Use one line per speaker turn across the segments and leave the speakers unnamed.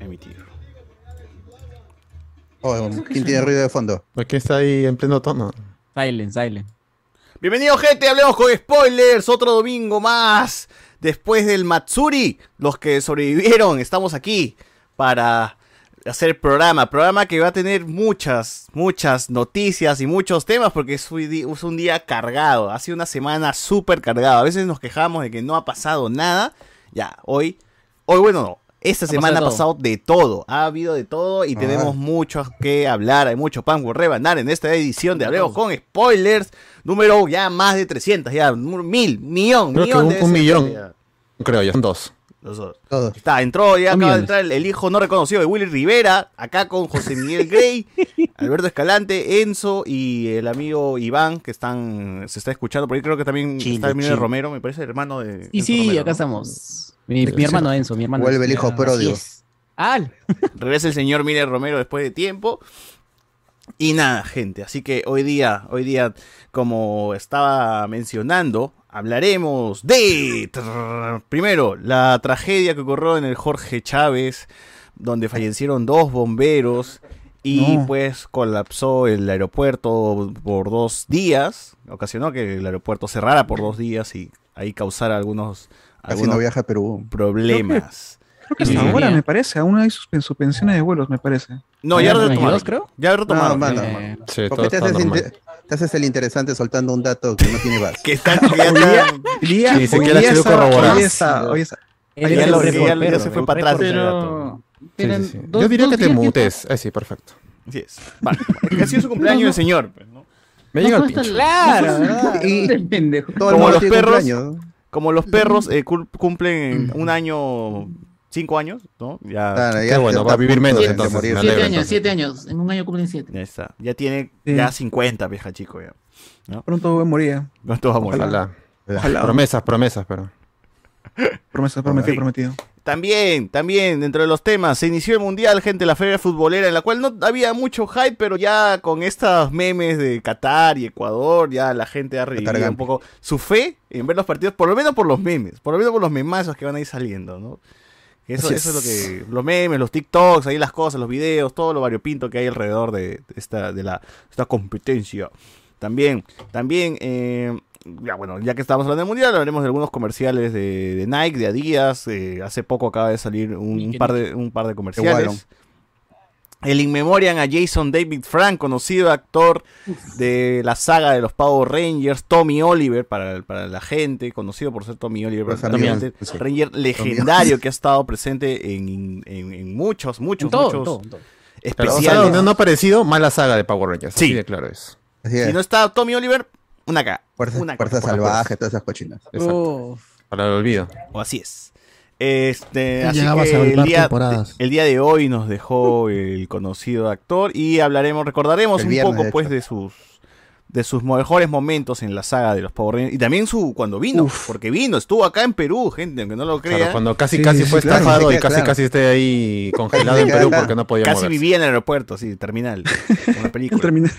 emitir.
Oh, ¿Quién tiene ruido de fondo?
¿Por qué está ahí en pleno tono?
Silent, silent.
Bienvenido gente, hablemos con spoilers, otro domingo más. Después del Matsuri, los que sobrevivieron, estamos aquí para hacer programa. Programa que va a tener muchas, muchas noticias y muchos temas porque es un di- es un día cargado. Ha sido una semana súper cargada. A veces nos quejamos de que no ha pasado nada. Ya, hoy, hoy bueno, no. Esta semana ha
pasado
pasado de todo. Ha habido de todo y
Ah.
tenemos mucho que hablar. Hay mucho pan por rebanar en esta edición de Hablemos con Spoilers. Número ya más de 300, ya mu- mil, millón,
Creo que
millón
un-
de
un
veces.
millón.
Ya,
No Creo yo, son dos.
los dos.
Todo.
Está, entró, ya
Son
acaba
millones.
de entrar el, el hijo no reconocido de Willy Rivera, acá con José Miguel Grey, Alberto Escalante, Enzo y el amigo Iván, que están, se está escuchando, por ahí creo que también
Chile,
está el amigo de
Chile.
Romero, me parece el hermano de
Y
Enzo
sí,
Romero,
acá
¿no?
estamos. Mi,
Sí,
mi hermano Enzo, mi hermano.
Vuelve el hijo
Así
pródigo.
es. ¡Al!
Regresa el señor Mire Romero después de tiempo. Y nada, gente. Así que hoy día, hoy día, como estaba mencionando, hablaremos de trrr, primero la tragedia que ocurrió en el Jorge Chávez, donde fallecieron dos bomberos y
No.
pues colapsó el aeropuerto por dos días. Ocasionó que el aeropuerto cerrara por dos días y ahí causara algunos,
Casi no
algunos
viaja a Perú.
problemas.
Creo que hasta
Sí.
ahora,
Bien.
me parece. Aún hay suspen- suspensiones de vuelos, me parece.
No, ya
Habían 22,
retomaron.
creo.
Ya retomaron.
No,
ya
mano.
retomaron.
Eh,
Sí,
¿Por qué
todo
te
está
haces,
normal.
inte- te haces el interesante soltando un dato que no tiene base?
Que está, que ya está-
Hoy día-
Que ni
hoy
siquiera
día
ha sido
esa-
corroborado.
hoy esa- hoy esa-
él
ya
es
lo-
el
ya
récord,
lo- ya
perro,
se fue
el
para
récord.
atrás.
Pero...
Sí,
Eran
sí, sí.
dos-
Yo diría
dos
que te
días,
mutes. Ah, sí, perfecto.
Así es. Vale. Que ha sido su cumpleaños
No, no.
el señor. pues, ¿no?
Me llega
No,
el
esto-
pincho.
Claro, ¿verdad?
Y-
Este pendejo.
Todo el
Como
mundo
los
tiene
perros.
cumpleaños.
Como los perros eh, cul- cumplen un año, cinco años, ¿no? Ya,
Claro, ya
Qué bueno,
está
va a
a
vivir
punto
menos
de- de
entonces,
morir.
me
Sí,
alegro.
Siete años,
entonces.
siete años. En un año cumplen siete.
ya está. Ya tiene
Sí.
ya 50, vieja chico. Ya.
Pronto moría.
No todos vamos a morir.
Ojalá.
Ojalá.
Promesas, promesas, pero.
Promesa, prometido,
Sí.
prometido.
También, también, dentro de los temas, se inició el Mundial, gente, la feria futbolera, en la cual no había mucho hype, pero ya con estos memes de Qatar y Ecuador, ya la gente ha revivido
Gampi.
un poco su fe en ver los partidos, por lo menos por los memes, por lo menos por los memazos que van a ir saliendo, ¿no? Eso,
Así
eso es.
es.
lo que. Los memes, los TikToks, ahí las cosas, los videos, todo lo variopinto que hay alrededor de esta, de la, esta competencia. También, también, eh, ya bueno, ya que estamos hablando del mundial, hablaremos de algunos comerciales de, de Nike, de Adidas. eh, hace poco acaba de salir un, un par, de, un par de
Igualaron.
comerciales. El Inmemorian a Jason David Frank, conocido actor de la saga de los Power Rangers, Tommy Oliver, para, para la gente, conocido por ser Tommy Oliver,
Los
para la
Pues, amigos,
gente,
sí.
Ranger legendario que ha estado presente en, en- en muchos, muchos,
En todo, en
muchos
todo, en todo.
Claro, o sea,
especiales.
donde no ha aparecido, mala saga de Power Rangers.
Sí.
Sí, claro es.
Así es.
Si no está Tommy Oliver, una acá.
Fuerza,
una
fuerza
cosa por la
salvaje, todas esas cochinas.
Exacto.
Uf.
Para el olvido.
O así es. Este,
Ya
así
llegabas
que
a
el
hablar
día,
temporadas.
el día de hoy nos dejó el conocido actor y hablaremos, recordaremos
El
un
viernes,
poco
de
pues
hecho.
de sus de sus mejores momentos en la saga de los Power Rangers y también su cuando vino, porque vino, estuvo acá en Perú, gente, aunque no lo crea.
Claro, cuando casi
Sí,
casi
sí,
fue
claro.
estafado
Sí,
y casi
claro.
casi esté ahí congelado
Sí,
en
claro.
Perú porque no podía
Casi
moverse.
vivía en el aeropuerto, sí, terminal. Una
El
película.
terminal.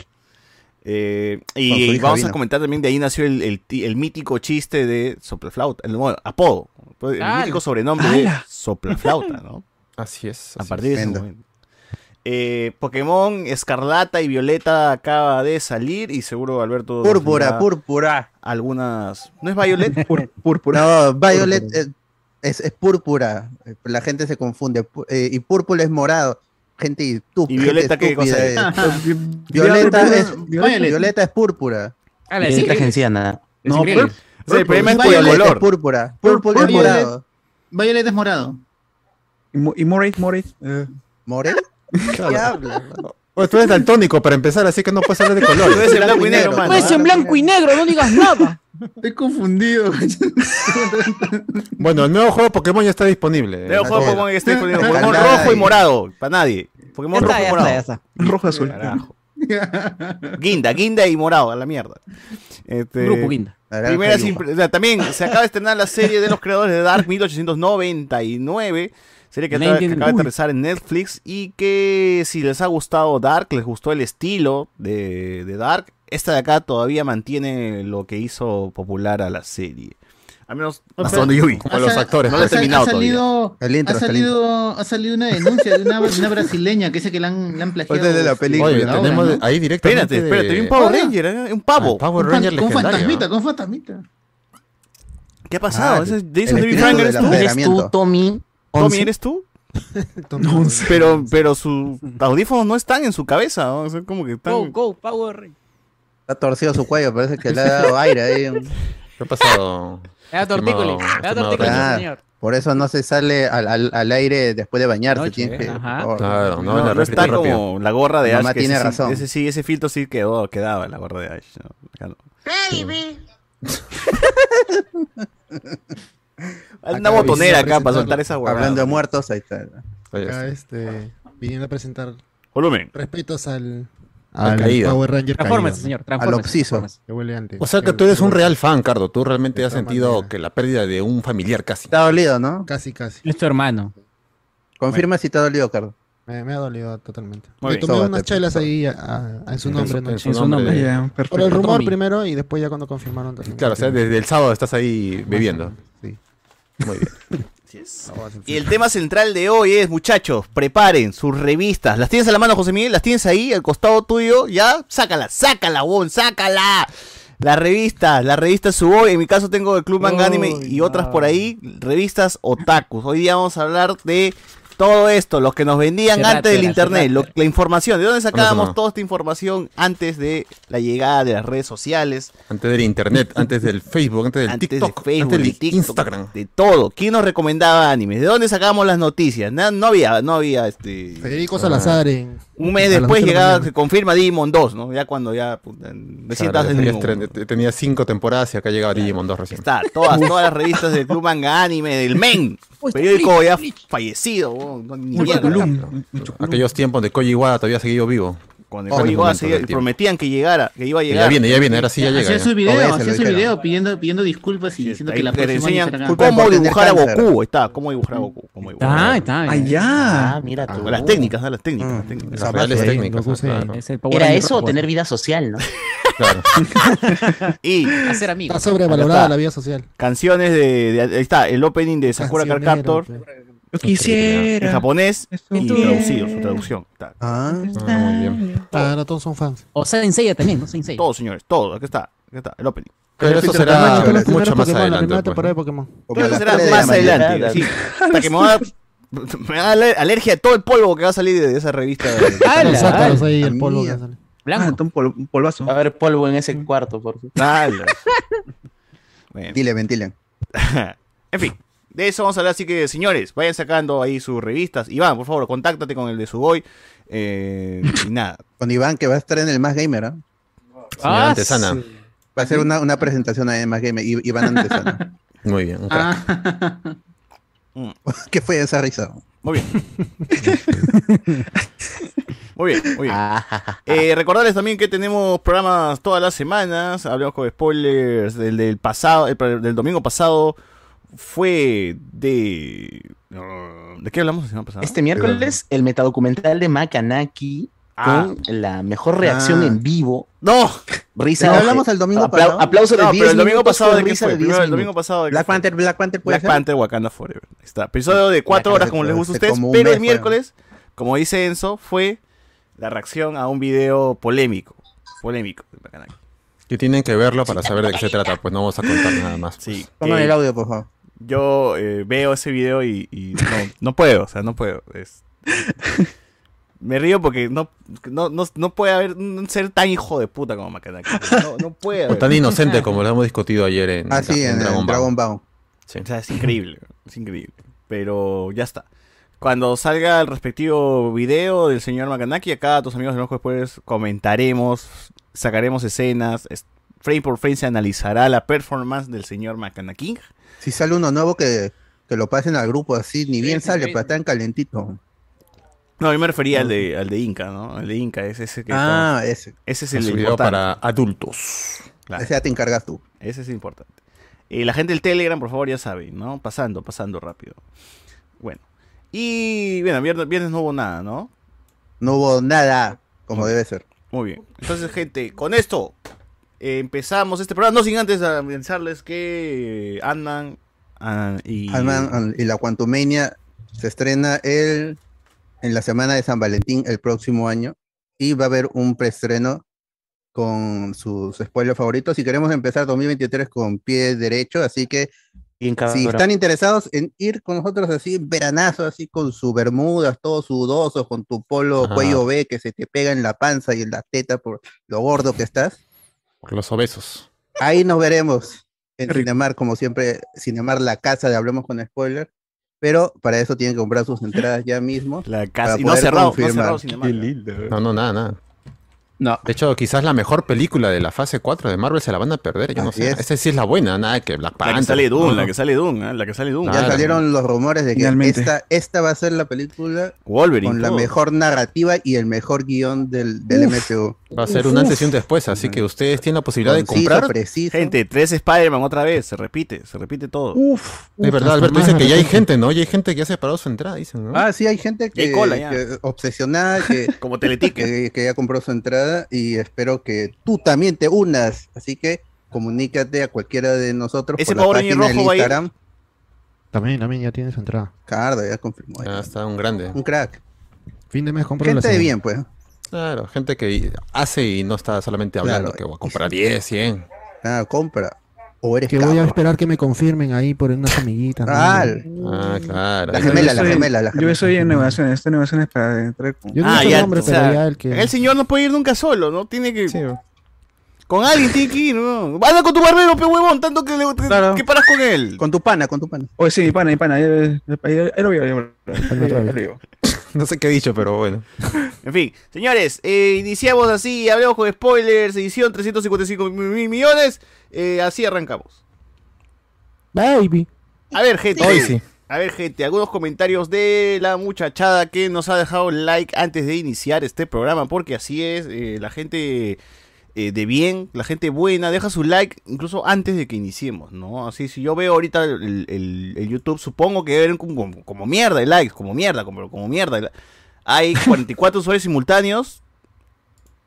Eh,
Con su
y
hija
vamos a
vino.
comentar también de ahí nació el, el ti- el mítico chiste de soplaflauta, el bueno, apodo, pues, el
¡Hala!
mítico sobrenombre de
¡Hala!
soplaflauta, ¿no?
Así es.
A
así
partir de ese
Tremendo.
momento. Eh, Pokémon Escarlata y Violeta acaba de salir y seguro Alberto nos
Púrpura,
dirá
púrpura.
algunas no es Violet
Pur- Púrpura.
No, Violet eh, es, es púrpura. Eh, La gente se confunde. Pu- eh, y púrpura es morado. Gente, y tú,
¿Y Violeta qué cosa es?
Ah,
Violeta,
Violeta-
es,
Violet.
Violeta es púrpura.
Ah, la de
Violeta
Secret.
Genciana.
La de
No,
Secret.
pero-
O sea, el problema es por el
Violeta es
color
púrpura. Púrpura es
Púrpura.
morado.
Violet es morado.
Y Mo- Y Moray, Moray. eh,
¿Morel? ¿Qué habla?
Oye, tú eres daltónico para empezar, así que no puedes hablar de
Tú eres
colores.
en blanco y negro,
Blanco y
mano.
negro.
Pues en blanco y negro, no digas nada.
Estoy confundido.
Bueno, el nuevo juego Pokémon ya está disponible.
Nuevo juego de Pokémon que está disponible. Pokémon
Para nadie.
rojo y morado para nadie Pokémon rojo y morado
Rojo azul.
Carajo. Guinda Guinda y morado a la mierda Este,
Grupo Guinda.
Naranja
Primera
y
sin- o sea, también se acaba de estrenar la serie de los creadores de Dark 1899. Serie que, acaba- que acaba de aterrizar en Netflix y que si les ha gustado Dark, les gustó el estilo de, de Dark, esta de acá todavía mantiene lo que hizo popular a la serie. Al menos
O
hasta
sea,
donde yo vi.
Como los
sa-
actores.
No lo he
ha sa-
terminado
ha salido,
El intro,
ha,
el
salido, ha salido una denuncia de una, de una brasileña que dice que la han, la han plagiado.
Pues desde la película,
su
Oye,
obra,
tenemos
¿no?
de- Ah, ahí directamente.
Espérate, espérate, vi un Power Ranger, ¿eh? un pavo.
Pavo. Power
Con
Ranger
fan- con fantasmita,
legendario.
con fantasmita.
¿Qué ha pasado?
Ah,
¿Ese es Jason
el
David
espíritu
Frank
de
eres
la
tú?
fe.
¿Eres-
¿Eres tú, Tommy?
Tommy, ¿eres tú? Pero, pero sus audífonos no están en su cabeza, ¿no? O sea, como que
Go,
están.
go, Power Ranger.
Está torcido su cuello, parece que le ha dado aire ahí.
¿Qué ha pasado?
Le da tortícolis.
Estimado-
Le da
estimado
tortícolis,
Rafa.
señor.
Por eso no se sale al, al- al aire después de bañarse.
Noche,
tienes que-
ajá.
por-
Claro, no,
No,
la
no está
reflexión rápido.
como la gorra de
Mamá
Ash. que
tiene
ese sí-
razón.
Ese sí, ese filtro sí quedó, quedaba en la gorra de Ash. ¿no? Acá no. Hay Una
Acá
botonera
vino a
acá para soltar
presentarlo.
esa huevada.
Hablando de muertos, ahí está.
Ahí está.
Acá este, viniendo a presentar
Volumen.
respetos al,
Al
al
caído.
Power Ranger
Transfórmese,
caído, ¿no?
señor. Transfórmese.
obsiso.
transfórmese.
Que huele antes.
O sea que
Que-
tú eres un
que-
real fan, Cardo. Tú realmente
De
has
todas
sentido
maneras.
que la pérdida de un familiar casi.
Está dolido, ¿no?
Casi, casi.
Es tu hermano.
Confirma si está dolido, Carlos.
Me, me ha dolido totalmente.
Muy
Le
bien.
tomé
Sóbate,
unas
por
chelas
favor.
ahí a- a- a- en su
pues, En
nombre.
su-
¿no?
en su
En su
nombre.
nombre.
Ya,
Por
perfecto.
el rumor
Tommy.
primero y después ya cuando confirmaron también.
Claro, o sea, desde el sábado estás ahí bebiendo.
Sí.
Muy bien.
Y el tema central de hoy es, muchachos, preparen sus revistas. ¿Las tienes a la mano, José Miguel? ¿Las tienes ahí, al costado tuyo? ¿Ya? Sácala, sácala, Won, sácala. La revista, la revista Suboy, en mi caso tengo el Club Manga Anime
Uy,
y otras
no.
por ahí, revistas otakus. Hoy día vamos a hablar de todo esto, los que nos vendían
Cerrate,
antes del
la
internet,
cerrate.
lo- la información, de dónde sacábamos
no.
toda esta información antes de la llegada de las redes sociales,
Antes del internet, antes del Facebook, antes del
antes
TikTok,
de Facebook,
antes del
de TikTok,
Instagram.
de todo. ¿Quién nos recomendaba animes? ¿De dónde sacábamos las noticias? Na- No, había, no había, este...
Federico Salazar en.
Un mes
a las
después
ocho de la
llegaba,
mañana.
se confirma Digimon 2, ¿no? Ya cuando ya... puta, me sientas
Claro,
en
tenías
un-
tre- te- tenía cinco temporadas y acá llegaba Digimon 2 recién.
Está, todas, todas las revistas del Club Manga Anime, del Men, periódico ya fallecido, weón, no, ni
Uy,
mierda.
Chocolum.
Aquellos tiempos de Koji Iwata todavía seguido vivo.
Cuando
Oh,
llegó,
momentos
así,
del tiempo.
prometían que llegara, que iba a
Ya
llegar.
viene, ya viene, ahora sí ya llega.
Hacía
ya.
su video,
Obedece,
hacía
lo
su
dijeron.
video pidiendo, pidiendo disculpas y diciendo
Ahí
que la
te
próxima
enseñan
van a
culpa.
hacer
cómo
por tener
dibujar a
cáncer.
Goku, ahí está, cómo dibujar a Goku. cómo dibujar a
Ah,
Goku.
está.
Allá.
mira tú.
Las técnicas, ¿no? las técnicas. las
Mm,
técnicas.
Las
Zapato
reales
ahí,
técnicas.
Goku se-
claro,
Es el Power
Era
Ranger
eso o
rojo.
tener vida social, ¿no?
claro.
Y
Hacer
Está
amigos.
Ahí
sobrevalorada
está.
la vida social.
canciones de, de- ahí está, el opening de Sakura Card
Cancionero,
Captor
pe.
Yo quisiera. Ah,
en japonés
Eso
y
quiero.
traducido, su traducción. Está.
Ah,
Ah, muy bien.
Ah, ahora todos son fans.
O Senseiya también, ¿no? Senseiya.
Todo, señores, todo, aquí está, aquí está, el opening.
Pero eso
Ah,
será
bueno,
Los primeros
mucho más
Pokémon, La
adelante.
primera
pues,
temporada de
¿no?
Pokémon.
como
Pero
a las
será
tres de la
más
mañana.
adelante, sí, hasta que me va a dar, me va a dar alergia de todo el polvo que va a salir de esa revista.
¡Hala!
Los sácalos
¡Hala!
ahí,
la
el polvo. que
mía.
sale.
Ah,
Blanco.
está un pol- un polvazo.
Va a haber polvo en ese cuarto, por favor.
¡Hala! Bueno.
Dile, ventilen.
En fin, de eso vamos a hablar, así que señores, vayan sacando ahí sus revistas. Iván, por favor, contáctate con el de Suboy. Eh, y nada.
Con Iván, que va a estar en el Más Gamer, ¿ah?
Señora
Ah,
Antesana.
Va a ser una, una presentación ahí en Más Gamer. I- Iván Antesana.
Muy bien. un crack.
Ah,
¿Qué fue esa risa?
Muy bien. Muy bien, muy bien.
Ah.
Eh, recordarles también que tenemos programas todas las semanas. Hablamos con spoilers del, del pasado, el pro- del domingo pasado. Fue de. uh, ¿De qué hablamos la semana pasada?
Este miércoles, el metadocumental de Makanaki
Ah.
con la mejor reacción
Ah.
en vivo.
¡No!
Risa.
No
de-
hablamos el domingo
apla-
pasado.
Aplauso de
No,
10
pero el domingo
minutos
pasado
con
de qué
risa
fue?
de 10
Primero, el domingo
minutos.
pasado de qué
Black
fue?
Panther, Black Panther puede
Black
ser.
Panther Wakanda Forever. Ahí Está. Episodio de 4
Wakanda
horas, como les
Forever,
gusta a
hace
ustedes.
como un
Pero el
mes,
miércoles, como dice Enzo, fue la reacción a un video polémico. Polémico. del Bacanal.
Que tienen que verlo para saber de qué se trata, pues no vamos a contar nada más.
Sí.
Pongan
que
el audio, por favor.
Yo eh, veo ese video y, y no, no puedo, o sea, no puedo. Es- Me río porque no, no, no, no puede haber un ser tan hijo de puta como Macanaki. No, no puede.
O
haber.
tan inocente como lo hemos discutido ayer en,
Ah, sí, en, el
Dragon Ball.
Dragon Ball.
Sí.
O sea, es increíble, es increíble. Pero ya está. Cuando salga el respectivo video del señor Makanaki, acá tus amigos de los después comentaremos, sacaremos escenas, es- frame por frame se analizará la performance del señor Makanaki.
Si sale uno nuevo que, que lo pasen al grupo así, ni bien sale, pero están calentito.
No, yo me refería al de, al de Inca, ¿no? El de Inca, es ese que...
Ah, ese.
ese es
Ha
el
subido
importante.
para adultos.
Claro,
Ese ya te encargas tú.
ese es importante. Eh, la gente del Telegram, por favor, ya saben, ¿no? Pasando, pasando rápido. Bueno. Y bueno, viernes, viernes no hubo nada, ¿no?
No hubo nada como debe ser.
Muy bien. Entonces, gente, con esto eh, empezamos este programa, no sin antes avisarles que andan y...
Ant-Man y la Quantumania se estrena el, en la semana de San Valentín el próximo año y va a haber un preestreno con sus spoilers favoritos. Y queremos empezar 2023 con pie derecho, así que
Bien cabrón.
si están interesados en ir con nosotros así, veranazo, así con su bermudas, todo sudoso, con tu polo
Ajá.
cuello B que se te pega en la panza y en la teta por lo gordo que estás.
Por los obesos.
Ahí nos veremos en
Qué rico.
Cinemar, como siempre, Cinemar la casa de Hablemos con Spoiler, pero para eso tienen que comprar sus entradas ya mismo.
La casa.
Para
Y no ha
poder
cerrado, no ha
confirmar.
cerrado Cinemark.
No, no, nada, nada.
No.
De hecho, quizás la mejor película de la fase 4 de Marvel se la van a perder. Yo no
Así
sé.
es.
Esa sí es la buena, nada que Black
La
Panther.
que sale Doom,
No,
la
no.
que sale Doom, ¿eh? la que sale Doom.
Ya
Claro.
salieron los rumores de que
Finalmente.
esta, esta va a ser la película
Wolverine.
con la
todo.
mejor narrativa y el mejor guión del, del MCU.
Va a ser un antes y un después, así que ustedes tienen la posibilidad de
Conciso,
comprar.
preciso.
Gente, tres Spider-Man otra vez, se repite, se repite todo.
Uh.
Uf.
Es verdad, Alberto, dicen que ya hay gente, ¿no? Ya hay gente que ya ha separado su entrada, dicen, ¿no?
Ah, sí, hay gente
Ya hay
que,
cola, ya.
que- obsesionada que,
Como Teletique.
que, que ya compró su entrada y espero que tú también te unas. Así que comunícate a cualquiera de nosotros
Ese
por la
Power Ranger
página del
rojo va a ir.
Instagram.
También, también ya tiene su entrada.
Cardo, ya confirmó.
Ah, está un grande.
Un crack.
Fin de mes compra
Gente de bien, pues.
Claro, gente que hace y no está solamente hablando
Claro.
que voy a comprar 10, 100.
Ah, compra. O eres
Que
cabro.
voy a esperar que me confirmen ahí por unas amiguitas. ¿no?
Ah,
Ah, claro.
La
Ahí
gemela,
está.
la gemela, la
Yo
gemela.
estoy en negociaciones. Esta negociación es para entrar con.
Yo no
Ah,
sé
ya,
el nombre,
o
pero
sea,
ya el que.
El señor no puede ir nunca solo, ¿no? Tiene que.
Sí, bro.
Con alguien tiene que ir, ¿no? Anda con tu barbero, pe huevón, tanto que, le, te-
Claro.
que paras con él.
Con tu pana, con tu pana.
Oye, sí, mi pana, mi pana. Ahí ahí- ahí lo veo, Eh, ahí lo veo. Ahí lo veo.
No sé qué he dicho, pero bueno.
En fin, señores, eh, iniciamos así, hablamos con spoilers, edición 355 mil millones. eh, así arrancamos.
Baby.
A ver, gente.
Hoy sí.
A ver, gente, algunos comentarios de la muchachada que nos ha dejado like antes de iniciar este programa, porque así es, eh, la gente eh, de bien, la gente buena, deja su like incluso antes de que iniciemos, ¿no? Así, si yo veo ahorita el, el- el YouTube, supongo que ven como, como- como mierda de likes, como mierda, como, como mierda. de li- Hay 44 usuarios simultáneos,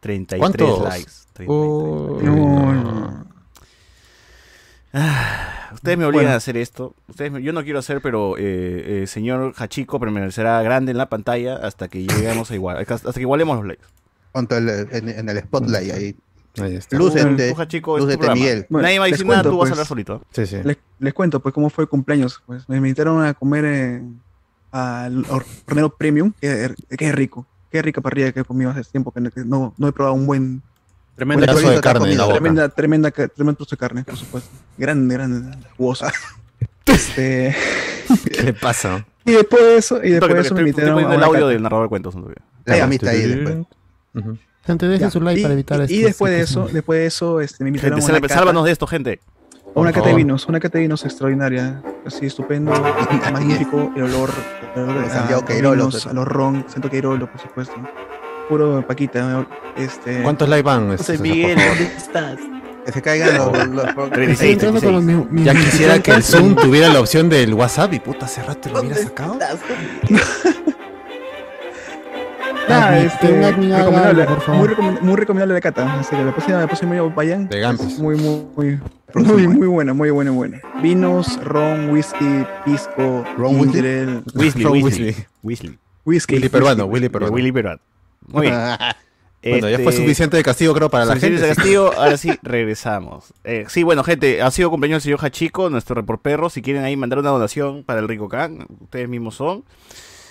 33
¿Cuántos? Oh,
likes. 33
Uy,
likes.
No,
no.
Ustedes me obligan
Bueno.
a hacer esto. Ustedes me- yo no quiero hacer, pero eh, eh, señor Hachico permanecerá grande en la pantalla hasta que lleguemos a igual, hasta que igualemos los likes.
Con todo el- en, en el spotlight ahí.
Ahí está.
Lúcete.
Tú, Hachico, es tu
Lúcete,
programa.
Miguel.
Bueno,
Nadie va a
les
decir nada,
cuento,
tú vas a
pues.
hablar solito. ¿eh?
Sí, sí.
Les, les cuento, pues, cómo fue el cumpleaños. Pues me invitaron a comer eh, al hor- hornero premium. Qué, qué rico. Qué rica parrilla que he comido hace tiempo que no- que no, no he probado un buen.
Un
Tremenda,
pedazo
Tremendo
de carne en la
taco,
boca.
tremenda, tremenda, ca- tremendo trozo de carne, por supuesto. Grande, grande, jugosa. Este,
¿Qué le pasa?
y después de eso, y
Un toque,
después de
toque, estoy,
eso me
estoy
invitaron a
poniendo el
una
audio
cata.
del narrador de cuentos. no te olvides.
La llamita ahí después.
Ujú.
Gente, deje
Ya.
su like
Y-
para evitar
y-
esto.
Y después de eso, después de eso, este, me invitaron
Gente,
a una
sálva-
cata,
sálvanos de esto, gente.
a una
Por
cata de
favor.
vinos, una cata de vinos extraordinaria, así estupendo, magnífico, el olor, el olor
De Santiago
a
Queirolo,
vinos,
pues.
a los ron, Santo Queirolo, por supuesto, puro paquita, este,
¿Cuántos likes van?
José
César, por
Miguel,
favor?
¿dónde estás?
Que se caigan los. los- los-
Tres.
Estoy entrando con los mi- mis
Ya quisiera que el
25.
Zoom tuviera la opción del WhatsApp y puta, hace rato lo hubiera sacado.
nada,
Admin,
este,
que un admin haga
recomendable,
algo, por favor.
muy, recomend- muy recomendable la cata, así que la próxima, la próxima vayan,
De Gampis.
muy, muy, muy, muy, muy buena, muy buena, muy buena, vinos, ron, whisky, pisco,
Ron, whisky.
ginger ale,
Weasley,
Ron
Weasley. Weasley.
whisky,
Willy Peruano, Willy Peruano.
Willy Peruano. Muy bien.
Bueno, ya
Este,
fue suficiente de castigo, creo, para la
Suficiente
gente.
de castigo, ahora sí, regresamos. Eh, sí, bueno, gente, ha sido cumpleaños del señor Hachico, nuestro reporperro. Si quieren ahí mandar una donación para el Rico Can, ustedes mismos son.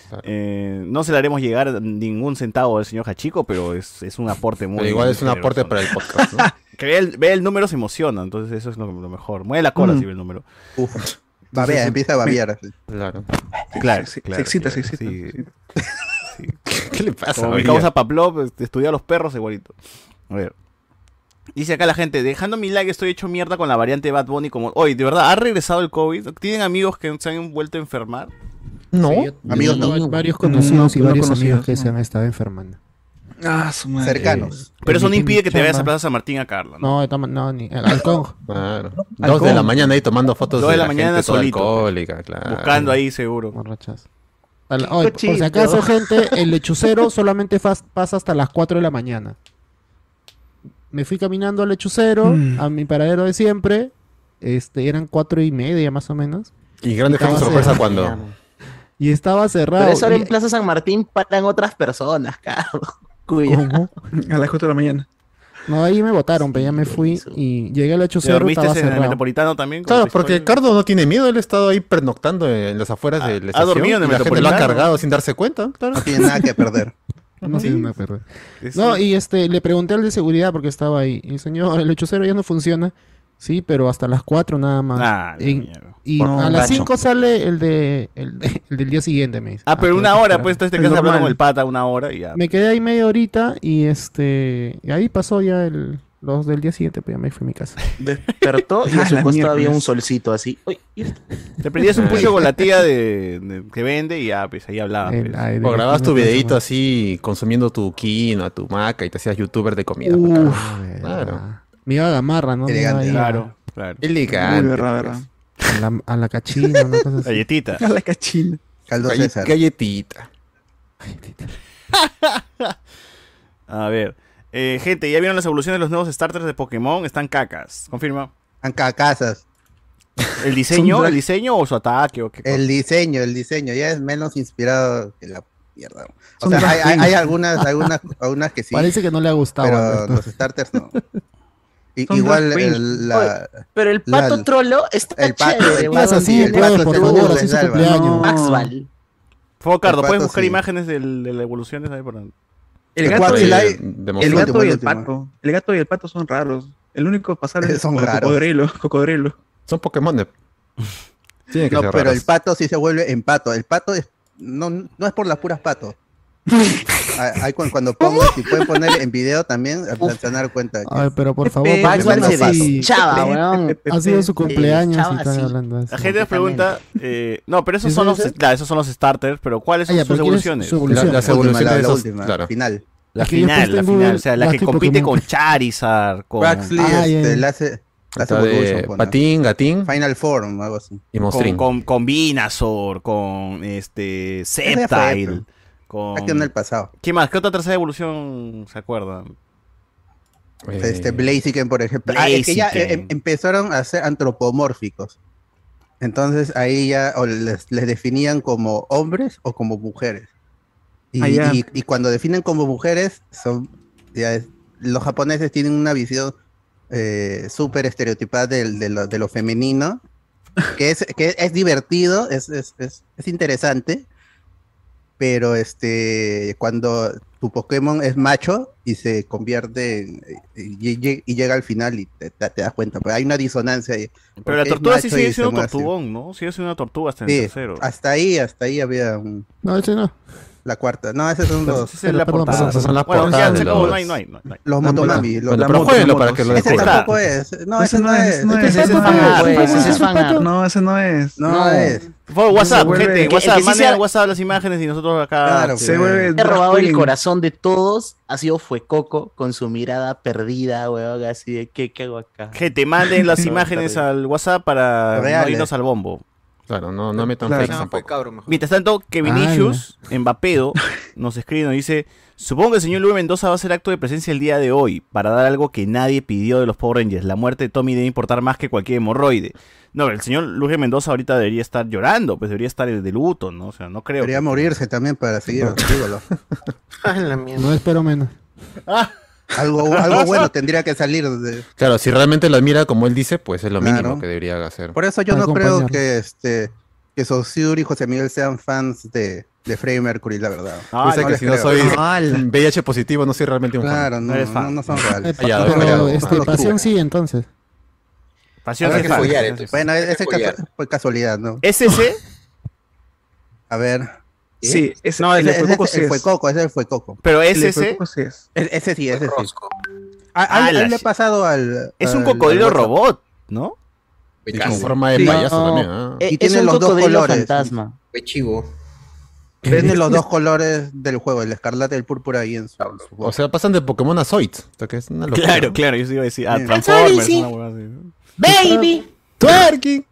Claro.
Eh, no se le haremos llegar ningún centavo al señor Hachico, pero es, es un aporte muy.
Pero igual es un
generoso,
aporte
¿no?
para el podcast, ¿no?
Que ve el, ve el número, se emociona, entonces eso es lo, lo mejor. Mueve la cola
Mm.
si ve el número.
Uf. Babea, empieza a babear. así.
eh,
Claro.
Claro,
se,
claro,
se excita, se
claro,
excita,
sí.
sí.
¿Qué le pasa?
Como mi
hoy
causa
día?
Pavlov, este, estudiar a los perros igualito. A ver. Dice acá la gente, dejando mi like estoy hecho mierda con la variante Bad Bunny como... Oye, de verdad, ¿ha regresado el COVID? ¿Tienen amigos que se han vuelto a enfermar?
No.
Amigos, no.
Varios- Varios conocidos y
No, no
varios
conocidos,
amigos que
no.
se han estado enfermando.
Ah, su madre.
Cercanos.
Pero eso no
En mi- en mi
impide que te vayas a
chamba.
Plaza San Martín a Carla, ¿no?
No, de toma- no, ni. Al Congo.
Claro. Dos
Alcohol.
de la mañana ahí tomando fotos
Dos
de, la, mañana gente toda
solito.
alcohólica, claro.
Buscando ahí seguro.
Borrachas. Al- oye, por si
cochino.
acaso, gente, el lechucero solamente fas- pasa hasta las 4 de la mañana. me fui caminando al lechucero,
Mm.
a mi paradero de siempre. Este, eran cuatro y media más o menos.
Y grande fue
Ah,
tu
sí.
sorpresa cuando.
Y estaba cerrado.
Pero eso ahora
y-
en Plaza San Martín paran otras personas, caro. Cuidado.
¿Cómo?
A las 4 de la mañana.
No, ahí me votaron, pero ya me fui y llegué al
¿Te
lechucero.
dormiste
Estaba
en el
cerrado.
Metropolitano también? como
Claro,
tu
porque
historia?
Cardo no tiene miedo, él ha estado ahí pernoctando en las afueras
Ah,
de la
ha
estación.
dormido en el
y la gente lo ha
Metropolitano.
cargado sin darse cuenta,
eh,
claro.
No tiene nada que perder.
No sé,
Sí.
me acuerdo.
Es-
No, y este, le pregunté al de seguridad porque estaba ahí. Y señor, el lechucero ya no funciona. Sí, pero hasta las 4 nada más.
Ah, la
y
mierda.
y
No,
a las
gacho.
5 sale el, de, el, de- el del día siguiente, me dice.
Ah, pero una
qué
hora,
esperar.
pues entonces te
Es
quedas hablando
normal.
con el pata una hora y ya.
Me quedé ahí media horita y este, y ahí pasó ya el, los del día siguiente, pues ya me fui a mi casa.
Despertó y
Ah,
en su
la
puesto había
miércoles.
un solcito así. Uy, y esto.
Te prendías un pucho con la tía de, de- que vende y ya, pues ahí hablaban.
El-
pues.
ahí de-
O grababas
de-
tu
de-
videito así, consumiendo tu quinoa, tu maca, y te hacías youtuber de comida.
Uf,
Uf, claro.
claro. Me iba a gamarra, ¿no? Me iba
Elegante.
ahí a-
Claro, claro.
Muy
Elegante. pues.
verdad, verdad.
A la, a la cachina, una cosa así.
Galletita.
A la cachina.
Caldo
Galle-
César.
Galletita.
A ver. Eh, gente, ¿ya vieron las evoluciones de los nuevos starters de Pokémon? Están cacas. Confirma.
Anca Casas.
Oh.
¿El diseño?
drag-
¿El diseño o su ataque? O qué cosa?
El diseño, el diseño. Ya es menos inspirado que la mierda. O
Son
sea,
drag
hay, hay-
queens.
hay algunas, algunas, algunas que sí.
Parece que no le ha gustado.
pero
Alberto.
los starters no. I-
Son
igual
drag queens.
el, la,
Pero el pato
La-
trolo está
el pato-
chévere,
el
huevón.
pato
Plaza,
sí,
sí,
el
pues,
pato
por
se
favor,
burla,
así es su
Alba.
cumpleaños.
Maxwell.
Focardo,
el pato
¿puedes buscar
sí.
imágenes del- de las evoluciones ahí por-
El
Recuerda
gato,
que
y,
la-
el,
el
demostró.
gato y el
último.
pato. El gato y el pato son raros. El único pasable es
Son
el
raros.
cocodrilo. cocodrilo.
Son Pokémon. eh. de- Tiene que
No,
ser
pero
raros.
el pato sí se vuelve en pato. El pato es, no, no es por las puras patos. Hay- hay cu- cuando pongo, si pueden poner en video también, se van a dar cuenta. que-
Ay, pero por favor,
Pepe,
¿por qué
Maxwell
no
se
así?
deschaba,
Pepe,
weón.
pepe,
ha sido
pepe.
su cumpleaños
chava,
y están
sí.
hablando así.
La gente nos pregunta. eh, no, pero esos
¿Eso
son los.
es?
Claro, esos son los starters, pero ¿cuáles son
Ah, ya,
sus
pero ¿quién es su
evoluciones?
evolución?
La- las
la última,
evoluciones
la,
de
la
esos-
última,
claro.
final.
La
Es que yo
final, la
pues tengo
final. O sea, la
las
que
que
compite
Pokémon.
con Charizard, con.
Braxley
Ah, ya,
este,
ya.
la hace, la hace
Está
Evolution,
de
pone.
Patín, Gatín
Final Form, algo así.
y
con,
Monstrín.
con, con Venusaur, con este Sceptile,
Está que en
con...
el pasado.
¿Qué más? ¿Qué otra tercera evolución se acuerdan?
Eh,
Este Blaziken, por ejemplo. Ah, es que ya
Blaziken.
em- empezaron a ser antropomórficos. Entonces ahí ya o les, les definían como hombres o como mujeres. Y,
Ah, ya.
y- y cuando definen como mujeres, son ya es- los japoneses tienen una visión eh, súper estereotipada del- de, lo, de lo femenino, que es, que es divertido, es, es- es- es interesante, pero este cuando tu Pokémon es macho y se convierte en- y, y- y llega al final y te, te- te das cuenta, pues hay una disonancia ahí.
Pero la
Porque es
tortuga sí
macho
sigue
y
siendo
se mueve así.
tortugón, ¿no? Sigue siendo una tortuga hasta en
Sí,
el tercero.
Hasta ahí, hasta ahí había un-
No, ese no.
la cuarta. No, esos son los,
Esa es la
Perdón,
portada.
perdón, esas son las
bueno,
portadas
ya
de
sé cómo
los-
no hay, no hay. No hay, no hay.
los
La
Motomami. los-
Bueno,
la
pero
moto,
jueguenlo
la
para
moto,
que lo
sí.
ese
descubran.
tampoco es. No, ese no es.
no
Ese
es,
es
ese
es
fan
fan
art,
art,
fan
pues, ese es
art.
fan art.
No, ese no es.
No,
No.
es.
Por favor, WhatsApp,
vuelve-
gente,
el que-
WhatsApp,
el que sí
manden
sea-
al WhatsApp las imágenes y nosotros acá.
Claro,
Se
pues.
vuelve
He robado el
drag queen.
corazón de todos. Ha sido Fuecoco con su mirada perdida, weón. Así de, ¿qué, qué hago acá?
Gente, manden las
No,
imágenes
terrible.
al WhatsApp para no
Reales.
irnos al bombo.
Claro, no, no metan
Claro.
fakes
No,
tampoco.
Mientras tanto, que Vinicius, en Vapedo, nos escribe y nos dice: Supongo que el señor Luis Mendoza va a hacer acto de presencia el día de hoy para dar algo que nadie pidió de los Power Rangers. La muerte de Tommy debe importar más que cualquier hemorroide. No, el señor Luis Mendoza ahorita debería estar llorando, pues debería estar de luto, ¿no? O sea, no creo.
Debería
que-
morirse también para seguir activo.
No espero menos.
Algo, algo bueno tendría que salir. de-
Claro, si realmente lo admira como él dice, pues es lo mínimo
Claro.
que debería hacer.
Por eso yo
Para
no creo
acompañarlo.
que este que Saussure y José Miguel sean fans de, de Freddie Mercury, la verdad.
Ah,
Dice
no
que
les
si no
creo.
soy
¡Hala!
VIH positivo, no soy realmente un fan.
Claro, no,
No eres
no,
fan.
no son reales.
Ya,
Pero,
fallado,
este,
fallado.
pasión sí, entonces.
Pasión
Habrá
sí
que
fan,
follar,
pasión sí fan.
Bueno, e-, ese caso- fue casualidad, ¿no?
SC,
a ver.
Sí, ese,
No,
el
ese,
de
ese,
Fuecoco
ese
sí es.
fue Coco, ese fue Coco.
pero
El de
SC
Fuecoco sí es.
E- Ese sí, ese sí.
Rosco,
A, a-
Ah,
a él
la
le
sh-
ha pasado al.
es un
al-
cocodrilo
al-
robot, ¿no?
Y con
Picasso,
forma de
Sí.
payaso
No.
también. ¿ah?
Eh,
E-
Y
es
tiene
un
los dos
cocodrilo
colores.
fantasma.
fue chivo.
Tiene los dos colores del juego, el escarlata y el púrpura ahí en su. en su
O sea, pasan de Pokémon a Zoid. O sea, que es una locura.
Claro, claro, yo sí iba a decir. Ah,
Sí.
Transformers,
Sí.
una huevada así, ¿no?
¡Baby!
¡Twerking!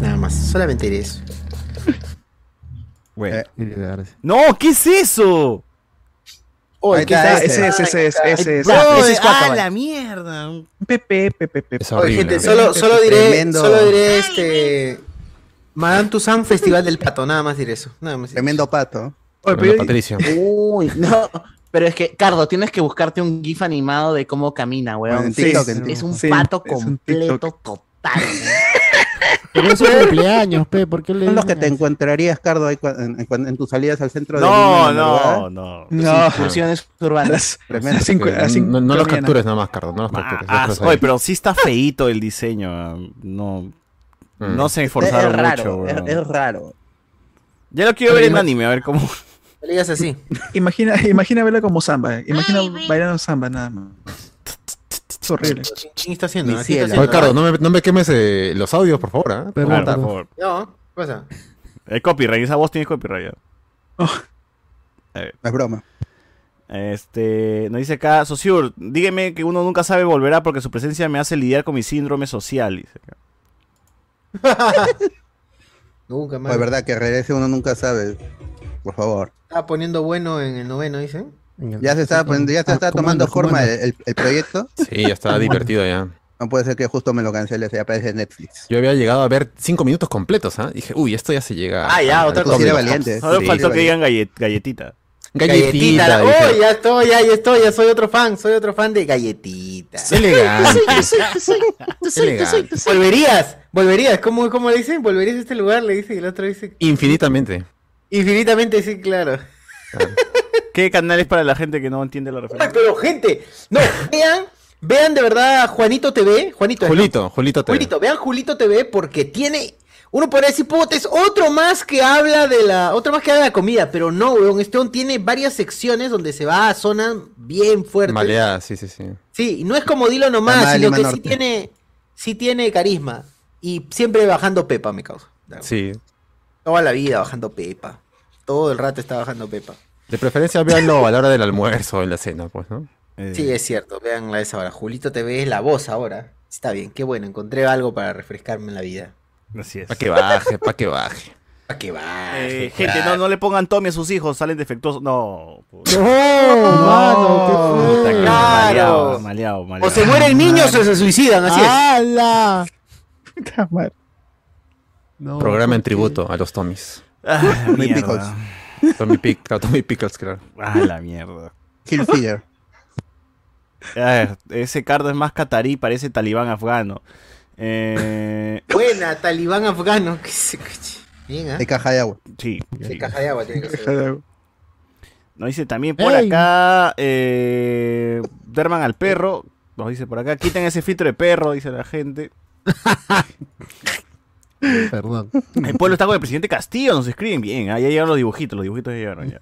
Nada más, solamente diré eso.
Bueno.
Eh.
Y liberarse.
No, ¿qué es eso?
Ahí está,
es
ese es,
este?
ese es, ese es.
Bro,
ese es
ah,
Guacamole.
la mierda.
Pepe, pepe, pepe.
Es
Oye,
horrible.
gente,
¿no?
solo, solo diré,
Tremendo.
solo diré este. Madame Toussaint Festival del Pato, nada más diré eso. Nada más diré eso.
Tremendo pato.
Oye,
Bueno,
pero yo-
Patricio.
eh,
Uy, no. Pero es que, Cardo, tienes que buscarte un GIF animado de cómo camina, weón.
En TikTok,
Sí,
en
es
TikTok.
un
Sí,
pato
es un
completo,
TikTok.
total.
Pero es su cumpleaños, pe, ¿por qué le
Son los que
dicen
te
así?
encontrarías, Cardo, ahí cu- en, en cuan- en tus salidas al centro de Lima
No,
en la madrugada.
no, no.
No,
Excursiones
a
urbanas.
las- a
Tremendo.
las cinco- a las
Que
cinco
Eh, No, no
de la
los
mañana.
captures nada más, Carlos. No los
Ah,
captures.
ah,
déjalos ahí.
oye, pero sí está feíto el diseño. ah, No,
Mm.
no se
Es
esforzaron mucho,
raro, es,
bro.
es raro.
Ya lo quiero ver en anime, a ver cómo.
No le digas así.
Imagina, imagina verla como samba. eh. Imagina bailando samba nada más. Es horrible.
¿Quién está haciendo?
Mi
¿Quién está
cielo.
haciendo?
Oye, Carlos, no me, no me quemes eh, los audios, por favor. ¿ah?
Perdón,
Claro, por
perdón.
favor.
No, ¿qué pasa?
El copyright, esa voz tiene copyright. ya.
No es broma.
Este, nos dice acá, Sosur, dígame que uno nunca sabe volverá porque su presencia me hace lidiar con mi síndrome social. dice acá.
Nunca más.
Pues verdad que regrese uno nunca sabe. Por favor.
Estaba poniendo bueno en el noveno, dicen.
Ya se está, poniendo- ya se
Ah,
está
comando,
tomando forma
comando.
el, el- el proyecto.
Sí, ya está divertido ya.
No puede ser que justo me lo cancele, se aparece en Netflix.
Yo había llegado a ver cinco minutos completos, ¿ah? Dije, uy, esto ya se llega.
Ah, ya,
al-
otra
al
Tú sí
cosa.
cómic.
eres valiente.
Solo
Sí,
faltó
sí,
que digan gallet- galletita.
Galletita.
la-
dije.
¡Oh, ya estoy, ya, ya estoy! Ya soy otro fan, soy otro fan de galletita.
Elegante.
Elegante. Volverías, volverías. ¿Cómo, ¿Cómo le dicen? Volverías a este lugar, le dice. Y el otro dice.
Infinitamente.
Infinitamente, sí, claro.
¿Qué canal es para la gente que no entiende la
Ay,
referencia?
Ah, pero gente, no, vean, vean de verdad a Juanito TV, Juanito. ¿no?
Julito, Julito te.
Julito, vean Julito TV porque tiene, uno podría decir, puta, es otro más que habla de la, otro más que habla de la comida, pero no, weón, este weón tiene varias secciones donde se va a zonas bien fuertes.
Maleada, sí, sí, sí.
Sí, y no es como dilo
Llamada
nomás, sino
Lima
que sí
Norte.
tiene, sí tiene carisma y siempre bajando Pepa, me causa.
Sí.
Toda la vida bajando Pepa, todo el rato está bajando Pepa.
De preferencia, véanlo a la hora del almuerzo o en la cena, pues, ¿no?
Eh,
Sí, es cierto, veanla esa ahora. Julito TV es la voz ahora. Está bien, qué bueno, encontré algo para refrescarme en la vida.
Eh, así es.
Pa' que baje, pa' que baje.
¿A qué va?
Eh, gente, no, no le pongan Tommy a sus hijos, salen defectuosos. No. puta.
¡Oh, mano! ¿Qué fue?
Claro.
Maleado, maleado, maleado.
O se mueren niños o se suicidan, así
¡Hala!
Puta madre.
No,
Programa en
¿por qué?
tributo a los Tommys.
Ah,
Tommy Pickles.
mierda.
Tommy, Pic- a Tommy Pickles, claro.
Ah, la mierda.
Hilfiger.
Ah, ese cardo es más catarí, parece talibán afgano. Eh,
es. Buena, talibán afgano. Que se cache. Bien, ¿ah?
De caja de agua.
sí.
De
sí.
caja de agua tiene que ser.
Nos dice también por
Ey.
acá, eh, Derman al perro. Nos dice por acá, quiten ese filtro de perro, dice la gente.
Perdón.
El pueblo está con el presidente Castillo, nos escriben bien. Ahí ya llegaron los dibujitos, los dibujitos ya llegaron ya.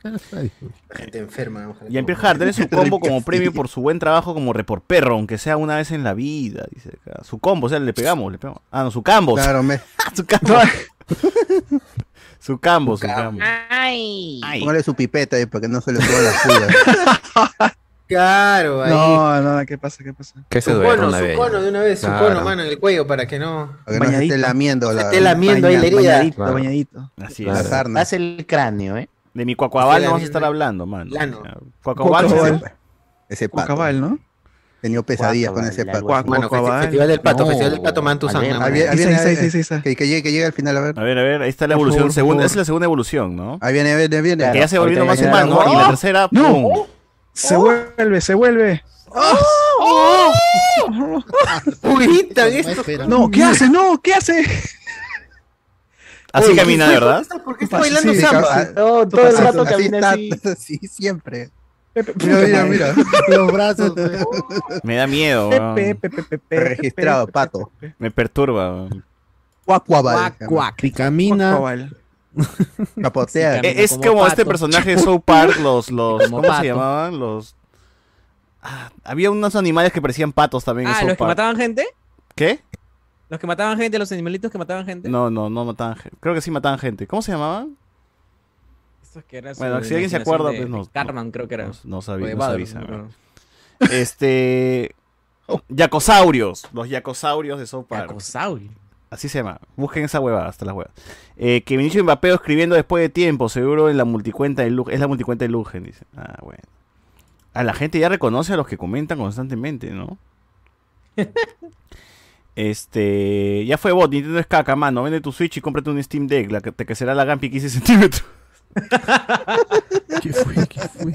Gente enferma. ojalá.
Y Pierre Hart, denle su combo como premio por su buen trabajo como reporperro, aunque sea una vez en la vida, dice acá. Su combo, o sea, le pegamos, le pegamos. Ah, no, su cambo.
Claro, me.
su cambo. su cambo, su cambo.
Ay.
Ay.
Póngale su pipeta ahí para que no se le suba la fuga.
Claro, ahí.
No, no, ¿qué pasa? ¿Qué pasa?
Que se
su
duerma
cono,
una
su
vez.
cono de una vez, su
Claro.
cono, mano, en el cuello para que no.
Para que no se esté
Bañadita.
lamiendo la.
esté lamiendo ahí la
Baña-
herida.
Bañadito,
Claro.
bañadito.
Así
la
es.
Claro.
sarna.
Haz el cráneo, ¿eh?
De mi cuacuabal
Sí,
no
la
vas a
misma.
estar hablando, mano.
Lano.
Cuacuabal.
Cuacuabal.
Ese pato.
Cabal, ¿no?
Tenía pesadillas con ese
Guacabal,
pato.
la
Guaco,
Bueno, festi-
cabal.
Festival del Pato,
No.
Festival del Pato Mantuzán.
Alerta.
nada más.
Ahí viene- ahí
Ahí está,
viene-
ahí está, ahí está, ahí está.
Que, que llegue, que llegue al final, a ver.
A ver, a ver, ahí está la
Por
evolución.
favor, por
segunda,
favor.
es la segunda evolución, ¿no?
Ahí viene, viene, viene.
Que ya se volvió
ahorita
más
ya-
humano y la
¡Oh!
tercera,
¡No!
¡pum!
Se vuelve, se vuelve.
Purita, esto.
No, ¿qué hace? No, ¿qué hace?
Así camina, de verdad.
¿Por qué está
Pasa,
bailando
sí,
Sí,
samba?
ca-
No, todo el
así-
rato
así
camina
está,
así.
así, siempre. Mira, mira, mira.
Los brazos. pe.
Me da miedo, weón.
Pepe, pepe, pepe,
Registrado,
pepe,
pato.
pepe,
me perturba. weón.
Cuacuabal.
Cuac, cuac. Y camina.
cabal.
Chapotea.
Camina
Eh, Es
como
como, este
pato.
personaje de South Park, los, los
Como
¿cómo se
pato.
llamaban? Los Ah, había unos animales que parecían patos también en
Ah,
South
los que
Park.
mataban gente.
¿Qué?
Los que mataban gente, los animalitos que mataban gente.
No, no, no mataban gente. Creo que sí mataban gente. ¿Cómo se llamaban?
Estos que eran
Bueno,
sobre
si alguien se
imaginación
acuerda,
de-
pues
de
nos-
Cartman, creo que era.
No, no
O
sabía,
de
no se
Badr,
avisa,
no me
weón.
acuerdo. Oh.
Este Yacosaurios, los yacosaurios de South Park.
Acosaurio.
Así se llama. Busquen esa huevada, hasta las huevas. Eh, que Vinicius Mbappé escribiendo después de tiempo, seguro en la multicuenta de Lugen. Es la multicuenta de Lugen, dice. Ah, bueno. A la gente ya reconoce a los que comentan constantemente, ¿no? este. Ya fue bot, Nintendo es caca, mano. Vende tu Switch y cómprate un Steam Deck, la que te que será la Gampi 15 centímetros.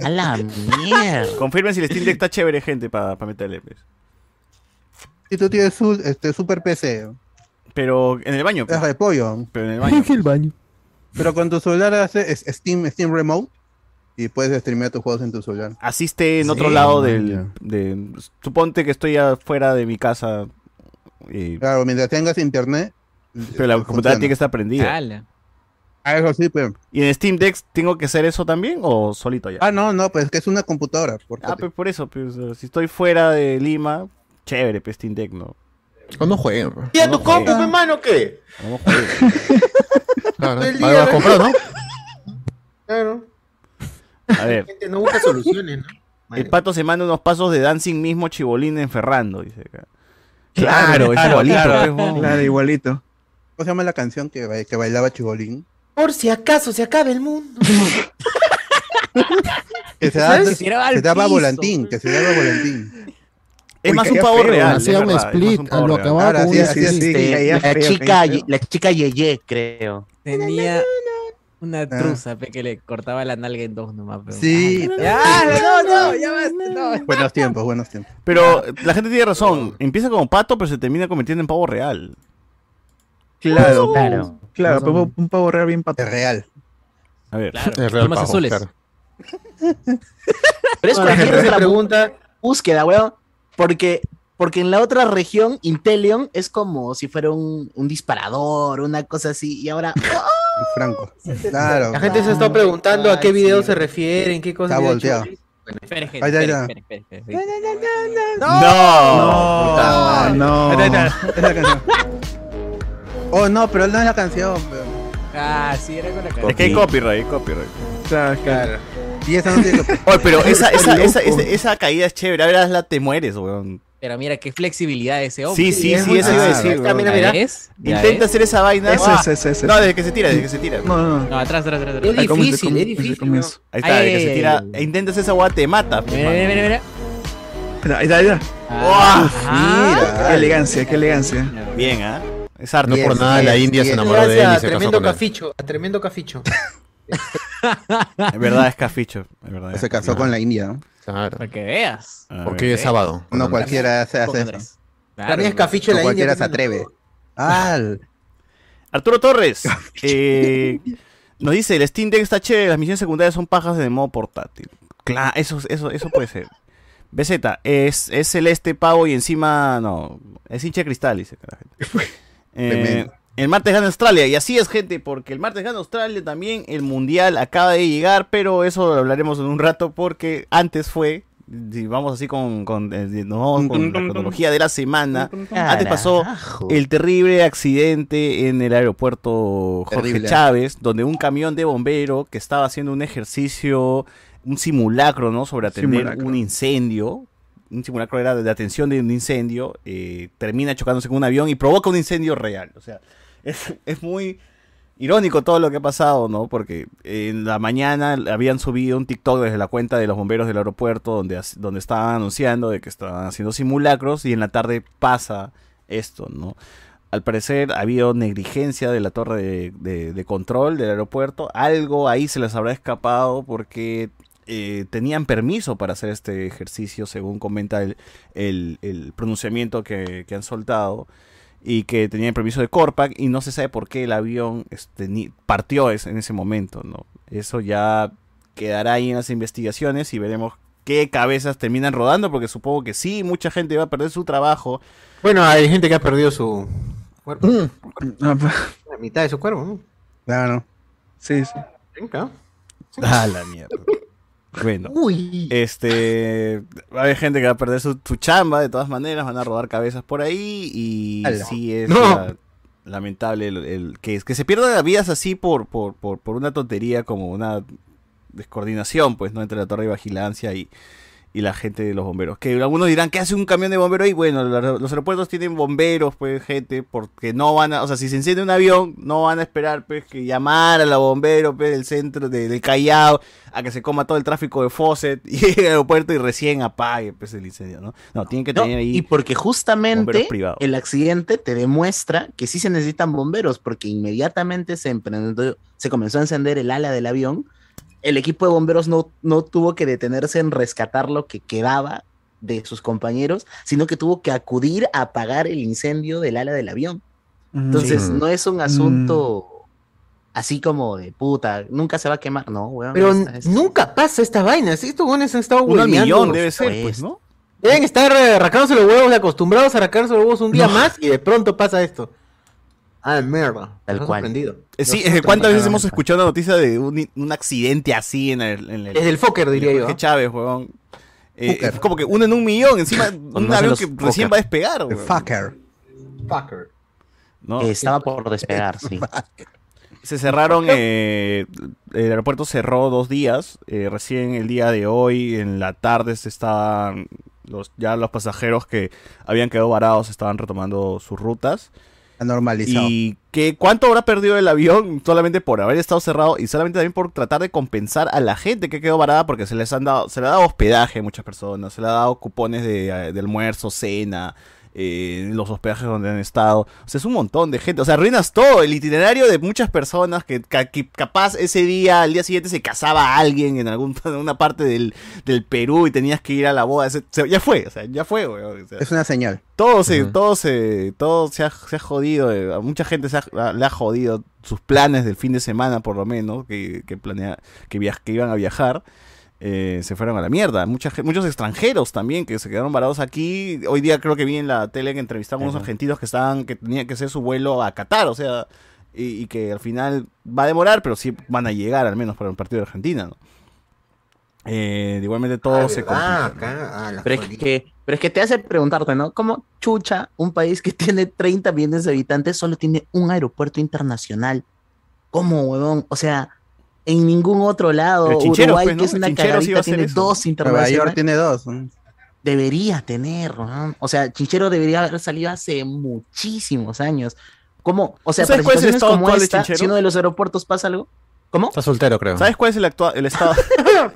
A la mierda.
Confirmen si el Steam Deck está chévere, gente, para meterle. pues.
Si tú tienes su, este, super PC,
Pero en el baño. pues.
es de pollo.
Pero en el baño.
el baño.
Pero con tu celular hace es- Steam, Steam Remote y puedes streamear tus juegos en tu celular.
Asiste en otro lado del. de- suponte que estoy afuera de mi casa. eh,
Claro, mientras tengas internet.
pero la
Eh, funciona.
computadora tiene que estar prendida.
Ala.
Ah, eso sí, pero.
¿Y en Steam Deck tengo que hacer eso también o solito ya?
Ah, no, no, pues que es una computadora. portátil.
Ah, pues por eso, pues, o sea, si estoy fuera de Lima, chévere, pues Steam Deck, ¿no?
O no pues. jueguen, bro.
¿Y a
No
tu compu,
juega.
hermano, qué?
Vamos a eh, jugar.
Claro,
El
va-
día
va a
de-
comprar, ¿no?
Claro.
A ver,
Gente no busca soluciones, ¿no?
el
Madre.
pato se manda unos pasos de dancing mismo chibolín en Ferrando, dice acá.
Claro,
es igualito,
claro.
pues, huevón.
Claro, igualito.
¿Cómo se llama la canción que, ba- que bailaba Chibolín?
Por si acaso se acaba el mundo.
Que se, daba,
¿Sabes?
se
Tiraba al
daba
piso.
volantín, que se daba volantín.
Es
Uy,
más un
qué
pavo
feo,
real. es
Hacía un
verdad, es más
split,
pavo
lo
real.
acababa
Ahora
con
sí,
un
así, así.
split.
Sí,
Este,
ahí es
la,
feo,
chica,
ahí es feo.
la chica Yeye, creo.
Tenía una truza pe, que le cortaba la nalga en dos nomás. pe.
Ah. Sí,
Ya, no, no, ya basta, no.
buenos tiempos, buenos tiempos.
Pero la gente tiene razón. Empieza como pato, pero se termina convirtiendo en pavo real.
Claro,
Claro.
claro,
Más o
pero
menos.
un pavo real bien pato.
Es real.
A ver.
Claro,
El Real
plumas
Pavo,
azules.
claro.
Pero
Ahora, la
es cualquier
gente se
otra
pregunta,
búsqueda, weón. Porque, porque en la otra región, Intelion es como si fuera un, un disparador, una cosa así. Y ahora,
Franco. Claro.
la gente se está preguntando a qué video se refieren, qué cosas.
Ah, Está volteado.
Espera, gente,
Ay, ya,
espera,
ya.
espera, espera, espera, espera.
No.
Ah,
No.
Ahí está, ahí está la canción. Oh, no, pero no es la canción. pero-
Ah, sí, era con la cara.
Es que hay copyright, hay copyright.
Claro, claro.
Y esa no tiene que-
Oye, pero esa, esa, esa, esa, esa caída es chévere. A ver, hazla, te mueres, weón.
Pero mira, qué flexibilidad ese hombre.
Sí, sí,
es
sí,
muy
eso iba a
claro.
decir.
Está,
weón.
mira,
¿Ya ves? ¿Ya
¿eh?
Intenta
ves?
hacer esa vaina.
Ese,
Ah.
ese, ese, ese.
No, desde que se tira, desde que se tira.
No, no, no.
No, atrás, atrás, atrás. atrás.
Es
Ahí comienza,
difícil,
comienza,
es difícil.
comienza.
weón.
Ahí está, desde que se
Ay.
tira. E Intentas esa guada, te mata. pe,
Mira,
mano.
mira, mira, mira.
Ahí está, ahí está.
Guau.
Ah,
Qué elegancia, qué elegancia.
Bien, ¿ah? Es arte.
No por
Yes,
nada la
yes,
India se
yes.
enamoró de él
Gracias
y
a
se casó
tremendo
con él.
caficho, a tremendo caficho.
Es verdad, es caficho. Es verdad.
Se casó con la India, ¿no?
Claro.
Para que veas.
Porque hoy es sábado.
No cualquiera se hace eso.
Andrés. Claro,
También es caficho
No
la India.
cualquiera se
pues,
atreve.
no.
Ah, el-
Arturo Torres. eh, nos dice, el Steam Deck está chévere, las misiones secundarias son pajas de modo portátil. Claro, eso, eso, eso puede ser. BZ, es, es celeste, pavo y encima, no, es hincha de cristal, dice la gente. Eh,
Tremendo.
el martes gana Australia, y así es, gente, porque el martes gana Australia también, el mundial acaba de llegar, pero eso lo hablaremos en un rato, porque antes fue, si vamos así con, con, eh, nos vamos con la cronología de la semana, antes pasó
carajo.
el terrible accidente en el aeropuerto Jorge
Terrible.
Chávez, donde un camión de bombero que estaba haciendo un ejercicio, un simulacro, ¿no? Sobre atender
Simulacro.
un incendio. Un simulacro era de atención de un incendio, eh, termina chocándose con un avión y provoca un incendio real. O sea, es, es muy irónico todo lo que ha pasado, ¿no? Porque en la mañana habían subido un TikTok desde la cuenta de los bomberos del aeropuerto donde, as- donde estaban anunciando de que estaban haciendo simulacros y en la tarde pasa esto, ¿no? Al parecer ha habido negligencia de la torre de, de- de control del aeropuerto. Algo ahí se les habrá escapado porque eh, tenían permiso para hacer este ejercicio, según comenta el, el- el pronunciamiento que, que han soltado. Y que tenían permiso de Corpac y no se sabe por qué el avión este, ni- partió es- en ese momento, ¿no? Eso ya quedará ahí en las investigaciones y veremos qué cabezas terminan rodando, porque supongo que sí, mucha gente va a perder su trabajo
Bueno, hay gente que ha perdido su cuerpo,
Mm.
Ah, pa-
la mitad de su cuerpo. ¿no?
Claro.
Sí, sí.
Venga.
Ah, la mierda. Bueno,
Uy.
este. Va a haber gente que va a perder su, su chamba, de todas maneras, van a rodar cabezas por ahí. Y
Ala.
sí es
No.
la- lamentable el, el- que, que se pierdan las vidas así por, por, por, por una tontería como una descoordinación, pues, ¿no? Entre la torre de vigilancia y, y la gente de los bomberos. Que algunos dirán, ¿qué hace un camión de bomberos? Y bueno, la- los aeropuertos tienen bomberos, pues, gente, porque no van a, o sea, si se enciende un avión, no van a esperar, pues, que llamar a los bomberos, pues, del centro, de- del Callao, a que se coma todo el tráfico de Fawcett y el aeropuerto y recién apague, pues, el incendio, ¿no? No, tienen que
No,
tener ahí.
y porque
bomberos
justamente
privados.
el accidente te demuestra que sí se necesitan bomberos, porque inmediatamente se, emprendió- se comenzó a encender el ala del avión. El equipo de bomberos no, no tuvo que detenerse en rescatar lo que quedaba de sus compañeros, sino que tuvo que acudir a apagar el incendio del ala del avión. Entonces,
Sí.
no es un asunto así como de puta, nunca se va a quemar, no, weón.
Pero
está- es-
nunca pasa estas vainas. Estos buenos han estado
Uno al
hueveando.
millón debe ser, pues,
¿no?
Deben estar eh, arrancándose los huevos, acostumbrados a arrancarse los huevos un día más y de pronto pasa esto. Ah, mierda.
Tal
Me has
cual.
sorprendido.
Eh, Sí, eh,
Me has
¿cuántas
sorprendido.
veces hemos escuchado la noticia de un, un accidente así en el. En el
Desde el Fokker, diría
en el
yo,
Jorge
¿ah?
Chávez, weón. Eh, es como que uno en un millón, encima un
Conocen
avión
los
que recién
Fokker.
va a despegar, weón.
Fucker.
¿no?
Eh, estaba por despegar, sí.
Se cerraron, eh, el aeropuerto cerró dos días. eh, recién el día de hoy, en la tarde, se estaban. Los, ya los pasajeros que habían quedado varados estaban retomando sus rutas.
normalizado.
¿Y qué, cuánto habrá perdido el avión solamente por haber estado cerrado y solamente también por tratar de compensar a la gente que quedó varada porque se les han dado, se le ha dado hospedaje a muchas personas, se le ha dado cupones de, eh, de almuerzo, cena, eh, los hospedajes donde han estado. O sea, es un montón de gente. O sea, arruinas todo el itinerario de muchas personas que, ca- que capaz ese día, al día siguiente se casaba alguien en alguna parte del, del Perú y tenías que ir a la boda. Se- se- ya fue, o sea, ya fue, weón. O sea,
Es una señal.
todo se, todo se, todo se ha, se ha jodido, eh, a mucha gente se ha- la- le ha jodido sus planes del fin de semana, por lo menos, que, que planea, que, viaj- que iban a viajar, eh, se fueron a la mierda. Mucha, gen- muchos extranjeros también que se quedaron varados aquí. Hoy día creo que vi en la tele que entrevistamos a unos
Ajá.
argentinos que estaban, que tenían que hacer su vuelo a Qatar, o sea, y, y que al final va a demorar, pero sí van a llegar al menos para el partido de Argentina, ¿no? Eh, igualmente todo
Ah,
se complica.
Pero es, que, pero es que te hace preguntarte, ¿no? ¿Cómo chucha un país que tiene 30 millones de habitantes solo tiene un aeropuerto internacional? ¿Cómo, huevón? O sea, en ningún otro lado,
El Chincheros,
Uruguay,
pues, ¿no?
que es una
El Chincheros iba a
cagadita,
hacer
tiene
eso.
dos
Nueva York
internacionales.
tiene dos. ¿no?
Debería tener, ¿no? O sea, Chinchero debería haber salido hace muchísimos años. ¿Cómo? O sea,
¿Tú sabes
para
cuál es el
situaciones
estado
como
actual de
esta,
Chincheros?
si uno de los aeropuertos pasa algo,
Está soltero, creo.
¿Sabes cuál es el actual, el estado,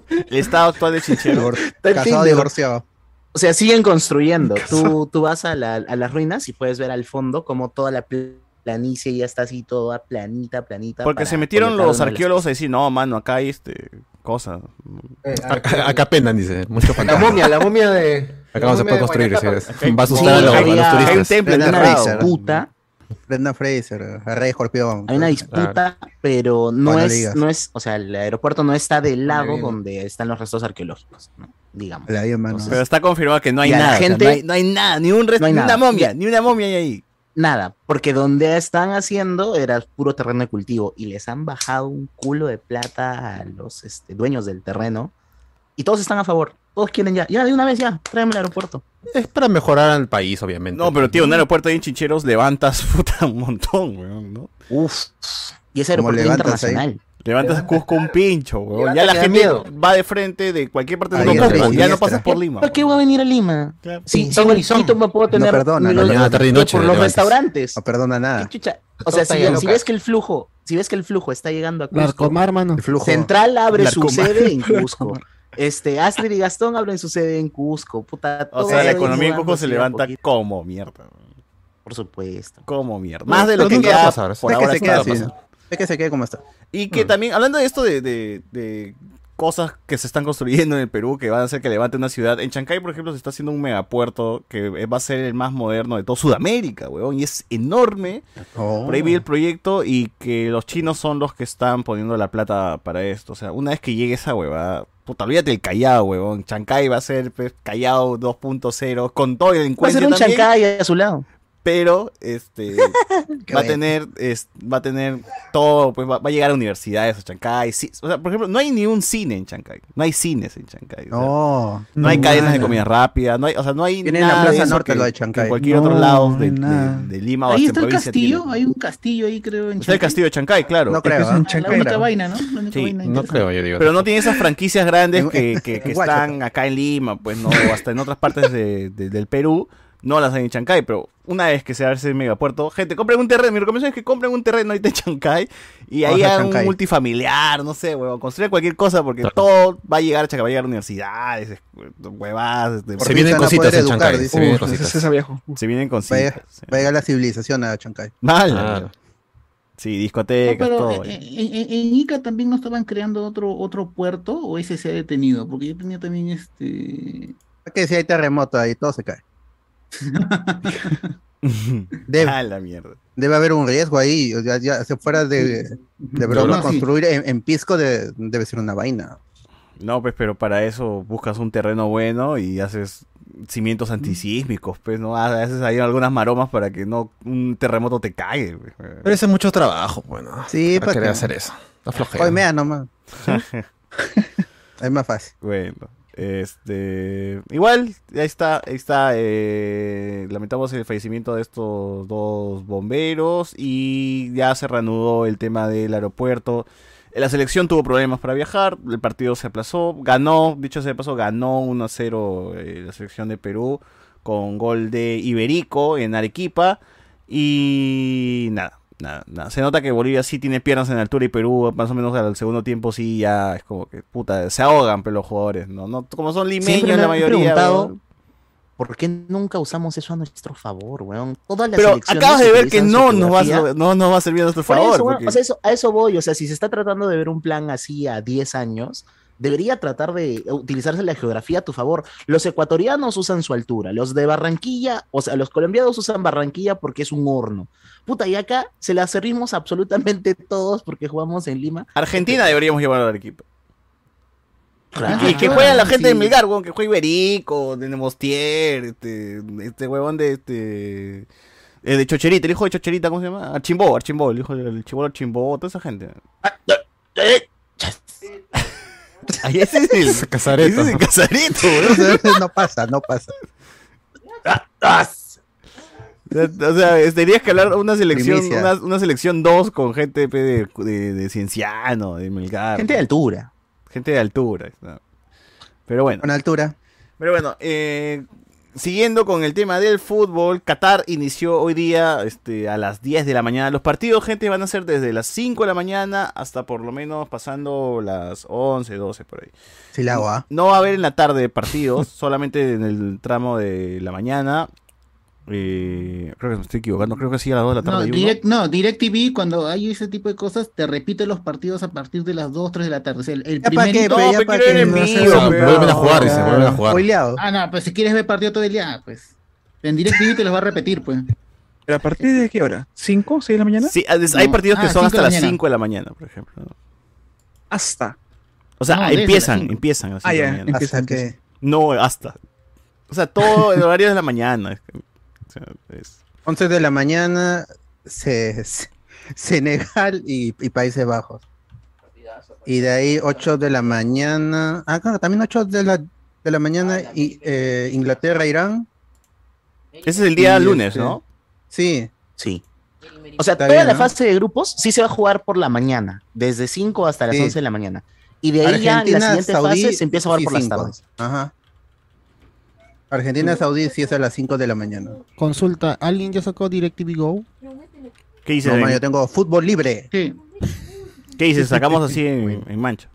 el estado actual de Chinchero?
en Casado, Tinder. divorciado. O sea, siguen construyendo. Tú, tú vas a, la- a las ruinas y puedes ver al fondo como toda la pl- planicie ya está así toda planita, planita.
Porque
para
se metieron
colocar
los
una de las-
arqueólogos a decir, no, mano, acá hay este cosa.
Eh,
Acá, acá pendan, dice. Mucho
La
fantasma.
momia, la momia de.
Acá no se puede construir,
señores.
señores. Va a asustar a, los- a los turistas.
Brenda Fraser.
disputa.
Brenda Fraser, pues, a Rey Escorpión.
Hay una disputa, pero no
Bueno,
es,
digas.
no es, o sea, el aeropuerto no está del lado
bien.
donde están los restos arqueológicos, ¿no? digamos.
La dio, mano.
Pero está confirmado que no hay
Y a la
nada. o sea,
gente-
no, hay, no hay nada, ni un resto,
No hay
ni
nada.
una momia, ni una momia hay ahí.
Nada, porque donde están haciendo era puro terreno de cultivo y les han bajado un culo de plata a los este, dueños del terreno y todos están a favor. Todos quieren ya, ya de una vez ya, tráeme el aeropuerto.
Es para mejorar al país, obviamente.
No, pero tío, un aeropuerto ahí en Chincheros levantas puta un montón, weón, ¿no?
Uf. Y ese
Como
aeropuerto es
levantas ahí.
internacional.
Levantas a Cusco un pincho, weón.
Levanta
Ya la
que da
gente
miedo.
va de frente de cualquier parte del
Ahí
mundo.
entra
Cusco, Ya
y
no
siniestra.
pasas por Lima.
¿Por qué voy a venir a Lima? Sí,
Pinzón,
en el Quito me puedo tener
perdona,
los-
mañana, tarde y
los-
noche
por
le
los
levantas.
restaurantes.
No perdona nada.
Chucha, O sea,
Torta
si,
ya
si
loca.
ves que el flujo, si ves que el flujo está llegando a Cusco,
Narcomar, mano.
Central abre su
Narcomar.
sede en Cusco. Este, Astrid y Gastón abren su sede en Cusco, puta.
O
todo
sea,
va
la economía en
mudando
Cusco se
así de a
levanta
poquito.
como mierda.
Por supuesto.
Como mierda. Más de lo
Pero
que
nunca va a
queda
pasar, es
por
que
ahora
se
hasta
queda
va a
así,
pasar.
Es que se quede como está.
Y
Mm.
que también, hablando de esto de, de- de cosas que se están construyendo en el Perú que van a hacer que levante una ciudad, en Chancay, por ejemplo, se está haciendo un megapuerto que va a ser el más moderno de todo Sudamérica, weón, y es enorme. Por ahí vi el proyecto y que los chinos son los que están poniendo la plata para esto. O sea, una vez que llegue esa huevada, puta, olvídate el Callao, weón. Chancay va a ser pues, Callao 2.0 con todo el
Va a ser
encuentro
un chancay a su lado.
pero este va a
bueno.
tener es- va a tener todo, pues va, va a llegar a universidades a Chancay. sí, o sea, por ejemplo, no hay ni un cine en Chancay, no hay cines en Chancay. o sea,
No,
no hay
no,
cadenas de
nada.
comida rápida, no hay, o sea, no hay
Tienen la
nada
Plaza
eso
Norte,
que-
lo de
que
Chancay.
en cualquier
No,
otro lado de,
no hay
de-
nada.
de Lima o hasta
Ahí está
en
el
provincia
castillo,
tiene.
hay un castillo ahí, creo, en
Está el castillo de Chancay, claro.
No creo, Es que es en ¿ah? Chancay, La única creo. vaina, ¿no? La única
Sí.
vaina
No creo, yo digo.
Pero no tiene esas franquicias grandes
En-
que, que- que
en Huachaca.
están acá en Lima, pues no, o hasta en otras partes de- de- del Perú, no las hay en Chancay, pero una vez que se abre ese megapuerto, gente, compren un terreno, mi recomendación es que compren un terreno ahorita en Chancay y ahí
Ojo,
hagan un
Chancay.
multifamiliar, no sé, huevón, construyan cualquier cosa porque todo va a llegar a Chancay, va a llegar a universidades, es- huevadas. este,
Por fin vienen van a cositas poder en educar, Chancay, dice. se vienen
Uf,
cositas.
ese es viejo. Se vienen
Va a llegar-
cositas.
va a llegar la civilización a Chancay.
Ah,
Mal. Sí,
No,
discotecas,
pero eh,
todo.
en, en- en- en Ica también no estaban creando otro, otro puerto o ese se ha detenido, porque yo tenía también este.
Que si hay terremoto ahí, todo se cae.
eh.
Debe,
Ah, la mierda.
debe haber un riesgo ahí. o sea, ya, se fuera de, de broma,
No, no, sí.
construir en, en pisco de- debe ser una vaina.
No, pues, pero para eso buscas un terreno bueno y haces cimientos antisísmicos, pues, ¿no? Ah, Haces ahí algunas maromas para que no un terremoto te cague. pues.
Pero ese es mucho trabajo, bueno.
Sí,
para
¿para
querer
qué?
hacer eso. La flojera.
Hoy mea nomás. es más fácil.
Bueno, este... Igual, ahí está, ahí está. eh, lamentamos el fallecimiento de estos dos bomberos y ya se reanudó el tema del aeropuerto. Eh, La selección tuvo problemas para viajar, el partido se aplazó, ganó, dicho sea de paso, ganó 1-0 eh, la selección de Perú con gol de Iberico en Arequipa y nada, nada, nada. Se nota que Bolivia sí tiene piernas en altura y Perú más o menos al segundo tiempo sí ya es como que puta, se ahogan pero los jugadores, ¿no? no como son limeños
Siempre me
la
han
mayoría.
preguntado
weón.
por qué nunca usamos eso a nuestro favor, weón. Todas las
Pero
elecciones
acabas de ver que
utilizan
no
su
nos, va
geografía.
a, no nos va a servir a nuestro
Por
favor.
eso, weón,
porque-
o sea, eso- a eso voy. O sea, si se está tratando de ver un plan así a 10 años, debería tratar de utilizarse la geografía a tu favor. Los ecuatorianos usan su altura, los de Barranquilla, o sea, los colombianos usan Barranquilla porque es un horno. Puta, y acá se la servimos absolutamente todos porque jugamos en Lima.
Argentina deberíamos llevarlo al equipo.
Claro.
Y que juegue la gente de
Sí.
Melgar, weón, que juegue Iberico, de Nemostier, este, este huevón de este. eh, de Chocherita, el hijo de Chocherita, ¿cómo se llama? Archimbó, Archimbó, el hijo del chibolo Archimbó, toda esa gente. Ahí ese es el- ese es el Casareto, weón.
no pasa, no pasa.
O sea, es- tenías que hablar una selección,
Primicia.
una, una selección 2 con gente pe, de, de, de Cienciano, de Melgar.
Gente de altura.
Gente de altura. ¿no? Pero bueno.
Con altura.
Pero bueno, eh, siguiendo con el tema del fútbol, Qatar inició hoy día este, a las 10 de la mañana. Los partidos, gente, van a ser desde las 5 de la mañana hasta por lo menos pasando las 11, 12 por ahí.
Si la hago, ¿ah?
No va a haber en la tarde partidos, solamente en el tramo de la mañana. Eh, creo que me estoy equivocando, creo que sí a las 2 de la tarde.
No,
hay uno.
direct, no, DirecTV, cuando hay ese tipo de cosas, te repite los partidos a partir de las 2, 3 de la tarde. O sea, el, el
Ya pa' qué,
primerito-
pe, ya pa' qué. No seas
O sea, vuelven a jugar, dice, vuelven a jugar.
Spoileado.
Ah, no, pues si quieres ver partido todo el día, ah, pues. En DirecTV te los va a repetir, pues.
¿Pero a partir de qué hora? ¿Cinco? ¿Seis de la mañana?
Sí, es- hay
No.
partidos que
Ah,
son
cinco
hasta
de la
las
mañana.
5 de la mañana, por ejemplo.
Hasta.
O sea,
No, desde las
empiezan,
cinco.
empiezan a las
Ah,
cinco de la
ya,
mañana.
empiezan, Hasta
empiezan.
No, hasta. O sea, todo el horario de la mañana. O sea, es-
11 de la mañana, se- se- Senegal y, y Países Bajos. Y de ahí 8 de la mañana, ah, claro, también 8 de la, de la mañana, y, eh, Inglaterra, Irán.
Ese es el día
Y,
lunes,
este,
¿no?
Sí.
Sí. O sea,
Está
toda
bien,
la
¿no?
fase de grupos sí se va a jugar por la mañana, desde 5 hasta las
Sí.
11 de la mañana. Y de ahí ya en la
Argentina,
siguiente
Saudí,
fase se empieza a jugar
sí,
por las
cinco.
tardes.
Ajá. Argentina, Saudí, sí es a las 5 de la mañana.
Consulta, ¿alguien ya sacó DirecTV Go?
¿Qué dices?
No,
Dani?
man, yo tengo fútbol libre.
Sí.
¿Qué dices? Sacamos así en, en mancha.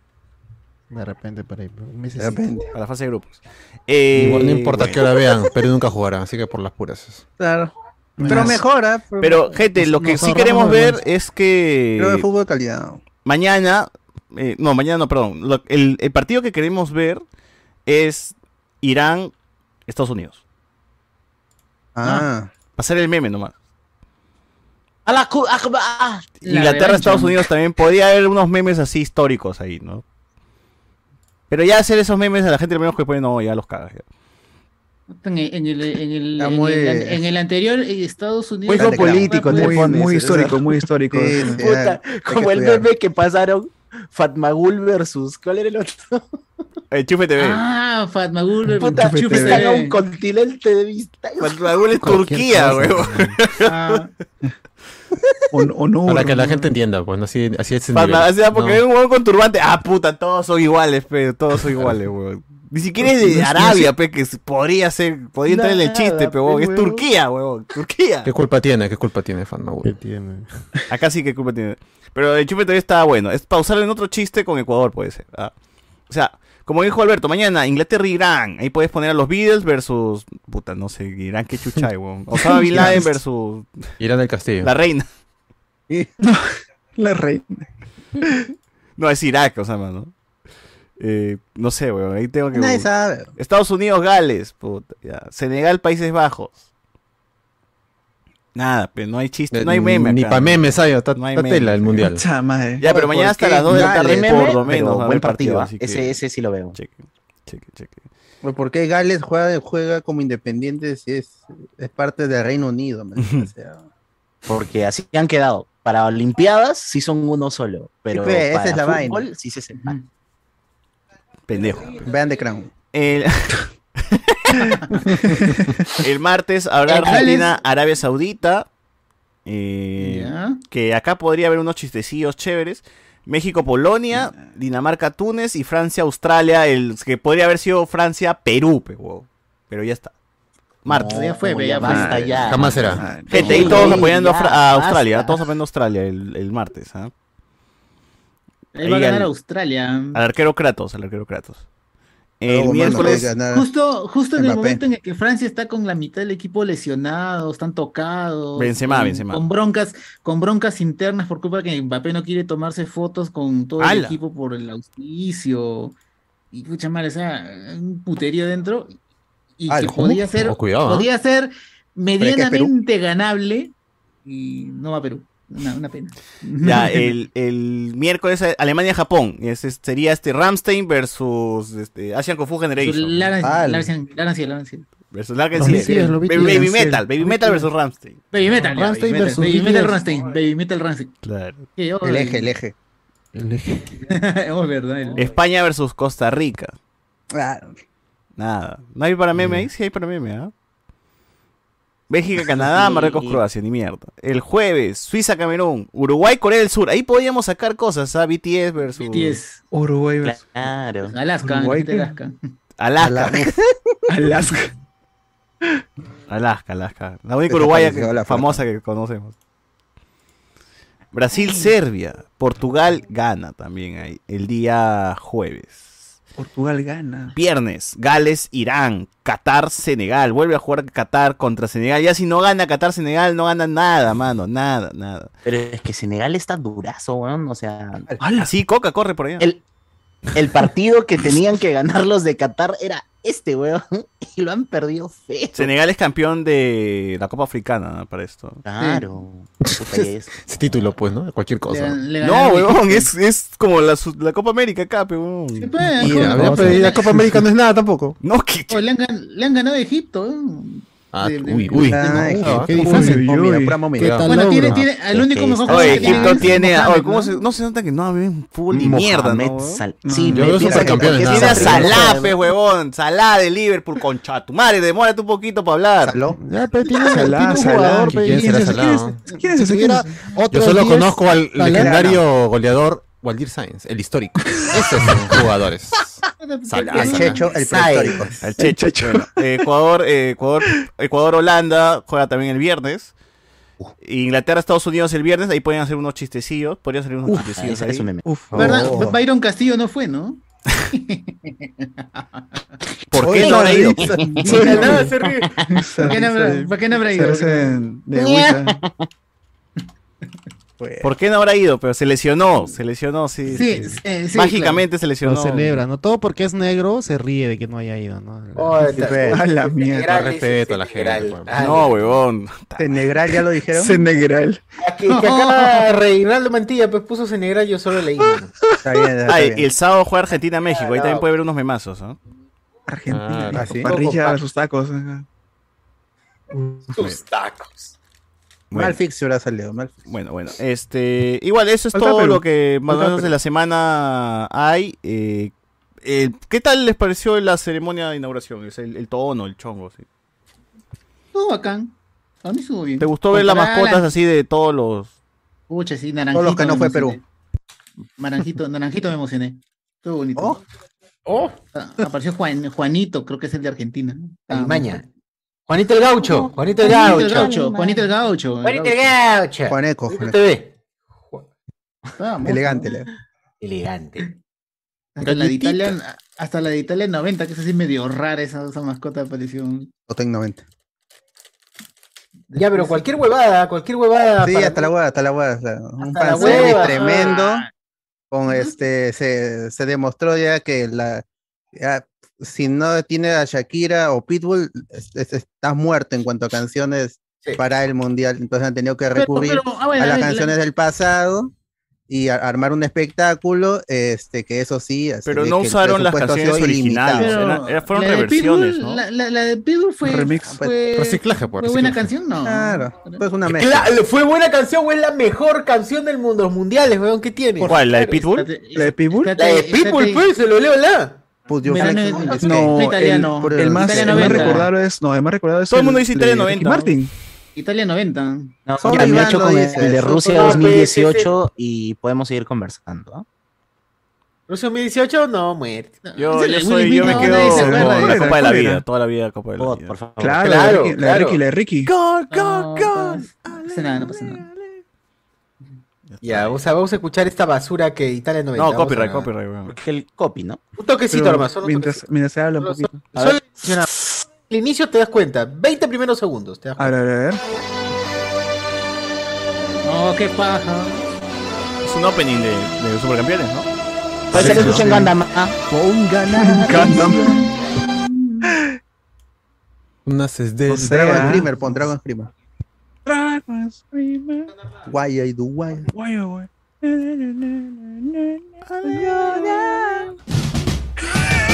De repente, para ahí. un mesecito.
De repente.
Para la fase de grupos. Eh,
Igual no importa
bueno.
que la vean, pero nunca jugarán, así que por las puras.
Claro.
Bueno,
Pero ¿ah?
es-
mejora.
Pero, gente, lo que sí queremos ver es que.
Creo de fútbol de calidad.
Mañana. eh, no, mañana no, perdón. Lo- el, el partido que queremos ver es Irán, Estados Unidos.
Ah.
Pasar el meme nomás.
A la cu- ah, a- a-
Inglaterra,
revancha.
Estados Unidos también. Podría haber unos memes así históricos ahí, ¿no? Pero ya hacer esos memes a la gente lo menos que pone, no, ya los cagas. ya.
En el, en el, en el,
Está
en
muy-
el an- en el anterior eh, Estados Unidos.
Muy geopolítico
te
Muy-
pones,
muy histórico.
histórico, muy histórico.
Sí, sí,
Puta,
hay- hay
como
que
el
estudiar.
meme que pasaron, Fatmagul versus. ¿Cuál era el otro?
Enchufe TV.
Ah, Fatma Gulber,
Puta,
Chupe
están a
TV.
un continente de vista.
Fatmagul es Turquía, huevón.
Ah,
O, no- o no.
Para que
hermano.
la gente entienda, pues, ¿no? así, así es. el
Fatma-
nivel.
o sea, porque
No.
hay un huevón con turbante. Ah, puta, todos son iguales, pero todos son iguales, huevón. Ni siquiera es
No, no
de
es-
Arabia, pe, que podría ser, podría entrar en el
Nada,
chiste,
pe,
pero huevón, es
huevón.
Turquía, huevón, Turquía.
¿Qué culpa tiene? ¿Qué culpa tiene
¿Qué
Fanmagul?
tiene?
Acá sí que culpa tiene. Pero el chupe todavía está bueno. Es pausar en otro chiste con Ecuador, puede ser. ah. O sea, como dijo Alberto, mañana Inglaterra e Irán. Ahí puedes poner a los Beatles versus. Puta, no sé, Irán, qué chucha, hay, weón. Osama Bin Laden versus
Irán del Castillo.
la reina.
La reina.
No, es Irak, Osama, ¿no? Eh, no sé, weón. Ahí tengo que.
Nadie sabe.
Estados Unidos, Gales, puta, ya. Senegal, Países Bajos. Nada, pero no hay chiste, no hay meme.
Eh, Ni
acá.
pa' memes hay, está
No hay
está
meme.
tela el mundial.
Puta madre.
Ya, pero mañana hasta las 2 de la tarde, por lo menos. va a haber
buen partido.
así
¿ah?
que
Ese, ese sí lo veo.
Cheque, cheque, cheque.
Pero ¿Por qué Gales juega, juega como independiente si es, es parte del Reino Unido? man? O sea,
Porque así han quedado. Para Olimpiadas sí son uno solo. Pero
Sí, pe, esa
para
es la vaina.
fútbol sí se separan.
Pendejo.
vean The Crown.
El, El martes habrá
El Gales.
Argentina, Arabia Saudita. eh,
ya.
que acá podría haber unos chistecillos chéveres. México, Polonia, Dinamarca, Túnez y Francia, Australia. El que podría haber sido Francia, Perú, pe, huevón. pero ya está. Martes.
No, ya fue,
Como
ya fue.
basta ya.
Jamás será.
Madre.
Gente, ahí todos
Ey,
apoyando a,
ya,
Fra- a Australia,
basta.
todos apoyando a Australia el, el martes. ¿ah?
Ahí va a
Ahí
ganar
al-
Australia.
Al arquero Kratos, al arquero Kratos. El
Luego, mano,
miércoles,
puede ganar.
Justo, justo en el
Mbappé.
momento en el que Francia está con la mitad del equipo lesionado, están tocados,
Benzema,
con,
Benzema.
con broncas, con broncas internas por culpa de que Mbappé no quiere tomarse fotos con todo el
¡Hala!
equipo por el auspicio y pucha madre, o sea, un puterío dentro y
Ah,
que
¿cómo?
podía ser,
Oh, cuidado, ¿ah?
podía
es
ser
que es Perú.
medianamente ganable y no va a Perú, una, una pena.
ya, el, el miércoles eh, Alemania-Japón. Ese sería este Ramstein versus este, Asian Kung Fu Generation.
Laran-
Al.
Laran- Laran- Laran-
versus Larkin
Los
City.
misiles, los
Baby,
misiles,
Baby
sí.
Metal, Baby Metal versus Ramstein.
Baby Metal, ya,
Rammstein
Baby Metal,
versus
Baby Metal
BTS.
Rammstein, Baby Metal Rammstein.
Claro.
Que, oh,
El eje, el eje.
Oh, verdad, el-
España versus Costa Rica.
Ah,
Nada. No hay para meme ahí, sí hay para meme, ¿ah? Bélgica, Canadá, Marruecos, Croacia, ni mierda. El jueves, Suiza, Camerún, Uruguay, Corea del Sur. Ahí podíamos sacar cosas, ¿ah? BTS versus
BTS,
Uruguay versus
Claro.
Alaska, la
Uruguay,
gente de Alaska.
Alaska.
Alaska.
Alaska, Alaska. La única
Desapareció
uruguaya que-
la foto.
famosa que conocemos. Brasil, Serbia, Portugal gana también ahí, el día jueves.
Portugal gana.
Viernes, Gales, Irán, Qatar, Senegal. Vuelve a jugar Qatar contra Senegal. Ya si no gana Qatar, Senegal, no gana nada, mano. Nada, nada.
Pero es que Senegal está durazo, weón. O sea,
Así Coca corre por allá.
el, el partido que tenían que ganar los de Qatar era este, weón. Y lo han perdido feo.
Senegal es campeón de la Copa Africana ¿no? para esto.
Claro. Puta, y es-
Ese título, pues, ¿no? Cualquier
Le
cosa.
gan- le
No,
ganaron
weón,
Egipto.
es, es como la, su- la Copa América acá, pe, weón.
Sí, pues,
Y
¿cómo?
a ver, pero y la Copa América no es nada tampoco.
No, que
Oh, le, han, gan- le han ganado a Egipto. ¿eh?
Ah,
De- de-
uy, uy.
ah,
no,
eje.
qué
Uy,
difícil.
uy, uy.
Uy,
Pura momia.
¿Qué tal
Bueno, tiene,
logro?
tiene, el
Ah,
único
ok,
mejor
está
Oye,
bien.
jugador que
Egipto
es
tiene.
Mohamed,
oye, ¿cómo
¿no?
se, no se nota que no ven fútbol ni mierda,
Mohamed
¿no?
Sal-
No,
Sí,
yo
me
veo esos
piensa que
campeones,
porque
nada
es
Tiene a
más.
africano,
Salah,
weón.
pe, huevón. Salah de Liverpool, concha tu madre. Demórate un poquito para hablar.
Saló.
Ya, pero tiene,
Salah,
tiene un
Salah,
jugador,
¿quién
pe,
será
y-
Salah?
¿Quién es ese? ¿Quién
Tuviera
es ese?
Yo
otros
solo
10
conozco al
Salah.
legendario goleador Waldir Sainz, el histórico. Esos son jugadores. Salah,
El Checho, el
Sai.
prehistórico.
Al checho. Bueno, eh, Ecuador, eh, Ecuador, Ecuador, Holanda juega también el viernes. Inglaterra, Estados Unidos el viernes. Ahí podían hacer unos chistecillos. Podrían hacer unos
Ah,
chistecillos.
ese
ahí.
es un meme.
Uf.
¿Verdad?
Oh.
Byron Castillo no fue, ¿no?
¿Por
Oye,
qué no habrá ido?
Sí,
De
no,
nada se ríe. ¿Por qué no habrá- por qué no habrá ido?
Hacerse de agüita.
fue.
¿Por qué no habrá ido? Pero se lesionó. Se lesionó, sí.
Sí,
sí.
sí, sí,
Mágicamente se
Lo
lesionó.
celebra, ¿no? Todo porque es negro se ríe de que no haya ido, ¿no?
Pues, A la mierda.
Con respeto a la gente. pues.
Ah,
No, huevón.
Senegral, ya lo dijeron.
Senegal.
Que, que acá Reinaldo Mantilla pues puso Senegal, yo solo leí. mano.
Está bien, está
Ah, y
bien.
el sábado juega Argentina-México. Ahí también puede haber unos memazos, ¿no?
Argentina.
Claro.
la
¿Ah, sí?
Parrilla versus tacos. ajá.
Tus
tacos.
Mal fixture ha salido, mal
Bueno, bueno. Este, igual eso es
Falta
todo
Perú.
lo que más o
Falta
menos de
Perú.
la semana hay. Eh, eh, ¿Qué tal les pareció la ceremonia de inauguración? Es el, el tono, el chongo. sí.
Todo bacán. A mí estuvo bien.
¿Te gustó ver las
Comparada-
mascotas así de todos los...
Pucha, sí, naranjito.
Todos los que no
me
fue
emocioné. Naranjito, naranjito me emocioné. Estuvo bonito. Oh. Apareció Juan, Juanito, creo que es el de Argentina.
Alimaña. Juanito el Gaucho, Juanito el
Juanito el
Gaucho.
Gaucho, Juanito el Gaucho.
Juanito el Gaucho.
Juaneco,
Juanito
Juaneco.
TV.
Vamos.
Elegante, le-
Elegante.
Hasta la, de
Galletita.
Italia, hasta la de Italia 90, que es así medio rara esa, esa mascota apareció. un-
Oten 90.
Ya, pero cualquier huevada, cualquier huevada.
Sí,
Ah, para-
hasta la hueá, hasta la hueá. o sea, un
Hasta la
fanservice
hueva.
tremendo. Con este, se, se demostró ya que la ya, si no tiene a Shakira o Pitbull, es- es- estás muerto en cuanto a canciones para el mundial. Entonces han tenido que
Pero-
recurrir
pero, ah, bueno,
a
a
las
ver, la-
canciones del pasado y a- armar un espectáculo, este, que eso sí. se
Pero
ve
no
que el
usaron las
presupuesto ha sido
canciones originales,
ilimitado.
eran- eran- fueron
la de
reversiones,
Pitbull,
¿no?
La, la- la de Pitbull fue.
Remix.
fue-
Reciclaje, pues,
¿Fue buena
reciclaje.
canción? No.
Claro, pues una mezcla.
Cla- ¿Fue buena canción o es la mejor canción del mundo, los mundiales, weón? ¿Qué tiene?
¿Cuál? ¿La de Pitbull?
¿La de Pitbull?
La de Pitbull, pues, se lo leo la.
Pues yo
Verano
flex-
en-
es que-
No,
italiano.
el, por el
Italia
más, el más
90.
recordado es. No, el más recordado es.
Todo el mundo dice Italia
de Ricky
90.
Martin.
Italia 90.
Solo
Ya me ha
Iván
hecho
lo
con el,
dice,
el de
solo-
Rusia
Ah, pues,
2018 y podemos seguir conversando. ¿ah?
¿Rusia 2018? No, muerte.
Yo,
Ese
yo
le-
soy,
Will
yo me
Smith, no,
quedo
nadie se
con
acuerda de
la
él.
Copa de la
Mira.
Vida, toda la vida Copa
Oh,
de la
Oh,
Vida.
Claro, la de
Claro,
Ricky- la de
claro.
Ricky, la de Ricky.
Gol,
gol, gol. No pasa nada, no pasa nada.
Ya, vamos a, vamos a escuchar esta basura que Italia 90.
No,
vamos
copyright,
a-
copyright, weón.
Porque el copy, ¿no?
Un toquecito
Pero
nomás, solo un
mientras, mientras se habla un poquito.
Solo el- el inicio te das cuenta, 20 primeros segundos. Te das
Ah,
A ver, a ver, a ver.
Oh, qué paja.
Es un opening de, de Supercampeones, ¿no?
Puede ser que escuchen Gundam. ¿ah?
Unas es de.
O sea, Dragon Screamer, pon Dragon Screamer. Why I do why.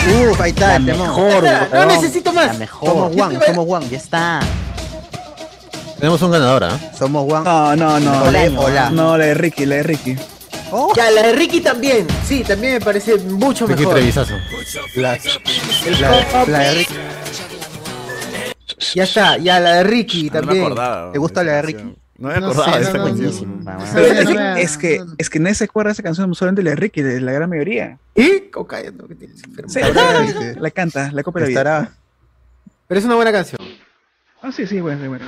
Uf, ahí está,
La
el temón.
mejor,
No
weón.
necesito más.
La mejor.
Somos one, somos one.
Ya está.
Tenemos un ganador, ¿ah?
Somos one.
No, no, no.
Hola, hola.
No, la de Ricky, la de Ricky.
cuenta. Ya, la de Ricky también. Sí, también me parece mucho
Ricky
mejor.
Trevisazo.
La,
El
la,
copy.
la de Ricky.
Ya está, ya la de Ricky
No me
también.
acordaba.
¿Te gusta la de Ricky?
No me acordaba
sé,
de esta
no, no,
canción.
Pero
Sí,
es,
no, no,
que, es, que,
no, no.
es que nadie se acuerda de esa canción, solamente la de Ricky, la, la gran mayoría.
¿Y? Cocaya, no, que tienes enfermo.
Sí, la, canta, la copa de la vida.
Estará.
Pero es una buena canción.
Ah, sí, sí, bueno, sí, bueno.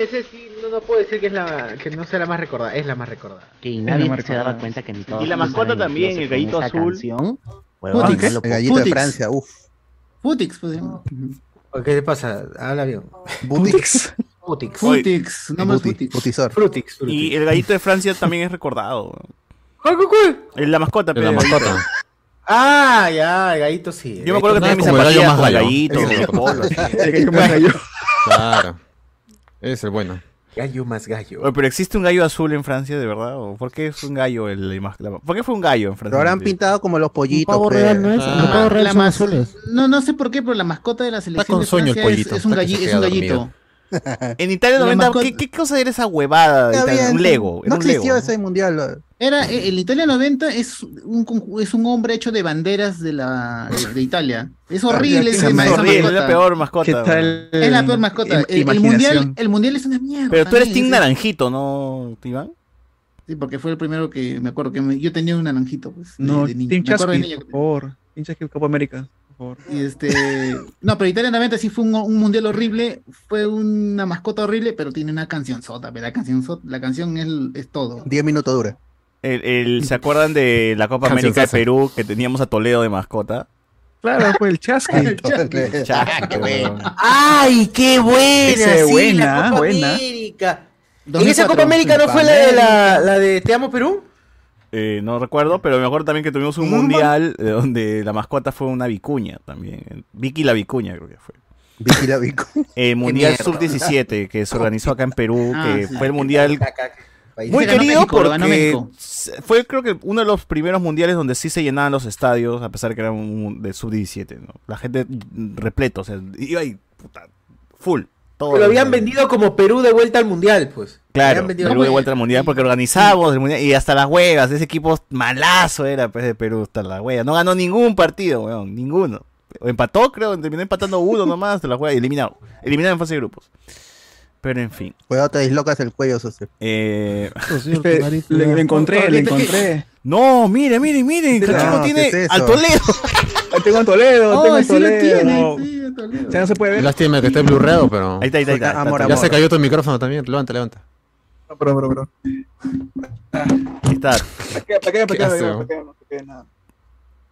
Ese sí, no, no puedo decir que, es la, que no sea la más recordada, es la más recordada.
Que
no
nadie se
me recuerdo.
daba cuenta que ni todos
Y la
nos
mascota
saben
también, el
incluso con
gallito
esa
azul.
canción, huevón,
Putix.
no lo
El gallito de
Putix.
Francia, uf.
Futix, pues. ¿no?
¿O ¿Qué te pasa? Habla bien.
Butix.
Futix.
Futix, no más Futix.
Butizor.
Frutix.
Y
Frutix.
el gallito de Francia también es recordado. weón.
¿Cuál, cuál, cuál?
Es la mascota,
De la
pero.
mascota.
Ah, ya, el gallito sí.
Yo me acuerdo que
Nada
tenía mis
como el gallo
zapatillas
más
con el
gallo.
gallito,
El gallo
con polo, así.
El que yo me cayó.
Claro. Es el bueno.
Gallo más gallo.
Oye, pero existe un gallo azul en Francia, de verdad. ¿O ¿Por qué es un gallo el la mas- la- ¿Por qué fue un gallo en Francia?
Lo habrán pintado como los
Un
pollitos. pues.
pavo
pe.
real no es.
Ah.
Los pavos
La
reales son
más-
azules.
No, no sé por qué, pero la mascota de la selección
con
de
sueño el
Francia es,
pollito,
es un
está que se
galli- es
queda
un
dormido.
gallito.
En Italia
La
90,
mascota-
¿qué, qué cosa era esa huevada? de
Está
Italia?
bien,
Un Lego. era
No
un Lego,
existió
¿no?
ese mundial.
Era, eh, el Italia 90 es un, conju- es un hombre hecho de banderas de la de, de Italia. Es horrible.
Es
esa- esa
Es horrible, es la
mascota.
peor mascota.
¿Qué
weón.
tal?
Es la peor mascota.
im-
El- El, mundial,
imaginación?
el mundial es una mierda.
Pero tú eres
también,
Team
es-
Naranjito, ¿no, Iván?
Sí, porque fue el primero que me acuerdo que me- yo tenía un naranjito, pues. de-
No,
de niño.
Team
Me acuerdo de
Chasqui,
niño
por
que-
favor. Team Chasqui, Copa América, por favor.
Y este. No, pero Italia 90 sí fue un, un mundial horrible. Fue una mascota horrible, pero tiene una canción sota. Pero la canción sota- la canción es, es todo.
10 minutos dura.
El, el- ¿Se acuerdan de la Copa
Canción
América de
Sasa.
Perú que teníamos a Toledo de mascota?
Claro, fue el Chasqui.
Chasco, weón.
¡Ay, qué buena!
Ese
sí,
buena,
la Copa
buena.
América. ¿En esa Copa América no fue la de,
2004.
la, la de Te Amo Perú?
Eh, no recuerdo, pero me acuerdo también que tuvimos un mundial eh, donde la mascota fue una vicuña también. Vicky la vicuña creo que fue.
Vicky la Vico.
El mundial
mierda.
sub-17 que se organizó acá en Perú,
Ah,
que
sí.
fue el mundial Muy
Ese ganó
querido
México, lo ganó
porque
México.
s- fue creo que uno de los primeros mundiales donde sí se llenaban los estadios, a pesar que era un, un- de sub-17, ¿no? La gente mm, repleto, o sea, iba ahí, puta, full. Todo
Lo habían vendido como Perú de vuelta al mundial, pues.
Claro,
habían vendido
Perú
como-
de vuelta al mundial porque organizábamos el mundial y hasta las huevas, ese equipo malazo era pues, de Perú, hasta las huevas. No ganó ningún partido, weón, ninguno. O empató, creo, terminó empatando uno nomás de las huevas y eliminado. Eliminado en fase de grupos. Pero en fin.
Cuidado, te dislocas el cuello, socio.
Eh...
señor,
tu nariz, Le- cuidado. le encontré, le
Ahorita
encontré.
que- No, miren, miren, miren.
No,
Cachico
¿qué
tiene
es eso?
al Toledo.
tengo en Toledo,
Oh,
tengo en
sí lo
Toledo.
tiene,
Ya no se puede ver.
Lástima que esté blurreado, pero.
Ahí está, ahí está. Ahí está,
Amor,
ya
amor.
se cayó tu micrófono también. Levanta, levanta.
No, pero, pero, pero.
Ahí está.
¿Para qué, para
¿Qué
qué, para qué,
hace,
para
weón?
qué, para qué, nada.
Ah,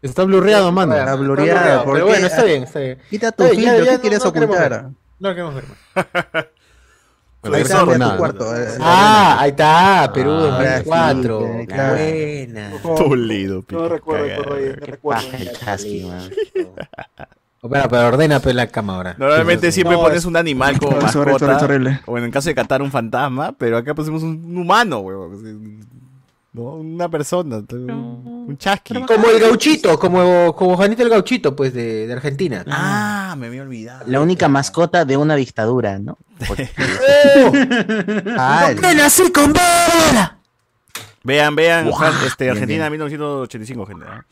Está blurreado, mano.
Está
Está
blurreado.
blurreado,
¿por
pero
qué?
bueno, está bien, está bien.
Quita tu
Está bien, ya-
filtro,
ya
¿qué
no-
quieres
no queremos
ocultar?
ver. No lo queremos ver más.
Ahí
Regresó
está, mira tu
Ronaldo.
cuarto. eh.
Ah, ahí está, Perú
Ah,
ahora sí,
2004.
que-
Qué
claro.
buena.
Toledo, pico,
No recuerdo,
cagada.
recuerdo, bien, no recuerdo.
Paja el chasqui, man.
Espera, pero ordena pues, la cama ahora.
Normalmente siempre
No,
pones un animal como
es horrible,
mascota.
es horrible.
O en el caso de Qatar, un fantasma. Pero acá pusimos un, un humano, weón. No, una persona. Un, un chasqui.
Como el gauchito, como, como Juanito el gauchito, pues, de, de Argentina.
Ah, me había olvidado.
La única mascota de una dictadura, ¿no? Porque-
Ah, el-
nací con bola!
Vean, vean. Fran- este,
Bien,
Argentina 1985, gente. ¿ah?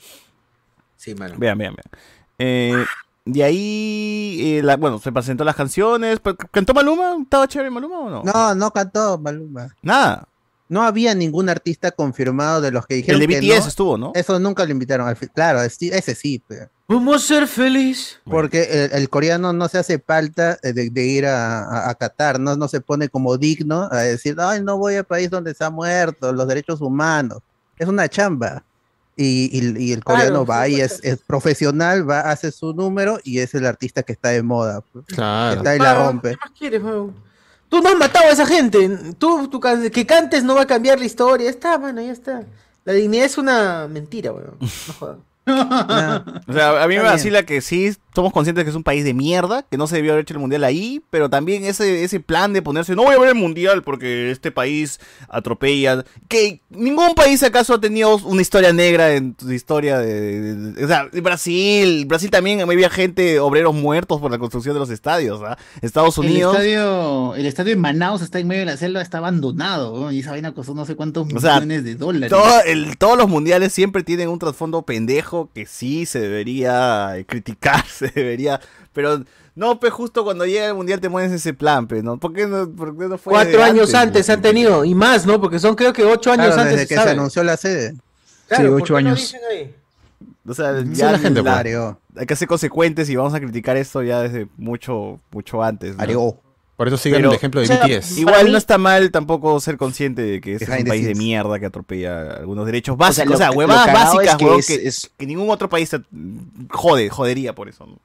Sí, mano.
Vean, vean, vean. Eh, de ahí, eh, la- bueno, se presentó las canciones. pero- ¿Cantó Maluma? ¿Estaba chévere Maluma o no?
No, no cantó Maluma.
Nada.
No había ningún artista confirmado de los que
El
dijeron
de
que
BTS
no.
estuvo, ¿no?
Eso nunca lo invitaron. al fi- Claro, es- ese sí. pe.
¿Cómo ser feliz?
Porque el, el coreano no se hace falta eh, de, de ir a, a- a Qatar, ¿no? no se pone como digno a decir, ay, no voy al país donde se ha muerto, los derechos humanos. Es una chamba. Y, y- y el coreano va y es, es profesional, va, hace su número y es el artista que está de moda. pues.
Claro.
Está y la
Claro.
rompe.
¿Qué más quieres, huevón? Tú no has matado a esa gente. Tú, tú can- que cantes no va a cambiar la historia. Ya está, mano, ya está. La dignidad es una mentira, weón. No jodas.
O sea, a mí me
Está bien.
vacila que sí, somos conscientes que es un país de mierda, que no se debió haber hecho el mundial ahí, pero también ese, ese plan de ponerse, no voy a ver el mundial porque este país atropella. Que ningún país acaso ha tenido una historia negra en su historia de. de- de- o sea, Brasil, Brasil también había gente, obreros muertos por la construcción de los estadios, ¿ah? Estados
El
Unidos.
estadio, el estadio en Manaus está en medio de la selva, está abandonado, weón, y esa vaina costó no sé cuántos
O sea,
millones de dólares.
Todo el- todos los mundiales siempre tienen un trasfondo pendejo que sí se debería eh, criticar, se debería. Pero no, pues justo cuando llega el mundial te pones ese plan, pues, ¿no? ¿Por qué no, por qué no fue
Cuatro
de
años antes han tenido, y más, ¿no? Porque son creo que ocho años
Claro,
antes.
desde que
¿saben?
se anunció la sede.
Claro,
Sí,
¿por
ocho
qué no
años.
dicen ahí?
O sea,
es
ya
la gente, pues.
la-
Arió.
hay que ser consecuentes y vamos a criticar esto ya desde mucho, mucho antes. ¿no?
Arió.
Por eso sigan
Pero-
el ejemplo de
o sea,
BTS.
Igual
mí-
no está mal tampoco ser consciente de que este es
Behind
un
the
país de
scenes.
mierda que atropella algunos derechos básicos. O sea,
lo-
huevadas
lo cagado
básicas,
es que
huevón,
es-
que,
es-
que ningún otro país se- jode, jodería por eso. ¿no?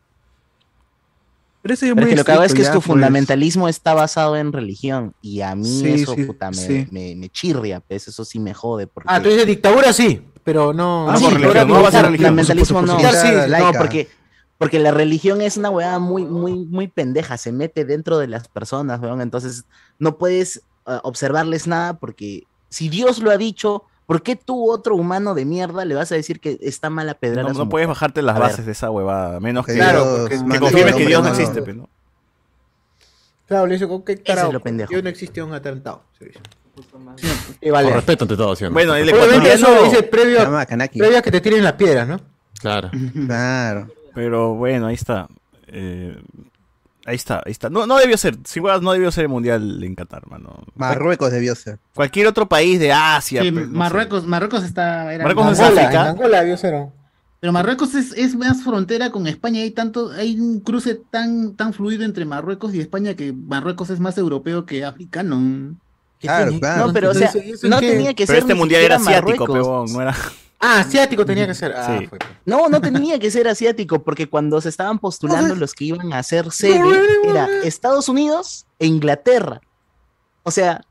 Pero eso ya
Pero
muy
es que lo que hago es que
estricto,
es tu
ya, pues.
fundamentalismo está basado en religión y a mí
Sí,
eso
sí,
puta, me,
sí.
me, me chirria, pues eso sí me jode. Porque...
Ah, tú dices dictadura, sí, pero no.
Ah,
sí,
por
pero
religión,
era
no va a ser
como-
religión.
fundamentalismo
Por
no.
supuesto, por supuesto.
Sí,
Laica.
no, porque, porque la religión es una weá muy, muy, muy pendeja, se mete dentro de las personas, weón. Entonces no puedes ah, observarles nada porque si Dios lo ha dicho, ¿por qué tú, otro humano de mierda, le vas a decir que está mal apedrar
No,
a
no
su mujer?
puedes bajarte las
A ver.
bases de esa huevada, a menos que,
Claro,
Dios
porque-
que
mande
confirmes que
hombre,
Dios no
¿no?
existe. pues, ¿no?
Claro, le dice, ¿con qué carajo?
lo pendejo.
Yo no existía un atentado. se dice.
Y
Con
vale.
respeto ante todo, ¿sí o no?
Bueno, el
Obviamente eso lo
ecuatoriano.
dice previo, a-
Llama a Kanaki.
previo a que te tiren las piedras, ¿no?
Claro.
Claro.
Pero bueno, ahí está. Eh, ahí está, ahí está. No, no debió ser, sin huevas, no debió ser el mundial en Qatar, mano.
Marruecos debió ser.
Cualquier otro país de Asia.
Sí,
pues, no sé.
Marruecos, Marruecos está. era-
Marruecos es
Angola,
África.
en Angola vio cero.
Pero Marruecos es, es más frontera con España, hay tanto, hay un cruce tan, tan fluido entre Marruecos y España que Marruecos es más europeo que africano.
¿Qué
Claro,
tiene?
claro.
No, pero o sea,
Eso- eso
no
es que-
tenía que
Pero
ser
este
ni
mundial era
siquiera
asiático,
Marruecos.
peón, no era.
Ah, asiático tenía que ser. Ah,
Sí.
fue.
No, no tenía que ser asiático, porque cuando se estaban postulando los que iban a hacer sede, era Estados Unidos e Inglaterra. O sea,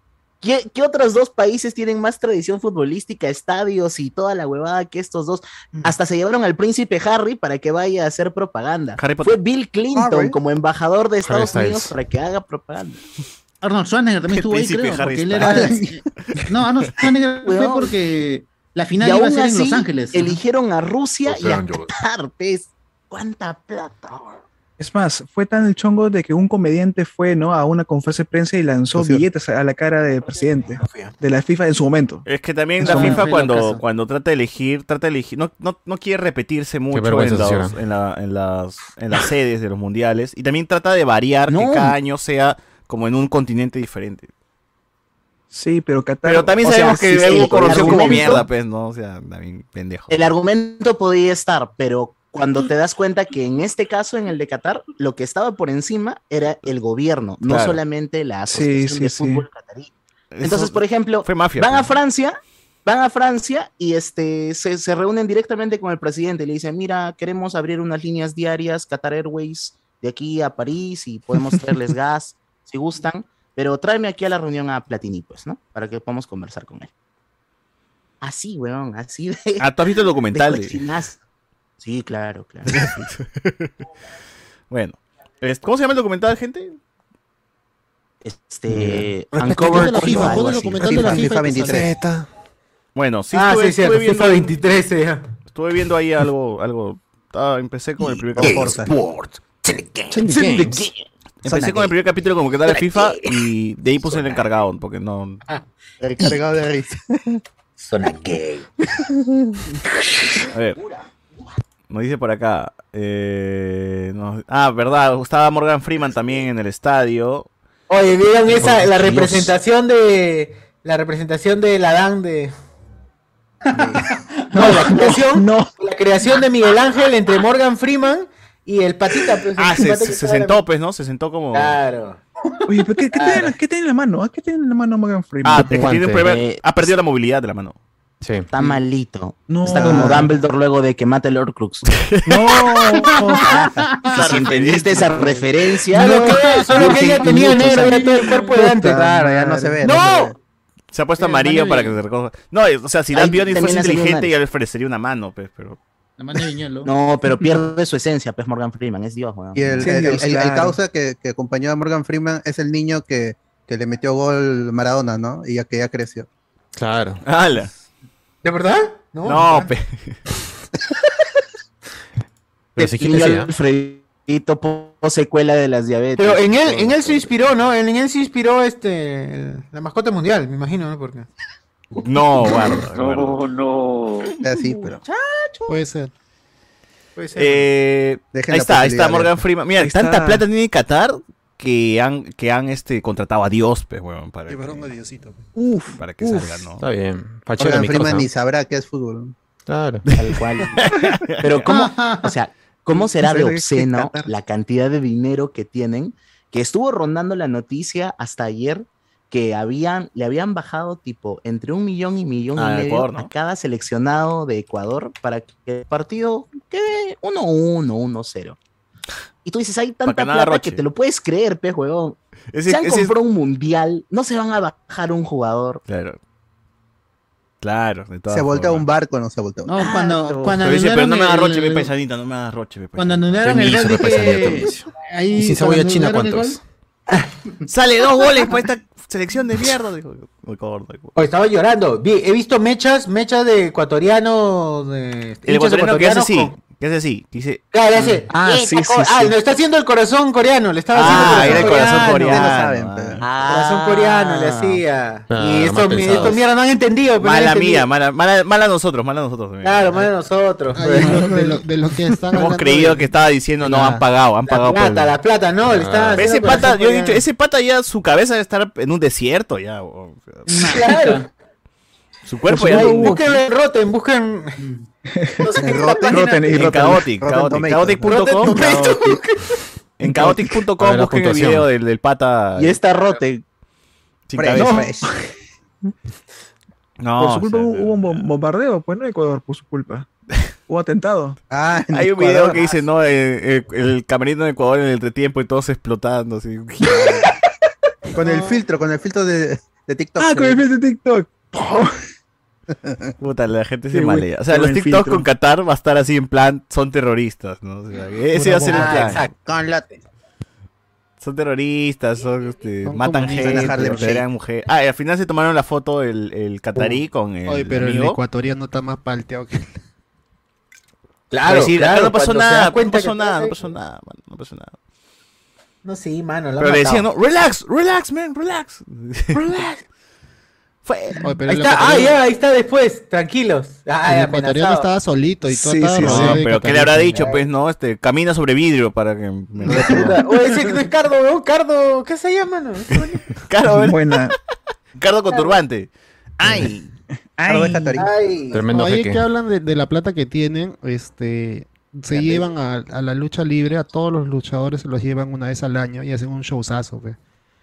¿qué, qué otros dos países tienen más tradición futbolística, estadios y toda la huevada que estos dos?
Mm.
Hasta se llevaron al príncipe Harry para que vaya a hacer propaganda.
Harry Potter.
Ah,
Fue Bill Clinton
Harry.
como embajador de Estados
Styles.
Unidos para que haga propaganda.
Arnold Schwarzenegger también
El
estuvo ahí,
príncipe
creo,
Harry
porque él era...
Styles.
No, Arnold Schwarzenegger fue
Weón.
porque la final
Y
iba a
aún
ser en
así,
Los Ángeles.
Eligieron a Rusia
O
y
sea,
a
yo-
Qatar, pez. ¿Cuánta plata? weón?
pues. Es más, fue tan el chongo de que un comediante fue ¿no? a una conferencia de prensa y lanzó billetes a la cara del presidente de la FIFA en su momento.
Es que también
Es
la
una
FIFA
fea
cuando,
casa.
cuando trata de elegir, trata de elegir, no, no, no quiere repetirse mucho
vergüenza,
en, los-
señora.
en la- en las, en las sedes de los mundiales y también trata de variar que cada año sea como en un continente diferente.
Sí, pero Qatar.
Pero también
o sea,
sabemos
sí,
que
sí,
hubo
el
corrupción como
argumento- Eh,
mierda, pues, ¿no? O sea, también pendejo.
El argumento podía estar, pero cuando te das cuenta que en este caso, en el de Qatar, lo que estaba por encima era el gobierno, no
Claro.
solamente la
Sí,
asociación
sí,
de
sí.
fútbol catarí. Entonces,
Eso
por ejemplo,
fue mafia,
van a
pues.
Francia, van a Francia y este se, se reúnen directamente con el presidente y le dicen, mira, queremos abrir unas líneas diarias Qatar Airways de aquí a París y podemos traerles gas si gustan, pero tráeme aquí a la reunión a Platini, pues, ¿no? Para que podamos conversar con él. Así, weón, así de...
Ah, ¿tú has visto el documental?
de cochinazo. Sí, claro, claro.
Bueno, es- ¿cómo se llama el documental, gente?
Este.
Uncover
Uncovered Tokyo, algo así.
Bueno, sí,
Ah,
estuve,
sí, cierto,
estuve viendo,
FIFA 23, eh, ya.
estuve viendo ahí algo, algo. ah, empecé con el primer
EA
capítulo.
Sports.
Empecé con el primer capítulo como que tal de FIFA y de ahí puse el encargado, porque no.
El cargado de risa.
Suena gay.
A ver. Nos dice por acá. eh, no- ah, verdad, estaba Morgan Freeman también en el estadio.
Oye, ¿vieron esa,
Oh,
la
Dios.
representación de. La representación de la Dan de. No, la creación. La creación de Miguel Ángel entre Morgan Freeman y el patita. pues,
Ah,
el
se,
pata
se-
que
se
estaba-
sentó, pues, ¿no? Se sentó como.
Claro.
Oye, pero ¿qué, qué tiene, qué tiene en la mano? ah? ¿Qué tiene en la mano Morgan Freeman?
Ah, te- tiene un problema-
Eh,
ha perdido la movilidad de la mano.
Sí.
Está malito.
No.
Está como Dumbledore luego de que mata el Horcrux.
No.
Y
Ah.
si entendiste esa referencia.
Solo que, solo que ella tenía negro, era todo el cuerpo de Dante.
Claro, ya no se ve.
¡No!
Se ha puesto amarillo para que se recoja. No, es- o sea, si Dan
Ahí
Bionic
también
fuese
ha salido
inteligente,
mal.
ya le ofrecería una mano, pues, pero.
La mano de Viñuelo.
No, pero pierde su esencia, pues Morgan Freeman, es Dios, weón.
Y el,
Sí,
el-
Dios,
el- el
claro.
causa que, que acompañó a Morgan Freeman es el niño que, que le metió gol Maradona, ¿no? Y ya que ya creció.
Claro.
¡Hala!
¿De verdad?
No, pe-
Te
Pero sí,
pillo,
¿quién decía?
Alfredito, po- secuela de las diabetes.
Pero en él, en él se inspiró, ¿no? En él se inspiró este el- la mascota mundial, me imagino, ¿no? Porque.
No, guarda. guarda.
no.
Así, pero.
Puede ser.
Puede ser.
Eh,
Dejen
ahí
la
está, ahí está
posibilidad
Morgan
de-
Freeman. Mira,
eh. Ahí
tanta
está.
plata tiene Qatar que han, que han este, contratado a Dios, pues, weón, para, que,
Diosito.
pues.
Uf,
para que
uf.
salga, ¿no?
Está bien. Fachero,
Morgan
mi
Freeman
cosa.
ni sabrá qué es fútbol.
Claro.
Tal cual. Pero cómo, o sea, ¿cómo será de
Pero es que
obsceno
Qatar-
la cantidad de dinero que tienen? Que estuvo rondando la noticia hasta ayer que habían, le habían bajado tipo entre un millón y millón
Ah,
y
de
medio
Ecuador, ¿no?
a cada seleccionado de Ecuador para que el partido quede 1-1, 1-0. Y tú dices, hay tanta
que no
plata
Roche.
que te lo puedes creer, pe, huevón.
Ese-
se han
ese es-
comprado un mundial, no se van a bajar un jugador.
Claro. Claro, de todas
Se voltea
formas.
un barco, no se voltea un
No, cuando, cuando
Pero dice, pero no me
anularon
agarroche, mi
el-
paisanita, no me agarroche, mi
Cuando
paisanita.
anularon el gol,
Permiso, pues, Anita,
dije...
permiso.
Ahí,
Y sin
cuando
cebolla china,
anularon el
¿cuánto
gol,
es?
Sale dos goles para esta selección de mierda, dijo. Muy corto, muy corto.
Oye, estaba llorando. Vi- he visto mechas, mechas de ecuatorianos. De, hinchas
El ecuatoriano que hace
ecuatorianos
así,
con-
que hace así, que dice...
Claro, ya sé.
Ah,
Eh,
sí,
taco-
sí,
Ah,
sí.
le está haciendo el corazón coreano. Le estaba
Ah,
haciendo
era el corazón coreano.
Corazón coreano le hacía.
Ah,
y
mal
estos, mi-
pensados.
estos mierda no han entendido. pero no han
Mala
entendido.
mía, mala, mala, mala nosotros, mala nosotros. también.
Claro, mal de nosotros. pues.
Ay, de, lo, de lo que están
Hemos
hablando
creído
de-
que estaba diciendo, no, han pagado, han pagado.
La
por el- Ah.
plata, la plata, no. Le estaba haciendo
ese
el
pata,
corazón
yo he dicho,
coreano.
ese pata ya su cabeza debe estar en un desierto ya. o- o sea,
Claro.
su cuerpo ya.
Busquen en Rotten, busquen. No sé qué
Rotten,
página-
Rotten, y
En
Rotten.
Chaotic,
Rotten
Chaotic,
Tomatoes.
Chaotic.com.
Rotten Tomatoes.
En Chaotic.com busquen el
puntuación.
video del, del pata
Y esta rote.
sin
Fresh,
cabeza.
fresh.
No,
Por su
o
culpa
sea,
hubo, hubo un bom- bombardeo, pues no en Ecuador, por su culpa. Hubo atentado.
Ah, en
hay un
Ecuador.
video que dice, no, eh, eh, el camerino de Ecuador en el entretiempo y todos explotando. Así.
Con el filtro, con el filtro de, de TikTok.
Ah, con el video de TikTok.
Puta, la gente se
Qué buen-
malea. O sea,
qué
los
buen
TikTok
filtro.
con Qatar va a estar así en plan, son terroristas, ¿no? O sea, ese va a ser el
Ah,
plan.
exacto. Con la-
Son terroristas, son, este, matan
comunistas. Son a Harlem
gente,
Shake.
eran mujeres. Ah, y al final se tomaron la foto el, el catarí con el
Oye, pero el
amigo.
ecuatoriano está más palteado que...
Claro, decir, acá no pasó
cuando se
nada,
da
no
cuenta
pasó
que
nada,
estás
no
ahí-
pasó nada, mano, no pasó nada.
No, sí, mano. la
Pero
han
le decían, no,
matado.
relax, relax, man, relax. Relax. Fue...
Ahí está, ah, ya, ahí está después, tranquilos. Ah,
el ecuatoriano
amenazado.
estaba solito y todo estaba
No,
rodeado de
pero ¿qué le habrá
catalanes.
dicho? Pues no, este, camina sobre vidrio para que... me-
O ese no es Cardo, weón, Cardo, ¿qué se llama, mano?
Cardo, ¿eh?
Buena.
Cardo con turbante. Ay.
Cardo es catarí.
Ay.
Tremendo
Ahí
jeque.
que hablan de, de la plata que tienen, este, se llevan a, a la lucha libre, a todos los luchadores se los llevan una vez al año y hacen un showzazo. pe.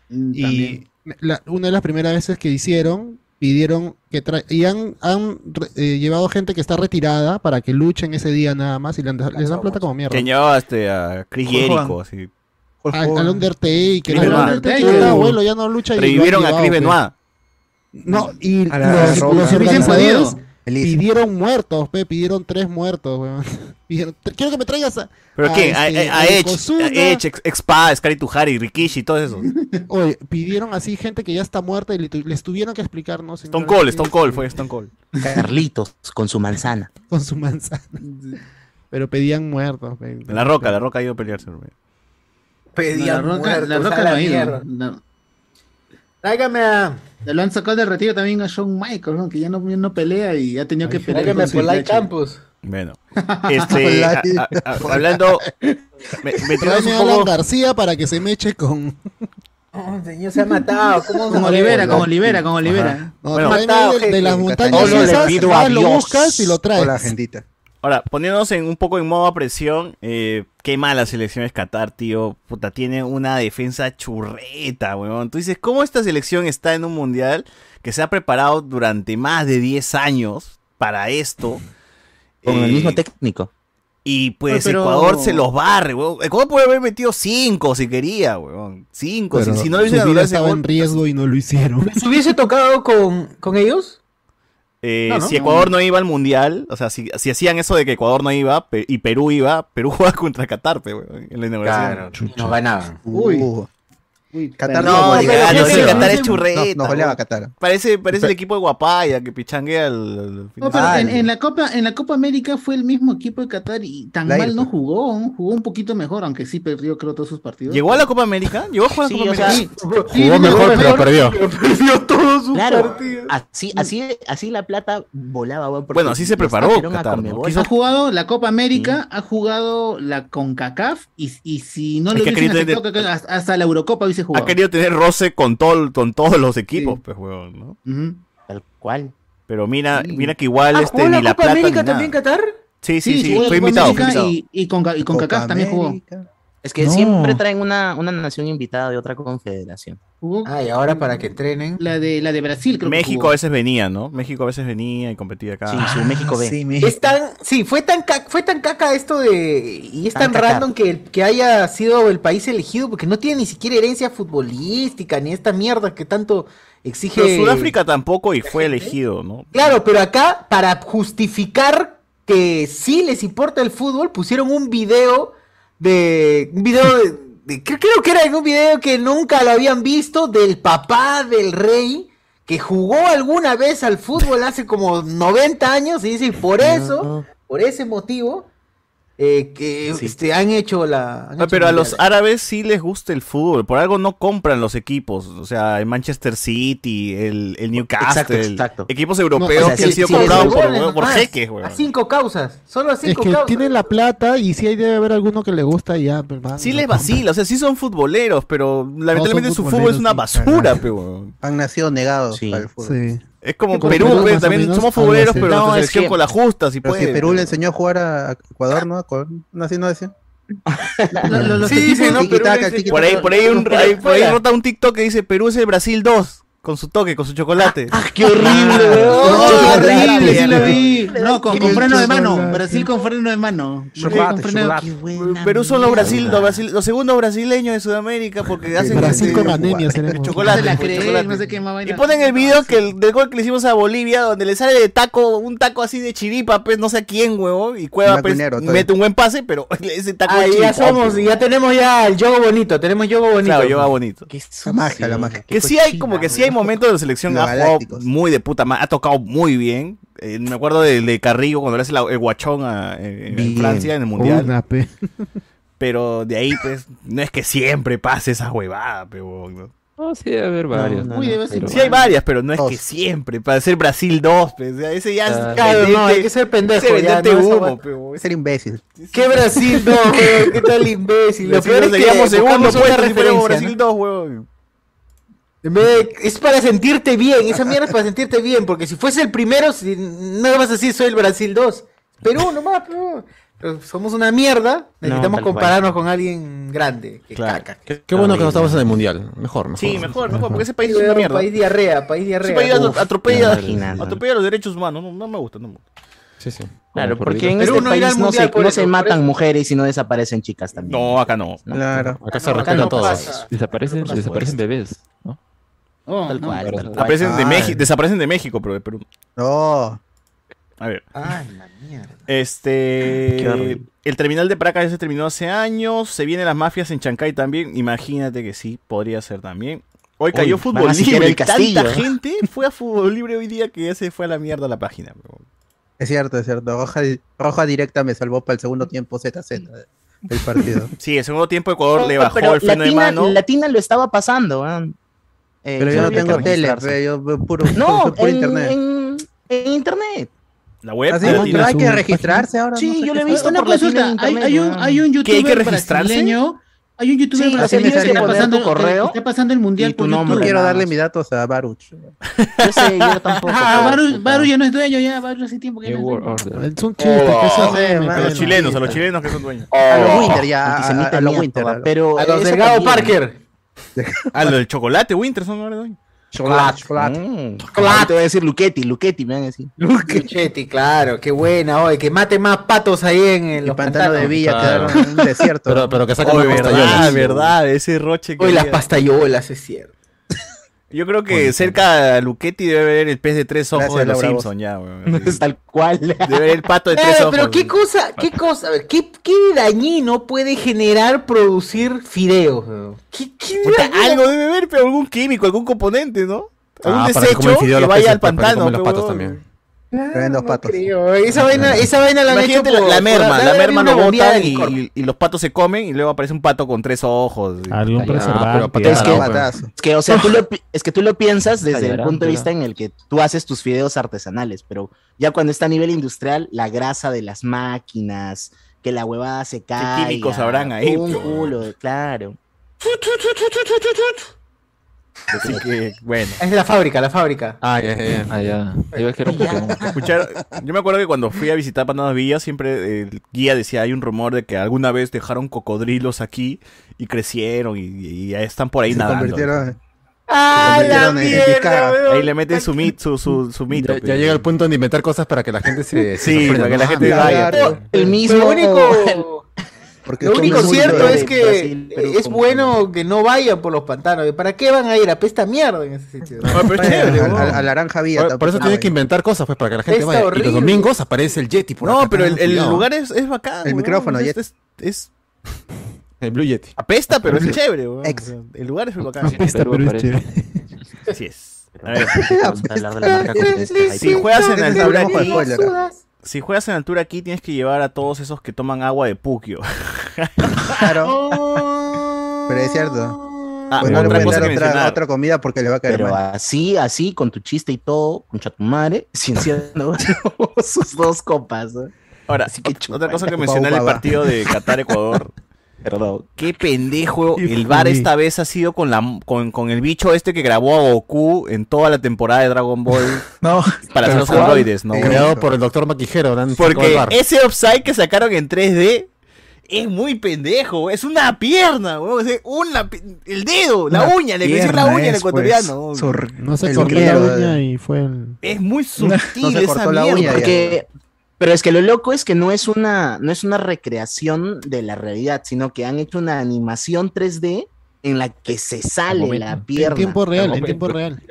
Mm,
Y la- una de las primeras veces que hicieron, pidieron que tra- y han, han re- eh, llevado gente que está retirada para que luchen ese día nada más y le han dejado- les dan plata como mierda.
Que llevaba este, a Chris
Hulk Hogan.
Jericho, así.
Hulk
Al,
Hogan.
al Undertaker,
Chris
al
Benoit.
Undertaker, el abuelo ya no lucha y lo han
Revivieron a
llevado,
Chris
pe.
Benoit.
No, y
A la
los,
roca.
los
Se
hubiesen
organizadores
podido.
Feliz.
pidieron muertos, pe, pidieron tres muertos, weón. Pidieron- tre- Quiero que me traigas a.
¿Pero
a
quién? A,
este,
a- a
a
Edge,
Yokozuna.
a Edge, Ex- X-Pac, Scary Tuhari, Rikishi, todo eso.
Oye, pidieron así gente que ya está muerta y le tu- les tuvieron que explicar, ¿no?
Stone
señor?
Cold, Stone Cold, fue Stone Cold.
Carlitos con su manzana.
Con su manzana. Pero pedían muertos, pe.
La Roca, La Roca ha ido a pelearse.
No, la roca, la
muertos
roca
a
no
la
ha ido.
mierda.
No.
Tráigame a.
Lo han sacado del retiro también a Shawn Michaels, ¿no? que ya no, ya no pelea y ha tenido que pelear.
Tráigame a
con su
Polay
Itachi.
Campos.
Bueno, este, a- a- a- hablando, me, metiéndonos
Tráeme a
un
Alan
poco,
García para que se meche con.
Oh, señor, se ha matado. ¿Cómo
Con Olivera, con Olivera, con Olivera.
No,
Bueno,
tráeme
matado,
de- de,
gente,
las
en
montañas
Cataluña.
esas,
Solo le
pido
vas,
a
lo
Dios.
buscas y lo traes.
Hola, gentita.
Ahora, poniéndonos en un poco en modo a presión, eh, qué mala selección es Qatar, tío. Puta, tiene una defensa churreta, weón. Tú dices, ¿cómo esta selección está en un mundial que se ha preparado durante más de 10 años para esto?
Con el
Eh,
mismo técnico.
Y pues
Pero-
Ecuador se los barre, weón. Ecuador puede haber metido 5 si quería, weón. 5.
Pero
Si, si no lo
su
hubiesen
vida
anulado ese
estaba
gol,
en riesgo y no lo hicieron.
¿Se hubiese tocado con, con ellos?
Eh,
No, no,
si
no.
Ecuador no iba al mundial, o sea, si, si hacían eso de que Ecuador no iba pe- y Perú iba, Perú jugaba contra Qatar pe, weón, en la inauguración.
Nos ganaban.
Uy.
Uh, Qatar
No,
nos
pero
goleaba,
gente,
nos
ese
goleaba.
Qatar es
No,
churreta.
Nos goleaba
weón.
Qatar.
Parece, parece el equipo de Guapaya que pichanguea al, al final.
No, pero eh, en,
Ay.
en la Copa, en la Copa América fue el mismo equipo de Qatar y tan
Lair,
mal no
pues.
jugó, ¿no? jugó un poquito mejor, aunque sí perdió creo todos sus partidos.
¿Llegó a la Copa América? ¿Llegó a jugar a la
Sí,
Copa
o sea,
América?
Sí, sí,
Jugó
llegó
mejor, pero perdió.
Perdió todos sus
Claro,
partidos.
así, así, así la plata volaba. weón, porque
Bueno, así se
los
preparó
trajeron a
Qatar, ¿no?
Conmebol.
Quiso-
Ha jugado la Copa América, ha jugado la CONCACAF y, y si no
Es
le
que ha
hubiesen
querido
aceptado, creo que hasta, hasta la Eurocopa hubiese
Ha
jugado.
querido tener roce con, todo, con todos los equipos,
Sí.
pues, weón, ¿no?
Ujú.
Tal cual.
Pero mira,
Sí.
mira que igual
¿Ah,
este,
jugó
ni
la
la
Copa
plata
América
ni nada.
también Qatar?
Sí, sí, sí,
jugó la
fue
Copa
invitado, fue
América
invitado.
Y, y con, Ca- y con
Copa
CONCACAF también jugó.
América.
Es que
No.
siempre traen una, una nación invitada de otra confederación.
Jugó
Ah, y ahora para que entrenen.
la de la de Brasil, creo que
México
jugó.
a veces venía, ¿no? México a veces venía y competía acá.
Sí, su México B.
Sí,
Es tan, sí, fue tan, ca- fue tan caca esto de. Y es
Tan
tan,
caca.
random que, que haya sido el país elegido porque no tiene ni siquiera herencia futbolística ni esta mierda que tanto exige.
Pero Sudáfrica tampoco y fue elegido, ¿no?
Claro, pero acá, para justificar que sí les importa el fútbol, pusieron un video de. Un video de. de- cre- creo que era en un video que nunca lo habían visto del papá del rey que jugó alguna vez al fútbol hace como 90 años y dice, y por eso, por ese motivo, eh, que este, han hecho la. han
Ah,
hecho
Pero a
el
los
mundial.
árabes sí les gusta el fútbol, por algo no compran los equipos, o sea, el Manchester City, el, el Newcastle,
Exacto, exacto.
equis
No,
europeos
o sea,
que han
sí,
sido
sí,
comprados
sí, Ah,
por,
goles
por
nomás,
jeques, weón.
A cinco causas, solo a
Es
cinco
que
causas.
tiene la plata y sí ahí debe haber alguno que le gusta y ya, pues, va,
Sí
no
les
compra.
vacila, o sea, sí son futboleros, pero lamentablemente su fútbol es
futboleros,
una
sí,
basura,
carajo.
pe, weón.
Han nacido negados
Sí.
para el fútbol.
Sí.
Es como
Como
Perú,
Perú,
pe,
más o
también
menos,
somos
algo
futboleros,
así.
pero nuestra
No, es
selección
que-
con la justa, si
Pero
puede.
si Perú
pe.
le enseñó a jugar a Ecuador, ¿no? Con, no, así no decía.
Lo- lo- los
Sí, sí,
equipos-
no,
Tiki-taka,
Perú
tiki-taka.
Por ahí, por ahí, un-
Fuera,
ahí- por ahí
fuera.
rota un TikTok que dice Perú es el Brasil 2. Con su toque, con su chocolate. ¡Ah,
qué horrible, weón! horrible, sí lo vi.
horrible.
No, con, con
Qué
freno de mano.
chocolate.
Brasil con freno de mano.
Chocolate,
Con freno de-
chocolate.
Qué buena
Perú son los,
mierda.
Brasil, los, Brasil- los segundos brasileños de Sudamérica porque hacen
Brasil
este,
con anemia seremos.
chocolate.
No se la
pues,
creen,
chocolate.
no sé qué más vaina.
y ponen el video que el, del gol que le hicimos a Bolivia donde le sale de taco, un taco así de chiripa, pues no sé a quién, huevón. Y Cueva pues,
Macunero, todo.
mete un buen pase, pero ese taco de
Ahí ya
chiripa,
somos,
pues.
ya tenemos ya el yogo bonito, tenemos yogo bonito.
Claro, yoga bonito.
La magia, la magia.
Que sí hay, como que sí hay momentos de la selección
Los
ha jugado muy de puta madre, ha tocado muy bien. Eh, me acuerdo de, de Carrillo cuando le hace la- el guachón a- eh, en, en Francia en el Mundial.
Una, pe.
Pero de ahí, pues, no es que siempre pase esa huevada, pero... ¿no?
No, sí, debe haber varios.
No,
¿no?
no,
Pero-
sí hay varias, pero no es que siempre. Para ser Brasil 2, pues, o sea, ese ya es
Ah, Claro,
venderte-
no, hay que ser pendejo,
ese
ya, no,
venderte
esa
humo,
huevada.
pero...
Ser imbécil.
¿Qué Brasil 2, weón? ¿Qué tal imbécil? Lo
Brasil
peor es
nos
que
llegamos segundo
buscamos otra
puesto, si fuéramos
referencia,
Brasil
¿no?
2, huevón.
En vez de- Es para sentirte bien, esa mierda es para sentirte bien, porque si fuese el primero, si, no vas a decir soy el Brasil 2. Perú nomás, Perú. Pero Somos una mierda, necesitamos
tal
compararnos con alguien grande. Que caca.
Qué, qué bueno que no estamos en el mundial. Mejor, mejor.
Sí, mejor, mejor, porque ese país
Sí,
es una
weón,
mierda.
País diarrea, país diarrea.
Ese país atro-
Uf,
atropella,
me imagino.
atropella los derechos humanos, no, no me gusta, no me gusta.
Sí, sí.
Claro, porque en
Perú
este
no irá al
país no
mundial
se,
por
no
eso,
se
por
matan mujeres y no desaparecen chicas también.
No, acá no.
Claro.
Acá se respetan
no
todos.
pasa.
Desaparecen,
Por
desaparecen bebés.
Oh,
Tal
no.
cual, tal cual.
Desaparecen de,
Ay.
México, desaparecen de México, pero de Perú.
No.
A ver.
Ay, la mierda.
Este.
Qué horrible.
El terminal de Praca ya se terminó hace años. Se vienen las mafias en Chancay también. Imagínate que sí, podría ser también. Hoy cayó
Uy,
fútbol
van a sitiar
libre.
el castillo.
Tanta gente fue a fútbol libre hoy día que ya se fue a la mierda la página. bro.
Es cierto, es cierto. Roja, roja directa me salvó para el segundo tiempo ZZ del partido.
Sí, el segundo tiempo Ecuador le
Pero
bajó el freno de
Latina,
mano.
Latina lo estaba pasando. weón. Eh,
Pero yo no
había que
tengo tele,
registrarse.
pe, yo veo puro,
No,
puro- puro
en,
internet.
En, en internet.
La web.
¿Ah, sí?
de
Pero
Latina.
hay que registrarse ahora.
Sí, yo lo he
qué
visto
tal.
Una
por Latina
consulta,
en
hay,
internet,
hay un,
weón.
hay un
¿Que hay que
youtuber
registrarse?
brasileño. Hay un youtuber
Sí, así me
brasileño que
sale
está
poner tu
pasando,
correo
que está pasando el mundial
y tu
por
nombre.
No
YouTube.
quiero
nada
darle
más.
mis datos a Baruch.
Yo sé, yo tampoco.
Ah,
pero-
Baru, Baru ya no es dueño, ya Baru hace tiempo que no es dueño.
Es un chiste.
Oh,
que eso
no sé,
es- me
man.
A los
pela.
chilenos, a los chilenos que son dueños.
A los Winter, ya. A,
antisemita
a- a los
mierda,
Winter.
va,
a los-
ah. Pero
A los
eso
Delgado
también.
Parker.
A los del chocolate, Winter son ahora dueños.
Chocolate, chocolate.
Mm, Te voy a decir Luquetti, Luquetti, me van a decir.
Luchetti, claro, qué buena, oye, que mate más patos ahí en, en
Y
los
pantano de
pantanos.
Villa
Claro.
quedaron en un desierto.
Pero, pero que sacan
Oh,
más
verdad,
costayolas.
verdad, ese roche que
Oye, las
había.
pastayolas, es cierto.
Yo creo que cerca a Luchetti debe haber el pez de tres ojos
Gracias,
de los
Laura, vos.
Simpsons ya, weón.
Es tal cual.
Debe haber el pato
Eh,
de tres
Claro,
ojos.
pero qué
weón.
cosa, qué cosa, a ver, qué, qué dañino puede generar producir fideos. weón? ¿Qué, qué
Puta,
dañino?
algo debe haber, pero algún químico, algún componente, ¿no? Algún
Ah, para que
desecho
comen
que,
fideo los
vaya
peces,
al
para que
pantano.
comen los
pe,
patos
huevón.
también.
Tremendos
Ah,
patos.
Creo, Esa vaina, esa vaina la han hecho
Imagínate la,
por-
la
por-
merma,
debe
la
haber
merma
una
lo
bombilla
botan
de
y,
licor.
y los patos se comen y luego aparece un pato con tres ojos. y-
Algún
pero
preservante.
patas
Es que-
no, pero-
Patazo.
Es que, o sea, tú lo pi- es que tú lo piensas desde el
Tallarán,
punto
claro.
de vista en el que tú haces tus fideos artesanales, pero ya cuando está a nivel industrial, la grasa de las máquinas, que la huevada se cae.
químicos habrán ahí,
Un
pero-
culo, de- claro.
Así que, bueno.
Es de la fábrica, la fábrica.
Ah, ya, ya, ya.
Ah, ya. Ahí ves que era un Pokémon.
Escuchar, yo me acuerdo que cuando fui a visitar Pantanos Villa, siempre el guía decía, hay un rumor de que alguna vez dejaron cocodrilos aquí y crecieron y, y ya están por ahí
Se
nadando.
convirtieron
¡Ah, la
convirtieron en- en picada.
mierda, weón!
Ahí le meten su, mit, su, su, su mito.
Ya,
pe.
ya llega el punto de inventar cosas para que la gente se. se
Sí,
sorprenda,
para que
¿no?
la gente
claro.
vaya. pe.
El mismo.
Lo único,
porque
lo
son
único
muy
cierto
duros.
es que
Brasil, Perú,
es
como-
bueno que no vayan por los pantanos. ¿Para qué van a ir? Apesta mierda en ese sitio.
Ah, pero es chévere,
Al-
weón.
al- Al naranja vía.
Por, por eso tiene que inventar cosas, pues, para que la gente
Está
vaya. Y
horrible.
los domingos aparece el Yeti. Por
No,
acá,
pero el,
tengan
el
cuidado.
lugar es, es bacán.
El
weón.
micrófono,
es,
Jet.
es- es-
El Blue Yeti.
apesta, pero es
Ex.
chévere. weón.
Ex.
O sea, el lugar es bacán.
Sí,
Apesta,
Perú
pero es
aparece.
chévere.
Así es. A ver,
Vamos a hablar de la marca continental. Ahí
si juegas en altura
Hablemos con
aquí,
spoiler.
si juegas en altura aquí, tienes que llevar a todos esos que toman agua de puquio.
Claro. Pero es cierto.
Ah,
Pues no le
otra
pueden
cosa
dar
que
otra,
mencionar.
otra comida porque le va a caer
Pero
mal.
así, así, con tu chiste y todo, concha tu madre, sin siendo sus dos copas. ¿no?
Ahora,
Así que
otra
chupa,
cosa que
upa,
mencioné en el
upa, va.
partido de Qatar-Ecuador.
Perdón.
Qué pendejo.
Y
El bar
fui.
esta vez ha sido con, la, con, con el bicho este que grabó a Goku en toda la temporada de Dragon Ball
No,
para hacer los
Pero- Eh,
androides, ¿no?
Sí.
weón?
creado por el doctor Maquijero. ahora han sacado el
Porque
bar.
ese offside que sacaron en 3D es muy pendejo, es una pierna, weón. es una pi- el dedo, la
Una
uña, le creció la
pierna
uña al
es, pues,
ecuatoriano. weón.
zorri-
No se
El
cortó la
griego,
uña y fue el...
Es muy sutil
No se
esa
cortó la
mierda.
uña, porque- pero es que lo loco es que no es una no es una recreación de la realidad, sino que han hecho una animación 3D en la que se sale
momento.
la
En
pierna.
tiempo real, en
Momento.
tiempo real.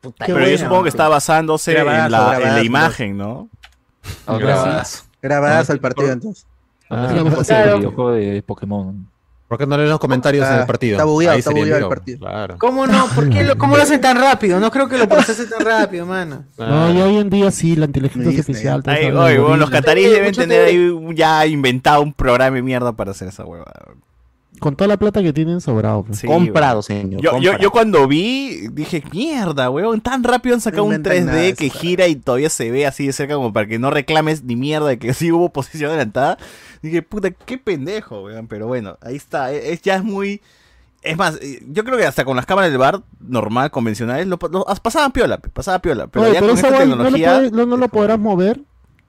Puta,
Pero yo
bueno.
supongo que está basándose en la,
Grabadazo,
en la
grabadazo.
imagen, ¿no?
Grabadas.
Grabadas al partido entonces.
Ah,
Claro.
es el videojuego de Pokémon.
¿Por qué no leen los comentarios
Ah,
en el partido?
está bugueado,
Ahí
está
sería
bugueado
vivo.
el partido.
Claro.
¿Cómo no? ¿Por qué lo, ¿Cómo lo hacen tan rápido? No creo que lo procesen tan rápido, mano.
No,
Ah.
y hoy en día sí, la inteligencia artificial. todo
Ahí,
eso,
oye, weón, los
algoritmos.
cataríes
Oye,
deben
mucho
tener
te-
ahí un- ya inventado un programa de mierda para hacer esa huevada.
Con toda la plata que tienen sobrado. pues.
Sí,
Comprado,
weón.
señor,
Yo, yo,
comprado.
yo cuando vi, dije, mierda, weón, tan rápido han sacado
No
un
inventan
3D
nada,
que
está.
gira y todavía se ve así de cerca como para que no reclames ni mierda de que sí hubo posición adelantada. Dije, puta, qué pendejo, weón. Pero bueno, ahí está. e, Es, es- ya es muy... Es más, eh, yo creo que hasta con las cámaras del bar normal, convencionales, lo, lo- pasaban piola, pe, pasaba piola. Pero
Oye,
ya
pero
con
esa
esta
guay no, lo
tecnología...
puede- no- no lo podrás mover,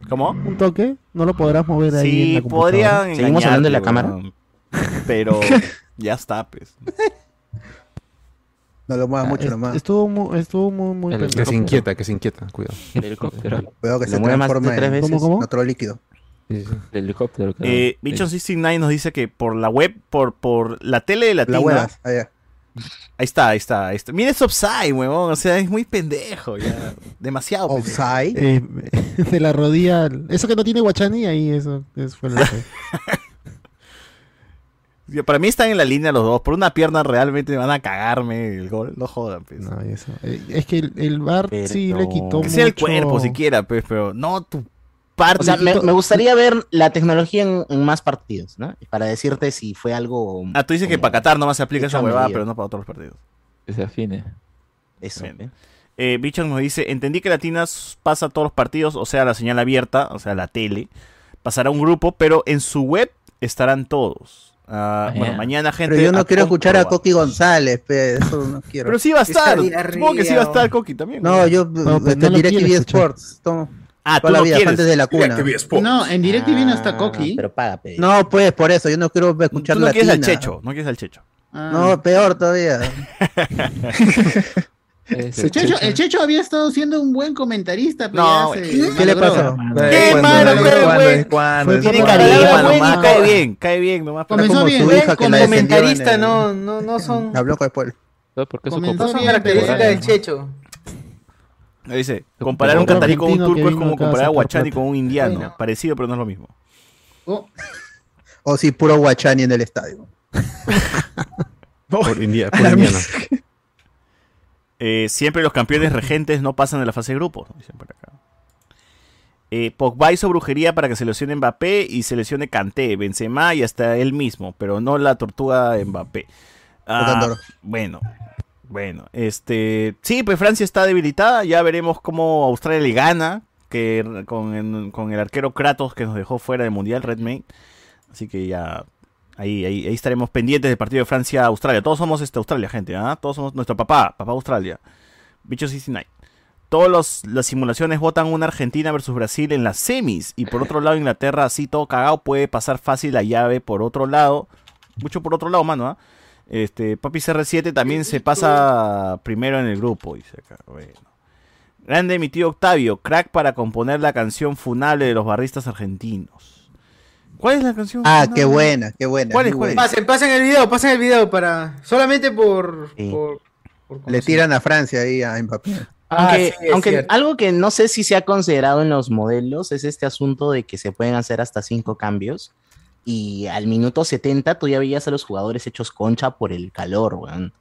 ¿Cómo?
un toque, no lo podrás mover ahí en
Sí,
la computadora.
podrían
¿Seguimos hablando de la
engañarte,
cámara?
weón. Pero ya está, pues.
No lo muevas
Ah,
mucho
es-
nomás.
Estuvo muy, estuvo muy, muy
El-
Que
pendejo.
se inquieta, que se inquieta, cuidado.
El helicóptero.
Cuidado que
Lo
se
mueve más de
transforma
tres
en
veces.
¿Cómo, cómo?
en otro líquido.
Sí, sí, El helicóptero. creo.
Eh,
Sí.
Bichon69 nos dice que por la web, por, por la tele de la
La
tienda.
huevas. allá.
Ahí está, ahí está, ahí está. Mira ese Upside, huevón. O sea, es muy pendejo ya. Demasiado pendejo.
Offside.
Eh, de la rodilla. al- Eso que no tiene guachani ahí, eso, eso fue lo que-
Yo- Para mí están en la línea los dos. Por una pierna realmente van a cagarme el gol. No jodan, pues.
no, eso. Eh, Es que el, el bar sí le quitó
que sea el
mucho-
cuerpo siquiera, pues, pero no tu parte.
O sea, me, me gustaría ver la tecnología en, en más partidos, ¿no? Para decirte si fue algo.
Ah, tú dices que
como
para Qatar nomás se aplica esa
Hecho a
huevada,
medida.
pero no para otros partidos.
Que se afine.
Eso.
Bien. Eh, Bichon nos dice, entendí que Latinas pasa todos los partidos, o sea, la señal abierta, o sea, la tele, pasará un grupo, pero en su web estarán todos. Ah,
Ah,
bueno,
ya.
mañana, gente.
Pero yo no
a
quiero escuchar a
comprobar.
Coqui González, pe, eso no quiero.
Pero sí va a estar,
diarrea,
supongo que sí va a estar
weón.
Coqui también.
No,
weón.
yo
No, pues
este,
no lo
DirecTV
quieres escuchar.
Sports, to-
Ah, tú
toda la
lo
vida,
quieres.
antes de la cuna.
No, en DirecTV no está Coqui.
Ah, Pero paga, pe.
No, pues por eso, yo no quiero
Tú no
escuchar la
quieres al Checho, no quieres al Checho.
Ah.
No, peor todavía.
Es
El
el
Checho,
Checho.
el Checho había estado siendo un buen comentarista, pero
No,
ya se
güey.
¿Qué le
malogró.
pasó?
Qué
cuando,
malo,
de
pero,
cuando,
güey.
de cuando,
Fue
de
por
Tiene
la-
Palabra
carisma
buena,
nomás,
no.
cae bien, cae bien nomás. pero-
Comenzó
como
bien.
su
Ven,
hija que
Como
la defendió en
comentarista,
el-
no, no, no son.
Habló con spoiler.
¿Sabes por qué su
Comenzó
No
copa-
son
bien,
características del Checho.
Ahí Dice, comparar un
Otro
catarí con un
argentino que
turco es
vino
como
acá a
comparar a
sacar
Guachani
plata.
con un indiano.
Ay, no.
Parecido, pero no es lo mismo.
Oh,
O si puro Guachani en el estadio.
Por india, por indiana.
Eh, siempre los campeones regentes no pasan de la fase de grupos. ¿no? Dicen por acá. Eh, Pogba hizo brujería para que se lesione Mbappé y se lesione Kanté, Benzema y hasta él mismo, pero no la tortuga de Mbappé. Ah,
Tocándolo.
bueno, bueno, este, sí, pues Francia está debilitada, ya veremos cómo Australia le gana que r- con, en- con el arquero Kratos que nos dejó fuera del mundial Red May. Así que ya ahí, ahí, ahí estaremos pendientes del partido de Francia-Australia. Todos somos este, Australia, gente, ¿ah? Todos somos nuestro papá, papá Australia. Bicho 69. Todas los- las simulaciones votan una Argentina versus Brasil en las semis. Y por otro lado, Inglaterra, así todo cagado, puede pasar fácil la llave por otro lado. Mucho por otro lado, mano, ¿ah? Este, Papi CR7 también se pasa primero en el grupo, dice acá. Bueno. Grande mi tío Octavio, crack para componer la canción funable de los barristas argentinos. ¿Cuál es la canción?
Ah,
funable?
qué buena, qué buena.
¿Cuál es,
muy
cuál es?
buena.
Pasen, pasen el video, pasen el video para. Solamente por.
Sí.
por, por
Le
conocer.
tiran a Francia ahí a Mbappé.
Ah,
Aunque,
sí, es
aunque
cierto.
algo que no sé si se ha considerado en los modelos es este asunto de que se pueden hacer hasta cinco cambios. Y al minuto 70 tú ya veías a los jugadores hechos concha por el calor, weón.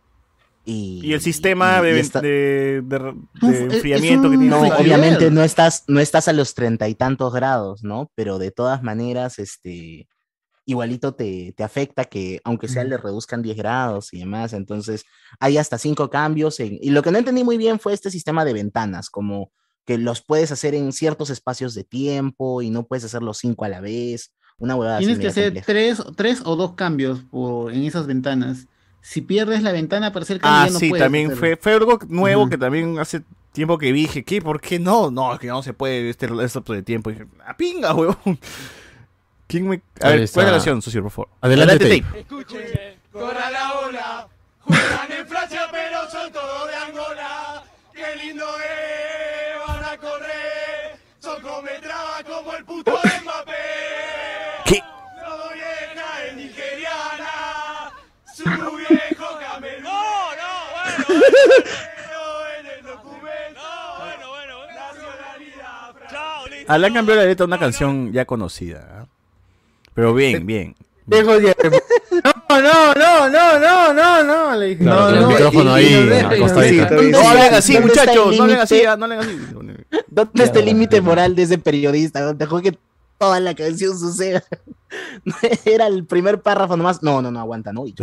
Y,
Y el sistema
y- y
de,
esta-
de- de-
No,
de
Ah, es-
enfriamiento
es
que
un-
tiene.
No,
la-
Frigider.
obviamente no estás, no estás a los treinta y tantos grados, ¿no? Pero de todas maneras, este, igualito te, te afecta que, aunque sea, le reduzcan 10 grados y demás. Entonces, hay hasta cinco cambios. en- y lo que no entendí muy bien fue este sistema de ventanas, como que los puedes hacer en ciertos espacios de tiempo y no puedes hacer los cinco a la vez. Una huevada así
Tienes que
media
hacer
compleja.
tres, tres o dos cambios por, en esas ventanas. Si pierdes la ventana para hacer cambio,
Ah,
ya no
sí,
puedes
también
hacerlo.
fue, fue algo nuevo
Ujú.
que también hace tiempo que vi. Dije, ¿qué? este ¿Por qué no? No, es que no se puede este lapso de tiempo. Dije, ¡a pinga, huevón! ¿Quién me.? A ver,
Esa-
¿cuál es la canción, socio, por favor?
Adelante, tape.
Escuche, corra la ola. Juegan en Francia, pero son todos de Angola. Qué lindo es, van a correr. Son cometraba como el puto de Mbappé.
¿Qué?
No doy ena es nigeriana. Su viejo camerún. No, no, bueno. en el documento. bueno, bueno, bueno. Nacionalidad. Chao, listo.
Alan cambió la letra a una canción ya conocida. ¿ah? Pero bien, bien.
Dejo de- No, no, no, no, no, no, no, le dije.
Claro,
no,
con el
no,
micrófono
y- y
ahí,
nos deja, y nos
acostadito.
deja.
No le hagan así,
¿Dónde está el
muchachos. No le hagan así,
límite?
ah, no le hagan así.
¿Dónde está el límite moral de ese periodista? Donde dejó que toda la canción suceda. Era el primer párrafo nomás. No, no, no, aguanta, no. Y-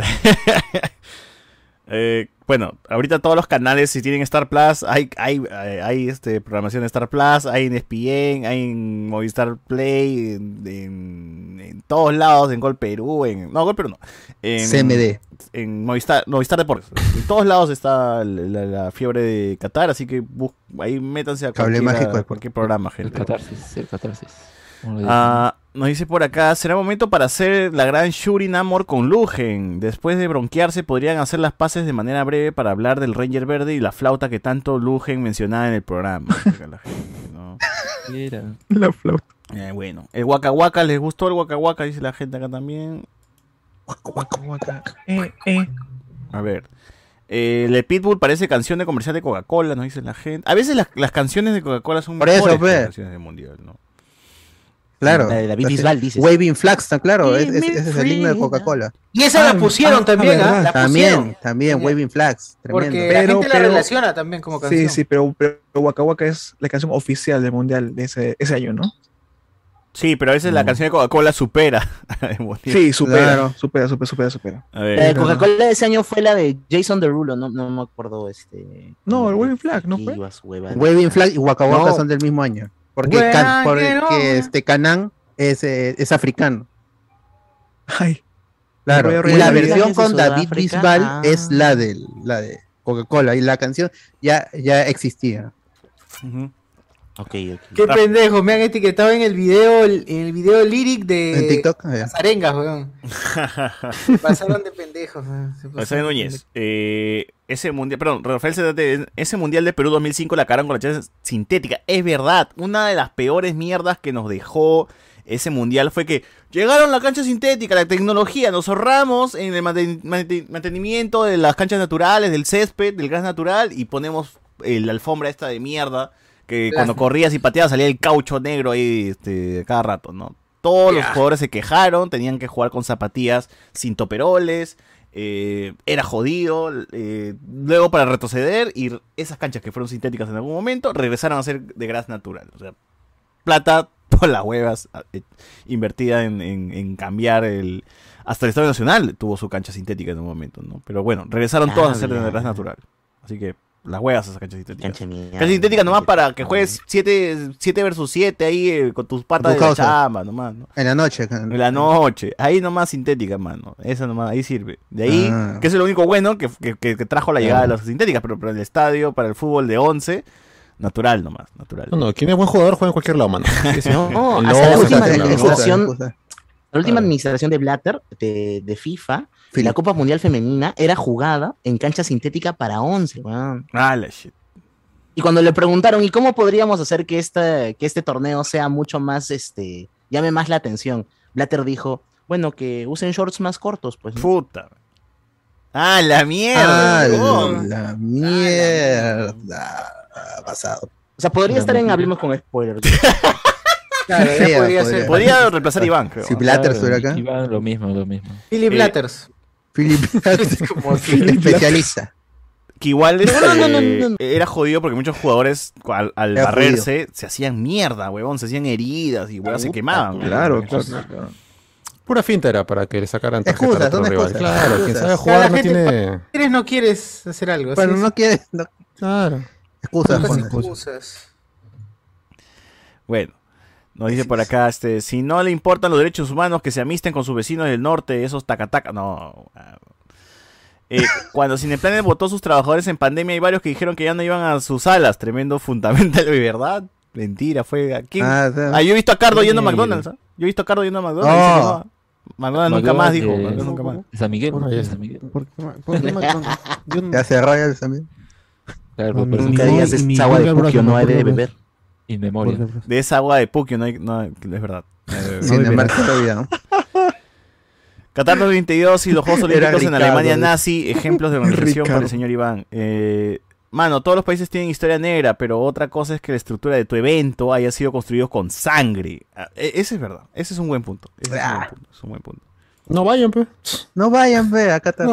Eh, bueno, ahorita todos los canales, si tienen Star Plus, hay, hay, eh, hay, este, programación de Star Plus, hay en E ESPN, hay en Movistar Play, en, en- en todos lados, en Gol Perú, en... No, Gol Perú no. En,
CMD.
En Movistar, Movistar Deportes. En todos lados está la, la- la fiebre de Qatar, así que bus- ahí métanse a
Cable
cualquiera-
mágico de-
cualquier programa, gente.
El catarsis, el catarsis. Como lo dicen.
Ah, nos dice por acá, será momento para hacer la gran Shuri Namor con Lugen. Después de bronquearse podrían hacer las paces de manera breve para hablar del Ranger Verde y la flauta que tanto Lugen mencionaba en el programa. Acá la gente, ¿no?
La flauta.
Eh, bueno, el Waka Waka, ¿les gustó el Waka Waka? Dice la gente acá también. Eh, A ver. Eh, el de Pitbull parece canción de comercial de Coca-Cola, nos dice la gente. A veces las, las canciones de Coca-Cola son
Por eso,
mejores que
pues.
pe.
las canciones del mundial, ¿no?
Claro.
La de David Bisbal, dices.
Waving Flags, está claro. es- es-
Give me
ese es el himno de
freedom.
Coca-Cola.
Y esa la pusieron también, ¿ah?
verdad,
La pusieron.
También, también, Waving Flags.
Porque
Tremendo.
la gente la relaciona también como canción.
Sí, sí, pero, pero Waka Waka es la canción oficial del mundial de ese, ese año, ¿no?
Sí, pero a veces la canción de Coca-Cola supera. al mundial.
Sí, supera, supera, supera, supera, supera.
A ver.
La de Coca-Cola de ese año fue la de Jason Derulo, no, no me acuerdo este.
No, el Waving Flag, ¿no fue?
Waving Flag y Waka Waka
No.
son del mismo año. Porque,
Waka
Can-
Waka.
porque este Canán es, eh, es africano.
Ay.
Claro.
Voy a
Y la
arruinar mi vida.
versión con
¿Es de
David
Sudáfrica?
Bisbal
Ah.
es la de, la de Coca-Cola. Y la canción ya, ya existía.
Ok, ok. Ah.
Qué pendejo, me han etiquetado en el video, en el video lyric de
En TikTok, ah, ya.
las arengas, weón. Se pasaron de pendejos. weón, se
Marcelo
pasaron de
Núñez, eh, ese mundial, perdón, Rafael Zárate, ese mundial de Perú 2005 la cagaron con la chacha sintética. Es verdad, una de las peores mierdas que nos dejó ese mundial fue que llegaron la cancha sintética, la tecnología, nos ahorramos en el manten- manten- mantenimiento de las canchas naturales, del césped, del gas natural y ponemos eh, la alfombra esta de mierda que cuando corrías y pateabas salía el caucho negro ahí este, cada rato, ¿no? Todos los jugadores se quejaron, tenían que jugar con zapatillas sin toperoles, eh, era jodido. eh, luego para retroceder y r- esas canchas que fueron sintéticas en algún momento regresaron a ser de gras natural. O sea, plata por las huevas a- eh, invertida en, en- en cambiar el... Hasta el Estadio Nacional tuvo su cancha sintética en un momento, ¿no? Pero bueno, regresaron todas a ser de
Cambia.
gras natural. Así que las huevas esas canchas sintéticas.
Cancha mía.
Cancha sintética nomás para que juegues 7 versus 7 ahí eh, con tus patas
tu
de la
causa.
chamba nomás, ¿no?
En la noche. En
la noche. Ahí nomás sintética, mano. Esa nomás, ahí sirve. De ahí,
Ah.
que es lo único bueno que, que- que- que trajo la llegada de las sintéticas, pero para el estadio, para el fútbol de 11, natural nomás, natural.
No, no, quien es buen jugador juega en cualquier lado, mano. Que si no,
No,
el
hasta la
lobo se
última
mete en la-
administración. La última administración de Blatter, de, de FIFA, la Copa Mundial Femenina, era jugada en cancha sintética para 11, weón.
Ah, la shit.
Y cuando le preguntaron, ¿y cómo podríamos hacer que este, que este torneo sea mucho más, este, llame más la atención? Blatter dijo, bueno, que usen shorts más cortos, pues.
Puta. Ah, la mierda. Oh.
Ah,
¿no?
la mierda. Ha pasado.
O sea, podría
La
estar en
mierda.
Hablemos con Spoilers.
Claro,
ya podría
ser. Podría reemplazar a Iván, creo.
Si Blatter
Claro,
estuviera acá.
Iván, lo mismo, lo mismo.
Philip
Eh,
Blatters.
Philip
Como
Philip especialista.
Que igual
No,
este,
no, no, no, no.
era jodido porque muchos jugadores al, al
Era
barrerse se hacían mierda, huevón, se hacían heridas y huevón, se quemaban.
Claro,
huevón.
claro, Pura finta era para que le sacaran tarjeta
Excusas,
al otro
son
rival.
excusas.
Claro, quien
Excusas.
sabe
Claro,
jugar
la
no
gente-
tiene.
Quieres, no quieres hacer
Pues
algo.
Pero
así
no
es.
quieres. no-
Pues
Excusas,
Pocas
Juan.
excusas.
Bueno, nos dice por acá, este, si no le importan los derechos humanos, que se amisten con sus vecinos del norte, esos tacataca. No. ah. Eh, cuando Cineplanet votó sus trabajadores en pandemia, hay varios que dijeron que ya no iban a sus salas. Tremendo fundamental, ¿verdad? Mentira, fue. ¿a quién?
Ah, sí.
Ah, yo he visto a Cardo yendo a
Sí.
McDonald's. ¿ah? Yo he visto a Cardo yendo a McDonald's.
No.
y no, McDonald's nunca más dijo. McDonald's nunca más.
San Miguel.
Por ahí.
San Miguel.
¿Por qué, por qué McDonald's? Yo no-
¿Ya hace Royals también?
Claro,
No,
por eso-
nunca digas,
y
"Es
mi
agua de
Burger Bros,
Pukio, no hay de
Burger Bros".
beber.
In memoria.
De esa agua de Pukio, no hay. No, hay- es verdad.
Sin embargo, todavía, ¿no?
Qatar 2022 y los Juegos
Era
Olímpicos en
Ricardo.
Alemania nazi, ejemplos de organización para
Ricardo.
el señor Iván. Eh, mano, todos los países tienen historia negra, pero otra cosa es que la estructura de tu evento haya sido construido con sangre. Ah, e- ese es verdad, ese es un buen punto. Ese es, un buen punto, es un buen punto.
No vayan, pe.
No vayan, pe, acá está.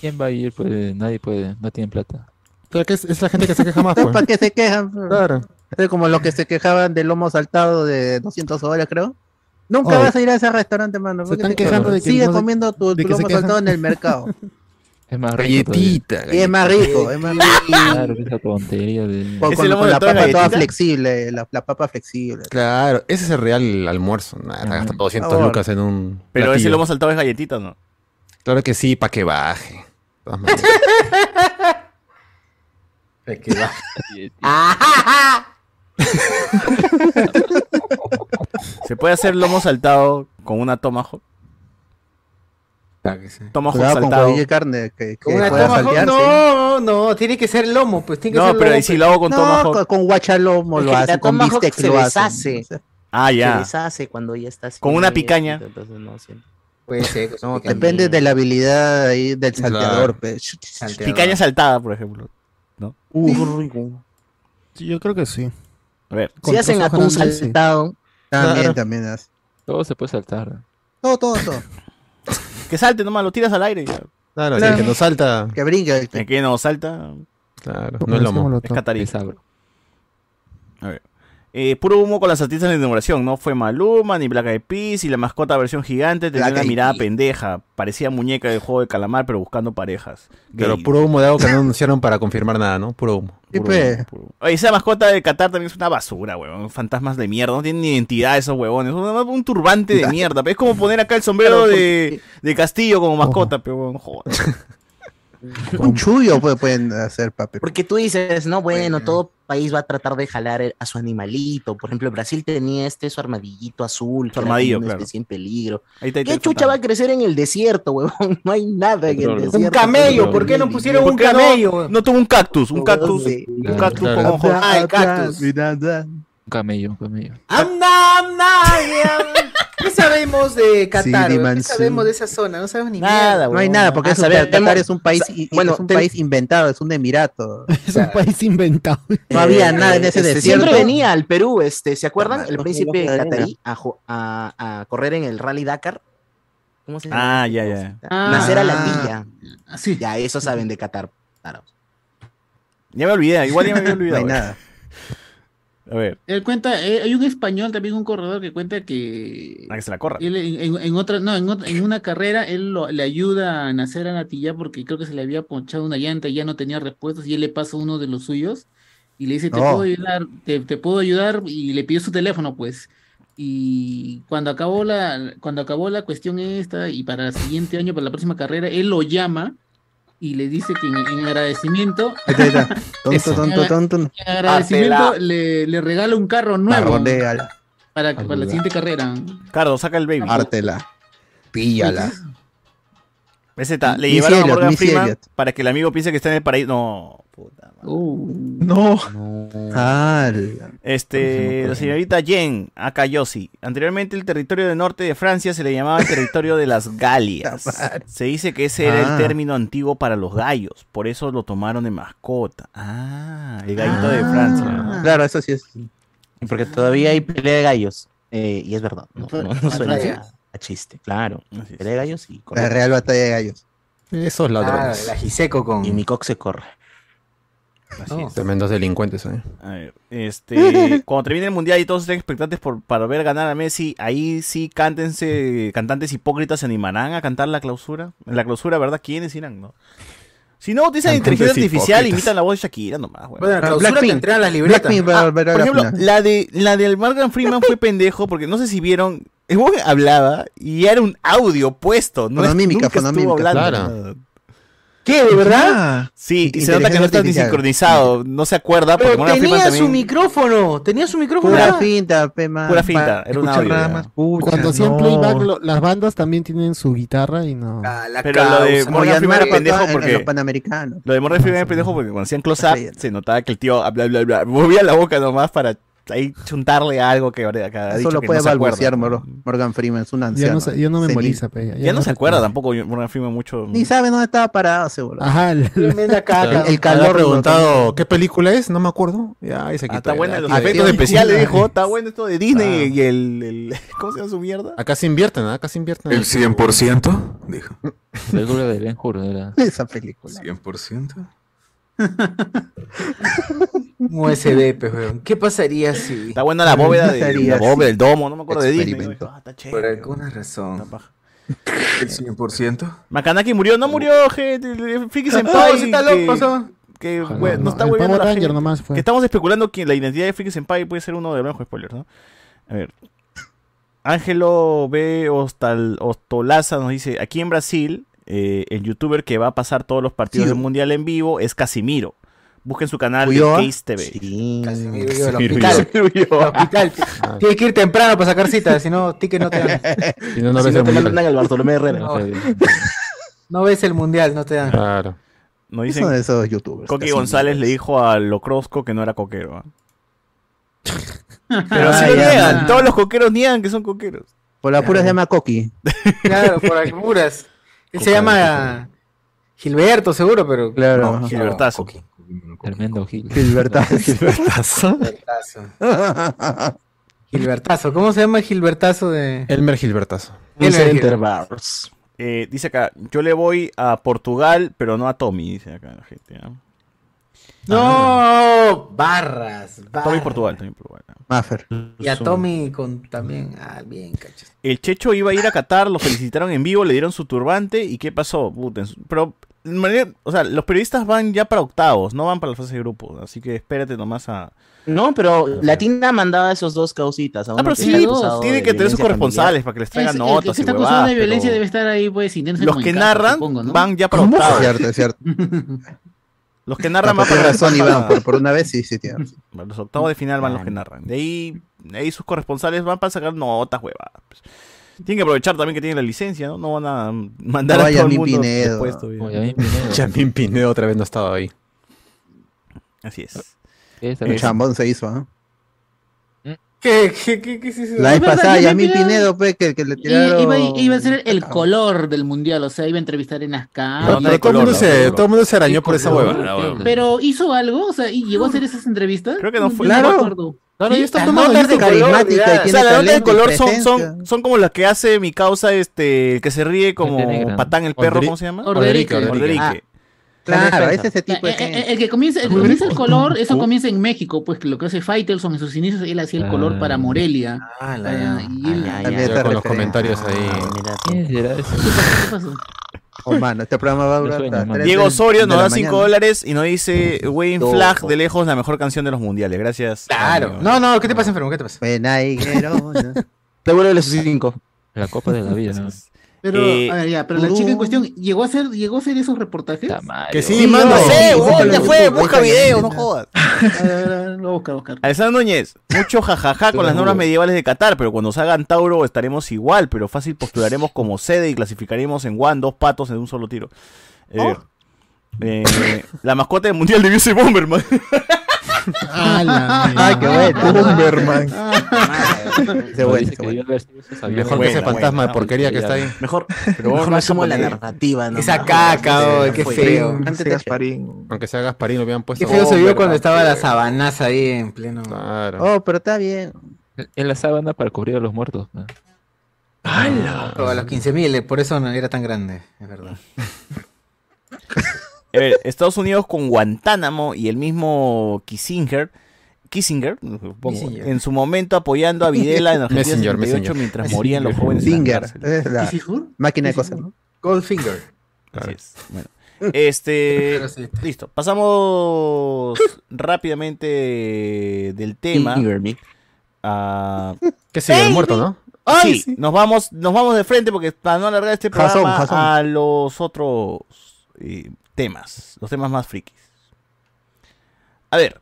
¿Quién va a ir? Pues nadie puede, no tienen plata.
Claro que es, es la gente que se queja más, pues.
¿Para qué se quejan? pe? Es como los que se quejaban del lomo saltado de 200 horas, creo. Nunca
Oye.
vas a ir a ese restaurante, mano.
Se
¿por qué te
están quejando
quejas?
de que
Sigue
no se-
comiendo tu,
de
tu
que se
lomo
quejan.
saltado en el mercado.
Es más rico
Galletita,
todavía.
Y es más rico, es más rico.
Claro, que esa tontería de.
Con, con-
lomo
con la
saltado en
papa toda
galletita?
flexible, la, la papa flexible.
Claro, ese es el real almuerzo. Nada, gastan 200
Ahora.
lucas en un.
Pero ese
platillo.
lo hemos saltado es galletita, ¿no?
Claro que sí, para que baje. De todas maneras.
Ah,
¿Se puede hacer lomo saltado con una tomahawk? Tomahawk
Cuidado con
saltado.
cuadrilla de carne que, que
Una
pueda
tomahawk-
saltearse.
no, no, tiene que ser lomo, pues tiene que
No,
ser
pero
lomo,
ahí sí lo hago con
No,
tomahawk.
con, con guachalomo
Es
lo
que la
hacen, con
tomahawk
bistec
se
lo
deshace.
hacen.
Ah,
Se
ya.
deshace cuando ya estás.
Con una picaña.
Entonces no siempre.
Puede ser. que
No,
sí,
depende
también.
de la habilidad ahí del
Claro.
salteador. pues. pe.
Salteador.
Picaña saltada, por ejemplo. ¿No?
Sí, yo creo que sí.
A ver.
Con
Si hacen
trozos
atún
grandes, sí.
saltado, También,
Claro.
también hace.
Todo se puede saltar.
Todo, todo, todo.
Que salte nomás, lo tiras al aire. y ya.
Claro,
Claro.
el que no salta.
Que brinque. el que-
El que no salta.
Claro, no es lomo.
Es catarí. A ver. Eh, puro humo con las artistas de enumeración. No fue Maluma ni Black Eyed Peas y la mascota versión gigante tenía
Black
una
Eyed
mirada pendeja. Parecía muñeca del juego de calamar, pero buscando parejas.
Pero
Gay.
puro humo de algo que no anunciaron para confirmar nada, ¿no? Puro humo.
Sí,
Puro
pe.
humo.
Oye, esa mascota de Qatar también es una basura, huevón. Fantasmas de mierda. No tienen ni identidad esos huevones. Un, un turbante de mierda. pe. Es como poner acá el sombrero
Claro,
de, de Castillo como mascota, pero huevón, joder.
Un chullo pues, pueden hacer, papi.
Porque tú dices, no, bueno, todo país va a tratar de jalar el- a su animalito. Por ejemplo, Brasil tenía este su armadillito azul, que era
armadillo,
como una
claro.
especie en peligro.
Ahí está, ahí está
¿Qué
el
chucha va a crecer en el desierto, huevón? No hay nada en el
Petróleo.
desierto.
Un camello, ¿por qué no pusieron un
¿Por qué no-
camello?
No tuvo un cactus, un
Ah,
cactus.
Sí.
Un cactus
Claro.
con ojos.
Ah, el cactus.
Un camello, un camello.
Amna, amna, am- ¿Qué sabemos de Qatar?
Sí,
weón? ¿Qué
Mansur.
sabemos de esa zona? No sabemos ni
Nada,
mierda.
No hay
huevón.
nada, porque
Ah,
eso,
sabemos-
Qatar es un país,
sa-
y- y-
bueno,
es un
ten-
país inventado, es un emirato.
Es
Ah.
un país inventado.
No había nada en ese
Este,
desierto.
Siempre venía al Perú, este, ¿se acuerdan?
Toma,
El
los
príncipe
juegos de
catarí
arena.
a, jo- a- a correr en el Rally Dakar. ¿Cómo se llama?
Ah, ya, ya.
Ah.
Nacer a la villa. Ya, eso saben de Qatar. claro.
Ya me olvidé, igual ya me había
No
olvidado.
hay nada.
A ver,
Él cuenta, eh, hay un español también, un corredor que cuenta que
a que se la corra.
él en, en- en otra, no, en, otra- en una carrera él lo- le ayuda a nacer a Natilla porque creo que se le había ponchado una llanta y ya no tenía respuestas y él le pasa uno de los suyos y le dice, te
No.
puedo ayudar, te, te puedo ayudar y le pidió su teléfono pues. Y cuando acabó la, cuando acabó la cuestión esta y para el siguiente año, para la próxima carrera, él lo llama y le dice que en, en agradecimiento,
Ahí está, ahí está. Tonto, tonto, tonto. no.
en agradecimiento
Hazla.
le, le regala un carro
La
nuevo.
rodea,
Para, para la siguiente carrera.
Cardo, saca el baby.
ártela, píllala.
Receta, le
Missy
llevaron a
Elliott,
Morgan
Missy
Freeman
Elliott.
para que el amigo piense que está en el paraíso. No, puta madre.
Uh.
No.
Ala.
Este, la señorita Jen Akayosi. Anteriormente el territorio del norte de Francia se le llamaba el territorio de las Galias. Se dice que ese era
Ah.
el término antiguo para los gallos, por eso lo tomaron de mascota. Ah, el gallito de Francia.
Claro, eso sí es.
Porque todavía hay pelea de gallos. eh, y es verdad, no, no- no suena
Así
a- a chiste, claro. Pelea de gallos y
La Real Batalla de Gallos.
Esos ladrones.
la Giseco con.
Y mi cock se corre.
Así es.
Tremendos delincuentes, ¿eh?
A ver, este, cuando termine el mundial y todos estén expectantes por, para ver ganar a Messi, ahí sí cántense, cantantes hipócritas se animarán a cantar la clausura. En la clausura, ¿verdad? ¿Quiénes irán, no? Si no utilizan
Cantantes
inteligencia artificial,
hipócritas.
imitan la voz de Shakira nomás, güey.
Bueno, la clausura
Blackpink.
tendrán las libretas.
Blackpink va a volver a
Ah, Por
la
ejemplo,
final.
la de la del Morgan Freeman fue pendejo porque no sé si vieron, el güey hablaba y era un audio puesto, no es, nunca
Fonomímica,
estuvo
fonomímica. Ah,
hablando.
Claro.
¿Qué, de
Ah,
verdad?
Sí, y se nota que no está ni
Inteligencia artificial.
sincrado, no se acuerda porque
Pero
Morgan Freeman
tenía su
también...
micrófono, tenía su micrófono.
Pura
¿verdad?
finta, pe, man.
Pura finta, era un
Escucha
audio.
nada
ya.
más.
Cuando hacían
no.
playback, lo- las bandas también tienen su guitarra y no.
Pero lo de
causa.
Morgan
Oye,
Freeman era
Marco,
pendejo
en- en
porque...
los Panamericanos.
Lo de Morgan Freeman era pendejo porque cuando hacían close-up se notaba que el tío ah, bla, bla, bla, movía la boca nomás para ahí chuntarle algo que, ahora- que ha dicho
Solo
que
puede
no se acuerda.
balbucear Mor- Morgan Freeman, es un
Ya
anciano.
no, se- ya no
senil.
memoriza, pe,
Ya no se acuerda tampoco Morgan Freeman mucho.
Ni sabe dónde estaba parado, seguro.
Ah,
Ajá, el,
Tremenda caca.
El calor
preguntado qué película es, no me acuerdo. Ya, ahí se
Ah,
quitó.
está
ya,
bueno
la
los
tía.
efectos
Tío,
especiales,
tío.
dijo. Está bueno esto de
Ah.
Disney y el, el- ¿Cómo se llama su mierda?
Acá se invierten, ¿ah? acá se invierten.
¿El 100%? Dijo.
Película de Ben Hur, era.
Esa película.
¿100%?
Un USB, pues, weón. ¿Qué pasaría si.
Está buena la bóveda, de, la bóveda del domo, no me acuerdo de Disney. Ah,
Experimento.
Por alguna razón. ¿El
pues,
100%?
Makanaki murió, no murió, gente. Friki
No,
Senpai.
sí está
que-
loco, son.
Que, güey, no,
no,
está
el
hueviendo
Power
la
Ranger
gente.
nomás fue.
Que estamos especulando que la identidad de Friki Senpai puede ser uno de los spoilers, ¿no? A ver. Ángelo B. Ostal, Ostolaza nos dice: aquí en Brasil, eh, el youtuber que va a pasar todos los partidos
Sí.
del mundial en vivo es Casimiro. Busquen su canal
Ulloa.
de Case TV.
Casimiro Ulloa, el hospital. El hospital.
Ah,
Tienes que ir temprano para sacar cita, si no, ticket no te dan.
Si no, no
Si
ves
no
el
te
mundial.
mandan al Bartolomé Herrera.
No, está bien.
No ves el mundial, no te dan.
Ah.
Claro.
Nos
¿Qué
dicen,
son esos youtubers?
Coqui
Casimiro.
González le dijo a Locrosco que no era coquero. ¿ah? Pero
Ah,
sí lo
ya,
niegan,
ya.
todos los coqueros niegan que son coqueros.
Por la pura se llama Coqui.
Claro, por algunas. Él se llama Gilberto, seguro, pero.
Claro.
No, Gilbertazo.
Tremendo Gil.
Gilbertazo. Gilbertazo.
Gilbertazo. Gilbertazo. ¿Cómo se llama el Gilbertazo de.?
Elmer Gilbertazo.
Elmer Gil-
Eh, dice acá, yo le voy a Portugal, pero no a Tommy, dice acá la gente. ¿ah?
Ah.
No, barras, barras.
Tommy Portugal, Tommy Portugal. ¿ah?
Maffer.
Y a Tommy con también. Ah, bien, cachas.
El Checho iba a ir a Qatar, lo felicitaron en vivo, le dieron su turbante y ¿qué pasó? Puta, en su- pero, en manera- o sea, los periodistas van ya para octavos, no van para la fase de grupos, así que espérate nomás a...
No, pero Latina mandaba esos dos causitas. a
Ah,
uno
pero
que
sí,
era acusado
tiene
de
que tener sus
violencia
corresponsales para que les
Es- pues, el
traigan
que
notas y
está acusado
huevadas,
de violencia
pero
debe estar ahí, pues, intentándose
Los que
comunicar,
narran
supongo, ¿no?
van ya para
¿Cómo?
octavos.
Cierto, es cierto.
Los que narran van
Tienes
para,
razón,
van
Iván.
para-
Por, por una vez sí, sí, tiene razón.
Para Los octavos de final van los que narran. De ahí, de ahí sus corresponsales van para sacar notas, hueva. Pues, Tienen que aprovechar también que tienen la licencia, ¿no? No van a mandar
No
a
vaya
todo el
mi
mundo
Pinedo.
después todavía.
Oye, a mí Pinedo.
Chamín Pinedo otra vez no estaba ahí.
Así es.
Esa
El
vez.
chambón se hizo, ¿ah?
¿Qué, qué, qué, qué es eso?
La vez
verdad,
pasada,
Yasmín
Yasmín
Pinedo.
Pinedo, pe, que, que le
Y- Iba,
tiraron. Ah,
iba a ser el color del mundial, o sea, iba a entrevistar en las
No,
cámaras.
pero todo, el mundo se, todo el mundo se arañó por esa
color,
hueva.
color.
Pero hizo algo, o sea, y llegó a hacer esas entrevistas.
Creo que no fue-
me
Claro.
acuerdo.
Claro,
Sí,
ya está
Las
tomando
notas de
listo.
carismática y
O
tiene
sea, las notas de
talento y
color son,
presencia.
son, son como las que hace mi causa, este, el que se ríe
Gente negra.
como Patán el perro, ¿cómo se llama? Ah,
Orderique.
Orderique, Orderique.
Orderique.
Claro, ese es ese
O sea,
tipo de
eh, eh,
gente.
el que comienza, el, que comienza el color, eso comienza en México, pues que lo que hace Faitelson en sus inicios, él hacía el color
Ah.
para Morelia.
Ah, la-
Ah, y él-
ah, ya,
También
ya.
está
Con los
referente.
comentarios ahí.
Ah, mira, sí.
¿Quién será ese?
¿Qué pasó?
Oh, mano, este programa va a durar
Yo sueño,
hasta
mano.
tres
Diego
de-
Osorio
de
nos
la
da 5
mañana.
dólares y nos dice Wayne
Todo.
Flag de lejos la mejor canción de los mundiales. Gracias.
Claro.
amigo.
No, no, ¿qué te pasa, enfermo? ¿Qué te pasa?
Penaiguerona.
Devuélvele sus cinco.
La copa de la vida. ¿no?
Pero,
Eh,
a ver, ya, pero la chica en cuestión llegó a hacer, llegó a hacer esos reportajes.
Puta madre.
Que sí,
Sí,
mano.
no sé,
Sí,
huevón,
búscalo
ya
en
fue,
YouTube,
busca
búscalo en
video, no
internet.
jodas.
A ver, a ver, lo voy a buscar, voy a buscar.
Alessandro Núñez, mucho jajaja con las normas medievales de Qatar, pero cuando salgan Tauro estaremos igual, pero fácil postularemos como sede y clasificaremos en WAN dos patos en un solo tiro. Eh, eh, la mascota del mundial debió ser Bomberman.
Ah, la
Ay, qué
eh,
mierda.
bueno.
Ah, Bomberman.
Ese
Pero
bueno,
dice
ese
que
bueno.
debió haber sido esos aviones.
Mejor que
Buena,
ese fantasma
buena.
de porquería que está ahí.
Mejor,
Pero
mejor
no
no hacemos la
como-
narrativa. no
Esa
más.
caca, oh, qué
Fue.
feo.
Antes
Ese
de-
Gasparín.
Aunque sea Gasparín, lo habían puesto.
Qué feo se vio
Bomberman.
cuando estaba la sabanaza ahí en pleno.
Ah,
Claro.
Oh, pero está bien.
En la sábana para cubrir a los muertos. ¿no?
A los 15.000, por eso no era tan grande, es verdad.
A ver, Estados Unidos con Guantánamo y el mismo Kissinger. Kissinger, supongo,
Kissinger.
en su momento apoyando a Videla en Argentina
Messenger,
78
Messenger.
mientras morían los jóvenes en la
Singer.
cárcel.
Es la
¿Kisijur?
máquina de cosas, ¿no?
Goldfinger.
Así es. Bueno. Este,
Pero sí.
listo. Pasamos rápidamente del tema
Finger me.
a
Que sí, el muerto, ¿no?
¡Ay! Nos vamos, nos vamos de frente porque para no alargar este
Jason,
programa
Jason.
a los otros eh, temas, los temas más frikis. A ver,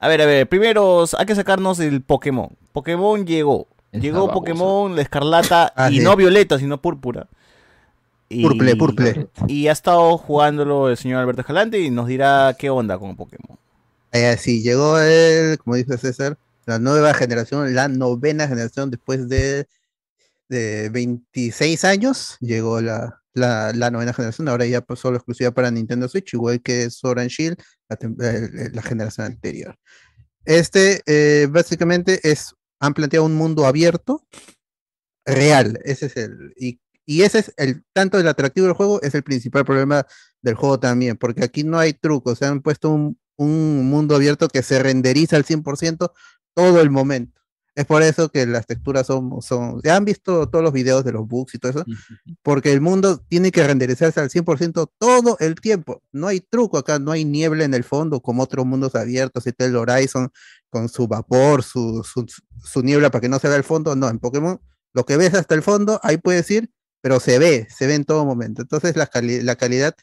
a ver, a ver, primero hay que sacarnos el Pokémon. Pokémon llegó. Llegó
babosa.
Pokémon, la escarlata,
Ah,
y
sí.
no violeta, sino púrpura. Y-
Purple, purple.
Y ha estado jugándolo el señor Alberto Escalante y nos dirá qué onda con Pokémon.
Eh, sí, llegó el, como dice César, la nueva generación, la novena generación después de, de 26 años, llegó la, la, la novena generación, ahora ya pasó la exclusiva para Nintendo Switch, igual que Sword and Shield, la, tem- eh, la generación anterior. Este, eh, básicamente, es, han planteado un mundo abierto, real, ese es el, y, y ese es el, tanto el atractivo del juego, es el principal problema del juego también, porque aquí no hay trucos, se han puesto un, un mundo abierto que se renderiza al 100% todo el momento. Es por eso que las texturas son, son, ya han visto todos los videos de los bugs y todo eso, porque el mundo tiene que renderizarse al 100% todo el tiempo. No hay truco acá, no hay niebla en el fondo como otros mundos abiertos, está el Horizon con su vapor, su, su, su niebla para que no se vea el fondo. No, en Pokémon lo que ves hasta el fondo, ahí puedes ir, pero se ve, se ve en todo momento. Entonces la, cali- la calidad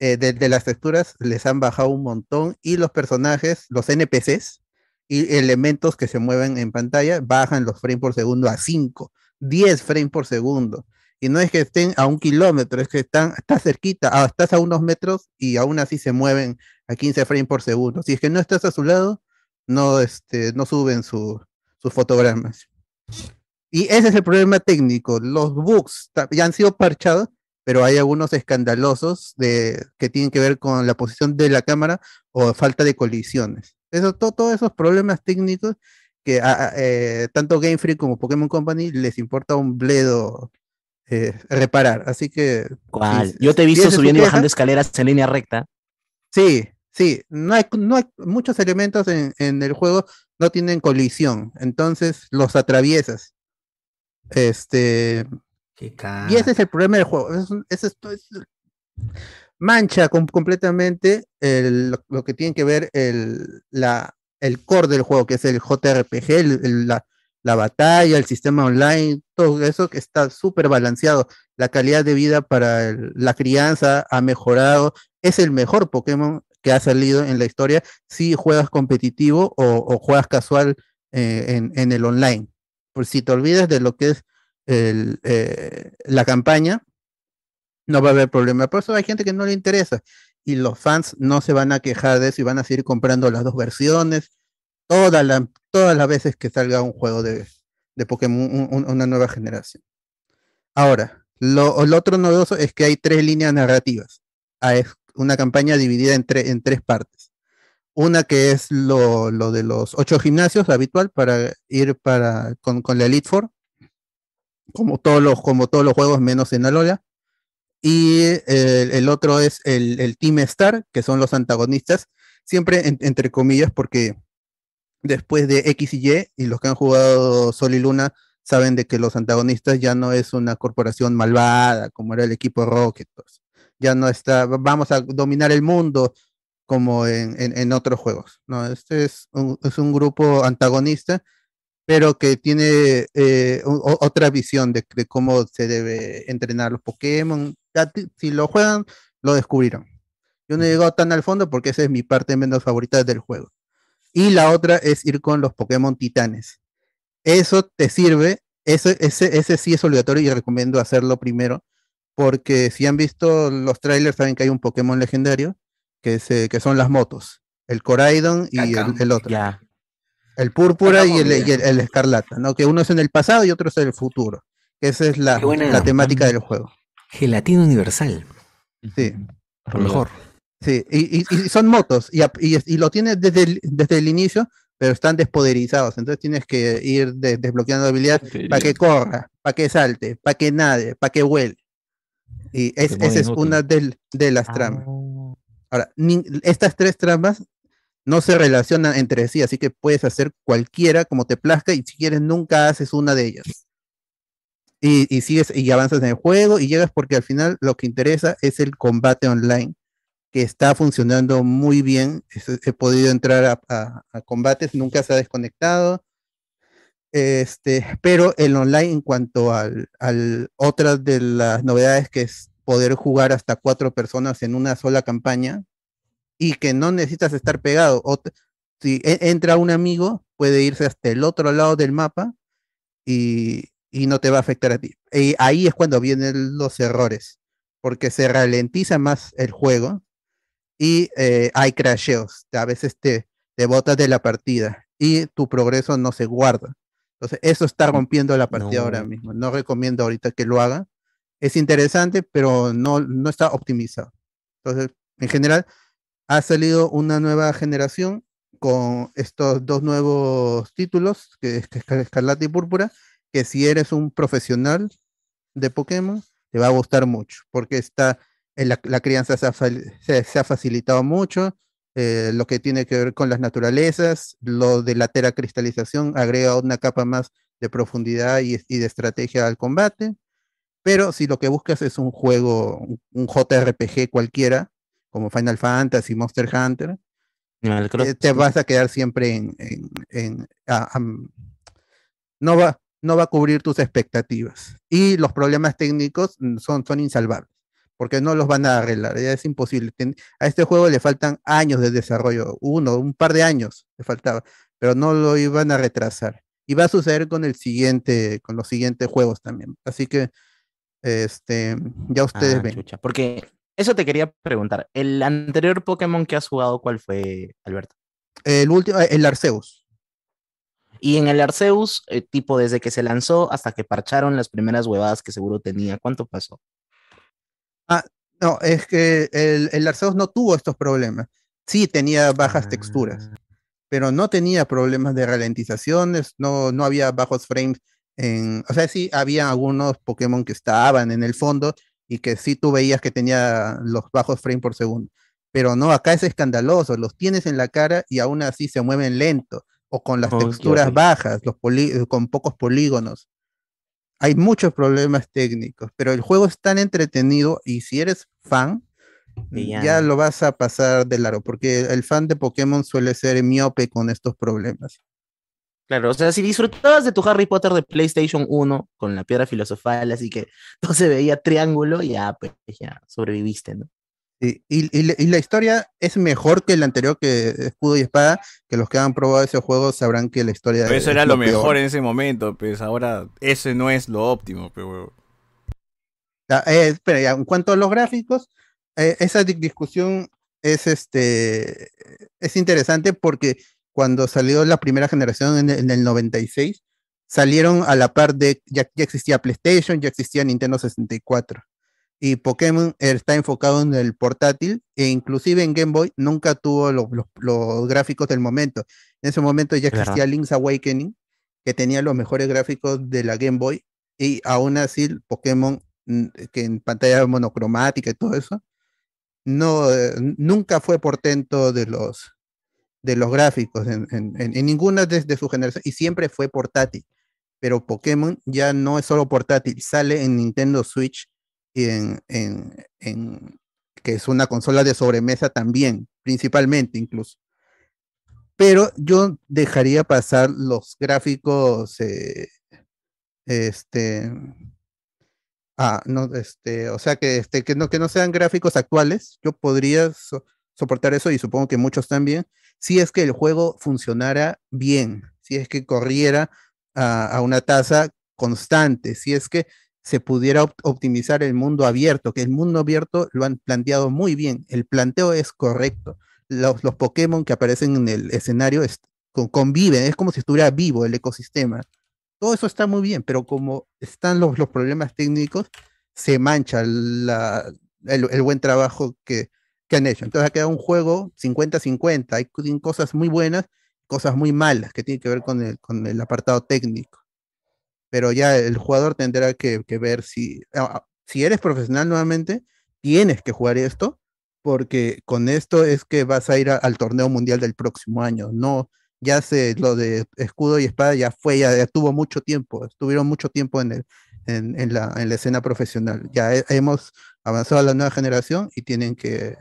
eh, de, de las texturas les han bajado un montón y los personajes, los NPCs y elementos que se mueven en pantalla bajan los frames por segundo a 5, 10 frames por segundo. Y no es que estén a un kilómetro, es que están, está cerquita, ah, estás a unos metros y aún así se mueven a 15 frames por segundo. Si es que no estás a su lado, no, este, no suben su- sus fotogramas. Y ese es el problema técnico. Los bugs ta- ya han sido parchados, pero hay algunos escandalosos de, que tienen que ver con la posición de la cámara o falta de colisiones. Eso, to- todos esos problemas técnicos que a- a- eh, tanto Game Freak como Pokémon Company les importa un bledo eh, reparar. Así que...
¿Cuál?
si-
Yo te he
si
visto
esa es su
subiendo y
queja,
bajando escaleras en línea recta.
Sí, sí, no hay, no hay muchos elementos en, en el juego, no tienen colisión, entonces los atraviesas. Este. Y ese es el problema del juego. es un- ese es- es- mancha com- completamente el- lo, lo que tiene que ver el, la, el core del juego, que es el JRPG, el- el- la, la batalla, el sistema online, todo eso que está súper balanceado. La calidad de vida para el- la crianza ha mejorado. Es el mejor Pokémon que ha salido en la historia si juegas competitivo o, o juegas casual eh, en, en el online. Por si te olvidas de lo que es el, eh, la campaña, no va a haber problema. Por eso hay gente que no le interesa. Y los fans no se van a quejar de eso y van a seguir comprando las dos versiones todas las todas las veces que salga un juego de, de Pokémon, un- un- una nueva generación. Ahora, lo, lo otro novedoso es que hay tres líneas narrativas. Ah, Es una campaña dividida en, tre- en tres partes. Una que es lo, lo de los ocho gimnasios, la habitual, para ir para, con, con la Elite Four como todos los, como todos los juegos, menos en Alola. Y eh, el, el otro es el, el Team Star, que son los antagonistas, siempre en- entre comillas, porque después de X y Y, y los que han jugado Sol y Luna saben de que los antagonistas ya no es una corporación malvada, como era el equipo Rocket. pues. Ya no está, vamos a dominar el mundo como en, en- en otros juegos. No, este es un- es un grupo antagonista pero que tiene eh, o- o- otra visión de, de cómo se debe entrenar los Pokémon. Ya ti- Si lo juegan, lo descubrieron. Yo no he llegado tan al fondo porque esa es mi parte menos favorita del juego. Y la otra es ir con los Pokémon titanes. Eso te sirve, ese, ese, ese sí es obligatorio y recomiendo hacerlo primero, porque si han visto los trailers saben que hay un Pokémon legendario, que, es, eh, que son las motos, el Coraidon y el, el otro. El púrpura y el, y el- el escarlata, ¿no? Que uno es en el pasado y otro es en el futuro. Esa es la,
Qué buena.
la temática del juego.
Gelatina universal.
Sí.
lo mejor.
Sí, y, y- y son motos, y, ap- y, es- y lo tienes desde el, desde el inicio, pero están despoderizados, entonces tienes que ir de- desbloqueando habilidades para que corra, para que salte, para que nade, para que vuele. Y es-
Qué modo
esa es
inútil.
una del- de
Ah.
las tramas.
Ah.
Ahora, nin- estas tres tramas no se relacionan entre sí, así que puedes hacer cualquiera como te plazca y si quieres nunca haces una de ellas. Y, y sigues y avanzas en el juego y llegas porque al final lo que interesa es el combate online que está funcionando muy bien. Es- He podido entrar a, a- a combates, nunca se ha desconectado. Este, pero el online, en cuanto al, al otra de las novedades que es poder jugar hasta cuatro personas en una sola campaña y que no necesitas estar pegado. O te- si e- entra un amigo, puede irse hasta el otro lado del mapa y, y no te va a afectar a ti. Y ahí es cuando vienen los errores, porque se ralentiza más el juego y eh, hay crasheos. A veces te, te botas de la partida y tu progreso no se guarda. Entonces, eso está rompiendo la partida ahora
No.
mismo. No recomiendo ahorita que lo haga. Es interesante, pero no, no está optimizado. Entonces, en general, ha salido una nueva generación con estos dos nuevos títulos, que es que es Escarlata y Púrpura, que si eres un profesional de Pokémon, te va a gustar mucho, porque está, en la, la crianza se ha, fal- se- se ha facilitado mucho, eh, lo que tiene que ver con las naturalezas, lo de la teracristalización agrega una capa más de profundidad y, y de estrategia al combate, pero si lo que buscas es un juego, un- un JRPG cualquiera, como Final Fantasy, Monster Hunter, eh, te vas a quedar siempre en, en- en- a- am- no va no va a cubrir tus expectativas y los problemas técnicos mm, son son insalvables porque no los van a arreglar ya es imposible Ten- a este juego le faltan años de desarrollo uno un par de años le faltaba pero no lo iban a retrasar y va a suceder con el siguiente con los siguientes juegos también así que este ya ustedes
Ah,
ven
chucha, Porque eso te quería preguntar. El anterior Pokémon que has jugado, ¿cuál fue, Alberto?
el último eh, el Arceus
Y en el Arceus, eh, tipo desde que se lanzó hasta que parcharon las primeras huevadas que seguro tenía, ¿cuánto pasó?
Ah, no, es que el, el Arceus no tuvo estos problemas. Sí tenía bajas texturas, pero no tenía problemas de ralentizaciones, no, no había bajos frames. En, o sea, sí había algunos Pokémon que estaban en el fondo y que sí tú veías que tenía los bajos frames por segundo. Pero no, acá es escandaloso, los tienes en la cara y aún así se mueven lento o con las texturas bajas, los poli- eh, con pocos polígonos hay muchos problemas técnicos, pero el juego es tan entretenido y si eres fan,
Mm,
ya.
Mm, ya lo vas a pasar de largo, porque el fan de Pokémon suele ser miope con estos problemas.
Claro, o sea, si disfrutabas de tu Harry Potter de PlayStation 1 con la piedra filosofal, así que todo se veía triángulo, ya, pues ya sobreviviste, ¿no?
Y, y- y la- y la historia es mejor que la anterior, que Escudo y Espada, que los que han probado ese juego sabrán que la historia...
Pero eso
es
era lo
peor.
mejor eh. en ese momento, pues ahora ese no es lo óptimo, pero huevo.
Ah, eh, espera, ya, en cuanto a los gráficos, eh, esa di- discusión es este es interesante porque cuando salió la primera generación en, el- en el 96, salieron a la par de, ya, ya existía PlayStation, ya existía Nintendo 64. Y Pokémon está enfocado en el portátil e inclusive en Game Boy nunca tuvo los, los- los gráficos del momento. En ese momento ya
Es verdad.
existía Link's Awakening, que tenía los mejores gráficos de la Game Boy y aún así Pokémon mm, que en pantalla monocromática y todo eso no eh, nunca fue portento de los de los gráficos en, en- en- en ninguna de, de su generación y siempre fue portátil pero Pokémon ya no es solo portátil sale en Nintendo Switch y en, en- en- que es una consola de sobremesa también principalmente incluso pero yo dejaría pasar los gráficos eh, este ah no este o sea que este que no que no sean gráficos actuales yo podría so- soportar eso y supongo que muchos también si es que el juego funcionara bien si es que corriera a, a una tasa constante si es que se pudiera op- optimizar el mundo abierto que el mundo abierto lo han planteado muy bien el planteo es correcto los, los Pokémon que aparecen en el escenario es- con- conviven es como si estuviera vivo el ecosistema todo eso está muy bien, pero como están los, los problemas técnicos, se mancha la- el, el buen trabajo que, que han hecho. Entonces ha quedado un juego 50-50. Hay cu- cosas muy buenas, cosas muy malas que tienen que ver con el, con el apartado técnico. Pero ya el jugador tendrá que, que ver si, ah, ah, si eres profesional nuevamente, tienes que jugar esto, porque con esto es que vas a ir a- al torneo mundial del próximo año. No, ya se lo de escudo y espada ya fue, ya, ya tuvo mucho tiempo, estuvieron mucho tiempo en, el, en, en la, en la escena profesional. Ya he- hemos avanzado a la nueva generación y tienen que,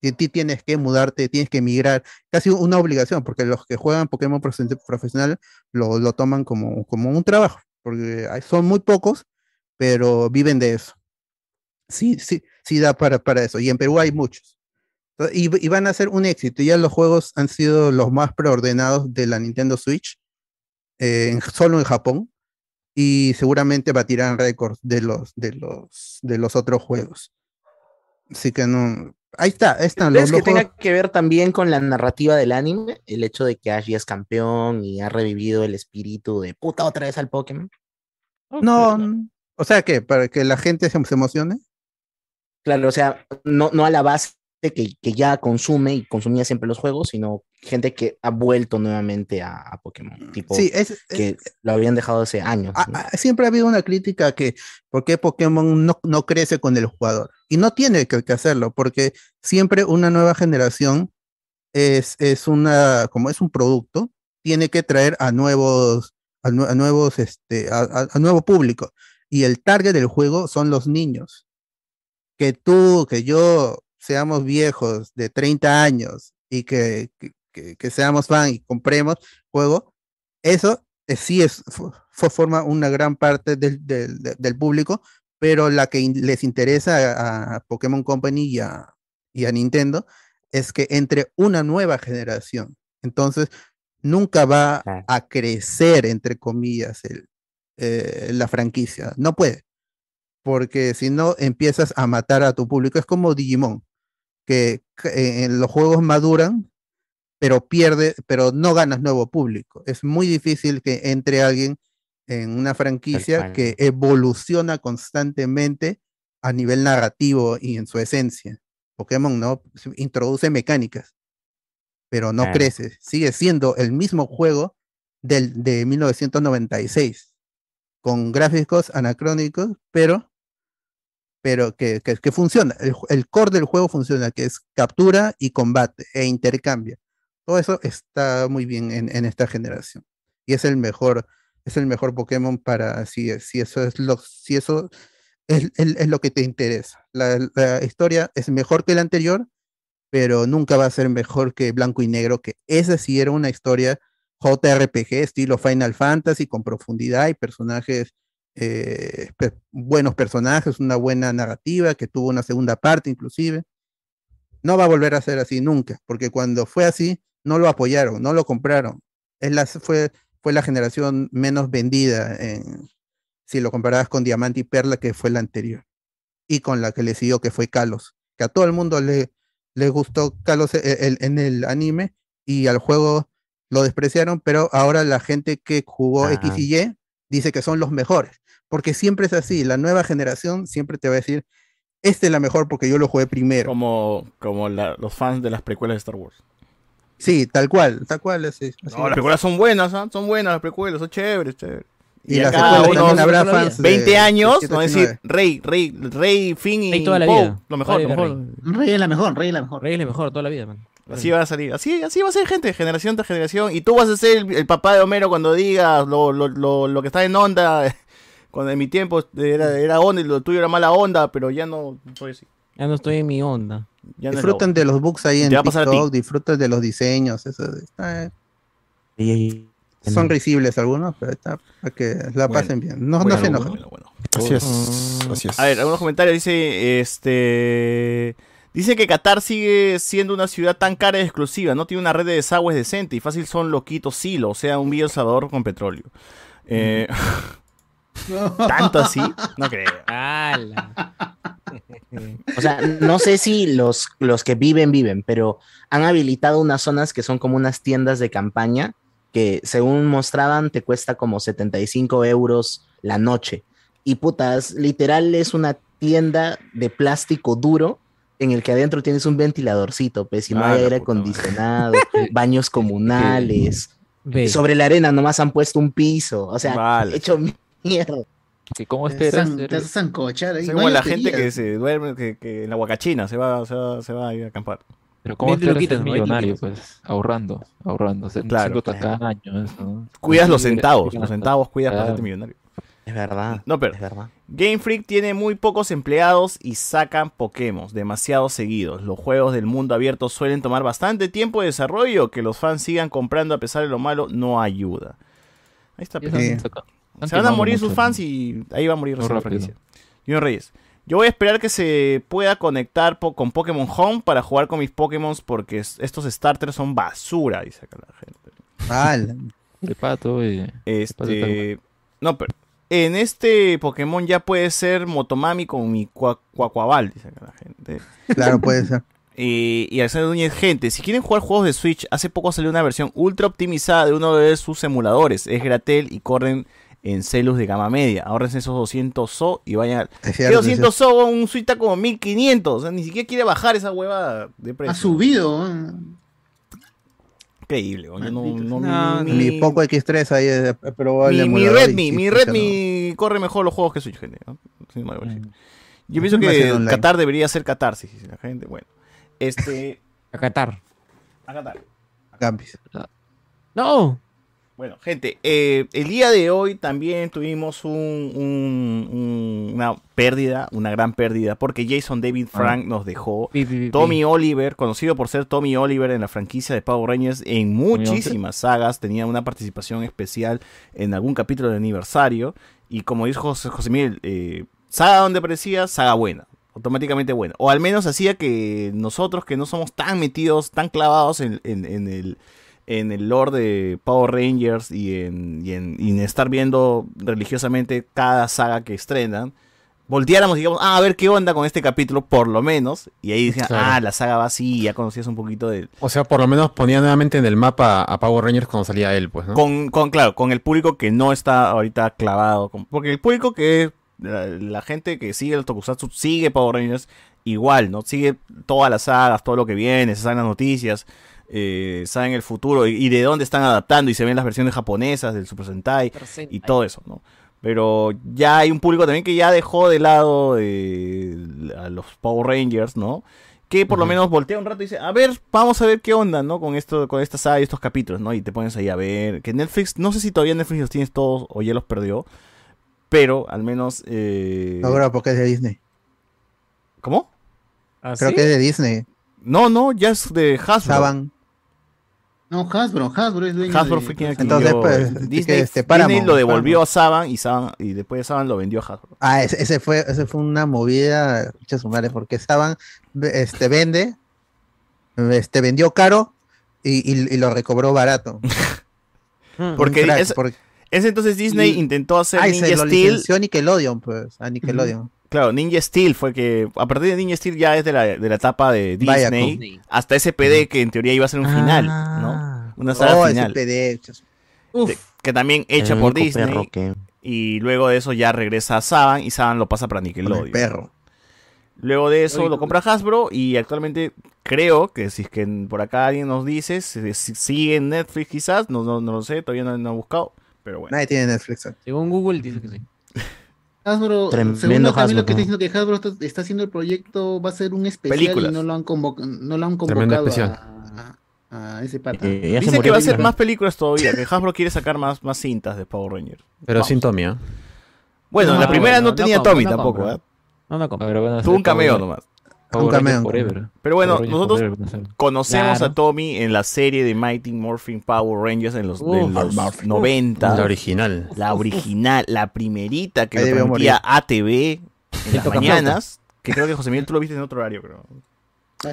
ti- ti tienes que mudarte, tienes que migrar, casi una obligación, porque los que juegan Pokémon profe- profesional lo, lo toman como, como un trabajo, porque hay- son muy pocos, pero viven de eso. Sí, sí, sí da para, para eso. Y en Perú hay muchos. Entonces, Y, y van a ser un éxito. Ya los juegos han sido los más preordenados de la Nintendo Switch, eh, en- solo en Japón. Y seguramente batirán récords de los, de los, de los otros juegos. Así que no. Ahí está, ahí están los,
¿Crees
los
que
juegos.
tenga que ver también con la narrativa del anime? El hecho de que Ash ya es campeón y ha revivido el espíritu de puta otra vez al Pokémon.
No, n- o sea que para que la gente se, se emocione.
Claro, o sea, no, no a la base que, que ya consume y consumía siempre los juegos, sino gente que ha vuelto nuevamente a, a Pokémon. Tipo,
Sí, es-
que lo habían dejado hace años. ¿no?
Ah, Siempre ha habido una crítica que por qué Pokémon no, no crece con el jugador. Y no tiene que, que hacerlo, porque siempre una nueva generación es, es una, como es un producto, tiene que traer a nuevos, a, nue- a nuevos, este, a- a- a nuevo público. Y el target del juego son los niños que tú, que yo seamos viejos de 30 años y que, que- que- que seamos fan y compremos juego, eso eh, sí es, fo- fo- forma una gran parte del, del- de- del público, pero la que in- les interesa a, a Pokémon Company y a, y a Nintendo es que entre una nueva generación. Entonces, nunca va a crecer, entre comillas, el, eh, la franquicia. No puede porque si no empiezas a matar a tu público. Es como Digimon, que eh, en los juegos maduran, pero pierde, pero no ganas nuevo público. Es muy difícil que entre alguien en una franquicia
cual.
que evoluciona constantemente a nivel narrativo y en su esencia. Pokémon no Se introduce mecánicas, pero no
Claro.
crece. Sigue siendo el mismo juego del, de 1996 con gráficos anacrónicos, pero, pero que, que, que funciona. El, ju- el core del juego funciona, que es captura y combate e intercambio. Todo eso está muy bien en, en esta generación. Y es el mejor, es el mejor Pokémon para si, si eso es lo, si eso es, es- es lo que te interesa. La, la historia es mejor que la anterior, pero nunca va a ser mejor que Blanco y Negro, que esa sí era una historia JRPG, estilo Final Fantasy, con profundidad y personajes, eh, pe- buenos personajes, una buena narrativa, que tuvo una segunda parte inclusive. No va a volver a ser así nunca, porque cuando fue así, no lo apoyaron, no lo compraron. Es la, fue, fue la generación menos vendida en- si lo comparabas con Diamante y Perla, que fue la anterior, y con la que le siguió, que fue Kalos, que a todo el mundo le, le gustó Kalos e- el- en el anime y al juego lo despreciaron, pero ahora la gente que jugó X y Y dice que son los mejores, porque siempre es así, la nueva generación siempre te va a decir, este es la mejor porque yo lo jugué primero.
Como, como la- los fans de las precuelas de Star Wars.
Sí, tal cual, tal cual. así- así
No,
es.
las precuelas son buenas, ¿ah? son buenas las precuelas, son chéveres, chéveres.
Y las secuelas también habrá fans de-
20 años,
de
no es decir, Rey, Rey, Rey, Finn y
Rey toda la
Poe,
vida.
lo mejor,
Rey,
lo mejor.
Rey.
Rey es la mejor, Rey es la mejor.
Rey es la mejor toda la vida, man.
Así va a salir, así, así va a ser gente, generación tras generación. Y tú vas a ser el, el papá de Homero cuando digas lo, lo, lo, lo que está en onda. Cuando en mi tiempo era, era onda y lo tuyo era mala onda, pero ya no soy así.
Ya no estoy en mi onda.
Ya no es la
Disfrutan
onda.
de los books ahí en
Te va a pasar a ti.
TikTok, disfrutan de los diseños, eso está- eh, son risibles algunos, pero está para que la
Bueno,
pasen bien. No,
bueno,
no se
bueno,
enojen. Oh.
Así es, así es.
A ver, algunos comentarios dice este dice que Qatar sigue siendo una ciudad tan cara y exclusiva, no tiene una red de desagües decente y fácil son loquitos silo, o sea, un viejo salvador con petróleo. Eh, tanto así, no creo.
O sea, no sé si los, los que viven, viven, pero han habilitado unas zonas que son como unas tiendas de campaña que, según mostraban, te cuesta como 75 euros la noche. Y putas, literal es una tienda de plástico duro en el que adentro tienes un ventiladorcito, pues, y no
Ah,
hay
la
aire acondicionado, baños comunales.
Ve.
Sobre la arena nomás han puesto un piso. O sea,
Vale.
hecho mierda.
Que cómo
esperas?
Te vas a zancochar ahí.
Es
no
como
hay
la gente
batería.
que se duerme, que, que en la huacachina se va, se va, se va a ir a acampar.
Pero ¿cómo
Vete lo
esperas
quitas,
ser
¿no? Vete lo
millonario?
quitas.
Pues ahorrando, ahorrando, ser-
Claro,
siendo
claro.
tacaño, eso, ¿no?
Cuidas los
Sí,
centavos,
sí,
los centavos cuidas para
claro.
hacerte millonario.
Es verdad.
No, pero
Es verdad.
Game Freak tiene muy pocos empleados y sacan Pokémon demasiado seguidos. Los juegos del mundo abierto suelen tomar bastante tiempo de desarrollo. Que los fans sigan comprando a pesar de lo malo no ayuda. Ahí está.
Sí,
pe.
han sacado- han
Se van a
quemado
morir
mucho.
sus fans y ahí va a morir
Muy
recién la
rápido.
franquicia. Junior Reyes. Yo voy a esperar que se pueda conectar po- con Pokémon Home para jugar con mis Pokémon porque es- estos starters son basura, dice acá la gente.
El pato y...
Este, no, pero en este Pokémon ya puede ser Motomami con mi cua- Cuacuabal, dice acá la gente.
Claro, puede ser.
Y, y Alexander Núñez, gente, si quieren jugar juegos de Switch, hace poco salió una versión ultra optimizada de uno de sus emuladores. Es gratel y corren en celus de gama media. Ahorrense esos 200 SO y vayan al... ¿Qué
cierto, es
200 SO? weón? Un Switch está como 1500. O sea, ni siquiera quiere bajar esa hueva de precio.
Ha subido. ¿eh?
Increíble. weón. Yo no- no-
No,
ni-
mi Poco X3 ahí es probable.
mi, mi
emulador y
Redmi,
sí,
mi
pucha,
Redmi corre mejor los juegos que Switch, gente. ¿no? Sin embargo, sí. Yo pienso
Va a ser
que
online.
Qatar debería ser catarsis, dice la gente. Bueno, este.
A Qatar.
A Qatar.
no. Gambis.
No.
Bueno, gente, eh, el día de hoy también tuvimos un- un- un- una pérdida, una gran pérdida, porque Jason David Frank nos dejó. Tommy Oliver, conocido por ser Tommy Oliver en la franquicia de Power Rangers, en muchísimas sagas, tenía una participación especial en algún capítulo de aniversario. Y como dijo José, José Miguel, eh, saga donde aparecía, saga buena, automáticamente buena. O al menos hacía que nosotros que no somos tan metidos, tan clavados en, en- en el en el lore de Power Rangers y en, y en- y en estar viendo religiosamente cada saga que estrenan, volteáramos y digamos, ah, a ver qué onda con este capítulo, por lo menos. Y ahí decían,
Claro.
ah, la saga va así, ya conocías un poquito de...
O sea, por lo menos ponía nuevamente en el mapa a Power Rangers cuando salía él, pues, ¿no?
Con, con, claro, con el público que no está ahorita clavado. con- porque el público que... La, la gente que sigue el Tokusatsu sigue Power Rangers igual, ¿no? Sigue todas las sagas, todo lo que viene, se saben las noticias, eh, saben el futuro y, y de dónde están adaptando y se ven las versiones japonesas del Super Sentai y todo eso, ¿no? Pero ya hay un público también que ya dejó de lado eh, a los Power Rangers, ¿no? Que por lo menos voltea un rato y dice, a ver, vamos a ver qué onda, ¿no? Con esto, con esta saga y estos capítulos, ¿no? Y te pones ahí a ver. Que Netflix, no sé si todavía Netflix los tienes todos o ya los perdió. Pero al menos. eh,
No, creo porque es de Disney.
¿Cómo?
Ah,
¿Ah,
Creo que es de Disney.
No, no, ya es de Hasbro.
Saban.
No, Hasbro, Hasbro es dueño
Hasbro
de-
fue quien adquirió.
Entonces, pues,
Disney,
que este, Paramount,
Disney lo devolvió a Saban y, Saban y después Saban lo vendió a Hasbro.
Ah, ese, ese fue, ese fue una movida, muchas su madre, porque Saban ve- este, vende, este, vendió caro y, y- y lo recobró barato. Un
Porque
crack,
es-
porque-
Es entonces Disney
Y-
intentó hacer
Ay,
Ninja
se lo
Steel.
licenció Nickelodeon, pues, a Nickelodeon.
Claro, Ninja Steel fue que. A partir de Ninja Steel ya es de la, de la etapa de
Vaya,
Disney. Hasta SPD, que en teoría iba a ser un final, ¿no?
Ah.
Una saga
Oh,
final.
SPD, chas-
de- que también hecha
El
por
único
Disney.
perro
que-
Y luego de eso ya regresa a Saban y Saban lo pasa para Nickelodeon.
perro.
Luego de eso lo compra Hasbro y actualmente creo que si es que por acá alguien nos dice, si- si sigue en Netflix quizás, no, no, no lo sé, todavía no, no he buscado, pero bueno.
Nadie tiene Netflix.
Según Google dice que sí.
Hasbro,
Tremendo
según lo- también lo
Hasbro.
que está diciendo que Hasbro está, está haciendo el proyecto, va a ser un especial
Películas.
y no lo han, convoc- no lo han
Tremendo
convocado
especial.
a, a- a ese pata.
Dicen que va a ser más películas todavía, que Hasbro quiere sacar más, más cintas de Power Rangers.
Pero
Vamos.
sin Tommy, ¿eh?
Bueno,
No,
la primera no,
bueno, no
tenía
compro,
Tommy
no
tampoco,
compro.
¿eh?
No, no compro.
Tuvo un cameo nomás.
Un cameo. Forever.
Pero bueno,
Power Rangers
nosotros
Forever, no sé.
conocemos
Claro.
a Tommy en la serie de Mighty Morphin Power Rangers en los, de
Uf.
los
Morphin.
90.
La original.
La original, la primerita que
Ahí
lo
debió
transmitía ATV en las
tocaflauta.
mañanas. Que creo que José Miguel tú lo viste en otro horario, creo.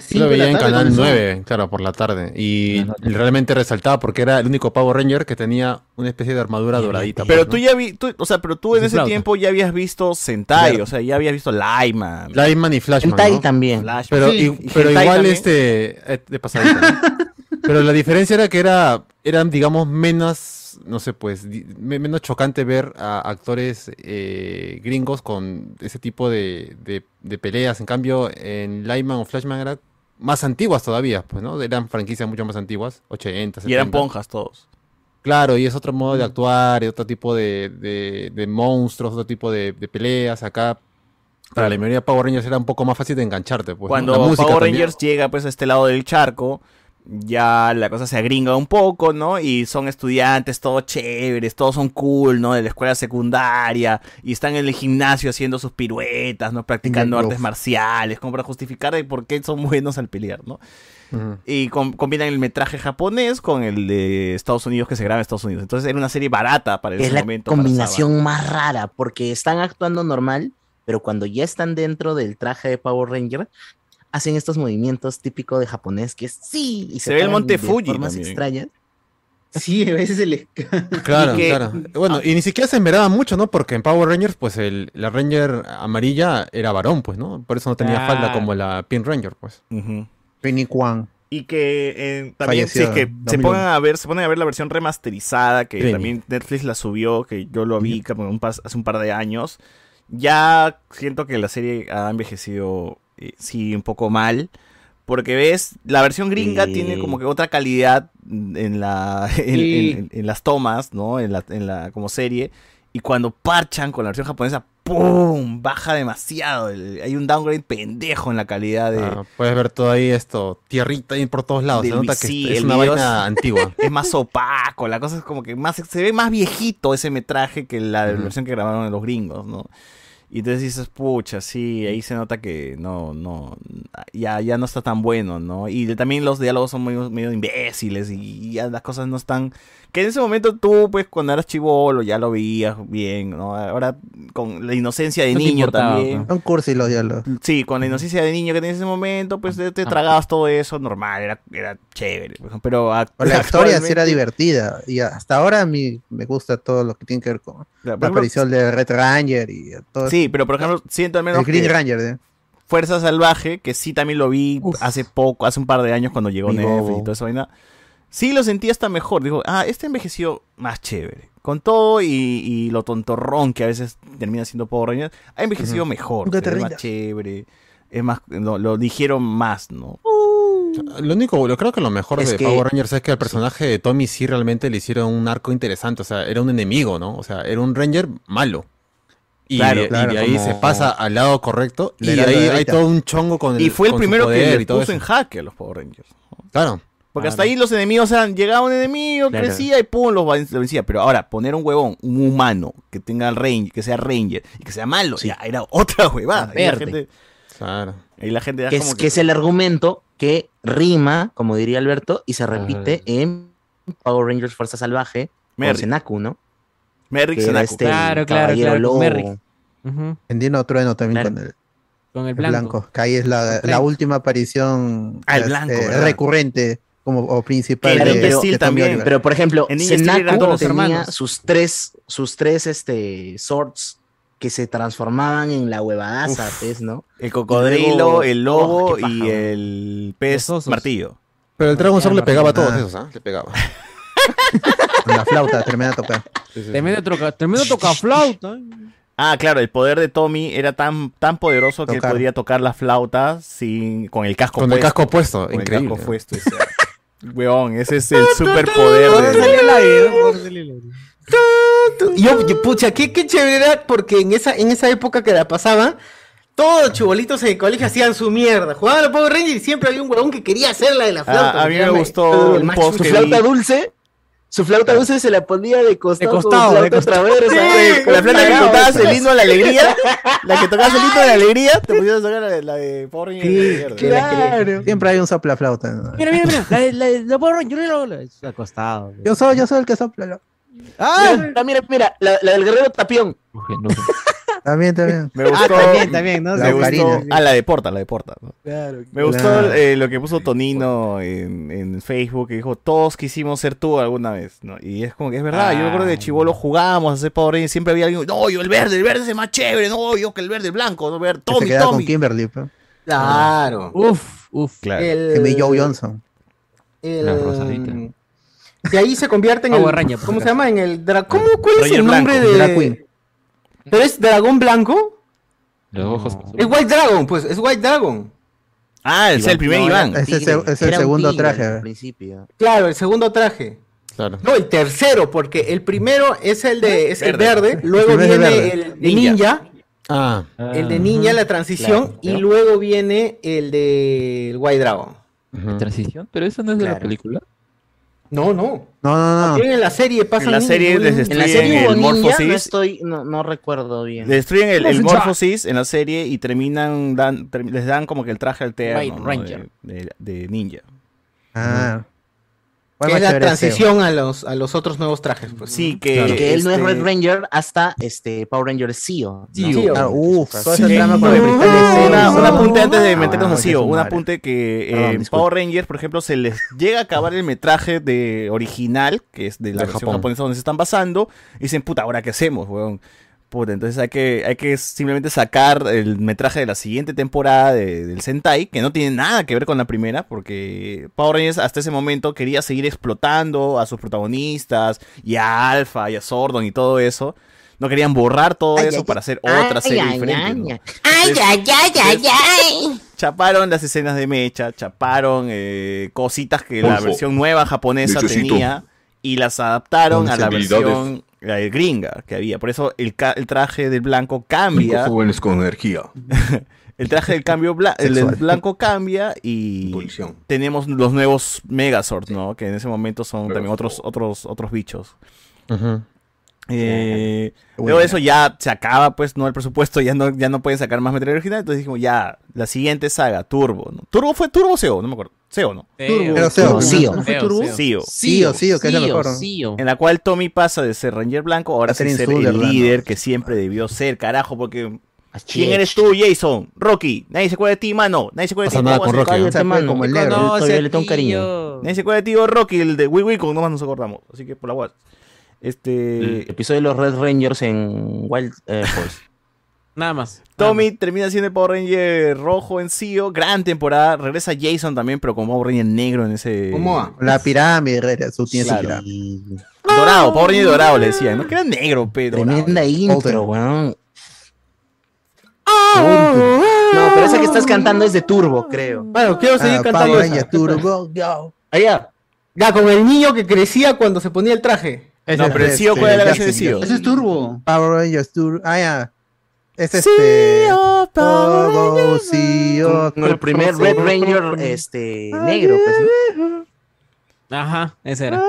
Yo lo veía en Canal 9, claro, por la tarde. Y realmente resaltaba porque era el único Power Ranger que tenía una especie de armadura doradita.
Pero
pues,
tú
¿no?
ya vi, tú- o sea, pero tú en
Sí,
ese
flauta.
tiempo ya habías visto Sentai,
Claro.
o sea, ya habías visto Lightman.
Lightman y Flashman.
Hentai
¿no?
también. Flashman.
Pero,
Sí,
y-
y
pero
hentai
igual
también.
este. eh, De pasadita. ¿no? pero la diferencia era que era, eran, digamos, menos. No sé, pues. di- me- menos chocante ver a actores eh, gringos con ese tipo de, de- de peleas. En cambio, en Lightman o Flashman eran más antiguas todavía, pues, ¿no? Eran franquicias mucho más antiguas, 80, 70.
Y eran ponjas todos.
Claro, y es otro modo
Mm.
de actuar, y otro tipo de, de- de monstruos, otro tipo de, de peleas. Acá, para la mayoría de Power Rangers era un poco más fácil de engancharte. Pues, ¿no?
Cuando
La música
Power
también.
Rangers llega pues a este lado del charco, ya la cosa se agringa un poco, ¿no? Y son estudiantes, todos chéveres, todos son cool, ¿no? De la escuela secundaria, y están en el gimnasio haciendo sus piruetas, ¿no? Practicando
Groove.
artes marciales, como para justificar de por qué son buenos al pelear, ¿no? Y com- combinan el metraje japonés con el de Estados Unidos que se graba en Estados Unidos. Entonces era una serie barata para
es
ese
la
momento. para Saba.
combinación más rara, porque están actuando normal pero cuando ya están dentro del traje de Power Ranger, hacen estos movimientos típicos de japonés que es sí, y
Se ve el
paran
monte
de
Fuji
formas
también.
extrañas. Sí, a veces se les
Claro,
Y que-
claro.
ah,
Bueno, y ni siquiera se enveraba mucho, ¿no? Porque en Power Rangers, pues el, la Ranger amarilla era varón, pues, ¿no? Por eso no tenía
Claro.
falda como la Pink Ranger, pues.
Penny Kwan.
Y que eh, también
Falleció
si es que
en
se
2001.
pongan a ver, se ponen a ver la versión remasterizada, que
Premium.
también Netflix la subió, que yo lo vi como un par- hace un par de años. Ya siento que la serie ha envejecido eh, sí un poco mal. Porque ves, la versión gringa
Sí.
tiene como que otra calidad en la. en,
Sí.
en- en las tomas, ¿no? En la, en la como serie. Y cuando parchan con la versión japonesa, ¡pum! baja demasiado. El- hay un downgrade pendejo en la calidad de,
Ah, puedes ver todo ahí esto, tierrita ahí por todos lados. Se
del
nota que
VC,
es- es
el
una
video
vaina antigua.
Es más opaco, la cosa es como que más se ve más viejito ese metraje que la versión que grabaron los gringos, ¿no? Y entonces dices, pucha, sí, ahí se nota que no, no, ya, ya no está tan bueno, ¿no? Y de- también los diálogos son muy, medio imbéciles y, y ya las cosas no están... Que en ese momento tú, pues, cuando eras chivolo ya lo veías bien, ¿no? Ahora, con la inocencia de
No te
niño
importaba,
también...
¿no? Son cursi los diálogos.
Sí, con la inocencia de niño que tenías en ese momento, pues te, te
Ah.
tragabas todo eso, normal, era, era chévere. pues, Pero act-
O la historia sí era
actualmente-
divertida. Y hasta ahora a mí me gusta todo lo que tiene que ver con
Claro, por
la
ejemplo-
aparición de Red Ranger y todo.
Sí, pero por ejemplo, siento al menos.
El Green
que
Ranger, ¿eh?
Fuerza Salvaje, que sí también lo vi hace poco, hace un par de años cuando llegó
Mi
Netflix y
bobo.
toda esa vaina. Sí lo sentí hasta mejor. Digo, ah, este envejeció más chévere. Con todo y, y lo tontorrón que a veces termina siendo Power Rangers, ha envejecido
Ujú.
mejor.
Nunca
se
te
ve más
rindas.
chévere. Es más, lo, lo dijeron más, ¿no?
Lo único, lo creo que lo mejor
Es
de
que-
Power Rangers es que al personaje de Tommy sí realmente le hicieron un arco interesante. O sea, era un enemigo, ¿no? O sea, era un Ranger malo. Y,
Claro,
de, y
claro,
de ahí
como-
se pasa al lado correcto. Y
Le da
de
la
ahí hay
derecha.
todo un chongo con el
y fue el
con su
primero que
poder
le
y todo
puso en
eso.
jaque a los Power Rangers.
Claro.
Ah,
Porque hasta ahí los enemigos eran, llegaba un enemigo,
Claro.
crecía y pum, los ven- los vencía. Pero ahora, poner un huevón, un humano, que tenga el range, que sea ranger, y que sea malo, ya era otra huevada. Ahí la
Verde.
gente, ahí la gente ya
que
como
es,
que-
que es el argumento que rima, como diría Alberto, y se repite en Power Rangers Fuerza Salvaje
Merrick.
con Senaku, ¿no?
Merrick
Que era
Senaku.
este
Claro, claro,
caballero
claro,
lobo.
Merrick.
En Dino Trueno también
Claro.
con el,
Con
el blanco. Que ahí es la, la
blanco.
última aparición
Ah, el
eh,
blanco, ¿verdad?
recurrente como, o principal.
Claro,
de-
pero,
de Tommy Oliver.
pero, por ejemplo,
En Ninja Steel eran
Senaku
todos
tenía
hermanos.
sus tres, sus tres este, swords que se transformaban en la huevadaza,
Uf.
pues, ¿no?
El
Y
cocodrilo,
luego-
el
Oh,
lobo
qué paja,
y el pez martillo.
Pero el Dragon Soul le pegaba a todos
Ah.
esos, ¿ah? Le pegaba.
Con la flauta, tremenda tocar.
Tremendo, troca, tremendo tocaflauta.
Ah, claro, el poder de Tommy era tan, tan poderoso que él
Tocar.
podría tocar la flauta sin, con el casco
Con el
puesto.
casco puesto,
Con el
increíble.
casco puesto, ese. Weón, ese es el superpoder de...
Tu- Yo, yo, pucha, qué, qué chévere porque en esa, en esa época que la pasaba, todos los chubolitos en el colegio hacían su mierda. Jugaban a Power Rangers y siempre había un huevón que quería hacer la de la flauta.
Ah, a mí
que
me
era
gustó
el
un
más
post
chulo.
que
Su
vi.
flauta dulce, su flauta dulce se la ponía de costado,
De
como
costado,
flauta
de costado.
traversa.
Sí, con la flauta que
Cagado,
tocabas
pues.
el himno a la alegría, la que tocabas el himno de la alegría, te pusieron tocar la de, la de Power Rangers de mierda.
Siempre hay un soplaflauta. ¿no?
Mira, mira, mira. La, la, la Power Ranger, yo la- la- acostado.
Yo soy, yo soy el que sopla. ¿no?
¡Ah!
Mira, mira, mira, la, la del guerrero tapión.
También, también.
Me gustó,
también, también, ¿no?
me
La
gustó,
ocarina.
ah, la de Porta, la de Porta. ¿no? Me gustó
Claro.
eh, lo que puso Tonino en, en Facebook, que dijo, todos quisimos ser tú alguna vez, ¿no? Y es como que es verdad, yo me acuerdo que de Chivolo jugábamos a hacer Power Rangers, siempre había alguien, no, yo el verde, el verde es el más chévere, no, yo que el verde, el blanco, no, ver,
Que se
Tommy,
queda con
Tommy.
Kimberly. pe.
Claro. Uf, uf.
Claro.
El-
Que me Joe Johnson.
el- De ahí se convierte en
Power
el.
Ranger, por
¿Cómo
si
se llama? En el. dra- ¿Cómo, ¿Cuál es
Ranger
el nombre
blanco, drag
de.? ¿Pero es dragón blanco? Es White Dragon, pues, es White Dragon.
Ah, es el primer
no,
Iván.
era-
Ese es el- es el
Era un
segundo
tigre al
traje. ¿eh?
principio.
Claro, el segundo traje.
Claro.
No, el tercero, porque el primero es el de es
Verde.
el verde, luego
El
viene
primero es
el
verde.
de ninja,
Ah.
el de ninja la transición,
Claro, claro.
y luego viene el de el White Dragon.
Transición, pero eso no es de la película.
No, no.
No, no,
También en la serie pasa
En la serie les
En la
destruyen
serie
el
Bonilla, no
Morphosis.
estoy, no, no recuerdo bien.
Le destruyen el, el
Morphosis.
Morphosis en la serie y terminan dan- ter- les dan como que el traje alterno
White
¿no?
Ranger.
De, de- de ninja.
Ah.
Que es la transición a los, a los otros nuevos trajes. Pues.
Sí,
Y que él no es Red Ranger hasta este Power Ranger Zio.
Zio.
Ah,
Uf,
toda
sí.
esa trama con el cristal de
una,
Zeus.
un apunte antes de
Ah,
meternos
bueno,
así,
que su
un
madre.
apunte que eh,
Perdón,
en
disculpa.
Power Rangers, por ejemplo, se les llega a acabar el metraje de original, que es de la
De
versión
Japón.
japonesa donde se están basando, y dicen, puta, ¿ahora qué hacemos, weón? Puta, entonces hay que, hay que simplemente sacar el metraje de la siguiente temporada de- del Sentai, que no tiene nada que ver con la primera, porque Power Rangers hasta ese momento quería seguir explotando a sus protagonistas, y a Alpha, y a Sordon, y todo eso. No querían borrar todo eso para hacer otra serie diferente. ¿no?
Ay, ay, ay, ay, ay.
Chaparon las escenas de mecha, chaparon eh, cositas que la
Ojo,
versión nueva japonesa
necesito
tenía y las adaptaron a la
sensibilidades.
versión la de gringa que había. Por eso el, ca- el traje del blanco cambia.
Cinco jóvenes con energía.
El traje del cambio bla- el del
Sexual.
blanco cambia y tenemos los nuevos Megazord, ¿no? Que en ese momento son también
oh.
otros, otros, otros bichos. Eh, luego de eso ya se acaba, pues, no el presupuesto, ya no, ya no pueden sacar más material original. Entonces dijimos, ya, la siguiente saga, Turbo. ¿no? ¿Turbo fue Turbo o CEO? No me acuerdo. CEO, ¿no?
Seo. Turbo. Pero Seo, ¿no? ¿No fue Seo, Turbo? Seo.
CEO.
Seo, Seo, que es la Seo, mejor, ¿no? Seo.
En la cual Tommy pasa de ser Ranger Blanco ahora
A ser
sí ser
Insular,
el
¿no?
líder que siempre debió ser, carajo, porque. ¿Quién
es.
eres tú, Jason? Rocky. Nadie se acuerda de ti, mano. Nadie se acuerda de ti.
Pasa nada
¿Cómo
con
vas a-
Rocky, ¿no?
cállate,
Se fue
mano?
como el negro.
Conoce
Todavía le tengo
a
un cariño.
tío. Nadie se acuerda de ti, oh, Rocky, el de Wii Wii, no más nos acordamos. Así que por la web. Este.
El episodio de los Red Rangers en Wild eh, Force.
Nada más.
Tommy termina siendo el Power Ranger rojo en CEO, gran temporada. Regresa Jason también, pero como Power Ranger negro en ese.
¿Cómo? La pirámide, Herrera, su tiene su
Claro.
pirámide.
Dorado, Power Ranger dorado le decían, ¿no? Que era negro, pero.
Tremenda intro, weón. No, pero esa que estás cantando es de Turbo, creo.
Bueno, quiero seguir
Ah,
cantando.
Power
esa.
Ranger Turbo, yo.
Allá. Ya, con el niño que crecía cuando se ponía el traje.
No, pero el CEO, ¿cuál era la canción de CEO?
es Turbo.
Power Rangers Turbo. Ah, ya. Es este. Turbo, sí, oh,
Con el primer Red Ranger este, negro, pues, ¿no?
Ajá, esa era.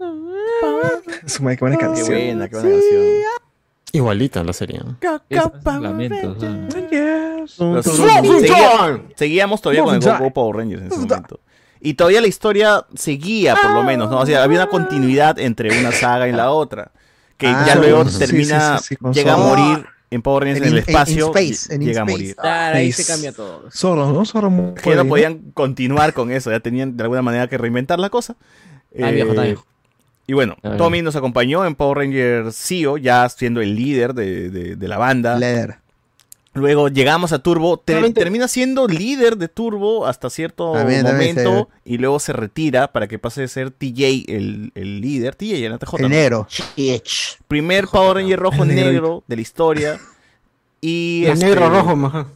Ah,
Su madre, qué
Ah,
buena canción.
Qué buena, qué buena canción.
Igualita la serie. ¿no?
Pero
Turbo.
sí,
Turbo.
seguía- seguíamos todavía con el
Turbo.
Go Go Power Rangers en ese momento. Y todavía la historia seguía, por lo menos, ¿no? O sea, había una continuidad entre una saga y la otra. Que
Ah,
ya luego
sí, sí,
termina,
sí, sí, con
llega a
Zorro.
morir en Power Rangers en,
En-
el
en- en
espacio.
space, en
llega a
space.
morir.
Claro, Ah, ahí se cambia todo.
Solo, ¿no? Solo mu-
Que
puede,
no
¿no?
podían continuar con eso, ya tenían de alguna manera que reinventar la cosa. Eh,
Ah, viejo, está viejo.
Y bueno,
Ah,
Tommy nos acompañó en Power Rangers CEO, ya siendo el líder de, de- de la banda. Luego llegamos a Turbo, te- termina siendo líder de Turbo hasta cierto
También, también
momento
se-
y luego se retira para que pase de ser TJ el, el líder. TJ era TJ. ¿no?
El negro.
Primer Power Ranger rojo
El negro.
negro de la historia. Y
El
este-
negro rojo, maja.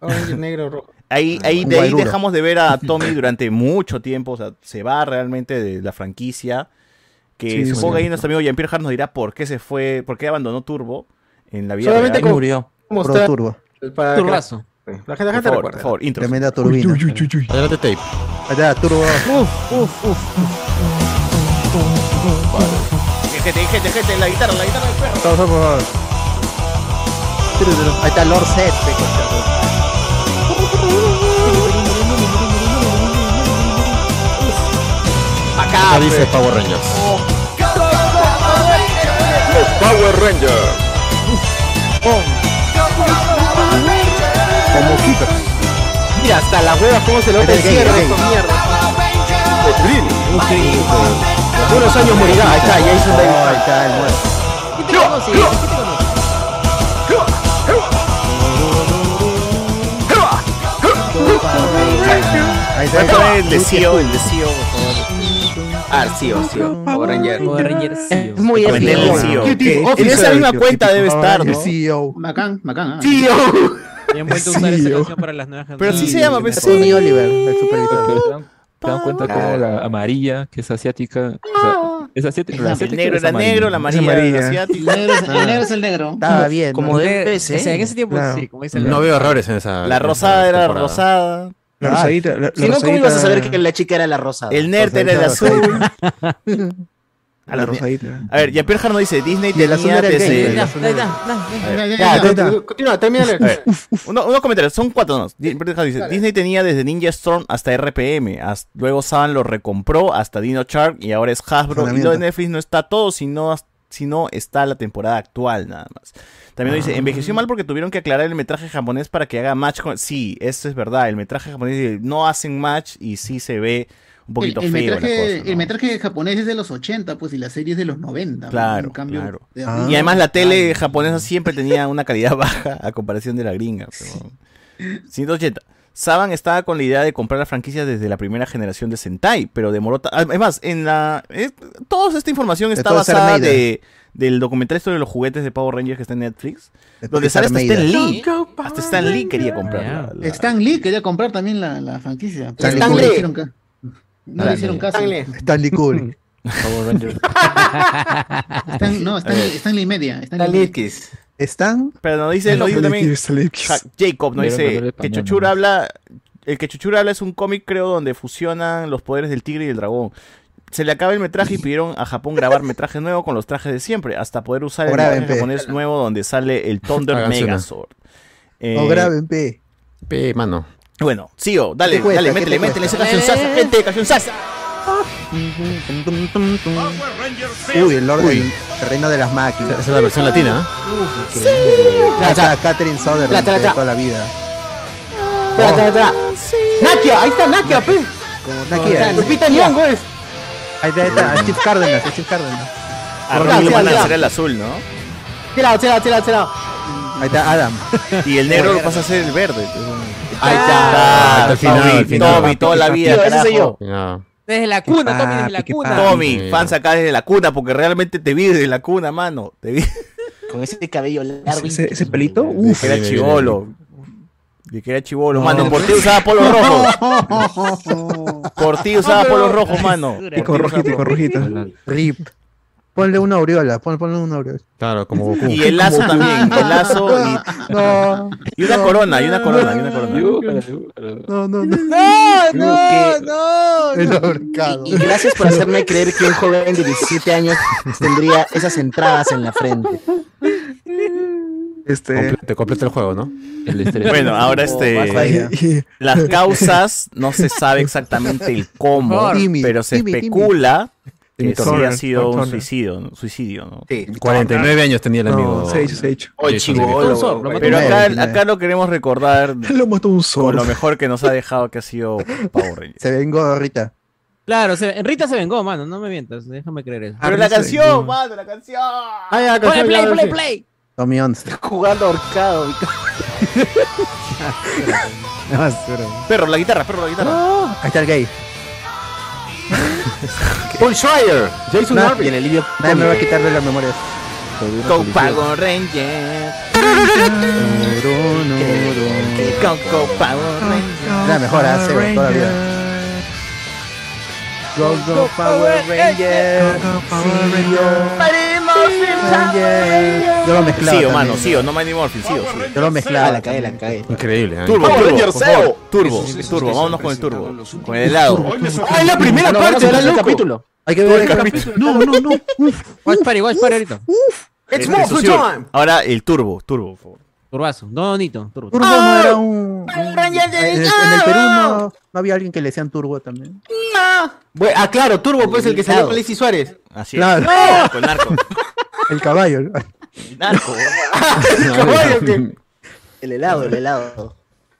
Orange, negro rojo.
Ahí, ahí,
Un
de ahí
guairuro.
dejamos de ver a Tommy durante mucho tiempo. O sea, se va realmente de la franquicia. Que
Sí,
supongo
sí.
que ahí nuestro amigo Jean-Pierre Hart nos dirá por qué se fue, por qué abandonó Turbo en la vida
Solamente
real.
como- Murió. como Pro está-
Turbo.
Para que-
Turbazo.
La gente, la
Por
gente
favor,
recuerda.
por favor, intro.
Tremenda turbina.
Adelante, tape.
Allá, Turbo.
Uf, uf, uf.
Gente, gente, gente, la guitarra, la guitarra del perro.
Todos, por favor. Ahí está Lord Set.
Acá
dice Power Rangers.
Los Power Rangers.
Como Keeper.
Mira, hasta las huevas cómo se lo
Este es gay,
cierra
gay.
esta mierda.
Unos años morirá. Ahí está, Jason David. Ahí está el muerto. Ahí está.
Cuéntame el deseo, el deseo, por favor. Ah, sí, o sí. o. Power Ranger.
Es muy
Comenté el CEO.
épico.
Que En esa misma cuenta
ah,
debe estar, ¿no?
CEO.
Macán, Macán. ah.
Bien vuelto a usar esa canción para las nuevas
Pero
generaciones.
así se llama, pues, ¿ves?
Tony Oliver, el supervisor.
¿Te dan cuenta
Ah.
como la amarilla, que es asiática? O sea, es asiática. la asiática
negro
es
era
amarilla.
negro, la amarilla era asiática.
El negro es-
Ah.
el negro es el negro.
Estaba bien. Como
de-
de PC.
o sea, en ese tiempo, Claro. sí, como dice el-
Ah, No veo errores en esa.
La
en
rosada
esa
era
temporada.
rosada.
La rosadita. La, la
Si no, ¿cómo
rosadita-
ibas a saber que la chica era la rosada?
El nerd era el azul.
A la rosadita.
A ver, Jean-Pierre Jarno dice, Disney
Y el
tenía
Azúcar
desde-
Arcade. Ya,
A
ya,
ver.
ya, ya, ya, ya, ya. Continúa, termina de leer.
A ver, uno- Unos comentarios, son cuatro. no. Jean-Pierre Jarno dice, Disney tenía desde Ninja Storm hasta RPM, hasta- luego Saban lo recompró hasta Dino Shark y ahora es Hasbro. Y lo de
Funcionamiento.
Netflix no está todo, sino, sino está la temporada actual nada más. También dice,
Ah.
envejeció mal porque tuvieron que aclarar el metraje japonés para que haga match con... Sí, eso es verdad, el metraje japonés no hacen match y sí se ve un poquito
el, el
feo la cosa.
metraje, el metraje japonés es de los 80, pues, y la serie es de los 90.
Claro,
En cambio,
claro.
de-
Y además la tele japonesa siempre tenía una calidad baja a comparación de la gringa. pero- 180. Saban estaba con la idea de comprar la franquicia desde la primera generación de Sentai, pero demoró... ta- Además, en la... es- toda esta información está
todo es
basada
Armeida.
de, del documental sobre los juguetes de Power Rangers que está en Netflix, donde
es
sale este hasta
Armeida.
Stan Lee. Hasta Stan Lee quería comprarla.
Stan Lee quería comprar también la, la franquicia.
Stan
Pero no
Lee.
le hicieron, ca- no le
Dale.
hicieron caso.
Stan
Stan,
Stanley Kubrick.
no, Stan,
Eh.
Stan Lee media. Stan
Stan
Lee
Lee ¿Están?
Pero no dice, lo dice también Ja- Jacob, no
Vieron que no
dice que
le cambió
Chuchura habla, el que Chuchura habla es un cómic creo donde fusionan los poderes del tigre y el dragón. Se le acaba el metraje y pidieron a Japón grabar metraje nuevo con los trajes de siempre, hasta poder usar el
O graben,
metraje
pe.
japonés nuevo donde sale el Thunder
Hagan cena.
Megazord. Eh,
O graben, P.
Pe, mano.
Bueno, Sio, dale,
¿Qué te cuesta?
dale,
¿Qué te
métele,
cuesta?
métele, esa canción sasa, gente, canción sasa.
Uy, el Lord del terreno de las máquinas. Esa
es la versión latina, ¿eh?
Sí. Acá, Catherine
Tra,
Sutherland
tra,
de
tra.
toda la vida.
Tra, tra, tra. Nakia, ahí está Nakia, pe.
Nakia.
Lupita Nyong'o es.
Ahí está, ahí está, a Steve Cárdenas, a Steve Cárdenas.
A Rocky
Claro,
lo van a
claro.
hacer el azul, ¿no?
Tirado, tirado, tirado, tirado.
Ahí está Adam.
Y el negro lo pasa a ser el verde. Ahí
está. Al final,
Tommy,
al final.
Tommy, toda la vida,
Tío, ese soy
carajo.
Desde la cuna, Tommy, desde la
Papi,
cuna.
Tommy,
Ah, Sí.
fans acá desde la cuna, porque realmente te vi desde la cuna, mano. Te vi.
Con ese cabello largo.
Ese, ese pelito,
De
uff.
que era chivolo. De que era chivolo, mano. Por ti usaba polo rojo.
rojo.
Por ti usaba polo rojo, mano.
Pico rojito, pico rojito. Rip. Ponle una aureola, pon- ponle una aureola.
Claro, como Goku.
Y el lazo también. El lazo y,
No,
y una corona, y una corona, y una corona.
no, no, no.
No,
no,
no.
El ahorcado.
Y gracias por hacerme creer que un joven de 17 años tendría esas entradas en la frente.
Este.
Te completa el juego, ¿no?
Bueno, ahora este. Las causas no se sabe exactamente el cómo,
Timmy,
pero se
Timmy, Timmy.
especula que
Timmy
sí
Turner,
ha sido
Timmy
un
Turner.
suicidio, ¿no? suicidio, ¿no?
49 años tenía el amigo.
No, se ha hecho, se ha hecho.
Oye,
Jason
chibolo,
Griffith.
güey. Pero acá, acá lo queremos recordar
Lo mató un
con
solo.
lo mejor que nos ha dejado que ha sido Power Rangers.
Se vengó ahorita.
Claro, se, Rita se vengó, mano, no me mientas, déjame creer eso.
Pero la canción, mano, la canción.
ya,
Ponle canción, play, ya, ponle sí.
play.
Tommy Once.
Jugando ahorcado.
Perro, la guitarra, perro, la guitarra.
Ahí está el gay.
Paul Schreier, Jason
Nah,
Harvey.
y el Nadie me va a quitar de las memorias.
Con Power Ranger. Con con Power Ranger.
La mejor hace güey, toda la vida. Go, go, Power Ranger. Power Yo lo mezclaba.
Sí, o
también.
mano, sí, o no Mighty Morphin, sí, o sí.
Yo lo mezclaba. La cae,
la cae.
Increíble. ¿eh?
Turbo,
Increíble.
turbo,
Ranger
por favor,
Zeo.
turbo, turbo, vámonos con el turbo, con el helado.
Ah, es la primera
No,
parte,
vamos a
era
hacer
loco.
capítulo.
Hay que
Todo
ver
el
el
capítulo.
capítulo. No, no, no.
Watch party, watch party ahorita.
It's
Este,
Monster
Susur.
Time.
Ahora el turbo, turbo, por favor.
Turbazo, no, Nito, turbo.
Turbo no era un.
Ranger de-
En el, en el Perú no, no había alguien que le decían Turbo también.
Bueno, ah, claro, Turbo, pues el que salió
Claro.
con Lacey Suárez.
Así
Claro.
es. Con narco,
El caballo. ¿no?
narco.
El helado, el helado.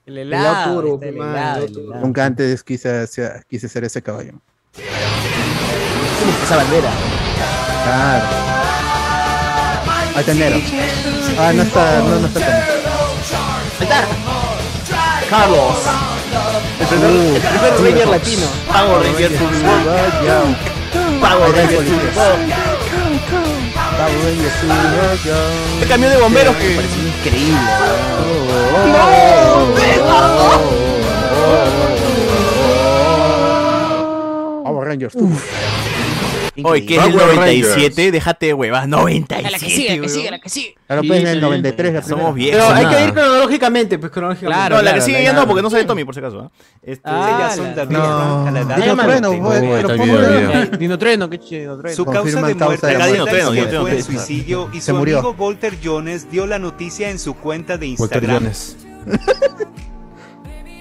El
helado,
helado,
turbo,
está el
mano,
helado,
el
el
helado.
helado.
Nunca antes quise, ser- quise ser ese caballo.
Esa bandera.
Claro. Ahí está enero. Ah, no está, no, no está tan.
Carlos.
El primer, el
primer Ranger latino.
Power Ranger turbo. Power Ranger turbo. El camión de bomberos que
Increíble.
Power Rangers. Uf.
Oye, ¿qué es el
Power
97? Déjate de huevas,
A la que
97.
sigue, que sigue, la que sigue.
Claro, pues, en el 93 la Somos viejos.
Pero hay que
nada.
ir cronológicamente, pues cronológicamente.
no, la que sigue ya no, porque no sale Tommy, por si acaso. ¿ah? Este,
Ah,
ellas son
la-
también,
no.
a la edad-
Dino Trueno,
Sí,
voy,
sí,
pero
está
pongo
bien,
la-
bien.
Ay,
Dino Trueno, qué chido, Dino Trueno.
Su causa de muerte
de muerte.
acá, Dino Trueno, Dino
fue
Trueno.
el
suicidio y
Se
su
murió.
amigo Walter Jones dio la noticia en su cuenta de
Walter
Instagram.
Jones.
El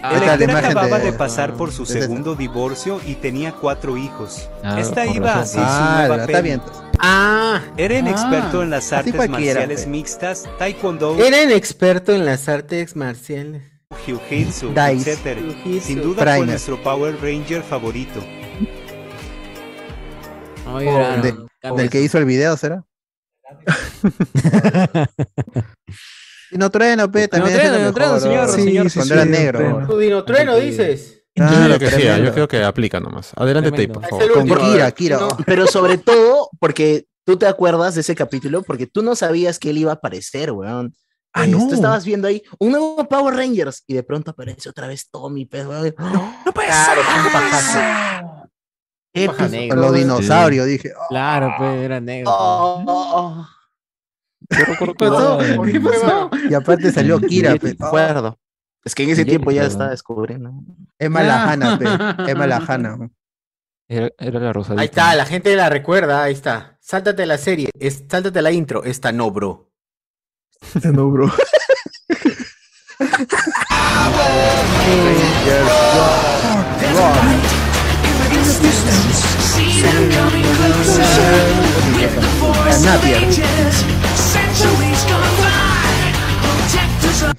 Esta es Pues, la
actor
imagen
acababa
de-
de pasar por su
es esta.
segundo divorcio y tenía cuatro hijos.
Ah,
Esta
con
iba a
razón.
ser su
Ah,
nueva
está
peli.
bien, pues.
Ah,
Era un
ah.
experto en las
Así
artes
cualquiera,
marciales
pe.
mixtas,
Ah.
taekwondo,
Eran experto en las artes marciales.
jiu-jitsu,
Dice.
etc.
Jiu-jitsu.
Sin duda fue
Primer.
nuestro Power Ranger favorito.
O de- del que hizo el video, ¿será? Dino Trueno, pe, también es el
Dino Trueno,
mejor,
señor,
¿no?
señor.
Cuando era negro.
Tu Dino Trueno, dices.
Ah,
Yo creo que sí,
tremendo.
yo creo que aplica nomás. Adelante, Tei, por favor.
Pero sobre todo, porque tú te acuerdas de ese capítulo, porque tú no sabías que él iba a aparecer, weón. Ah, no. Tú estabas viendo ahí un nuevo Power Rangers y de pronto aparece otra vez Tommy, pues, weón. No, puede
Qué paja, con los dinosaurios, dije. "Oh",
Claro, pues, era negro.
Oh.
¿Qué pasó? Y aparte salió Kira, pe.
acuerdo. Es que en ese tiempo ya estaba descubriendo.
Es malajana, pe. Es malajana.
Era, era la rosadita.
Ahí
¿no?
está, la gente la recuerda, ahí está. Sáltate la serie, es- sáltate la intro. Esta no, bro.
Esta no, bro.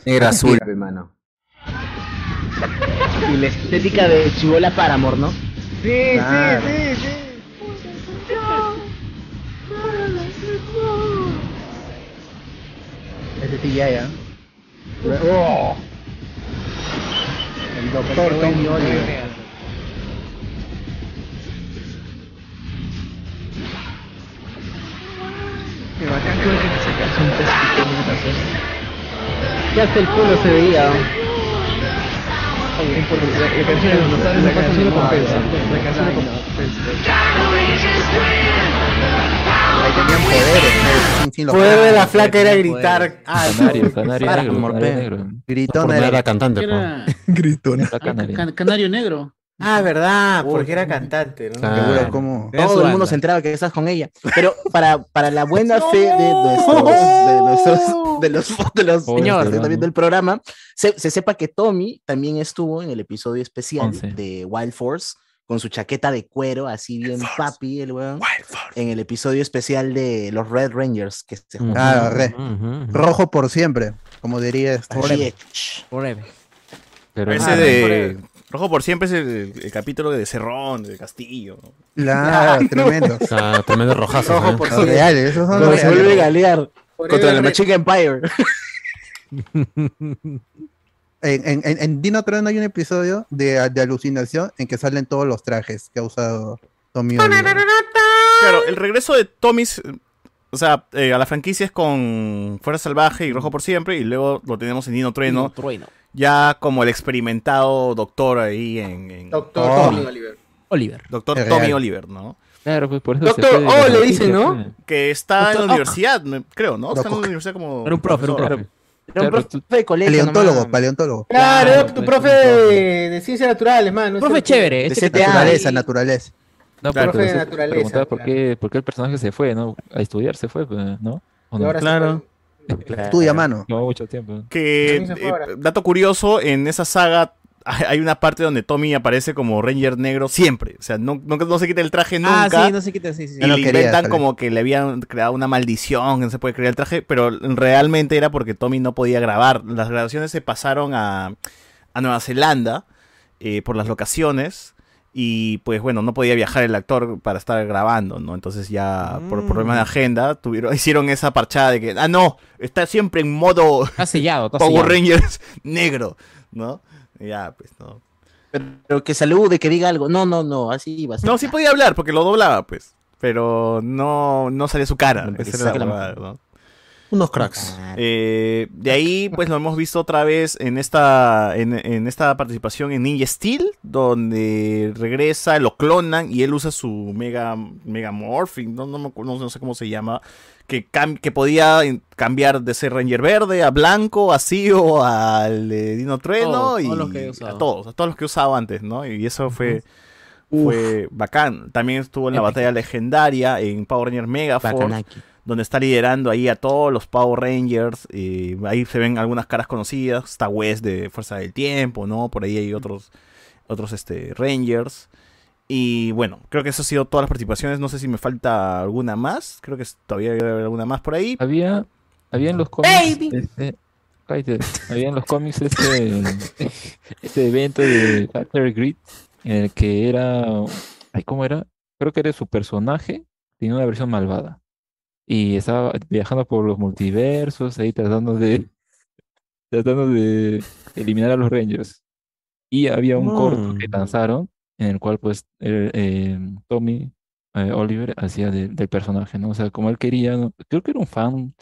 Era
azul,
hermano. Y la estética de Chibola Paramor, ¿no?
Sí,
Claro.
sí, sí,
Ese sí ya, ya. Oh. El doctor Tommy Oliver.
Ya hasta el culo se veía.
La canción de los dinosaurios, la canción lo compensa. La canción lo
Ahí tenían poderes, pe, sin- sin los
Poder de la
planos,
flaca
pe.
era gritar. Ah,
Canario,
sí.
canario
Para,
negro,
amor,
canario
pe.
negro.
eh, Gritona
Por
era.
nada cantante, po.
Era
Ah.
Gritona.
La canaria.
can- canario negro.
Ah, verdad, porque era cantante, ¿no?
Claro.
Seguro, como.
Era su
Todo el mundo
banda.
se enteraba que estás con ella. Pero para, para la buena fe de, nuestros, de, nuestros, de los, de los
Pobre
señores que
programa.
están viendo el programa, se, se sepa que Tommy también estuvo en el episodio especial
Once.
de Wild Force con su chaqueta de cuero, así bien papi, el weón. En el episodio especial de los Red Rangers que se
Mm.
Ujú.
Ah, re.
Ujú.
Rojo por siempre, como diría este.
Así es.
Pero
Ese
nada,
de Rojo por siempre es el, el capítulo de Cerrón, de Castillo.
Claro, tremendo.
Ah, tremendo rojazo. ¿eh?
Los reales, esos son
Cuando
los
se vuelve a
reales.
galear contra la Machica Empire.
En, en- en- en Dino Trueno hay un episodio de, de alucinación en que salen todos los trajes que ha usado Tommy Oliver.
Claro, el regreso de Tommy, o sea, eh, a la franquicia es con Fuerza Salvaje y Rojo por siempre, y luego lo tenemos en Dino Trueno.
Mm.
Dino Trueno.
Ya como el experimentado doctor ahí en. en-
Doctor
Oh.
Tommy Oliver.
Oliver.
Doctor
Es
Tommy
real.
Oliver, ¿no?
Claro, pues por eso
Doctor
se fue de
O,
la
le
noticia,
dicen, ¿no?
pues.
Que está en la
Doctor-
universidad, me- creo, ¿no? Está en
Doc.
la universidad como.
Era un profe, era un
profesor.
profe.
Era un
Claro,
profe de colegio.
Paleontólogo,
nomás.
paleontólogo.
Claro, era tu profe de, de ciencias naturales, mano.
Profe chévere,
De
este que
CTA.
te-
naturaleza, naturaleza.
Claro,
No, pero
profe de
se
naturaleza,
preguntaba por
claro.
qué, por qué el personaje se fue, ¿no? A estudiar se fue, pues, ¿no? ¿O
Y
no?
ahora se Claro.
Claro.
Estudia, mano.
No, mucho tiempo.
Que,
También se fue
eh,
ahora.
dato curioso, en esa saga hay hay una parte donde Tommy aparece como Ranger negro siempre. O sea, no, no, no se quita el traje
Ah,
nunca.
sí, no se quita, sí, sí.
Y le inventan como que le habían creado una maldición, que no se puede crear el traje, pero realmente era porque Tommy no podía grabar. Las grabaciones se pasaron a, a Nueva Zelanda eh, por las locaciones y pues bueno, no podía viajar el actor para estar grabando, ¿no? Entonces ya por problemas de agenda tuvieron, hicieron esa parchada de que, ah, no, está siempre en modo
Está sellado, está
Power
sellado.
Rangers negro, ¿no? Y Ya, pues no.
Pero que salude, que diga algo. No, no, no, así iba a ser.
No, sí podía hablar porque lo doblaba, pues. Pero no, no salía su cara. Esa era la
saca la
huevada, ¿no?
Unos cracks.
Eh, de ahí, pues lo hemos visto otra vez en esta, en, en esta participación en Ninja Steel, donde regresa, lo clonan y él usa su mega, mega morphing, no, no, me acu- no- no sé cómo se llama, que, cam- que podía en- cambiar de ser Ranger verde a blanco, a Sio, al eh, Dino Trueno
Todos,
y
todos los que he usado.
a todos, a todos los que usaba antes, ¿no? Y eso fue. Fue bacán. También estuvo en la batalla legendaria en Power Rangers Megaforce
Bacanaki.
donde está liderando ahí a todos los Power Rangers. y ahí se ven algunas caras conocidas. Está Wes de Fuerza del Tiempo, ¿no? Por ahí hay otros, otros este, Rangers. Y bueno, creo que eso ha sido todas las participaciones. No sé si me falta alguna más. Creo que es- todavía debe haber alguna más por ahí.
Había, había en los cómics. este- cállate, había en los cómics este, este evento de Battle Grid, en el que era. Ay, ¿cómo era? Creo que era su personaje, tenía una versión malvada. Y estaba viajando por los multiversos, ahí tratando de. tratando de eliminar a los Rangers. Y había un corto que lanzaron, en el cual, pues, el- eh, Tommy eh, Oliver hacía de- del personaje, ¿no? O sea, como él quería, ¿no? creo que era un fan,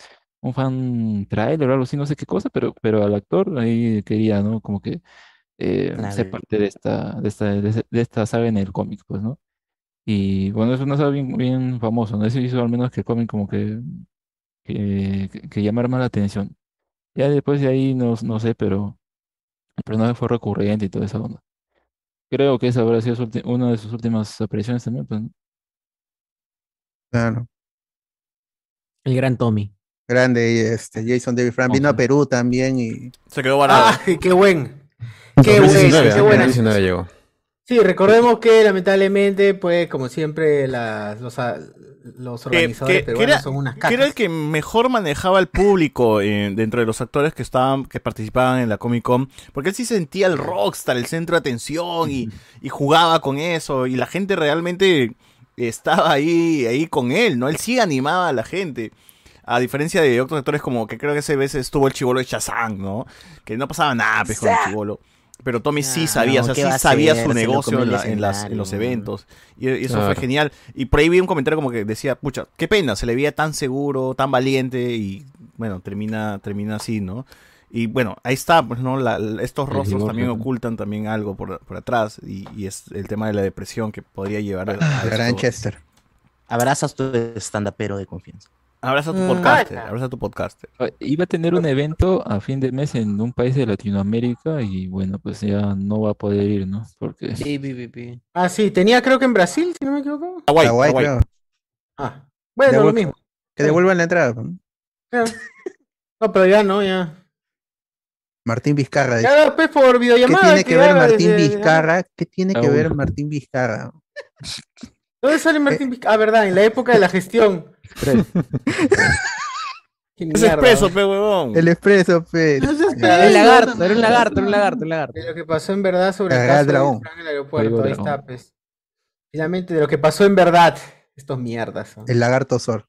un fan trailer o algo así, no sé qué cosa, pero, pero al actor ahí quería, ¿no? Como que eh,
La
ser
vi.
parte de esta, de esta, de, ese- de esta saga en el cómic, pues, ¿no? Y bueno, es una saga bien, bien famosa, ¿no? Eso hizo al menos que el cómic como que, que, que- que llamara más la atención. Ya después de ahí, no, no sé, pero el personaje fue recurrente y toda esa onda. Creo que esa habrá sido su ulti- una de sus últimas apariciones también, pues, ¿no?
Claro.
El gran Tommy.
Grande, y este Jason David Frank vino a Perú también y.
Se quedó varado.
qué buen. Qué bueno, qué buena.
llegó.
Sí, recordemos que lamentablemente, pues, como siempre, las, los, a- los
Que-
organizadores
que- que
peruanos
era-
son unas
que era el que mejor manejaba el público eh, dentro de los actores que estaban que participaban en la Comic Con porque él sí sentía el rockstar el centro de atención y, y jugaba con eso y la gente realmente estaba ahí ahí con él no él sí animaba a la gente a diferencia de otros actores como que creo que ese vez estuvo el chivolo de Shazam no que no pasaba nada pues, con el chivolo pero Tommy sí sabía,
Ah, no,
o sea,
¿qué
sí
va a
sabía
hacer?
su
Se lo
negocio
comió
en,
el
la- en las, en los
escenario.
eventos. Y, y eso fue
Claro.
genial. Y por ahí vi un comentario como que decía, pucha, qué pena, se le veía tan seguro, tan valiente y bueno, termina, termina así, ¿no? Y bueno, ahí está, pues, ¿no? La- la- estos
El
rostros
divorcio
también
también.
ocultan también algo por, por atrás y, y es el tema de la depresión que podría llevar a, a esto.
Chester.
Abrazas tu estandapero de confianza.
Abraza tu
Mm.
podcaster, abraza tu podcaster.
Ah, Iba a tener un evento a fin de mes en un país de Latinoamérica y bueno, pues ya no va a poder ir, ¿no? Porque
Sí, pi, pi, pi.
Ah, sí, tenía creo que en Brasil, si no me equivoco.
Hawái,
Hawái,
Hawái.
creo.
Ah, bueno,
Devuel-
lo mismo.
Que devuelvan la entrada. ¿no?
claro. Ah. No, pero ya no, ya.
Martín Vizcarra. dice.
Ya, pues, por
¿Qué
videollamada.
tiene que ver
haga
Martín
desde-
Vizcarra? ¿Qué tiene que
Aún.
ver Martín Vizcarra?
¿Dónde sale
Eh,
Martín Vizcarra? Ah, verdad, en la época de la gestión. Qué
Es
mierda,
expreso,
¿no?
pe huevón.
El expreso, pues, fe.
Era
un lagarto, era un lagarto, era un lagarto, un lagarto.
De lo que pasó en verdad sobre el
Cagá,
caso ¿eh? de
dragón.
Fran en el aeropuerto,
Cagó,
ahí
dragón.
está, pues. Finalmente, de lo que pasó en verdad, estos mierdas. ¿no?
El lagarto Sor.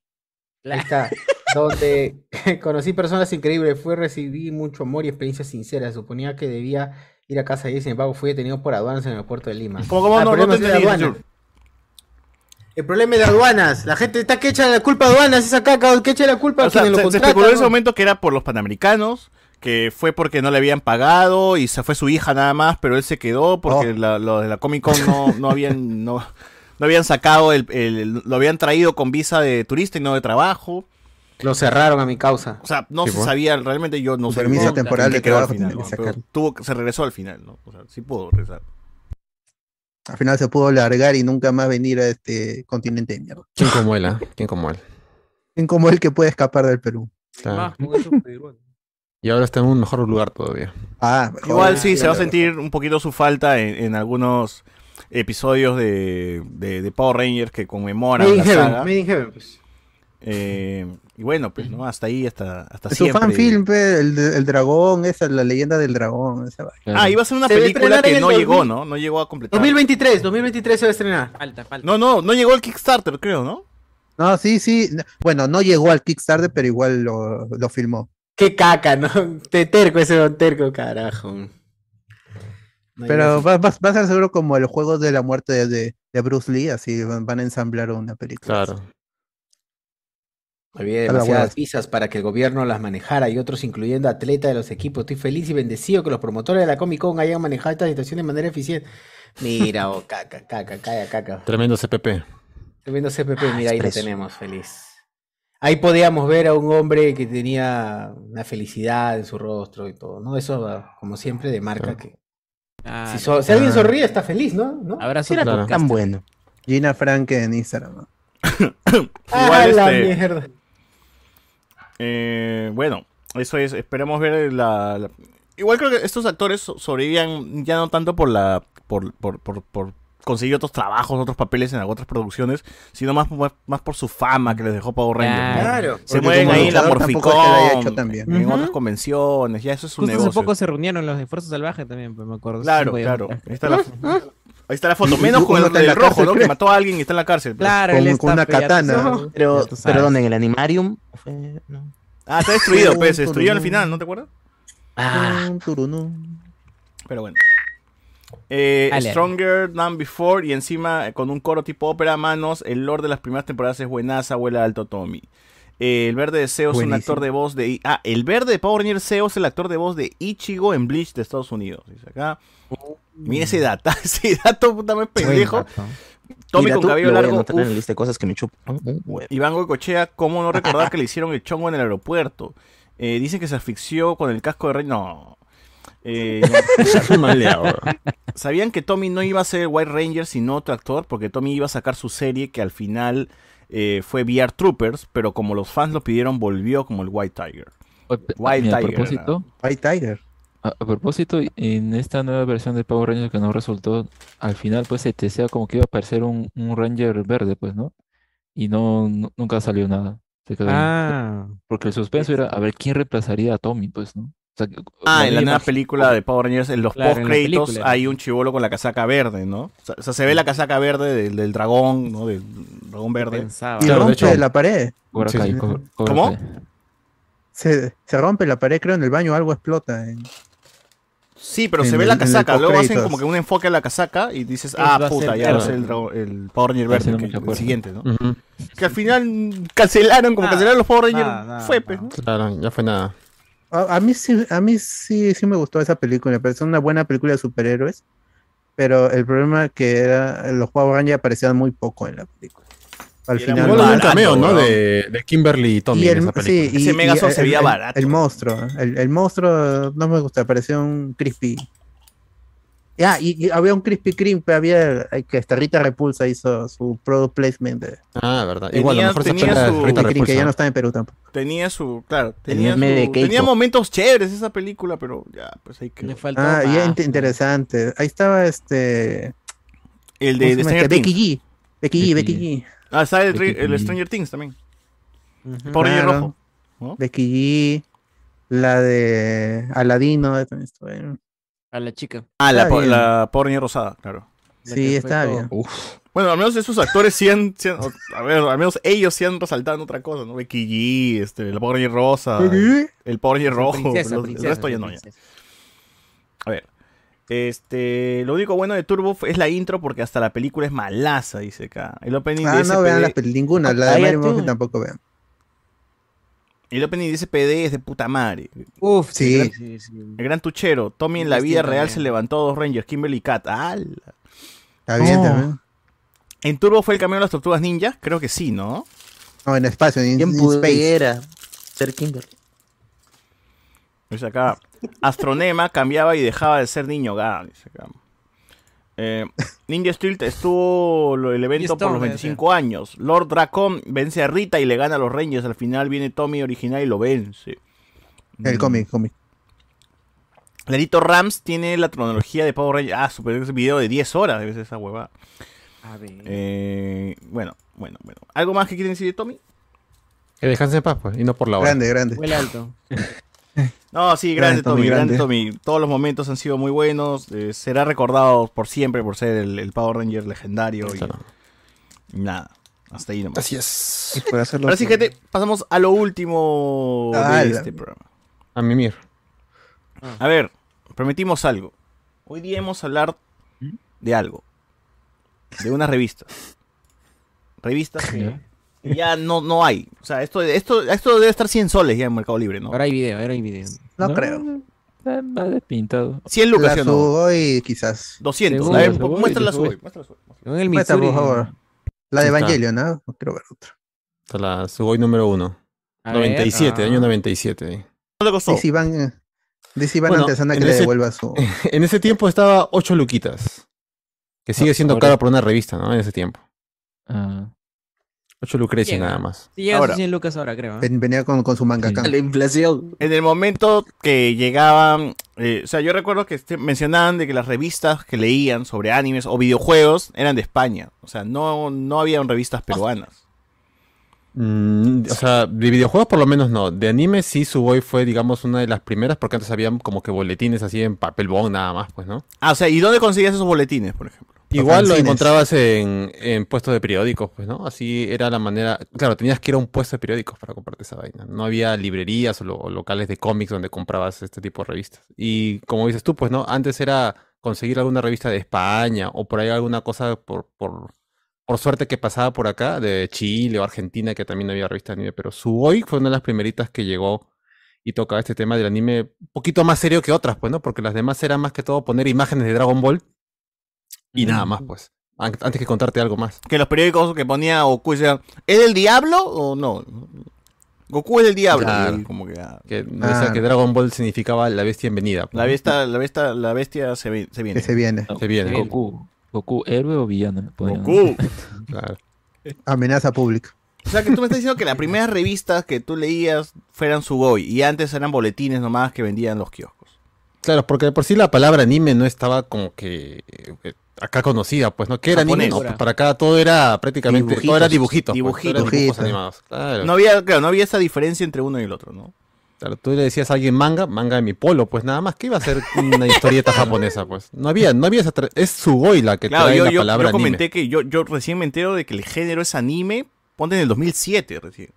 Ahí está. Donde conocí personas increíbles, fue, recibí mucho amor y experiencias sinceras. Suponía que debía ir a casa y sin embargo fui detenido por aduanas en el puerto de Lima.
¿Cómo, cómo?
Ah,
No,
el
no
problema
te
es de
entendí,
aduanas. El problema es de aduanas. La gente está que echa la culpa a aduanas, esa caca, que echa la culpa
O
a
sea,
quienes
se,
lo
se
contratan.
especuló en ese
¿no?
momento que era por los panamericanos, que fue porque no le habían pagado y se fue su hija nada más, pero él se quedó porque
Oh.
la- lo de la Comic Con no, no habían no, no habían sacado el, el- lo habían traído con visa de turista y no de trabajo.
Lo cerraron a mi causa.
O sea, no
Sí,
se
pues.
sabía realmente yo no
Su
sé
permiso
cómo,
temporal
en qué
de
quedó al
trabajo
final,
tenía
¿no?
que
pero
sacar.
tuvo que- se regresó al final, ¿no? O sea, sí pudo regresar.
Al final se pudo largar y nunca más venir a este continente de mierda.
¿Quién como él, ah? ¿Quién como él?
¿Quién como él que puede escapar del Perú?
Ah.
Está- Y ahora está en un mejor lugar todavía.
Ah,
Igual sí, se va a sentir un poquito su falta en, en algunos episodios de, de, de Power Rangers que conmemoran
Made in
la
Heaven,
saga.
Made in Heaven, pues.
Eh, y bueno, pues, ¿no? Hasta ahí, hasta, hasta
Su
siempre.
fanfilm, pe, el, de- el dragón, esa, la leyenda del dragón. Esa vaina.
Ah, iba a ser una
Se va a
película
estrenar en
que
el
no
2000.
llegó, ¿no? No llegó a completar.
2023, 2023 se va a estrenar.
Falta, falta.
No, no, no llegó el Kickstarter, creo, ¿no?
No, sí, sí. no- Bueno, no llegó al Kickstarter, pero igual lo, lo filmó.
Qué caca, ¿no? Te terco ese don terco, carajo. No hay
Pero
gracia.
va, va- va a ser seguro como el juego de la muerte de, de- de Bruce Lee, así van van a ensamblar una película.
Claro.
Había
Está la
demasiadas
hueva.
visas para que el gobierno las manejara y otros, incluyendo atletas de los equipos. Estoy feliz y bendecido que los promotores de la Comic Con hayan manejado esta situación de manera eficiente. Mira, oh, caca, caca, caca, caca.
Tremendo CPP.
Tremendo
Ah,
CPP, mira, ahí lo
expreso.
tenemos, feliz. Ahí podíamos ver a un hombre que tenía una felicidad en su rostro y todo, ¿no? Eso, ah, como siempre, de marca que... Si, so- si alguien
Ah.
sonríe, está feliz, ¿no? ¿No?
Abrazo
Sí era
claro.
tan bueno.
Gina Frank en Instagram. ¿no?
Ah,
Igual
la
este,
mierda.
eh, bueno, eso es. Esperemos ver la, la- Igual creo que estos actores so- sobrevivían ya no tanto por la. por, por, por, por conseguir otros trabajos, otros papeles en otras producciones, sino más, más, más por su fama que les dejó Power Rangers.
Claro.
¿no? Se
Porque
mueven
como
ahí en la
luchador tampoco es que la haya hecho
Morficón,
tan
Mm.
bien.
en
Ujú.
otras convenciones, ya eso es un
Justo hace
negocio.
poco se reunieron los esfuerzos salvajes también, pues me acuerdo.
Claro,
Cinco días
claro.
atrás.
Ahí está la, ahí está la foto.
Y- y
Menos
tú
con
cuando
el,
estás en
del
la
rojo,
cárcel,
¿no? Que
creo.
mató a alguien y está en la cárcel. pues.
Claro,
Con- con una katana.
Pero,
tú sabes.
perdón, en el animarium fue. no.
Ah, está destruido, pues. Se destruyó al final, ¿no te acuerdas?
Ah.
Pero bueno. Eh,
Ale, ale.
Stronger Than Before y encima eh, con un coro tipo ópera a manos, el lore de las primeras temporadas es buenaza, huele a alto Tommy. Eh, el verde de Zeus es un
Buenísimo.
actor de voz de... I- Ah, el verde de Power Rangers Zeus es el actor de voz de Ichigo en Bleach de Estados Unidos. Dice acá. Mira ese dato, ese dato puta más pendejo. Tommy
Mira
con
tú,
cabello
lo voy a
largo.
anotar en la
uf.
lista de cosas que me chupan un huevo.
Iván Goicochea, ¿cómo no recordar que le hicieron el chongo en el aeropuerto? Eh, dicen que se asfixió con el casco de rey. No. Eh, no. Sabían que Tommy no iba a ser el White Ranger sino otro actor, porque Tommy iba a sacar su serie que al final eh, fue VR Troopers, pero como los fans lo pidieron, volvió como el White Tiger. White
Mira, a
Tiger.
propósito,
White Tiger.
Ah.
A, a propósito, en esta nueva versión de Power Rangers que no resultó, al final pues se testea como que iba a aparecer un, un Ranger verde, pues, ¿no? Y no, nu- nunca salió nada. Se quedó ahí.
Ah.
Porque el suspenso era a ver quién reemplazaría a Tommy, pues, ¿no? O sea, que-
Ah,
no
en la
había
nueva
imagi-
película de Power Rangers, en los
Claro, en la
post-créditos
película.
hay un chivolo con la casaca verde, ¿no? O sea, o sea, se ve la casaca verde del, del dragón, ¿no? Del dragón verde.
Y rompe la pared.
Cobra
Sí,
Kai,
sí.
Cobra- Cobra
¿Cómo?
Kai.
Se, se rompe la pared, creo, en el baño, algo explota. ¿eh? en-
Sí, pero
en
se ve
el-
la
en el
casaca. Luego hacen
postcréditos.
como que un enfoque a la casaca y dices,
Eso
ah,
va a
puta,
ser
ya va a
verde.
ser el, dra- el Power Ranger
Está haciendo
verde, que-
mucha
el
fuerza.
siguiente, ¿no?
Ujú.
Que al final cancelaron, como
Nada,
cancelaron los Power Rangers.
Ah, nada, nada,
fue, pues. ¿no?
Claro, ya fue nada.
A, a mí sí, a mí sí, sí me gustó esa película. Me pareció una buena película de superhéroes. Pero el problema que era los Power Rangers aparecían muy poco en la película. Al
Era
final.
muy Igual hay un barato, cameo, ¿no? weón. De- de Kimberly y Tommy
Y
en
el-
esa
sí,
película.
y-
Ese Megazord
y
se
el-
veía
el-
barato.
El monstruo. El, el monstruo no me gusta, parecía un crispy. Ah, y, y había un crispy cream, había eh, que hasta Rita Repulsa hizo su product placement de
Ah, verdad.
Tenía-
Igual, a lo mejor se
tenía
choca
su-
Rita
Crispy
Cream,
Repulsa.
que ya no está en Perú tampoco.
Tenía su, claro,
El
tenía,
meme de
su- tenía
Keiko.
momentos chéveres esa película, pero ya, pues hay que...
Ah, ya int- interesante. Ahí estaba este.
El de,
¿cómo se
de
llama?
Stranger
Que Becky
Things.
G. Becky G, Becky G.
Ah, está el,
Becky
el
G.
Stranger Things también. Power Ranger
Claro.
rojo. ¿no?
Becky G. La de Aladino. eh, también estuvo ahí.
A la chica.
Ah, la,
Está
po-
bien.
la Power Ranger rosada, claro.
Sí, está bien.
Bueno, al menos esos actores sí han, sí han- o- a ver, al menos ellos sí han resaltado en otra cosa, ¿no? Becky G, este, el Power Ranger rosa,
Becky G.
el Power Ranger
Son
rojo,
princesas,
los- el
princesas,
resto ya no, ya.
princesas.
A ver, este, lo único bueno de Turbo fue- es la intro porque hasta la película es malaza, dice acá. El opening
Ah,
de
no
SPD
vean la peli- ninguna. La de
Vaya
Mario
tú.
Murphy tampoco vean.
El opening de SPD es de puta madre.
Uf, sí.
El gran, el gran tuchero, Tommy en la vida
Distinto,
real
bien.
se levantó a dos Rangers, Kimberly y Kat. ¡Ala!
Está bien,
No.
también.
¿En Turbo fue el cameo de las tortugas ninja? Creo que sí, ¿no?
No, en espacio, en,
¿Quién
en space.
pudiera
ser Kimberly?
Dice acá, Astronema cambiaba y dejaba de ser niño Ga, dice acá. Eh, Ninja Steel estuvo lo- el evento
Stone,
por los
ya
25 años. Lord Dracon vence a Rita y le gana a los Rangers. Al final viene Tommy original y lo vence. Mm.
El cómic, cómic.
Lerito Rams tiene la cronología de Power Rangers. Ah, super ese video de 10 horas debe ser esa huevada.
A ver.
Eh, bueno, bueno, bueno. ¿Algo más que quieren decir de Tommy?
Que descanse en paz, pues, y no por la hora.
Grande, grande.
Huele alto.
No, sí, grande,
Grande
Tommy,
Tommy,
grande
grande.
Tommy. Todos los momentos han sido muy buenos. eh, será recordado por siempre por ser el, el Power Ranger legendario. y- Nada, hasta ahí nomás. Así es.
Por hacerlo
Ahora sí, gente, pasamos a lo último
Ah,
de
la-
este programa.
A mimir.
A ver, prometimos algo. Hoy día hemos a hablar de algo. De unas revistas. Revistas que Ya no, no hay. O sea, esto, esto, esto debe estar 100 soles ya en Mercado Libre, ¿no? Ahora
hay video, ahora hay video.
No,
creo.
Está despintado.
100 lucas,
La
¿sí o no?
Sugoi, quizás.
200.
Seguro,
a ver,
seguro,
muestra la
seguro.
Sugoi. muestra la Sugoi.
En el
Muestra,
Missouri.
por favor. La de
Ahí está.
Evangelio, ¿no? No quiero ver otra.
Está la Sugoi número uno.
A
97,
ah.
ver.
Ah.
año 97. ahí.
¿Cuánto costó?
Dice Iván, dice Iván
Bueno,
eh, Antesana que
en
le
ese- eh.
devuelva su.
En ese tiempo estaba 8 luquitas. Que sigue siendo
ahora-
cara por una revista, ¿no? En ese tiempo.
Ah.
8 lucrecias
Llega.
nada más.
Sí, llega a sus
Ahora.
100 lucas ahora, creo. ¿eh?
Ven- Venía con, con su manga acá.
La inflación. En el momento que llegaban, eh, o sea, yo recuerdo que este- mencionaban de que las revistas que leían sobre animes o videojuegos eran de España. O sea, no, no habían
Ah,
revistas peruanas.
Mm, o sea, de videojuegos por lo menos no. De anime sí, Subway fue, digamos, una de las primeras, porque antes habían como que boletines así en papel bond nada más, pues, ¿no?
Ah, o sea, ¿y dónde conseguías esos boletines, por ejemplo?
Igual lo
fanzines.
encontrabas en, en puestos de periódicos, pues, ¿no? Así era la manera. Claro, tenías que ir a un puesto de periódicos para comprarte esa vaina. No había librerías o, lo- o locales de cómics donde comprabas este tipo de revistas. Y como dices tú, pues, ¿no? Antes era conseguir alguna revista de España o por ahí alguna cosa por, por, por suerte que pasaba por acá, de Chile o Argentina, que también había revistas de anime. Pero Sugoi fue una de las primeritas que llegó y tocaba este tema del anime un poquito más serio que otras, pues, ¿no? Porque las demás eran más que todo poner imágenes de Dragon Ball y nada más, pues. An- Antes que contarte algo más.
Que los periódicos que ponía Goku decían, ¿es del diablo o no? Goku es del diablo.
Claro.
Y como que, ah,
Que, decía
Claro.
que Dragon Ball significaba la bestia envenida. pues,
la
¿no?
bestia, la bestia, la bestia se, vi- se viene.
Se viene.
Se viene.
Goku. Goku, héroe o villano. Podrían-
Goku.
Claro.
Amenaza pública.
O sea, que tú me estás diciendo que las primeras revistas que tú leías fueran Sugoi y antes eran boletines nomás que vendían los kioscos.
Claro, porque de por sí la palabra anime no estaba como que eh, acá conocida, pues, ¿no? ¿Qué era anime? No,
Japonés.
pues, para acá todo era prácticamente, todo era dibujitos. pues, todo era
Dibujitos.
dibujos animados. Claro.
No había, claro, no había esa diferencia entre uno y el otro, ¿no?
Claro, tú le decías a alguien manga, manga de mi polo, pues nada más que iba a ser una historieta japonesa, pues. No había, no había esa tra- es Sugoi la que
Claro,
trae
yo,
la
yo,
palabra
yo
anime.
comenté que yo, yo recién me entero de que el género es anime, ponte en el 2007 recién.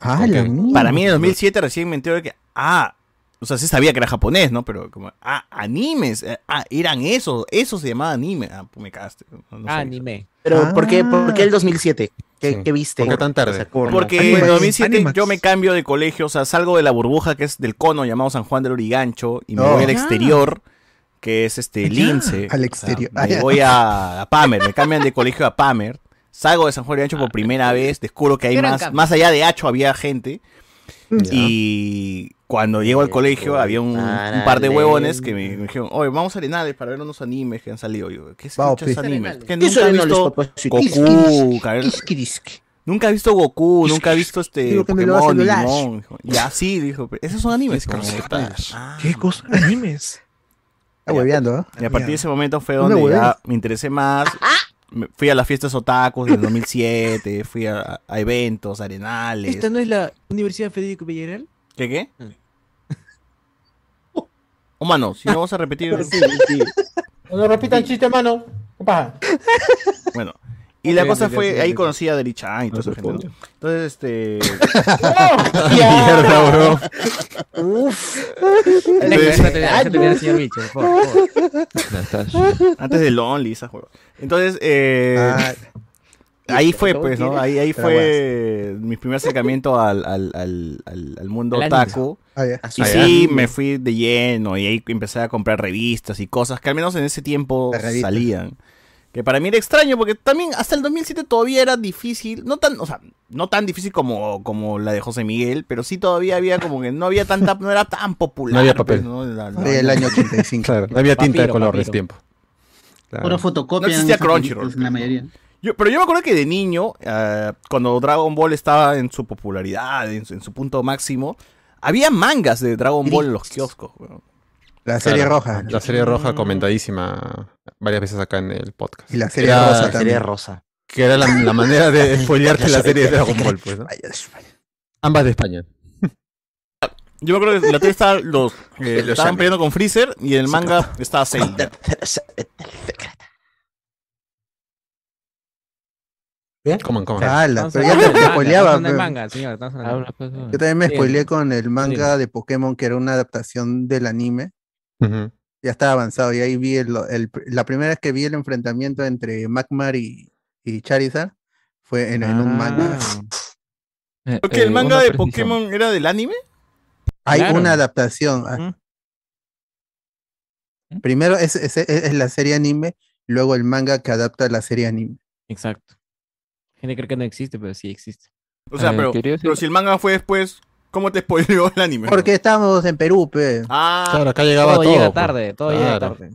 Ah, la mierda.
Para mí en el 2007 recién me entero de que, ah, o sea, sí sabía que era japonés, ¿no? Pero como, ah, animes, eh, ah, eran esos, eso se llamaba anime. Ah, pues me cagaste. no- no sabía.
Anime.
Pero ¿por, qué, ¿por qué el
2007?
¿Qué- Sí. qué viste? ¿Por qué tan tarde? O sea, ¿cómo?
Porque
Animax.
en 2007 yo me cambio de colegio, o sea, salgo de la burbuja que es del cono llamado San Juan del Origancho y me
Oh.
voy al
Ya.
exterior, que es este Lince. O
Al
sea,
exterior. Ah,
me
ya.
voy a, a Pamer, me cambian de colegio a Pamer. Salgo de San Juan del Origancho por primera vez, descubro que hay
Gran
más,
cambio.
más allá de Hacho había gente.
Mm.
Y cuando llego al colegio había un, un par de huevones que me, me dijeron, oye, vamos a Arenales para ver unos animes que han salido. Yo, ¿qué es
Vamos,
escuchas
pues.
animes? Que
¿Qué
nunca
son
he
animales,
visto pues.
Pues,
papacito?
Goku,
Disqui,
Karel- Nunca he visto Goku, nunca he visto este
Digo que me lo vas a
Pokémon,
violar.
Digimon, dijo. Y así, dijo, "Pero esos son animes. como,
¿Qué cosas? Animes.
Está hueveando, ¿eh?
Y a partir de ese momento fue
No
donde
me
ya
hueves.
me interesé más. Me- Fui a las fiestas otakus del 2007, fui a, a eventos, arenales.
Este
¿Esta no es la Universidad Federico Villarreal?
¿Qué qué? Oh, mano, si no vamos a repetir.
No repitan chiste, mano. ¿Qué pasa?
Bueno. Y la
Ok,
cosa
ok,
fue,
ok,
ahí
ok.
conocí a Deli Chan y
Ah,
toda esa gente. ¿no? Entonces, este.
Mierda, bro.
Uf.
Deja terminar, deja terminar, señor Bicho, por favor.
Antes de Lonely, esa juego. Entonces, eh,
Ah.
ahí fue,
¿Cómo
pues, ¿no?
quieres?
Ahí, ahí
Pero
fue mi primer acercamiento al, al, al, al, al mundo
Al anime.
otaku.
Ah, ya.
Y
Ah, ya.
sí, me fui de lleno y ahí empecé a comprar revistas y cosas que al menos en ese tiempo salían. Que para mí era extraño porque también hasta el 2007 todavía era difícil, no tan, o sea, no tan difícil como, como la de José Miguel, pero sí todavía había como que no había tanta, no era tan popular.
No había papel.
pues, ¿no? La- la-
Del año 85.
Claro, no había tinta de
Papiro,
color de
papiro.
ese tiempo. Claro.
Pura fotocopia.
No existía
eran esas
Crunchyroll.
revistas, La mayoría.
Yo- pero yo me acuerdo que de niño, eh, cuando Dragon Ball estaba en su popularidad, en su, en su punto máximo, había mangas de Dragon Ball en los kioscos. weón.
La serie
Claro,
roja.
La serie roja comentadísima varias veces acá en el podcast.
Y la serie
Era-
rosa también.
Que era la, la manera de spoilearte la serie de Dragon Ball, pues, ¿no? Ambas de España.
Yo me acuerdo que en la tele estaba los, eh,
Los
estaban
amé.
peleando con Freezer y en el manga estaba Cell.
Coman, coman.
Ala,
Estamos
pero ya
hablando
te,
del
te
manga, estamos
spoileaba.
hablando del
pero-
manga, señor, estamos hablando.
Habla, pues,
Yo también me
Bien.
spoileé con el manga
Dime.
de Pokémon, que era una adaptación del anime.
Ujú.
Ya estaba avanzado y ahí vi el, el- la primera vez que vi el enfrentamiento entre Magmar y, y Charizard Fue en,
Ah.
en un manga.
Porque
Eh,
el manga de Pokémon era del anime.
Hay
Claro.
una adaptación. ah. Primero es, es- es- es la serie anime, luego el manga que adapta la serie anime.
Exacto. Gente cree que no existe, pero sí existe.
O
Eh,
sea, pero, pero si el manga fue después, ¿cómo te spoileó el anime?
Porque estamos en Perú, pe.
Ah,
Claro, acá llegaba todo.
llega
pues.
tarde, todo llega
Claro.
tarde.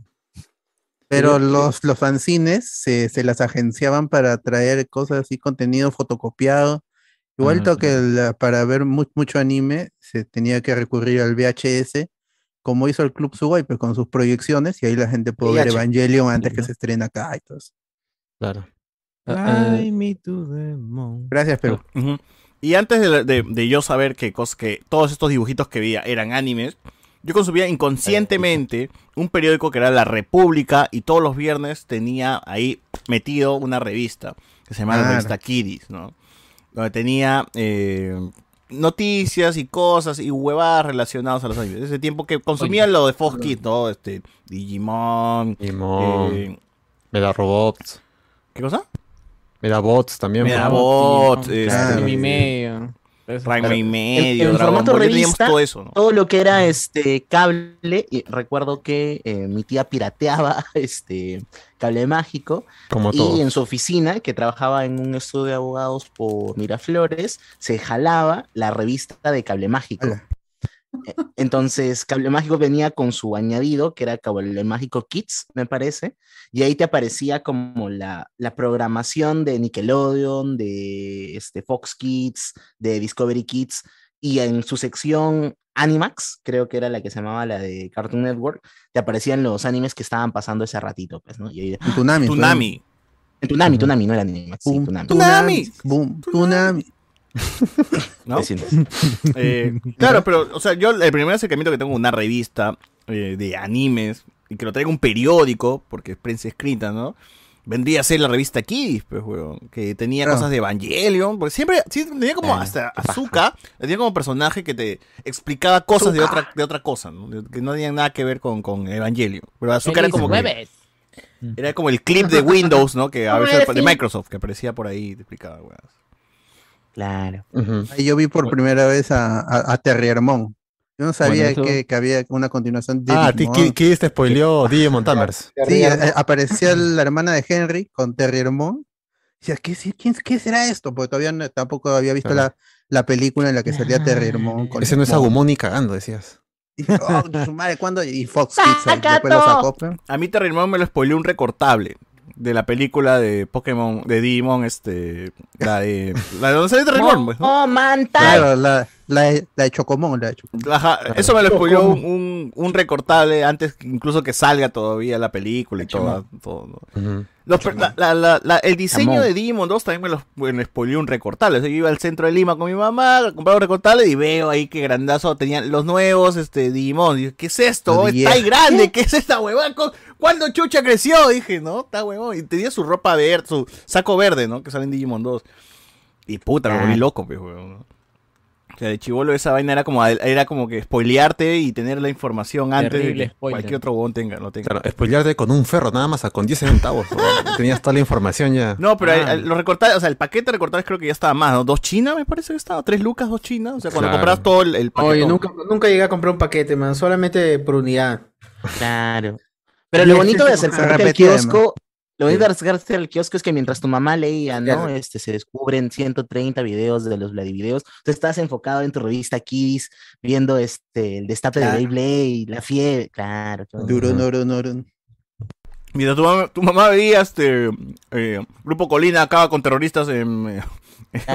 Pero los, los fanzines se, se las agenciaban para traer cosas así, contenido fotocopiado. Igual
Ah,
que la- para ver mu- mucho anime se tenía que recurrir al VHS, como hizo el Club Subway, pues con sus proyecciones, y ahí la gente pudo ver
VH.
Evangelion antes que se estrena acá y todo eso.
Claro.
Fly me to the moon.
Gracias, Perú.
Ujú. Y antes de, la- de- de yo saber que, cos- que todos estos dibujitos que veía eran animes, yo consumía inconscientemente un periódico que era La República y todos los viernes tenía ahí metido una revista que se llamaba la
Claro.
revista Kiris, ¿no? Donde tenía eh, noticias y cosas y huevadas relacionadas a los animes. Ese tiempo que consumía lo de Fox Kids, ¿no? Este, Digimon.
Digimon.
eh,
Me da robots.
¿Qué cosa?
Me da bots también. pues.
Medabots,
Digimon,
este,
Ah,
claro.
Prime y medio. Prime y medio,
en, en
Dragon
formato
Ball, ya teníamos
revista,
todo
todo,
eso, ¿no?
lo que era este cable, y recuerdo que eh, mi tía pirateaba este cable mágico
Como
y
todos.
en su oficina, que trabajaba en un estudio de abogados por Miraflores, se jalaba la revista de cable mágico. Eh, Entonces, Cable Mágico venía con su añadido, que era Cable Mágico Kids, me parece, y ahí te aparecía como la, la programación de Nickelodeon, de este, Fox Kids, de Discovery Kids, y en su sección Animax, creo que era la que se llamaba la de Cartoon Network, te aparecían los animes que estaban pasando ese ratito, pues, ¿no? Y ahí-
Tsunami.
Tsunami.
Tsunami, Tsunami, no era Animax, sí, Tsunami.
Boom, Tsunami.
¿no?
Te sientes.
Eh, claro, pero, o sea, yo el primer acercamiento que tengo a una revista eh, de animes y que lo traiga un periódico, porque es prensa escrita, ¿no? Vendría a ser la revista Kids, pues, weón, que tenía
Claro.
cosas de Evangelion, porque siempre, sí, tenía como hasta Azuka, tenía como personaje que te explicaba cosas de
Azuka.
otra, de otra cosa, ¿no? De- que no tenían nada que ver con, con Evangelion. Pero Azuka era como que- era como el clip de Windows, ¿no? Que a
¿Cómo
veces
era,
de
sí?
Microsoft, que aparecía por ahí y te explicaba, weón.
Claro.
Ahí yo vi por primera vez a, a, a Terriermon. Yo no sabía
Bueno, eso-
que, que había una continuación de
Ah,
Digimon.
¿quién te spoileó? Digimon Tamers.
Sí, a- a- aparecía la hermana de Henry con Terry Hermón. Decía, ¿qué, se- quién- qué será esto? Porque todavía no- tampoco había visto la, la película en la que salía Terry Hermón. con
Ese no es
Mon.
Agumon ni cagando, decías.
Y, oh, su madre, ¿cuándo? Y Fox Kids ahí, después lo sacó. pe.
A mí Terremón me lo spoileó un recortable de la película de Pokémon, de Digimon, este, la de, la de donde sale Terremón, pues, ¿no?
¡Oh, manta!
Claro, la, la, de- la de Chocomón, la de Chocomón.
Ajá, eso me lo spoileó un, un- un recortable antes que- incluso que salga todavía la película y todo. todo, ¿no? Los per- la- la- la- la- el diseño
Chamón.
de Digimon 2 también me lo me lo spoileó un recortable. O sea, yo iba al centro de Lima con mi mamá, compraba un recortable y veo ahí que grandazo tenían los nuevos este, Digimon. Digo, ¿Qué es esto?
Los
Está ahí
viejos.
grande, ¿qué es esta huevada? ¿Cu- ¿Cuándo Chucha creció? Dije, no, está huevón. Y tenía su ropa verde, su saco verde, ¿no? Que sale en Digimon 2. Y puta,
Ah.
me volví loco, pues, huevón. ¿no? O sea, de chivolo esa vaina era como, era como que spoilearte y tener la información antes
Terrible
de que
spoiler.
cualquier otro huevón tenga, lo tenga.
Claro, spoilearte con un ferro, nada más, a- con 10 centavos. ¿no? Tenías toda la información ya.
No, pero
Ah.
el- el- los recortables, o sea, el paquete de recortables creo que ya estaba más, ¿no? Dos chinas me parece que estaba, tres lucas, dos chinas. O sea, cuando
Claro.
compras todo el, el paquete.
Oye, nunca, nunca llegué a comprar un paquete, man. Solamente por unidad.
Claro. Pero
Y
lo
es que
bonito de
se
acercarte al
repetía,
kiosco,
además.
lo bonito
Sí.
de acercarse al kiosco es que mientras tu mamá leía, ¿no?
Claro.
Este, se descubren 130 videos de los Vladivideos. Tú estás enfocado en tu revista Kids, viendo este, el destape
Claro.
de Beyblade, la fiebre, claro. qué bonito.
Durun, durun, durun.
Mira, tu mamá, tu mamá veía este eh, Grupo Colina acaba con terroristas en, eh, en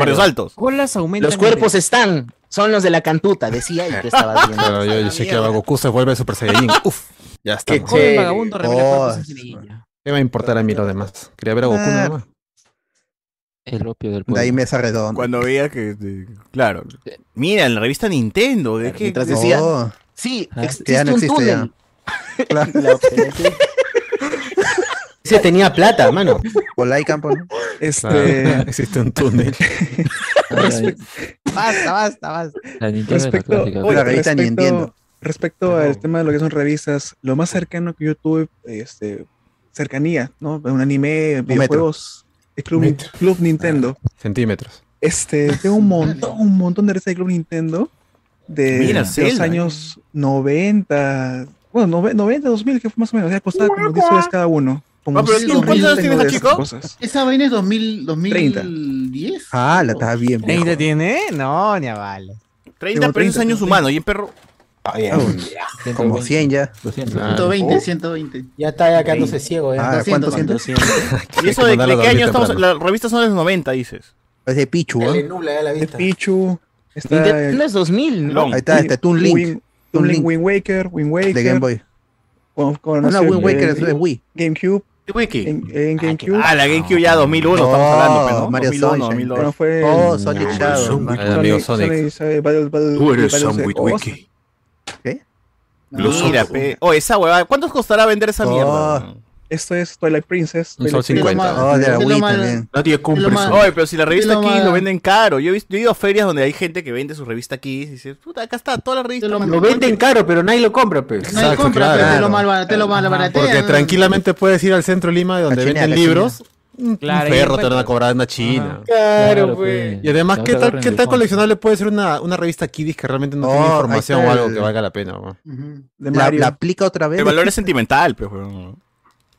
Barrios Altos.
Colas aumentan.
Los cuerpos están, son los de la cantuta, decía y tú estabas viendo.
Claro, yo, yo sé que Goku se vuelve Super Saiyajin. Uf, ya está.
Qué chévere. Joven vagabundo revela
Oh,
cuerpos en
¿Qué me va a importar a mí lo demás? Quería ver a Goku nada más.
El opio del
De ahí mesa redonda.
Cuando veía que, este, claro. Mira, en la revista Nintendo, de que
Mientras decía, sí, existe
Ah, ya no
un
existe ya.
túnel.
Ese tenía plata, mano.
Por la campo. pues, ¿no?
Este,
Claro, existe un túnel.
Basta, basta, basta.
Respecto,
Oye,
Oye,
respecto-
respecto, respecto al tema de lo que son revistas, lo más cercano que yo tuve, este, cercanía, ¿no? Un anime, videojuegos, de Club, Club Nintendo.
Centímetros.
Este, tengo un montón, un montón de recetas de Club Nintendo de,
Mira,
de los
Zelda.
años 90, bueno, nove- 90, 2000, que fue más o menos, o sea, costaba como 10 soles cada uno. Como
Ah, pero
100
¿cuántos años
tengo
tienes,
de
ah,
esas
chico?
cosas.
Esa vaina es 2000, 2010.
Ah, la estás bien. viejo.
¿30 tiene? No, ni a vale.
30, pero esos años humanos, y en perro.
Como 100 ya.
Ah.
Oh.
120, 120.
Ya está ya quedándose ciego, ¿eh? ya.
Ah, ¿cuánto siento?
¿Y eso de, de qué año estamos? Las revistas son de los 90, dices.
Es de Pichu,
Se le
¿eh?
nubla ya la vista.
Pichu.
Nintendo es 2000, ¿no?
Ahí está, está Toon Link.
Win- Toon Link, Wind Waker, Wind Waker.
De Game Boy.
Con, con-
No, no, Wind
eh,
Waker es de Wii.
GameCube.
Wiki.
En, en GameCube.
Ah, la GameCube ya 2001 estamos
No,
hablando, pero ¿no?
Mario
2001,
Sunshine.
2002.
Bueno, fue
Oh,
el-
Sonic Shadow.
Sonic-
El amigo
Sonic, eh, Battle- Battle-
Tú eres
Battle-
Sandwich
Battle-
Wiki.
Los
Mira,
ojos.
pe. Oh, esa huevada. ¿Cuántos costará vender esa
Oh,
Ah,
mierda?
Esto es Twilight Princess.
Un
Twilight
sol
Princess.
50. Oh, de la Wii también.
Nadie
Oye,
pues
pero si la revista
Te lo
aquí
mala.
lo venden caro. Yo he, visto- yo he ido a ferias donde hay gente que vende su revista aquí y dice, puta, acá está toda la revista. mano.
Lo venden caro, pero nadie lo compra, pues.
Nadie Exacto, compra, claro. pero te lo
malba- te lo malbaratean.
Porque tranquilamente puedes ir al centro de Lima donde
Cachina,
venden
cachina.
libros. Un
Claro, ahí
ferro te
encuentras.
van a cobrar una china.
Claro,
Y además,
No
¿qué
te
tal,
agarren
¿qué
de
tal
fondo.
coleccionable puede ser una, una revista Kiddies que realmente no
Oh,
tiene
ahí
información
está
o algo
el-
que valga la pena? weón?
La, la aplica otra vez.
El valor es sentimental, pues, weón.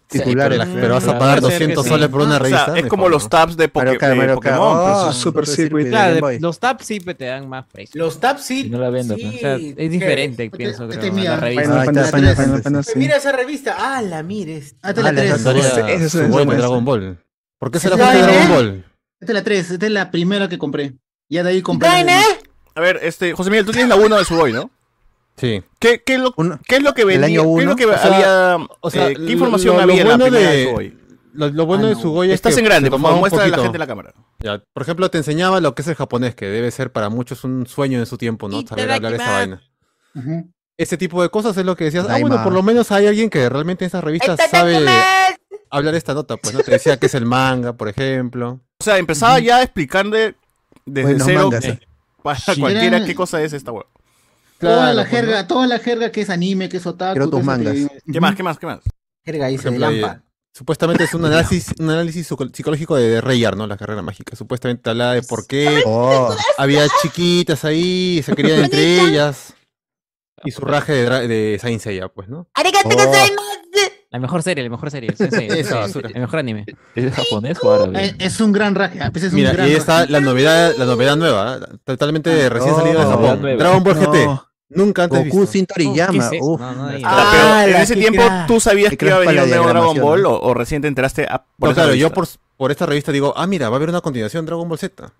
Titulares.
pero la- pero vas a pagar
Puede ser
200
que
soles
sí.
por una
Ah, O sea,
revista.
es
me
como
jodas.
los tabs de, Poké-
Mario Kart,
de
Mario Kart.
Pokémon.
Oh,
pero eso es
Super Circuit.
Claro,
Game Boy.
de- los tabs sí pe, te dan más precio.
Los tabs sí.
no la venda. pues.
Sí,
O sea,
¿qué?
es diferente, pienso,
este
creo,
es mío.
la revista.
Final
Ahí está,
Fantasy,
Final
Final
Fantasy.
Fantasy.
Pues Mira esa revista. Ah, la mires.
Ah, esta es la
Esa
3.
sería
Ese- ese-
su
ese-
buen de
ese.
Dragon Ball. ¿Por qué se la
Ese-
fue de
ese-
Dragon Ball?
Esta es la 3, esta es la primera que compré. Ya de ahí compré. las
Bueno.
demás.
A ver, este, José Miguel, tú tienes la 1 de Suboy, ¿no?
Sí.
¿Qué, qué, es lo, ¿Qué es lo que
el
vendía?
año
¿Qué es lo
uno,
que
o sea,
había?
o sea,
eh, ¿Qué
lo-
información
lo- lo
había en la
bueno
primera de,
de-
Suboy?
Lo, lo bueno de Sugoy es
Ah, Estás
que
en grande,
se
por favor,
tomaba un
muéstrale a la
poquito.
gente en la cámara.
Ya, por ejemplo, te enseñaba lo que es el japonés, que debe ser para muchos un sueño en su tiempo, ¿no? Saber hablar esa vaina. Ese tipo de cosas es lo que decías. Ah, bueno,
Daima.
por lo menos hay alguien que realmente en estas revistas sabe hablar esta nota, pues, ¿no? Te decía que es el manga, por ejemplo.
O sea, empezaba ya a explicarle desde
Buenos
cero
mangas,
eh,
eh.
para
Sí.
cualquiera
Eran-
qué cosa es esta hueá.
toda la
pues,
jerga, toda la jerga que es anime, que es otaku.
Quiero tus
que es
mangas.
este-
¿Qué más? ¿Qué más? ¿Qué más?
Jerga ahí
Por
se
ejemplo, ahí,
lampa.
eh, supuestamente es un análisis, un análisis psico- psicológico de Reyar, ¿no? La carrera mágica. Supuestamente hablaba de por qué había chiquitas ahí, se querían entre ellas. Y su raje de, dra- de Saint Seiya, pues, ¿no?
La mejor serie, la mejor serie. sí, sí,
Esa
sí,
basura.
El mejor anime.
¿Es japonés o árabe?
Eh, Es un gran raje. A veces es un
Mira, y
gran
ahí
raje.
está la novedad, la novedad nueva, ¿eh? totalmente recién salida de
no.
Japón.
Nueva.
Dragon Ball GT.
No.
Nunca antes
Goku
visto.
sin Toriyama.
¿qué es eso?
Uf.
No, no,
Ahí
ya.
está.
Ah,
Pero en
la
ese
que
tiempo
crea-
tú sabías
que
que iba
crea
a venir
para
un
la
nuevo Dragon
diagramación,
Ball
¿no?
o, o recién te enteraste a, por
No,
esa
claro, yo
revista?
por, por esta revista digo, ah, mira, va a haber una continuación de Dragon Ball Z.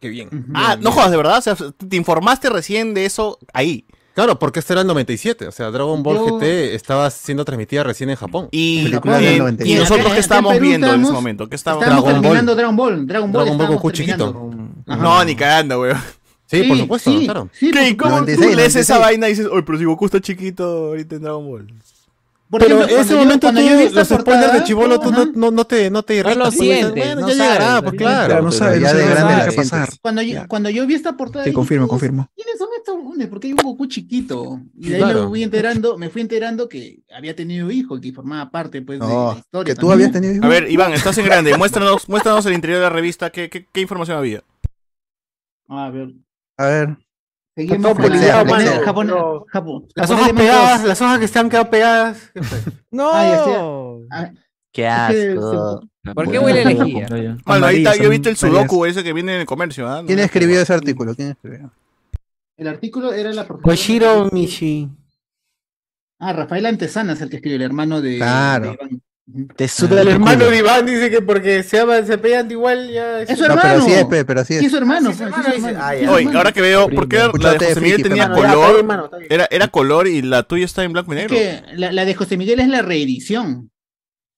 Qué bien.
Ah, no jodas, de verdad, o sea, te informaste recién de eso ahí.
Claro, porque este era el 97, o sea, Dragon Ball
Yo-
GT estaba siendo transmitida recién en Japón.
Y,
Película del
y-
97.
y nosotros
Acá
que
en
estábamos
Perú
viendo en ese
estábamos-
momento, que estábamos
Estábamos terminando Dragon Ball.
Dragon
Dragon Ball.
Ball
estábamos
Goku
terminando.
chiquito.
No, ni cagando, weón.
Sí, por supuesto,
sí,
claro.
sí, por
¿Qué?
supuesto.
¿Cómo tú
96,
lees esa
96?
vaina y dices, oye, pero si Goku está chiquito ahorita en Dragon Ball?
Por
Pero
ejemplo,
en ese
cuando yo-
momento
cuando
tú,
yo vi esta
los spoilers
portada,
de Chibolo, tú no,
ajá.
no, no te, no te
No lo
irritas, pues, dices,
sientes,
bueno,
no
ya llegará,
sabes,
pues
no
claro.
Claro, no sabes,
ya
no
de
sabes
grande
qué
la
va a
sientes.
pasar.
Cuando yo, cuando yo vi esta portada,
Sí,
dije, "Oh,
confirmo, confirmo.
¿quiénes son estos hueones? ¿Por qué hay un Goku chiquito? Y de ahí
Claro.
me fui enterando, me fui enterando que había tenido hijo, que formaba parte pues de
No,
la historia.
Oh, que tú
también.
habías tenido.
A ver, Iván, estás en grande, muéstranos, muéstranos el interior de la revista, ¿qué, qué, qué información había?
Ah, A ver,
A ver.
seguimos
Todo
con la-
poleado,
japonés-
mano.
Japón- Japón-
Las
japonés
hojas
de mangos.
pegadas, las hojas que se han quedado pegadas.
¡No!
Ay, así- ah,
Qué
asco.
¿Por qué huele a lejía?
Bueno, ahí está, yo he visto el
Amarillas, amarillas.
sudoku eh. ese que viene en el comercio, ¿ah? No
¿Quién
me
escribió ese artículo? ¿Quién escribió?
El artículo era la profesora-
Koshiro Mishi.
Ah, Rafael Antesana es el que escribió, el hermano de,
Claro.
de Iván.
Te suda el hermano de Iván, dice que porque Eh, se, ama- se pegan igual ya.
Es su
No,
hermano.
pero así es, pe, pero así
Sí, es
es.
su hermano.
Ah, sí, es su hermano,
pues, sí, es su
dice.
hermano.
Ah,
Sí,
ya.
es su
Oye,
hermano.
ahora que veo, ¿por qué la de
Escúchate,
José Miguel
friki,
tenía
hermano.
Ah, Ya, está bien,
color?
hermano, está bien.
Era, era color y la tuya está en blanco y
Es
negro.
que la, la de José Miguel es la reedición.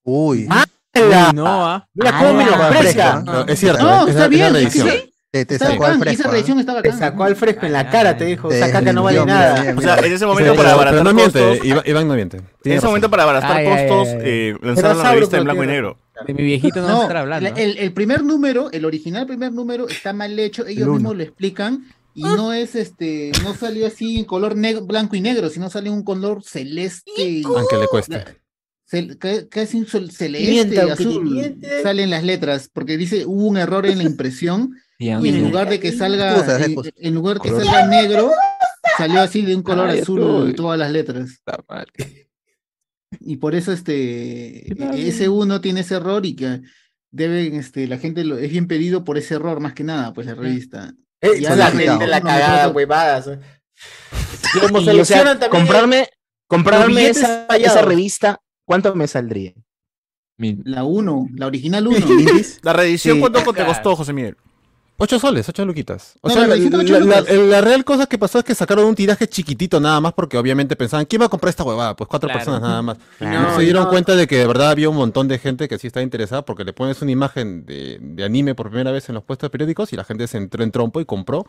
Uy.
¡Hala!
No, ah.
Mira cómo me lo
Ah,
aprecia.
fresco,
No, es cierto,
No,
es,
está
es
bien,
la edición.
sí.
Te, te
Está
sacó al
bacán, y
fresco.
esa
¿ah?
reedición está
Te
bacán.
sacó al fresco en la cara, te dijo,
Te-
esa caca no vale
Dios, mira,
nada.
mira,
O
mira.
sea, en ese
Pero,
momento para
pero
abaratar
no miente,
costos,
Iván, Iván no miente.
en
Tiene
ese
razón.
momento para abaratar
Ay, ay,
costos,
ay, ay.
eh, lanzaron la
Pero
revista en
sabro,
blanco y
pero
negro.
De mi viejito no, se
No,
estará hablando.
la- el, el primer número, el original primer número, está mal hecho, ellos
uno.
mismos lo explican, y no es este, no salió así en color negro, blanco y negro, sino salió en un color celeste.
Aunque le cueste.
cel- ca- casi un sol- celeste,
Pimienta, aunque
azul,
pimienta.
salen las letras, porque dice hubo un error en la impresión y
Ya.
en lugar de que salga,
Excusas,
en,
excusas.
en lugar que
Color.
salga negro, salió así de un color
Ay,
azul
estoy-
en todas las letras. Y por eso este
madre.
ese uno tiene ese error y que deben este la gente lo, es bien pedido por ese error más que nada, pues la revista.
Eh,
Y
son
ahora
la
que
gente
uno
la
me
cagada,
trata-
huevadas. ¿eh? Y como se
Y, o sea,
lesionan también.
comprarme,
Los
comprarme
billetes
esa,
fallados.
esa revista, ¿cuánto me saldría?
La 1, la original 1.
La reedición,
Sí.
¿cuánto te
Claro.
costó, José Miguel?
8 soles, 8 luquitas. O
No,
sea,
no,
la,
la edición de ocho
la- la-
lucas.
la real cosa que pasó es que sacaron un tiraje chiquitito nada más porque obviamente pensaban, ¿quién va a comprar esta huevada? Pues cuatro
Claro.
personas nada más.
Claro.
Ah,
Y no
No,
se dieron
no.
cuenta de que de verdad había un montón de gente que sí estaba interesada porque le pones una imagen de, de anime por primera vez en los puestos de periódicos y la gente se entró en trompo y compró.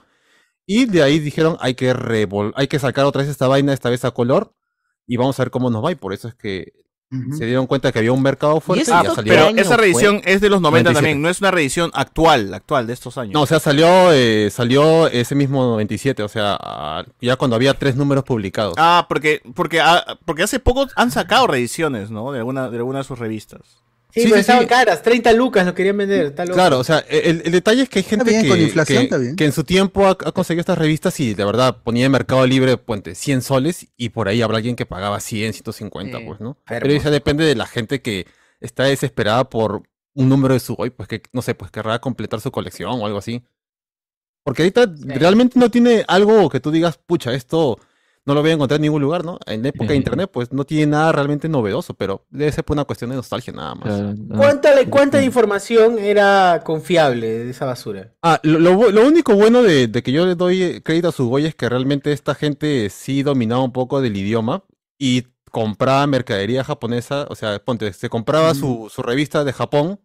Y de ahí dijeron, hay que revol hay que sacar otra vez esta vaina, esta vez a color, y vamos a ver cómo nos va. Y por eso es que se dieron cuenta que había un mercado fuerte y,
Ah,
ya salió.
pero esa reedición es de los 90
97.
también, no es una reedición actual, actual de estos años.
No, o sea, salió, eh, salió ese mismo 97, o sea, a- ya cuando había tres números publicados.
Ah, porque, porque, ah, porque hace poco han sacado reediciones, ¿no? De alguna, de alguna de sus revistas.
Sí,
Sí,
pero
sí,
estaban
sí.
caras, 30 lucas lo querían vender. está loco.
Claro, o sea, e-, el, el detalle es que hay gente
bien,
que,
con inflación
que-
está bien.
que en su tiempo ha, ha conseguido estas revistas y de verdad ponía en Mercado Libre, puente, 100 soles y por ahí habrá alguien que pagaba 100, 150, pues, ¿no? Pero
enfermo.
eso depende de la gente que está desesperada por un número de su hoy, pues que, no sé, pues querrá completar su colección o algo así. Porque ahorita realmente no tiene algo que tú digas, pucha, esto no lo voy a encontrar en ningún lugar, ¿no? En la época de internet, pues no tiene nada realmente novedoso, pero debe ser por una cuestión de nostalgia nada más.
¿Cuánta,
Ah,
cuánta información era confiable de esa basura?
Ah, lo, lo bu- lo único bueno de, de que yo le doy eh, crédito a Sugoi es que realmente esta gente sí dominaba un poco del idioma y compraba mercadería japonesa, o sea, ponte, se compraba su, su revista de Japón,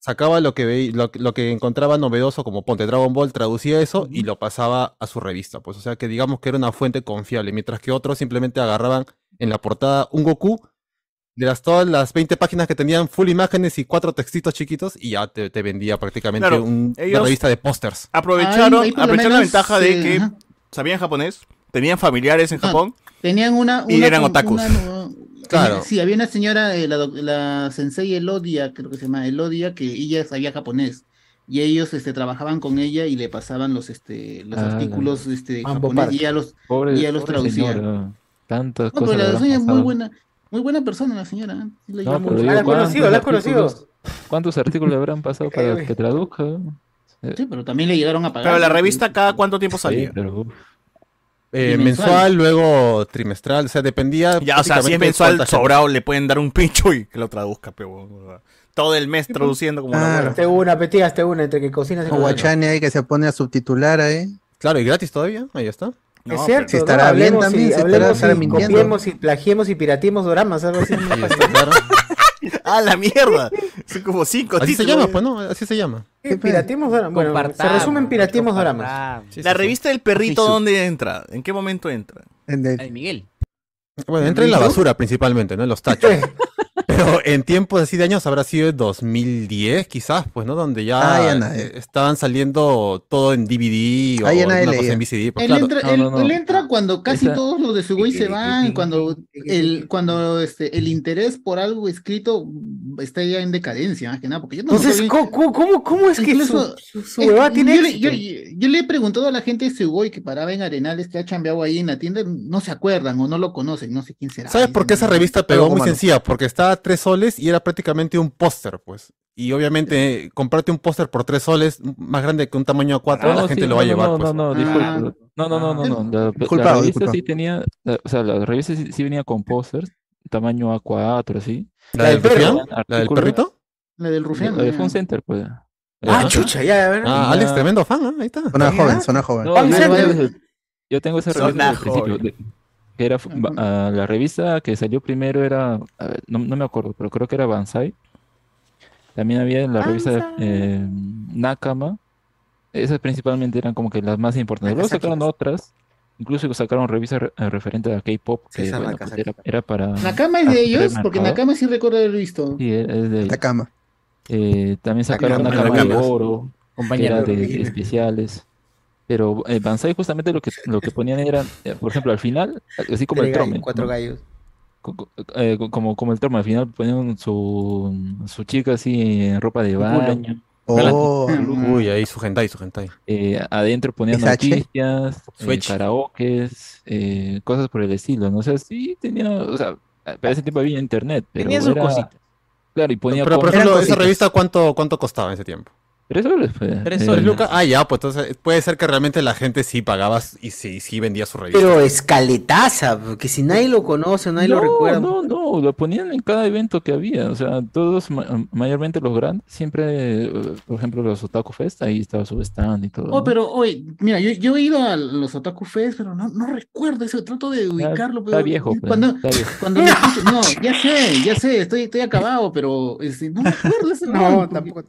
sacaba lo que veía, lo, lo que encontraba novedoso como ponte Dragon Ball, traducía eso y lo pasaba a su revista, pues o sea que digamos que era una fuente confiable, mientras que otros simplemente agarraban en la portada un Goku de las todas las 20 páginas que tenían full imágenes y cuatro textitos chiquitos y ya te, te vendía prácticamente
Claro,
un-
ellos
una revista de pósters.
Aprovecharon,
Ahí- ahí por lo
aprovecharon la
menos,
ventaja de
eh,
que
ajá.
sabían japonés, tenían familiares en Japón.
Ah,
Tenían una,
Y
una
eran
con-
otakus.
una-
Claro.
Sí, había una señora, eh, la, doc- la sensei Elodia, creo que se llama Elodia, que ella sabía japonés. Y ellos este, trabajaban con ella y le pasaban los, este, los
Ah, la-
artículos este,
Mambo
japonés y
Park.
ya los,
Pobre,
y ya los
pobre
traducía.
señora. Tantas
No,
cosas.
pero
le
la
habrán
doña es muy
pasado.
buena, muy buena persona la señora. ¿eh? Sí la
No,
llamo.
pero
Ah,
digo, ¿cuántos artículos- ¿Cuántos artículos le habrán pasado para
Eh,
que traduzca? Eh,
Sí, pero también le llegaron a pagar.
Pero la
¿no?
revista cada cuánto tiempo salía.
pero, uf,
Eh,
Y
mensual.
mensual,
luego trimestral, o sea,
Ya,
dependía.
o sea, si es
prácticamente
mensual
cuánta gente-
sobrado, le pueden dar un pincho y que lo traduzca, pero bueno, todo el mes traduciendo como una
Claro.
abuela.
Te una, petías, te una, entre que cocinas y
O Guachane ahí que se pone a subtitular ahí.
Claro, y gratis todavía, ahí está.
es cierto,
Si
¿no?
estará bien
Hablemos
también,
y,
si estará,
hablemos
estará
y
mintiendo.
copiemos y plagiemos y pirateemos dramas, algo así. ¿no?
¡Ah, la mierda! Son como cinco
Así se
títulos.
llama, pues, ¿no? Así se llama.
Sí, pirateemos dramas. Bueno, se
Compartamos,
resumen pirateemos dramas.
compartamos. La revista del perrito,
Sí, sí.
¿dónde entra? ¿En qué momento entra?
Miguel.
Bueno, entra en la basura principalmente, ¿no? En los tachos. Pero en tiempos así de años habrá sido el 2010, quizás, pues, ¿no? Donde ya,
Ah, ya nadie.
eh, estaban saliendo todo en DVD o
Ah, ya nadie
alguna cosa
leía.
en VCD. Pues,
Él,
claro.
entra, él, él entra cuando casi todos los de su güey se van, cuando el, cuando este, el interés por algo escrito está ya en decadencia, más que nada, porque yo no
Entonces,
sabía-
¿cómo, cómo, cómo es que
Incluso-
su, su, su huevada
es-
tiene
yo, le,
éxito?
yo- yo le he preguntado a la gente de su güey que paraba en Arenales, que ha chambeado ahí en la tienda, no se acuerdan o no lo conocen, no sé quién será.
¿Sabes por qué esa revista pegó?
Algo
Muy
malo.
sencilla, porque estaba a tres soles y era prácticamente un póster, pues. Y obviamente, eh, comprarte un póster por tres soles, m- más grande que un tamaño a cuatro,
Ah,
la
no,
gente
sí,
lo va a
no,
llevar,
no,
pues.
No, no,
Ah,
disculpa. No, no, no, no, no. La, la
Disculpado,
revista
disculpado.
sí tenía, la- eh, o sea, la revista sí, sí venía con pósters, tamaño A4, así.
¿La del
Pero
perro?
eran
¿La del
artículos-
perrito?
La del rufián.
La de
ya.
Mm.
Fun Center, pues.
Ah,
Ajá.
chucha, ya, a ver.
Ah,
Alex,
ya.
tremendo fan, ¿eh? ahí está.
Zona
Mira.
joven, zona joven.
No,
Fan
yo,
center.
tengo ese- yo tengo esa revista desde el
Sonajo.
principio. de- que era, ah, la revista que salió primero era, a ver, no, no me acuerdo, pero creo que era Banzai. También había la revista eh, Nakama. Esas principalmente eran como que las más importantes. Luego
Nakazaki.
sacaron otras. Incluso sacaron revistas re- eh, referentes a K-pop, que
esa
bueno, pues,
Nakazaki.
era, era para...
Nakama
atraer
es de ellos, porque
mercado.
Nakama sí recuerdo haber visto.
Sí, es es de
Nakama.
también sacaron una
Nakama,
cama de
Nakama.
oro, compañía
Compañía
de,
Lamborghini.
especiales. Pero eh, Banzai justamente lo que, lo que ponían era, eh, por ejemplo, al final, así como el
Tres gallos,
tromen,
cuatro
¿no?
gallos.
co- co- eh, co- como, como el tramo, al final ponían su, su chica así en ropa de baño.
Oh. Uy, ahí su hentai, su hentai.
Eh, adentro ponían
SH.
noticias, eh,
Switch.
karaokes, eh, cosas por el estilo, ¿no? O sea, sí tenía, o sea, para ese tiempo había internet, pero
Tenía sus
era-
cositas.
Claro, y ponía
Pero, por
cosas-
ejemplo, esa revista, ¿cuánto, cuánto costaba en ese tiempo?
Tres soles. pues.
Tres
Eh,
soles, Lucas. Ah, ya, pues entonces puede ser que realmente la gente sí pagaba y sí, sí vendía su revista.
Pero escaletaza, porque si nadie lo conoce, nadie lo
No,
recuerda.
No, no, lo ponían en cada evento que había. O sea, todos, ma- mayormente los grandes, siempre, eh, por ejemplo, los Otaku Fest, ahí estaba su stand y todo.
Oh,
¿no?
pero oye, mira, yo, yo he ido a los Otaku Fest, pero no, no recuerdo eso, trato de ubicarlo,
está
pero
viejo, pues,
cuando,
está viejo.
cuando lo escucho- no, ya sé, ya sé, estoy, estoy acabado, pero este, no recuerdo ese nombre,
tampoco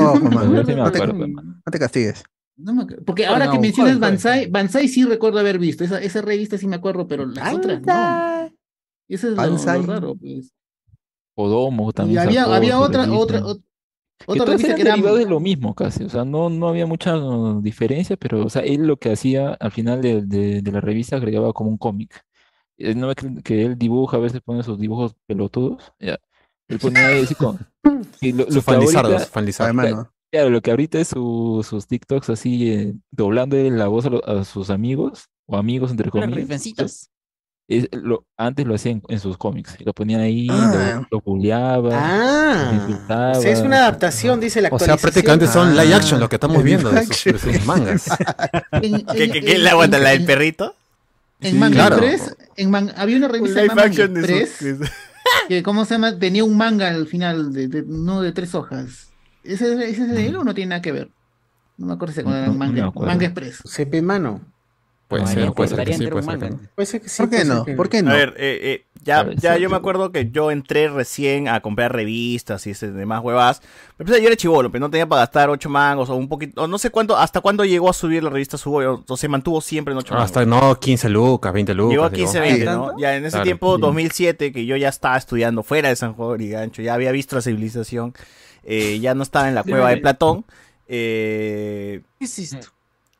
Oh,
No me
Germán,
acuerdo,
no te-
no te-
no te castigues.
no me acuerdo. porque ahora
no,
que mencionas
joder, joder.
Banzai, Banzai sí recuerdo haber visto, esa, esa revista sí me acuerdo, pero las otras no. Y Ese es lo- lo,
Banzai.
raro, pues.
Kodomo
Y
también
había,
sacó
había
su
otra,
revista.
otra, ot-
Que
otra
todas
revista
eran
que era
derivados de lo mismo casi, o sea, no, no había mucha uh, diferencia, pero o sea, él lo que hacía al final de, de- de la revista agregaba como un cómic. Eh, No es que, que él dibuja, a veces pone sus dibujos pelotudos, ya. Él ponía ese con- y lo,
Sus
lo que
fanlizardos,
ahorita-
fanlizardos. Además, ¿no?
Claro, lo que ahorita es su- sus TikToks así, eh, doblando la voz a, lo- a sus amigos, o amigos entre comillas.
rifencitos.
es- lo, antes lo hacían en sus cómics, y lo ponían ahí, lo,
Ah.
lo bulleaba,
Ah.
los insultaba.
O sea, es una adaptación, dice la
O sea, prácticamente son live action lo que estamos viendo de sus, de sus mangas.
¿Qué, qué, qué le aguanta la del perrito?
En
Sí,
Manga
claro.
3, en man- había una revista
live
llamada
action
Manga
de
3, que ¿cómo se llama? Tenía un manga al final, de, de- no de tres hojas. ¿Ese, ¿Ese es de él o no tiene nada que ver? No me acuerdo si era
No, no
manga,
me acuerdo.
manga Express.
CP mano.
Puede
No,
ser,
no,
puede ser que
estaría
sí,
entre
puede ser
un
que no.
manga. Puede ser que sí.
¿Por qué
puede
no?
ser que
¿Por qué no? A ver, eh, eh, ya,
Claro,
ya
sí,
yo me
yo-
acuerdo que yo entré recién a comprar revistas y ese, demás huevas. Pero pues, yo era chivolo, pero no tenía para gastar ocho mangos o un poquito, o no sé cuánto, hasta cuándo llegó a subir la revista su o, o se mantuvo siempre en ocho mangos.
Hasta no, 15 lucas, 20 lucas.
Llegó a
digo.
¿Ah,
15, 20, ¿no? Ya en ese
Claro.
tiempo,
Sí.
2007, que yo ya estaba estudiando fuera de San Juan de Gancho, ya había visto la civilización, eh, ya no estaba en la cueva de Platón. Eh,
¿Qué es esto?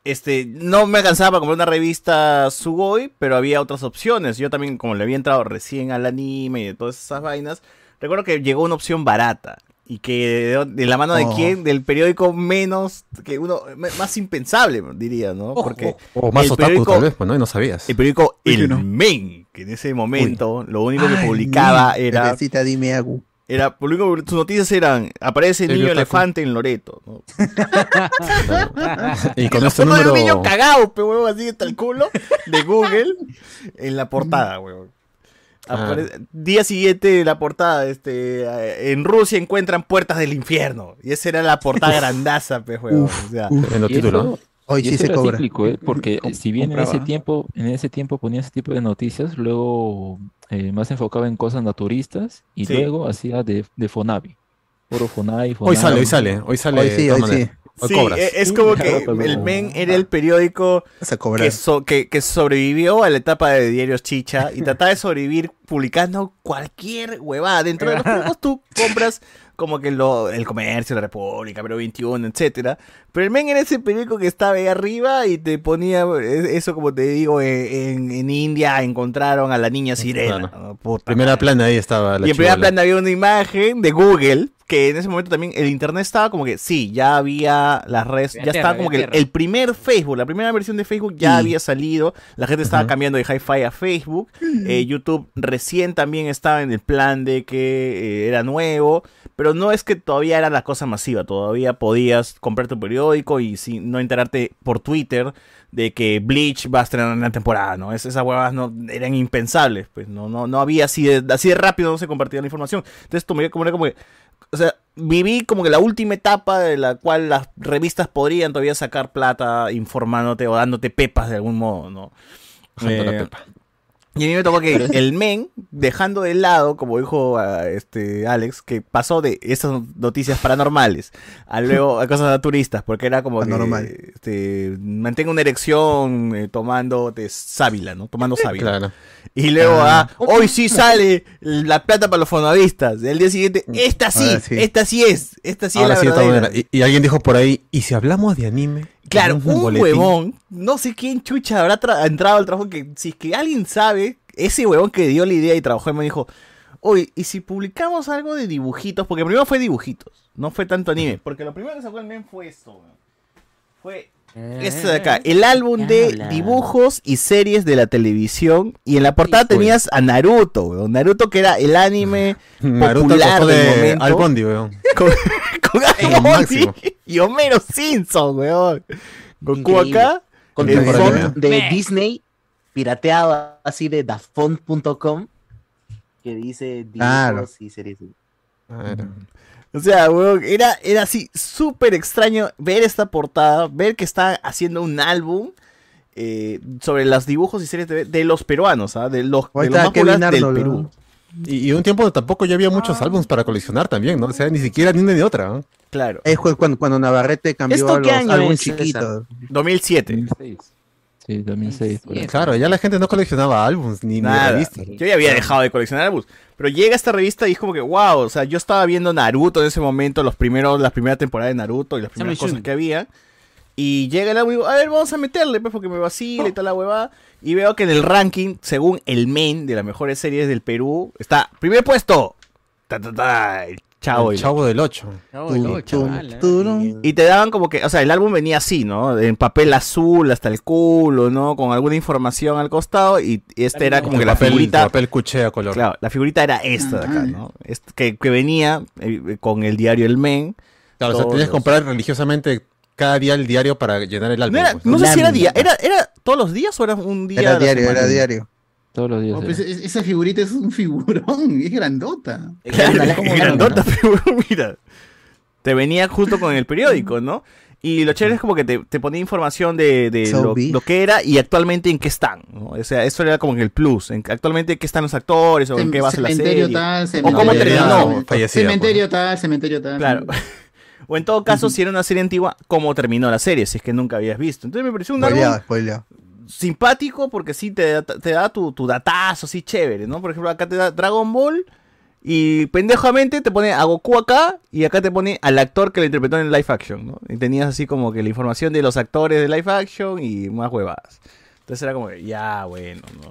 Este, no me alcanzaba para comprar una revista Sugoi, pero había otras opciones. Yo también, como le había entrado recién al anime y de todas esas vainas, recuerdo que llegó una opción barata. Y que de, de la mano de
Oh.
quién, del periódico menos, que uno, más impensable, diría, ¿no?
Oh,
Porque
O más
el
otaku,
periódico-
tal vez, pues, ¿no? Y no sabías.
el periódico El Men, que en ese momento lo único que
Ay,
publicaba
men,
era.
Teresita, dime algo.
Era, lo único que- sus noticias eran: aparece
El
niño
otaku.
elefante en Loreto. ¿no?
Y con
La
este
foto de un niño
número...
cagado, pe huevón, así hasta el culo de Google en la portada, huevón.
Ah.
Apare- Día siguiente de la portada, este, eh, en Rusia encuentran puertas del infierno. Y esa era la portada grandaza, pe huevón. O sea,
En los
Y eso-
títulos, ¿no?
Hoy
y
sí
eso
se
era
cobra.
cíclico, ¿eh? Porque eh, si bien en ese
Compraba.
tiempo, en ese tiempo ponía ese tipo de noticias, luego eh, más se enfocaba en cosas naturistas y
Sí.
luego hacía de, de Fonavi. Puro Fonavi,
Hoy
Fonavi.
sale, hoy sale, hoy sale Hoy sí, de todas hoy sí. maneras. Hoy
Sí,
cobras.
e- es como que
Claro,
el
pero-
Men era el periódico que, so- que- que sobrevivió a la etapa de diarios chicha y trataba de sobrevivir publicando cualquier huevada. Dentro de los periódicos tú compras como que lo, el comercio, la república, pero 21, etcétera. Pero el Men era ese periódico que estaba ahí arriba y te ponía eh, eso, como te digo, eh, en, en India encontraron a la niña sirena. ¿no?
Primera plana ahí estaba la
y en primera
chibola.
plana había una imagen de Google, que en ese momento también el internet estaba como que, sí, ya había las redes,
Había
ya
tierra,
estaba como
había
que el,
tierra.
el primer Facebook, la primera versión de Facebook ya
Sí.
había salido, la gente estaba cambiando de Hi-Fi a Facebook, eh, YouTube recién también estaba en el plan de que eh, era nuevo, pero no es que todavía era la cosa masiva, todavía podías comprar tu periódico y sin, no enterarte por Twitter de que Bleach va a estrenar una temporada, ¿no? Es- esas huevas no, eran impensables, pues no, no, no había así de, así de rápido, no se compartía la información. Entonces tomé como era como que, o sea, viví como que la última etapa de la cual las revistas podrían todavía sacar plata informándote o dándote pepas de algún modo, ¿no?
Bajando la
Eh,
pepa.
y a mí me tocó que el men, dejando de lado, como dijo ah, este Alex, que pasó de esas noticias paranormales a luego a cosas naturistas, porque era como
Paranormal.
que este, mantenga una erección eh, tomando de sábila, ¿no? Tomando sábila. Y luego
Ah.
ah, hoy sí sale la plata para los fonavistas. Y al día siguiente, esta sí,
Mm. Ahora sí.
esta sí es, esta sí
Ahora
es
sí,
la
de todas
verdadera.
maneras. Y, y alguien dijo por ahí, ¿y si hablamos de anime?
Claro,
Tenemos
un
boletín.
huevón, no sé quién chucha habrá tra- entrado al trabajo que si es que alguien sabe, ese huevón que dio la idea y trabajó y me dijo, oye, ¿y si publicamos algo de dibujitos? Porque primero fue dibujitos, no fue tanto
Mm.
anime. Porque lo primero que sacó el men fue esto, weón. Fue esto de
Eh.
acá, el álbum de dibujos y series de la televisión. Y en la portada tenías a Naruto, weón. Naruto que era el anime
Naruto
popular
al cojo
del
de
momento.
Albondi, weón.
Con, con
Lo
Albondi
máximo.
y Homero Simpson, weón. Goku
Increíble.
acá.
Con
el
tu font
fondo-
de Disney pirateado así de dafont.com que dice dibujos
Claro.
y series.
O sea, weón, era, era así súper extraño ver esta portada, ver que está haciendo un álbum eh, sobre los dibujos y series de, de los peruanos, ¿ah? de los, de
Ahí
los
está
más populares
Kevin
del
Arnold,
Perú.
¿no? Y, y un tiempo tampoco ya había muchos álbumes para coleccionar también, ¿no? O sea, ni siquiera ni una ni otra. ¿no?
Claro.
Es cu- cuando, cuando Navarrete cambió
¿Esto
a
qué
los
año
álbumes
es, César?
chiquitos.
2007.
Sí, 2006. por ahí.
Claro, ya la gente no coleccionaba álbumes ni, ni
Eh, Nada.
revistas.
Yo ya había dejado de coleccionar álbumes. Pero llega esta revista y es como que, wow, o sea, yo estaba viendo Naruto en ese momento, los primeros, la primera temporada de Naruto y las primeras
Samuel
cosas que había. Y llega el álbum y digo, a ver, vamos a meterle, pues, porque me vacila y toda la huevada. Y veo que en el ranking, según el main de las mejores series del Perú, está primer puesto. Ta, ta, ta, el Chavo,
El
del-
Chavo del 8.
Tum, tum,
eh.
¿eh?
turum. Y te daban como que, o sea, el álbum venía así, ¿no? En papel azul hasta el culo, ¿no? Con alguna información al costado y este era como que la
papel,
figurita...
Papel cuché a color.
Claro, la figurita era esta de acá, ¿no? Est- que, que venía eh, con el diario El Men.
Claro, o sea,
Todos
tenías que
los-
comprar religiosamente cada día el diario para llenar el álbum.
No, era-
pues,
no sé si era día, era, era todos los días o era un día.
Era
a la
diario,
semana?
era diario.
Todos los días.
Oh,
era.
pues, es- esa figurita es un figurón, es grandota.
Claro, grandota, pero mira. Te venía justo con el periódico, ¿no? Y lo chévere es como que te, te ponía información de, de
So
lo,
big.
lo que era y actualmente en qué están, ¿no? O sea, eso era como que el plus. En, actualmente en qué están los actores o en
Cem-
qué basa la
cementerio
serie.
tal,
o cómo
cementerio
terminó. pues.
tal, Cementerio tal, cementerio tal.
Claro. O en todo caso, si era una serie antigua, cómo terminó la serie, si es que nunca habías visto. Entonces me pareció un álbum
Spoileado, spoileado.
simpático porque sí te, da- te da tu, tu datazo así chévere, ¿no? Por ejemplo, acá te da Dragon Ball y pendejamente te pone a Goku acá y acá te pone al actor que lo interpretó en live action, ¿no? Y tenías así como que la información de los actores de live action y más huevadas. Entonces era como que, ya, bueno, ¿no?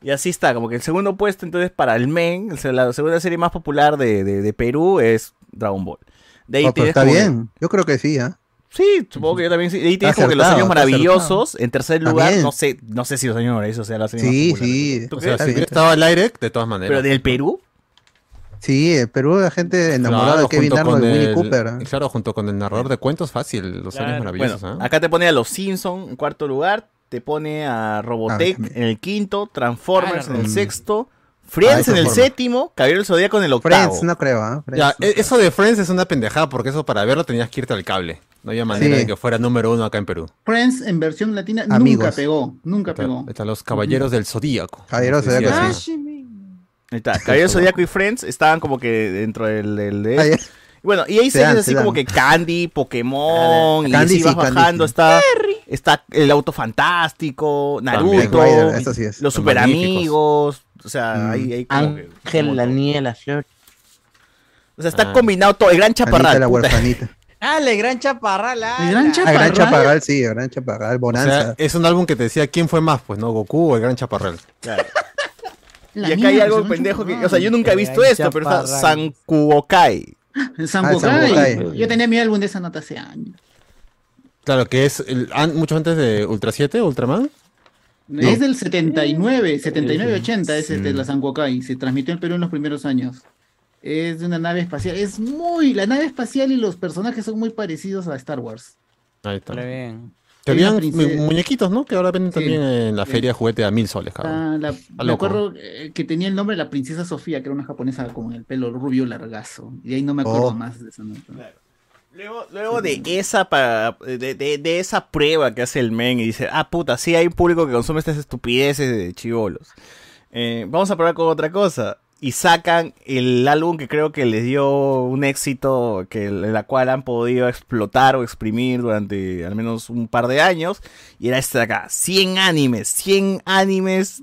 Y así está, como que el segundo puesto entonces para el men, o sea, la segunda serie más popular de, de- de Perú es Dragon Ball. De ahí
Oh, pero
tienes
está
como que-
bien, yo creo que sí, ¿ah?
Sí, supongo que yo también sí. De ahí tienes
Está
como que los
acertado,
años
está
maravillosos.
acertado.
En tercer lugar,
También.
no sé, no sé si los años maravillosos sea la serie
Sí,
más popular.
sí.
¿Tú
O
crees?
sea, si hubiera
Pero-
estado al aire, de todas maneras.
Pero del Perú.
Sí, en Perú la gente enamorada
Claro,
de Kevin
junto
Arnold
con
y Winnie
el-
Cooper. ¿ah?
Claro, junto con el narrador de cuentos, fácil, los años maravillosos.
Bueno,
¿ah?
acá te pone a los Simpson en cuarto lugar, te pone a Robotech
Ah,
en el quinto, Transformers
Ah,
en el
mm.
sexto, Friends
Ah,
en el
Transformers.
séptimo, Caballero del Zodíaco en el octavo.
Friends, no creo, ¿ah? Friends.
Ya, e- eso de Friends es una pendejada porque eso para verlo tenías que irte al cable. No había manera
Sí.
de que fuera número uno acá en Perú.
Friends en versión latina
Amigos.
nunca pegó, nunca
Está-
pegó.
Están los caballeros del zodíaco.
Caballeros del Zodíaco,
Sí,
sí.
sí.
Ahí está, Caballero del Zodíaco y Friends estaban como que dentro del... del-
Ah,
de esto. Y Bueno, y ahí
Se
series
dan,
así
se
como
dan. Ah,
que Candy, Pokémon, y
Candy
así
sí,
vas
Candy
bajando,
sí.
está, está el auto fantástico,
También.
Naruto,
Rider, eso sí es.
los
Son
super amigos, o
Mm.
sea, ahí, ahí como que-
Ángel, la niña, de la flor.
O sea, está combinado todo, el gran
Anita
chaparral. pues.
la
puta.
huerfanita.
Dale, gran chaparral. ala.
Ah, Gran Chaparral, sí, Gran Chaparral,
O sea,
Bonanza.
es un álbum que te decía quién fue más, pues, ¿no? Goku o el Gran Chaparral.
Y acá hay algo pendejo que, o sea, yo nunca he visto esto, pero está San Kuokai.
San Gokai. Yo tenía mi álbum de esa nota hace años.
Claro, que es el- an- mucho antes de Ultra 7, Ultraman.
Es del 79, 79, 80, es este, la San Gokai. Se transmitió en Perú en los primeros años. Es de una nave espacial. Es muy. La nave espacial y los personajes son muy parecidos a Star Wars.
Ahí está.
Hay
Te
una
habían
princesa-
mu- muñequitos, ¿no? Que ahora venden
Sí.
también en la
Sí.
feria de juguete a mil soles, cabrón.
Ah, la- me
loco.
acuerdo eh, que tenía el nombre de la princesa Sofía, que era una japonesa con el pelo rubio largazo. Y de ahí no me acuerdo
Oh.
más de esa nota.
Luego, luego de esa pa- de, de- de esa prueba que hace el men y dice, ah puta, sí hay un público que consume estas estupideces de chivolos. vamos a Eh, probar con otra cosa. y sacan el álbum que creo que les dio un éxito que la cual han podido explotar o exprimir durante al menos un par de años y era este de acá 100 animes 100 animes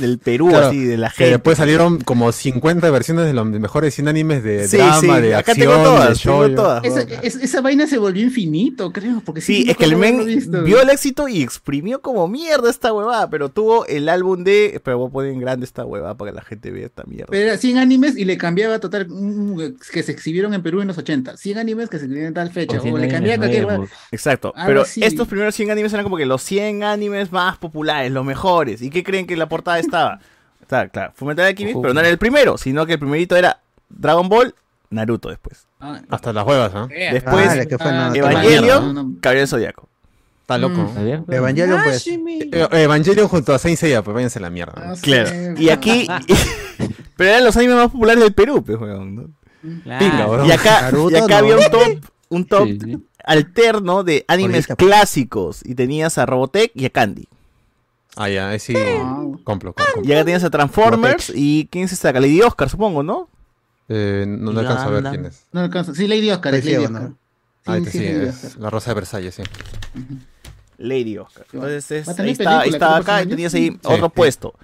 del Perú
Claro,
así de la
que
gente
después salieron como 50 versiones de los mejores 100 animes de
Sí,
drama,
sí,
de
acá
acción,
tengo todas,
de
tengo
shoujo.
todas.
Esa, es- esa vaina se volvió infinito, creo. Porque
Sí,
no
es que el
recuerdo
men
haberlo visto.
vio el éxito y exprimió como mierda esta huevada, pero tuvo el álbum de... Pero voy a poner en grande esta huevada para que la gente vea esta mierda.
Pero era 100 animes y le cambiaba total mm, que se exhibieron en Perú en los 80. 100 animes que se exhibieron en tal fecha. O le cambiaba cualquier.
Exacto,
Algo
pero
así.
estos primeros 100 animes eran como que los 100 animes más populares, los mejores. ¿Y qué creen que la portada estaba? Está, claro, Fullmetal Alchemist,
Ojo.
pero no era el primero, sino que el primerito era Dragon Ball, Naruto después.
Ah,
Hasta las huevas, ¿no?
Después,
Ah, la que fue, no, está
Evangelion,
mal.
Caballero del Zodíaco.
Está loco.
Mm. Está bien.
Evangelion, pues.
Eh, Evangelion junto a Saint Seiya, pues váyanse a la mierda.
sí, Claro. Y aquí- Pero eran los animes más populares del Perú, pues, weón, ¿no?
Pinga, weón.
Y acá,
Naruto,
y acá
no.
había un top, un top
Sí, sí.
alterno de animes clásicos. Y tenías a Robotech y a Candy.
Ah, ya, ahí sí. Compro, compro.
Y acá tenías a Transformers y ¿quién es esta? La Lady Oscar, supongo, ¿no?
Eh, no, no alcanzo a ver quién es.
No alcanzo. Sí, Lady Oscar. Es
Estoy
Lady
ciego,
Oscar.
Ah,
Sí,
este
sí,
sí,
es Lady
es la Rosa de Versalles, sí.
Lady Oscar. Entonces, es-
Va a
ahí
tener
estaba, ahí
película,
estaba
creo,
acá y
por
tenías
su
ahí
año.
otro
Sí.
puesto.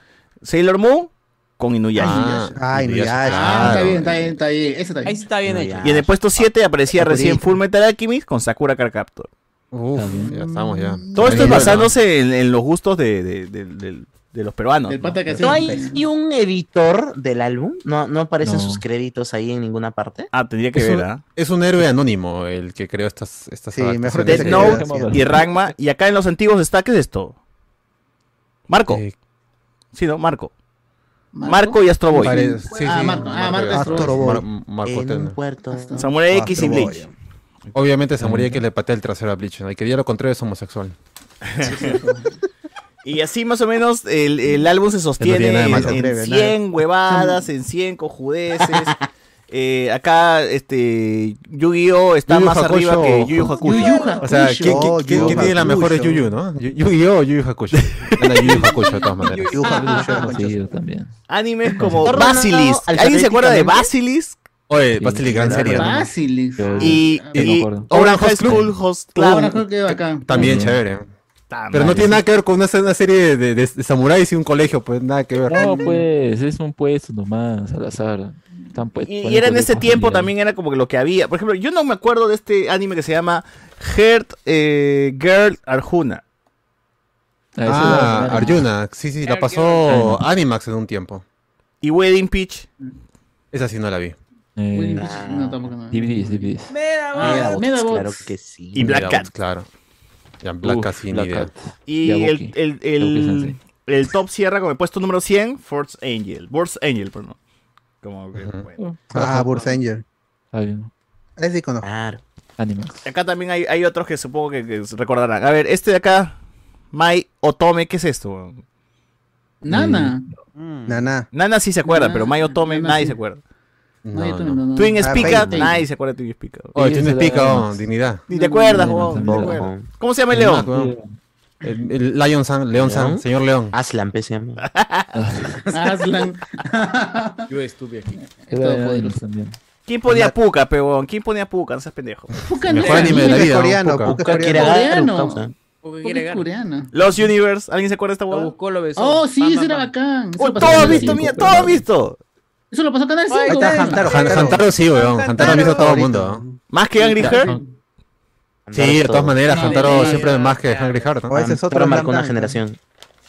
Sailor Moon con Inuyasha.
Ah,
Ah, Inuyasha. Inuyasha,
Ah, está bien, está bien, está bien. Eso está bien.
Ahí sí está bien hecho.
Y en
ah,
el puesto 7 aparecía recién Full Metal Alchemist con Sakura Card Captor.
Uf, ya estamos ya.
Todo esto es
Bueno.
basándose en, en los gustos de, de- de- de- de los peruanos.
Del pata que
¿no?
¿No hay un editor del álbum? ¿No, no aparecen
No.
sus créditos ahí en ninguna parte?
Ah, tendría
Es un, es un héroe anónimo el que creó estas estas
Sí, mejor
Death
adaptaciones de-
Note y Ragma. Y acá en los antiguos está, ¿qué es esto? Marco. Sí, ¿no? Marco. Marco, y Astro Boy.
Pare- sí, sí,
Ah, Marco- ah, Marco Astro
Astro
Boy.
Boy. Mar- Marco
En un
Tena.
puerto.
Samurai X y Bleach.
Obviamente Samurai que le patea el trasero a Bleach, ¿no? Y que diga lo contrario es homosexual.
Y así más o menos el, el álbum se sostiene
tiene nada de
en,
malo.
en
Breve, nada.
100 huevadas, en 100 cojudeces. Eh, acá este Yu-Gi-Oh está
Yu Yu
más
Hakusho.
arriba que Yu-Yu Hakusho.
O sea, ¿quién, quién- quién- quién tiene la mejor es Yuyu, no? Yu- Yu-Gi-Oh o Yuyu Hakusho. Gana Yuyu Hakusho de todas maneras.
Yu
Ah,
Hakusho. Sí, yo también.
Animes como
Ordenado
Basilisk. ¿Alguien se acuerda de Basilisk?
Oye, Bastille, gran serie. ¿no?
Basilisk.
Y,
Yo me
y
acuerdo.
Orange High School Host Club.
Ahora creo que acá.
También
Mm.
chévere. Pero no tiene nada que ver con una, una serie de, de- de samuráis y un colegio, pues nada que ver.
No, pues, es un puesto nomás, al azar. Están pues-
Y, y
ponen
era en ese
colegios
tiempo
familiares.
también era como que lo que había. Por ejemplo, yo no me acuerdo de este anime que se llama Heart eh, Girl Arjuna.
Ah, Arjuna. Sí, sí, la pasó Animax en un tiempo.
Y Wedding Peach.
Esa sí no la vi.
Eh,
No, tampoco no.
DVDs, DVDs.
Ah, Medabots.
sí.
Y Black Cat.
Claro. Ya Black
Uf,
Cat sin
Black
idea.
Cat.
Y el,
Yabuki.
el,
Yabuki
el,
Sensei.
el top cierra con el puesto número 100, Force Angel. Force Angel, perdón. Como que, bueno.
Ah, Bursa Angel.
Está bien.
Ese sí conozco.
Animax.
Acá también hay, hay otros que supongo que, que recordarán. A ver, este de acá, Mai Otome, ¿qué es esto?
Nana.
Nana.
Nana sí se acuerda, pero Mai Otome
Nana
nadie
sí.
se acuerda.
No,
Ay, tú
no.
no.
Twin
Ah,
Spica,
Facebook.
nadie se acuerda de Twin Spica.
Oye, tienes pica, oh, dignidad.
Ni te acuerdas,
No,
huevón, ni te
tampoco.
acuerdas. ¿Cómo se llama el león?
El, el Lion San, León San, señor León.
Aslan, pues, se
Ah,
llama.
Aslan.
Yo estuve aquí.
Era de Animax también.
¿Quién ponía Puka, peón? ¿Quién ponía Puka? No seas pendejo.
Puka no
Mejor
era
anime de la
anime.
vida. ¿no?
coreano,
Puka.
Puka.
Coreano. Puka es coreano.
Los Universe, ¿alguien se acuerda de esta huevada?
Oh, sí, ese era bacán. Eso
Oh,
lo pasó
todo
en
ha
Canal
visto,
5.
mira, todo ha visto.
Eso lo pasó en Canal 5.
Ahí está
weón.
Hantaro.
Han- Hantaro sí, weón. Hantaro ha visto a todo el mundo. ¿no?
Más que Angry
Claro.
Bird.
Sí, de todas maneras,
No,
Hantaro
no,
siempre más que Hungry Heart. ¿no?
O ese es otro
Ah, Pero marcó una
Slam Dunk,
generación.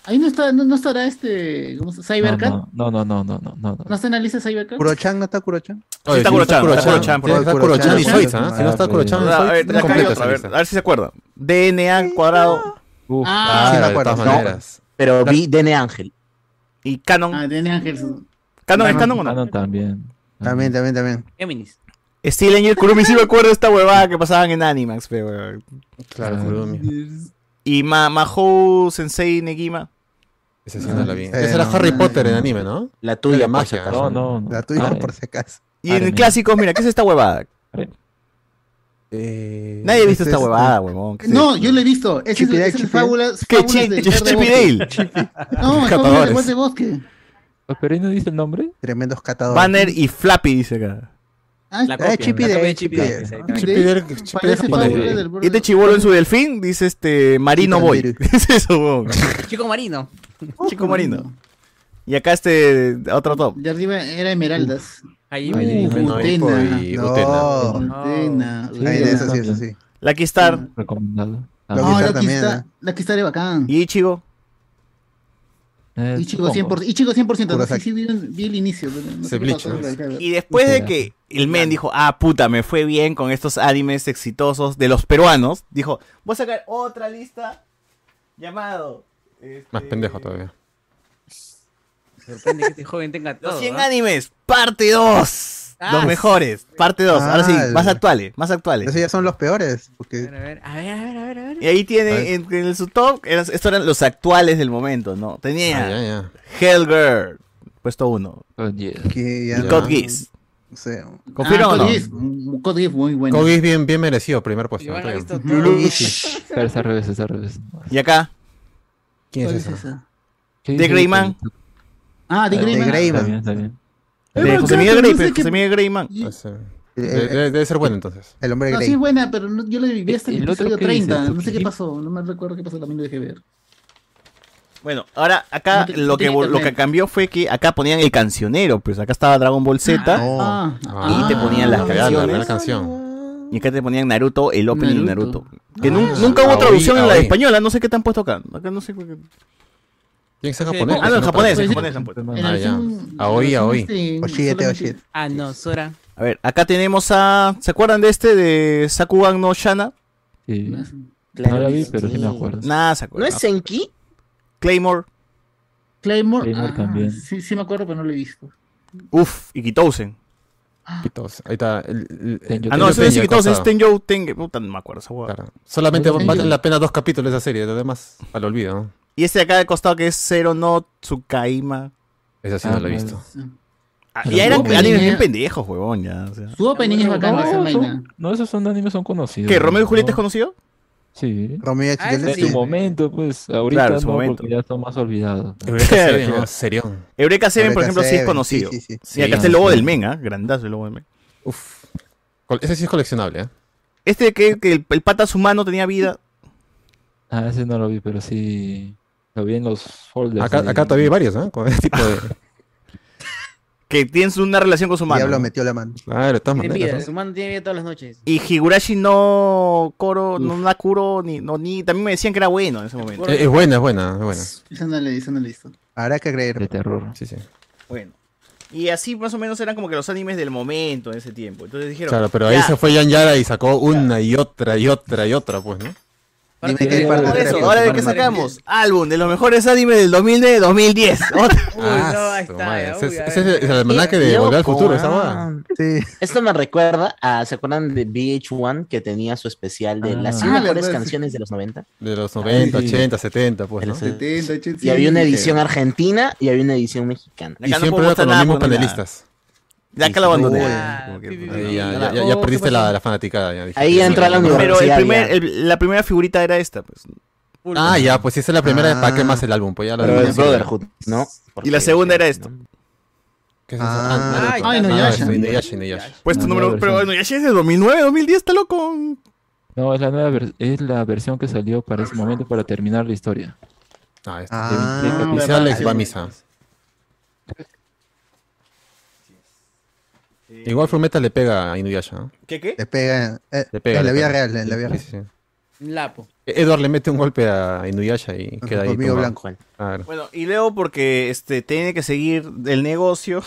Ahí no, está, no, no estará este. ¿Cómo se ¿Cybercat? No,
No, no, no, no, no, no. no.
está en la lista de Cybercat?
¿Kurochan no está Kurochan?
Sí está
sí,
Kurochan,
está
está Kurochan,
Kurochan,
por favor.
está Kurochan y
Kurochan.
Zoids, ¿ah? Si no está
Ah,
Kurochan y
A ver,
Zoids,
acá hay
completa
otro, a
esa
ver,
lista.
a ver si se acuerdan. DNA al cuadrado
Uf,
Ah,
sí
Claro,
me
de
acuerdo.
todas
No.
maneras.
Pero vi Dene Ángel.
y Canon.
Ah, tiene Ángel.
¿Canon es Canon o no?
Canon también.
También, también, también.
Géminis.
Steel Angel Kurumi sí me acuerdo de esta huevada que pasaban en Animax, pe, weón.
Claro, Kurumi.
Y Ma Mahou Sensei Negima.
Esa sí no la vi.
Eh,
Esa era
no.
Harry Potter en anime, ¿no?
La tuya,
Era
por si
magia.
No,
acaso.
no, no.
La tuya
Ah,
por si acaso.
Y en
Armin.
clásicos, mira, ¿qué es esta huevada?
Eh,
Nadie ha visto
ese
esta
es-
huevada, huevón. ¿Qué es
No,
esto?
yo lo he visto. Ese
Chippy Dale,
es, es el
Chippy Dale.
fábulas,
¿Qué?
fábulas
Chi-
del
Chi-
cerdo
Chippy
bosque.
Dale.
No, es fábulas
Cazadores.
del bosque.
¿Los peruanos dice el nombre?
Tremendos catadores.
Banner y Flappy, dice acá.
Ah,
La
eh,
copia,
Chippy
la
de-
copia de Chippy
Chippy de-
de-
ah,
Chippy
de-
de-
parece
Chippy de-
Pablo
Chippy
del
de- Este chibolo en su delfín dice este Marino Boy. Es eso, weón.
Chico Marino.
Chico Marino. Y acá este otro top.
De arriba era Esmeraldas. Ahí
Ahí
uh,
dijo,
Utena.
y
Oh. Utena.
Utena. Ahí de eso sí, eso sí. Lucky Star.
Recomendado. Ah,
No, la que está, la que está de bacán.
Y Ichigo.
eh,
Ichigo 100%. Ichigo 100%. no, Sí,
Kurosaki.
sí, vi, vi el inicio. pero no sé qué pasó, pero-
Y después de que el men dijo, ah, puta, me fue bien con estos animes exitosos de los peruanos, dijo, Voy a sacar otra lista llamado. este,
Más pendejo todavía.
Sorprende que este joven tenga todo.
Los 100
¿ah?
animes, parte 2.
Ah,
los
sí.
mejores, parte 2. Ahora sí,
Ah, el-
más actuales, más actuales.
Esos ya son los peores. Porque...
A ver, a ver, a ver, a ver.
Y ahí
A
tiene
ver.
en, en su top, eras- estos eran los actuales del momento, ¿no? Tenía
Ah, ya, ya.
Hellgirl, puesto 1.
Que ya
Y
no-
Code Geass.
O sea,
¿Confirma
ah,
o no?
Code Geass, un Code Geass muy bueno.
Cogis bien, bien merecido, primer puesto.
Iván ha
está
visto
bien.
todo.
Uy.
Pero es al revés, es al revés.
Y acá,
¿Quién
¿Cuál
es
es
ese?
esa?
¿Qué
The
dice
Greyman.
Ah, de
Ah, de
Greyman.
Greyman.
Está bien, está bien.
De José Miguel Grey, pues, José Miguel Greyman.
Eh,
Debe, debe- debe ser bueno entonces.
El hombre
No, sí es buena, pero no- yo la viví hasta el
¿El otro
episodio
qué dices,
30. No sé
Tsuki?
qué pasó, no me recuerdo qué pasó, también lo dejé ver.
Bueno, ahora acá
No te-
lo, que,
tenía
vol- lo que
internet.
cambió fue que acá ponían el cancionero, pues acá estaba Dragon Ball Z
Oh.
Ah,
y te ponían las
la verdad, la
canciones.
verdad, canción.
Y acá te ponían Naruto, el opening de Naruto.
Naruto.
Que nun-
Ah,
nunca hubo
ahí,
traducción en la
ahí.
española, no sé qué te han puesto acá. Acá no sé por qué.
Tiene que ser
Sí,
japonés. pues,
ah, no, en
si
japonés,
parece.
en japonés han puesto. En
Ah,
la
ya.
versión-
Aoi, aoi.
este,
Oh,
Oshiete, oshiete.
Ah, no, Sora.
A ver, acá tenemos a. ¿Se acuerdan de este? De Sakugan no Shana.
Sí.
Claro
no la vi,
que
pero sí me
sí.
acuerdo.
Nada, se
¿No
acuerdan.
es Senki?
Claymore.
Claymore.
Claymore
ah,
también.
Sí, sí me acuerdo, pero no lo he visto.
Uf, y Kitousen.
Quitos. Ahí está. el- el- el-
Ah, no, eso no es
Peña,
Kitousen, es
cosa.
Tenjo Tenge. Puta, no me acuerdo esa hueá.
este- Solamente
Tenjo.
valen la pena dos capítulos de esa serie, lo demás al olvido. ¿no?
Y este de acá de costado que es Zero no Tsukaima.
Esa sí
Ah,
no la he
claro.
visto.
Ah,
Pero
ya eran
bueno.
animes bien pendejos, huevón. Ya, o sea.
Su opening es bacán, esa
No,
vaina.
son- no, esos son animes son conocidos.
¿Qué? ¿Romeo y
¿no?
Julieta es conocido?
Sí.
Romeo y
Ah, en
Julieta,
su
sí.
momento, pues, ahorita
Claro, en su
no,
momento.
porque ya están más olvidados.
Eureka Seven, ¿no? Serión.
Eureka Seven, por
Eureka
ejemplo, sí es
Seven,
conocido.
sí, sí, sí.
Y acá
Sí,
está el logo
sí.
del men, ¿ah? Grandazo el logo del men.
Uf. Col- Ese sí es coleccionable, ¿eh?
Este que, que el, el pata su mano tenía vida.
Ah, ese no lo vi, pero sí. Lo vi en los folders.
Acá,
ahí.
acá todavía hay varios, ¿eh? Con ese tipo de...
Que tiene una relación con su mano.
Diablo
¿no?
metió la mano.
Claro, de todas
Tiene vida,
maneras.
su mano tiene vida todas las noches.
Y Higurashi no Koro, no Nakuro, ni, no, ni. También me decían que era bueno en ese momento.
¿no? Eh, Es, buena, es buena, es buena.
Esa no la esa no la he visto.
Habrá que creer.
De terror.
Sí, sí.
Bueno. Y así más o menos eran como que los animes del momento en ese tiempo. Entonces dijeron.
Claro, pero ahí
ya,
se fue Yan Yara y sacó una y otra y otra y otra, pues, ¿no?
Dime
que
qué
hay parte
por
tres,
eso,
pues,
ahora de
parte
qué
tres.
sacamos. Álbum de los mejores animes del 2009-2010.
Ah, su madre. Ese es- ese es el almanaque de Volver al Futuro,
ah.
esa va.
Esto me recuerda a, ¿se acuerdan de VH1 que tenía su especial de
Ah.
las
Ah,
100
la
mejores
verdad, sí.
canciones de los 90?
De los 90,
Sí.
80, 70, pues,
De
¿no?
los
Y
70, 80,
Y había una
sí.
edición argentina y había una edición mexicana.
Acá no
siempre
puedo
era con los
mostrar
mismos
nada, pues, no hay
panelistas.
Ya acá la abandoné. Ah,
Ahí Ya, ya,
Oh,
ya, ya perdiste la, la fanaticada. Ya, dije.
Ahí entró a la
Pero el
universidad,
primer-
ya.
el- la primera figurita era esta. Pues.
Ah, ya, pues si esa es la primera, ¿para qué más el álbum? Pues ya la
Pero
la-
el Brotherhood, ¿no?
Y la segunda era esta.
¿Qué es eso? Ah,
Ah, Inuyasha.
eso, Inuyasha, Inuyasha.
Puesto
La
número.
nueva
Pero
versión.
bueno, ya es de 2009, 2010, está loco.
No, es la, nueva ver- es la versión que salió para ese momento para terminar la historia.
Ah, esta.
Ah,
Dice
verdad,
Alex
sí.
va a misa. Igual Frumeta le pega a Inuyasha. ¿no?
¿Qué qué?
Le pega, eh,
Le pega.
en la
le
vida
pega.
real, en la vida
Sí,
real.
sí, sí.
Lapo.
Edward le mete un golpe a Inuyasha y queda ahí.
conmigo
tomado.
blanco.
Claro.
Bueno, y luego porque este, tiene que seguir el negocio.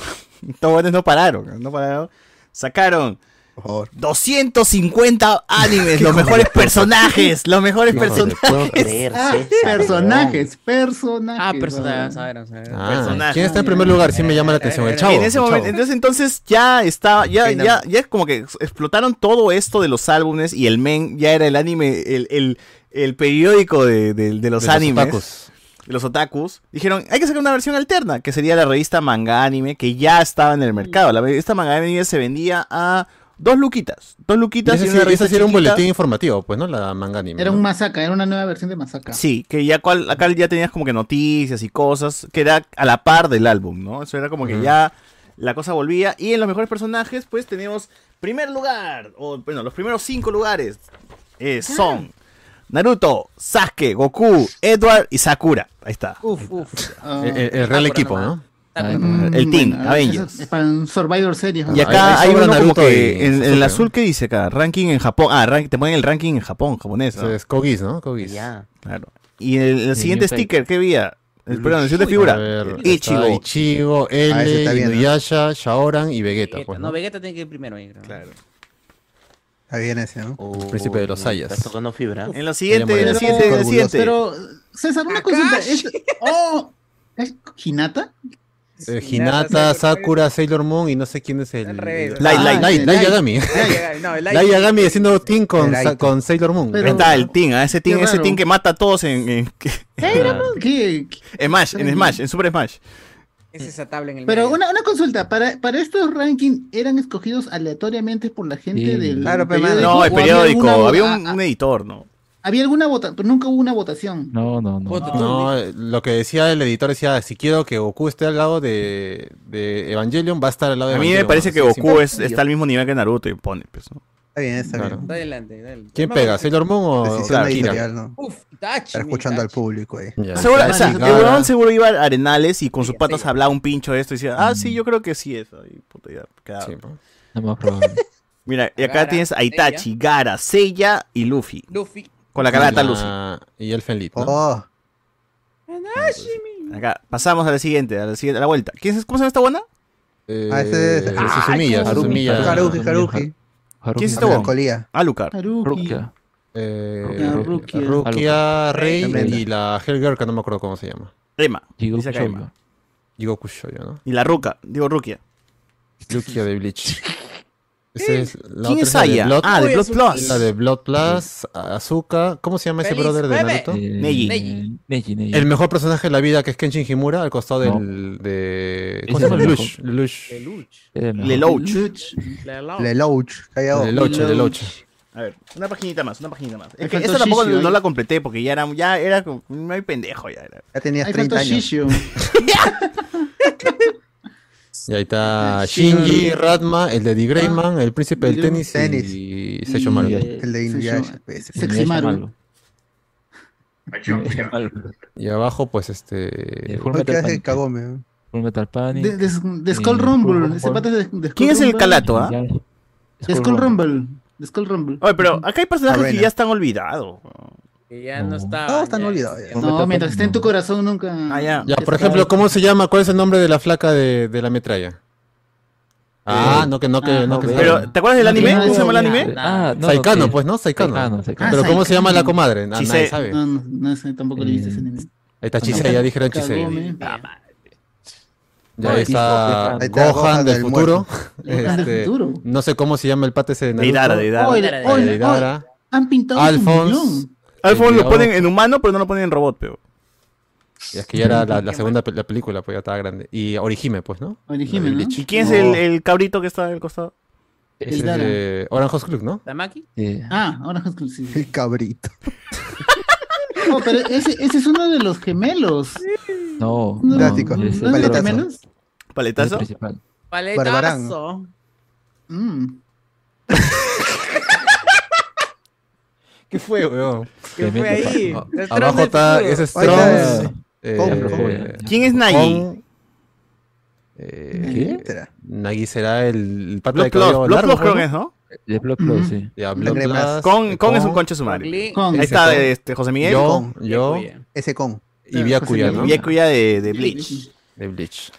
Todos no pararon, no pararon. Sacaron 250 animes, los mejores personajes, los mejores
No te puedo
personajes.
creer, César,
Ah, Personajes, personajes.
Ah, personajes,
¿verdad?
a ver, a ver.
Ah,
personaje.
¿Quién está en primer lugar? Sí me llama la atención. El chavo.
en ese
el
momento,
chavo.
entonces, entonces ya estaba, ya,
Peiname.
ya, ya es como que ex- explotaron todo esto de los álbumes y el men ya era el anime, el, el, el periódico de, de- de los
De los
animes.
otakus.
de Los otakus dijeron, hay que sacar una versión alterna, que sería la revista manga anime, que ya estaba en el mercado. La, re- esta manga anime se vendía a Dos luquitas. Dos luquitas.
Ese,
y
sí-
una
ese
revista
sí era un
chiquita.
boletín informativo, pues, ¿no? La manga anime.
Era
¿no?
un masacre, era una nueva versión de masacre.
Sí, que ya cual, acá ya tenías como que noticias y cosas, que era a la par del álbum, ¿no? Eso era como que
Ujú.
ya la cosa volvía. Y en los mejores personajes, pues tenemos primer lugar, o bueno, los primeros cinco lugares eh, son Naruto, Sasuke, Goku, Edward y Sakura. Ahí está.
Uf, uf.
el, el- el real equipo, Ah, ¿no? Eh, El team,
Ah, mm, Bueno,
Avengers.
eso Es para un Survivor Series.
Y acá hay, uno como que en, en el
la
azul que dice acá, ranking en Japón. Ah, rank- te ponen el ranking en Japón, japonés.
Ese es Kogis, ¿no? Kogis.
Ya. Claro. Y el, el siguiente
Fake.
sticker, ¿qué había? El, perdón, el siguiente
Uy,
figura.
a ver,
Ichigo.
está Ichigo, L,
Ah, ese está bien, ¿no?
Inuyasha, Shaoran y Vegeta. pues, ¿no?
No, Vegeta tiene que ir primero. ahí, creo.
Está bien ese, ¿no?
Oh,
El príncipe de los Sayas.
Estás tocando fibra.
En la siguiente, en la siguiente, en la siguiente.
Pero, César,
Ah,
una consulta. es- oh, ¿Es Hinata?
Eh, Hinata, Sakura, Sailor Moon y no sé quién es el.
revés.
Light,
Ah,
Light, Light,
Light,
Light
Light.
Yagami.
Light Yagami, no, el Light-
Light Yagami haciendo team con,
Light.
sa- con Sailor Moon.
Ahí está el team, ah, ese team,
Qué
ese
raro.
team que mata a todos en, en, en Smash, en Smash, en Super Smash.
Es esa tabla en el
Pero
medio.
una, una consulta, para, para estos rankings eran escogidos aleatoriamente por la gente
Sí.
del
No, el
¿O había
periódico,
alguna vo-
había ah,
a-
un, un editor, ¿no?
Había alguna votación, pero nunca hubo una votación.
No, no, no.
No, eh, lo que decía el editor decía, si quiero que Goku esté al lado de, de Evangelion, va a estar al lado de
A mí me
Evangelion.
parece que
Así de
Goku
simple.
es, está al mismo nivel que Naruto y pone, pues, ¿no?
Está bien, está
Claro.
bien.
Está adelante, adelante.
¿Quién
No,
pega?
no,
¿Sailor Moon o
Decisión
Akira?
editorial, ¿no?
Uf, Itachi.
Estar escuchando al público ahí.
Seguro, o sea, el
Sigara.
huevón seguro iba a Arenales y con sus patas hablaba un pincho de esto y decía, ah, sí, yo creo que sí eso. Y puta, ya, quedaba.
pues.
No más probable.
Mira, y acá
Gara,
tienes a Itachi, Gara, Seiya y Luffy.
Luffy.
Con la carata
Y
Luffy.
Y el Fenlit.
Oh,
¿no?
Acá, pasamos a la siguiente, a la siguiente, a la vuelta. ¿Quién es, ¿Cómo se llama esta buena?
Eh,
Ah, ese es- Ah,
Susumilla,
Haruhi,
Susumilla.
Haruhi, Haruhi.
¿Quién es esta
Haruhi.
buena? Alucard.
Rukia.
Eh,
Ah,
Rukia,
Rukia.
Rukia, Rey
Tremenda.
y la Hellgirl, que no me acuerdo cómo se llama.
Rema.
Digo,
Dice acá
Shoujo.
Rema.
Goku Shoyo, ¿no?
Y la Ruka, digo Rukia.
Lukia de Bleach. Ese es
¿Quién
la otra
es
la
Aya? Ah, de Blood Plus.
La de Blood Plus, Azuka. ¿Cómo se llama ese
Feliz
brother de
nueve.
Naruto?
Eh,
Neji.
Neji.
Neji, Neji.
El mejor personaje de la vida que es Kenshin Himura al costado
No.
del. De,
Ese
¿Cómo se llama?
es el
Lelouch. Lelouch.
Era el mejor.
Lelouch.
Lelouch, callado.
Lelouch, Lelouch.
A ver, una paginita más, una paginita más.
Ahí
Es que
faltó
esa tampoco
Shishio,
no
ahí.
la completé porque ya era, ya era como- no hay pendejo ya era.
Ya tenías
Ahí faltó
30 años.
Shishio.
Y ahí está Shinji, Ratma, el de D. Greyman, el príncipe del tenis, y Secho Maru.
este,
El de Inuyasha. pues.
Seximaru.
Y abajo, pues este.
Full
¿Por qué
Metal
hace
Panic.
Kagome?
Full Metal Panic.
De, de, de Skull
Eh,
Rumble. ese
Skull
pata es de- de Skull
¿Quién es el
Rumble.
calato, ah?
De Skull Rumble. De Skull Rumble.
Oye, pero acá hay personajes
Arena.
que ya están olvidados.
Que ya no, está.
Todos están olvidados. ya.
No, mientras esté en tu corazón nunca.
Ah, ya.
Ya, por ejemplo, ¿cómo se llama? ¿Cuál es el nombre de la flaca de, de la metralla? Ah, no que no que
Ah,
no que
no,
Pero, ¿te acuerdas del anime? ¿Cómo se llama el anime?
Ah, no,
Saikano,
sí.
pues, ¿no? Saikano.
Saikano, Saikano.
Pero
Ah,
¿cómo se llama la
Saikano.
comadre? Na-
Chisei.
nadie sabe. Ahí
No, no, no sé, tampoco le viste ese
Este,
anime.
está Chisei, ya dijeron Chisei.
Kagome.
Ya ahí está
Ahí está
Gohan del futuro.
Gohan del
Este,
futuro.
No sé cómo se llama el pate ese de Naruto.
Deidara, Deidara.
Oye,
Eh,
oye,
Deidara.
oye, Han pintado su
Alphonse.
millón.
Alphonse lo
Yo-
ponen en humano, pero no lo ponen en robot, pero.
Y es que ya era la, la segunda pe- la película, pues ya estaba grande. Y Orihime, pues, ¿no?
Orihime,
La de
¿no?
Bleach.
¿Y quién es el, el cabrito que está al costado?
Ese es
Deidara.
de Orange House Club, ¿no?
¿Tamaki?
Ah, ahora es exclusivo.
El cabrito.
No, pero ese, ese es uno de los gemelos.
No.
No,
Clásico.
es
¿No es de los
Paletazo.
gemelos?
el
¿Paletazo?
principal.
Barbarán.
Paletazo.
Mm.
¿Qué fue, weón?
¿Qué fue ahí?
Ah,
Los
Abajo
tres
está
del
ese
futuro. Ahí
Strong.
está, Hombre,
Eh,
hombre.
¿Quién es Nayi?
Hong, eh,
¿Qué?
Será.
Nagi será el, el pata
Blood
de cabello
Plus, Blood
largo,
Plus creo
¿no?
que es, ¿no?
De Blood Plus, sí.
Ya,
No
Blood
creo
Plus,
más.
Con,
eh,
con es un
Kong,
conche sumario.
Brooklyn.
Con-
Ahí está este, José Miguel.
Yo, yo
Ese con.
y Byakuya, ¿no?
Y Yakuya de, de Bleach.
De Bleach.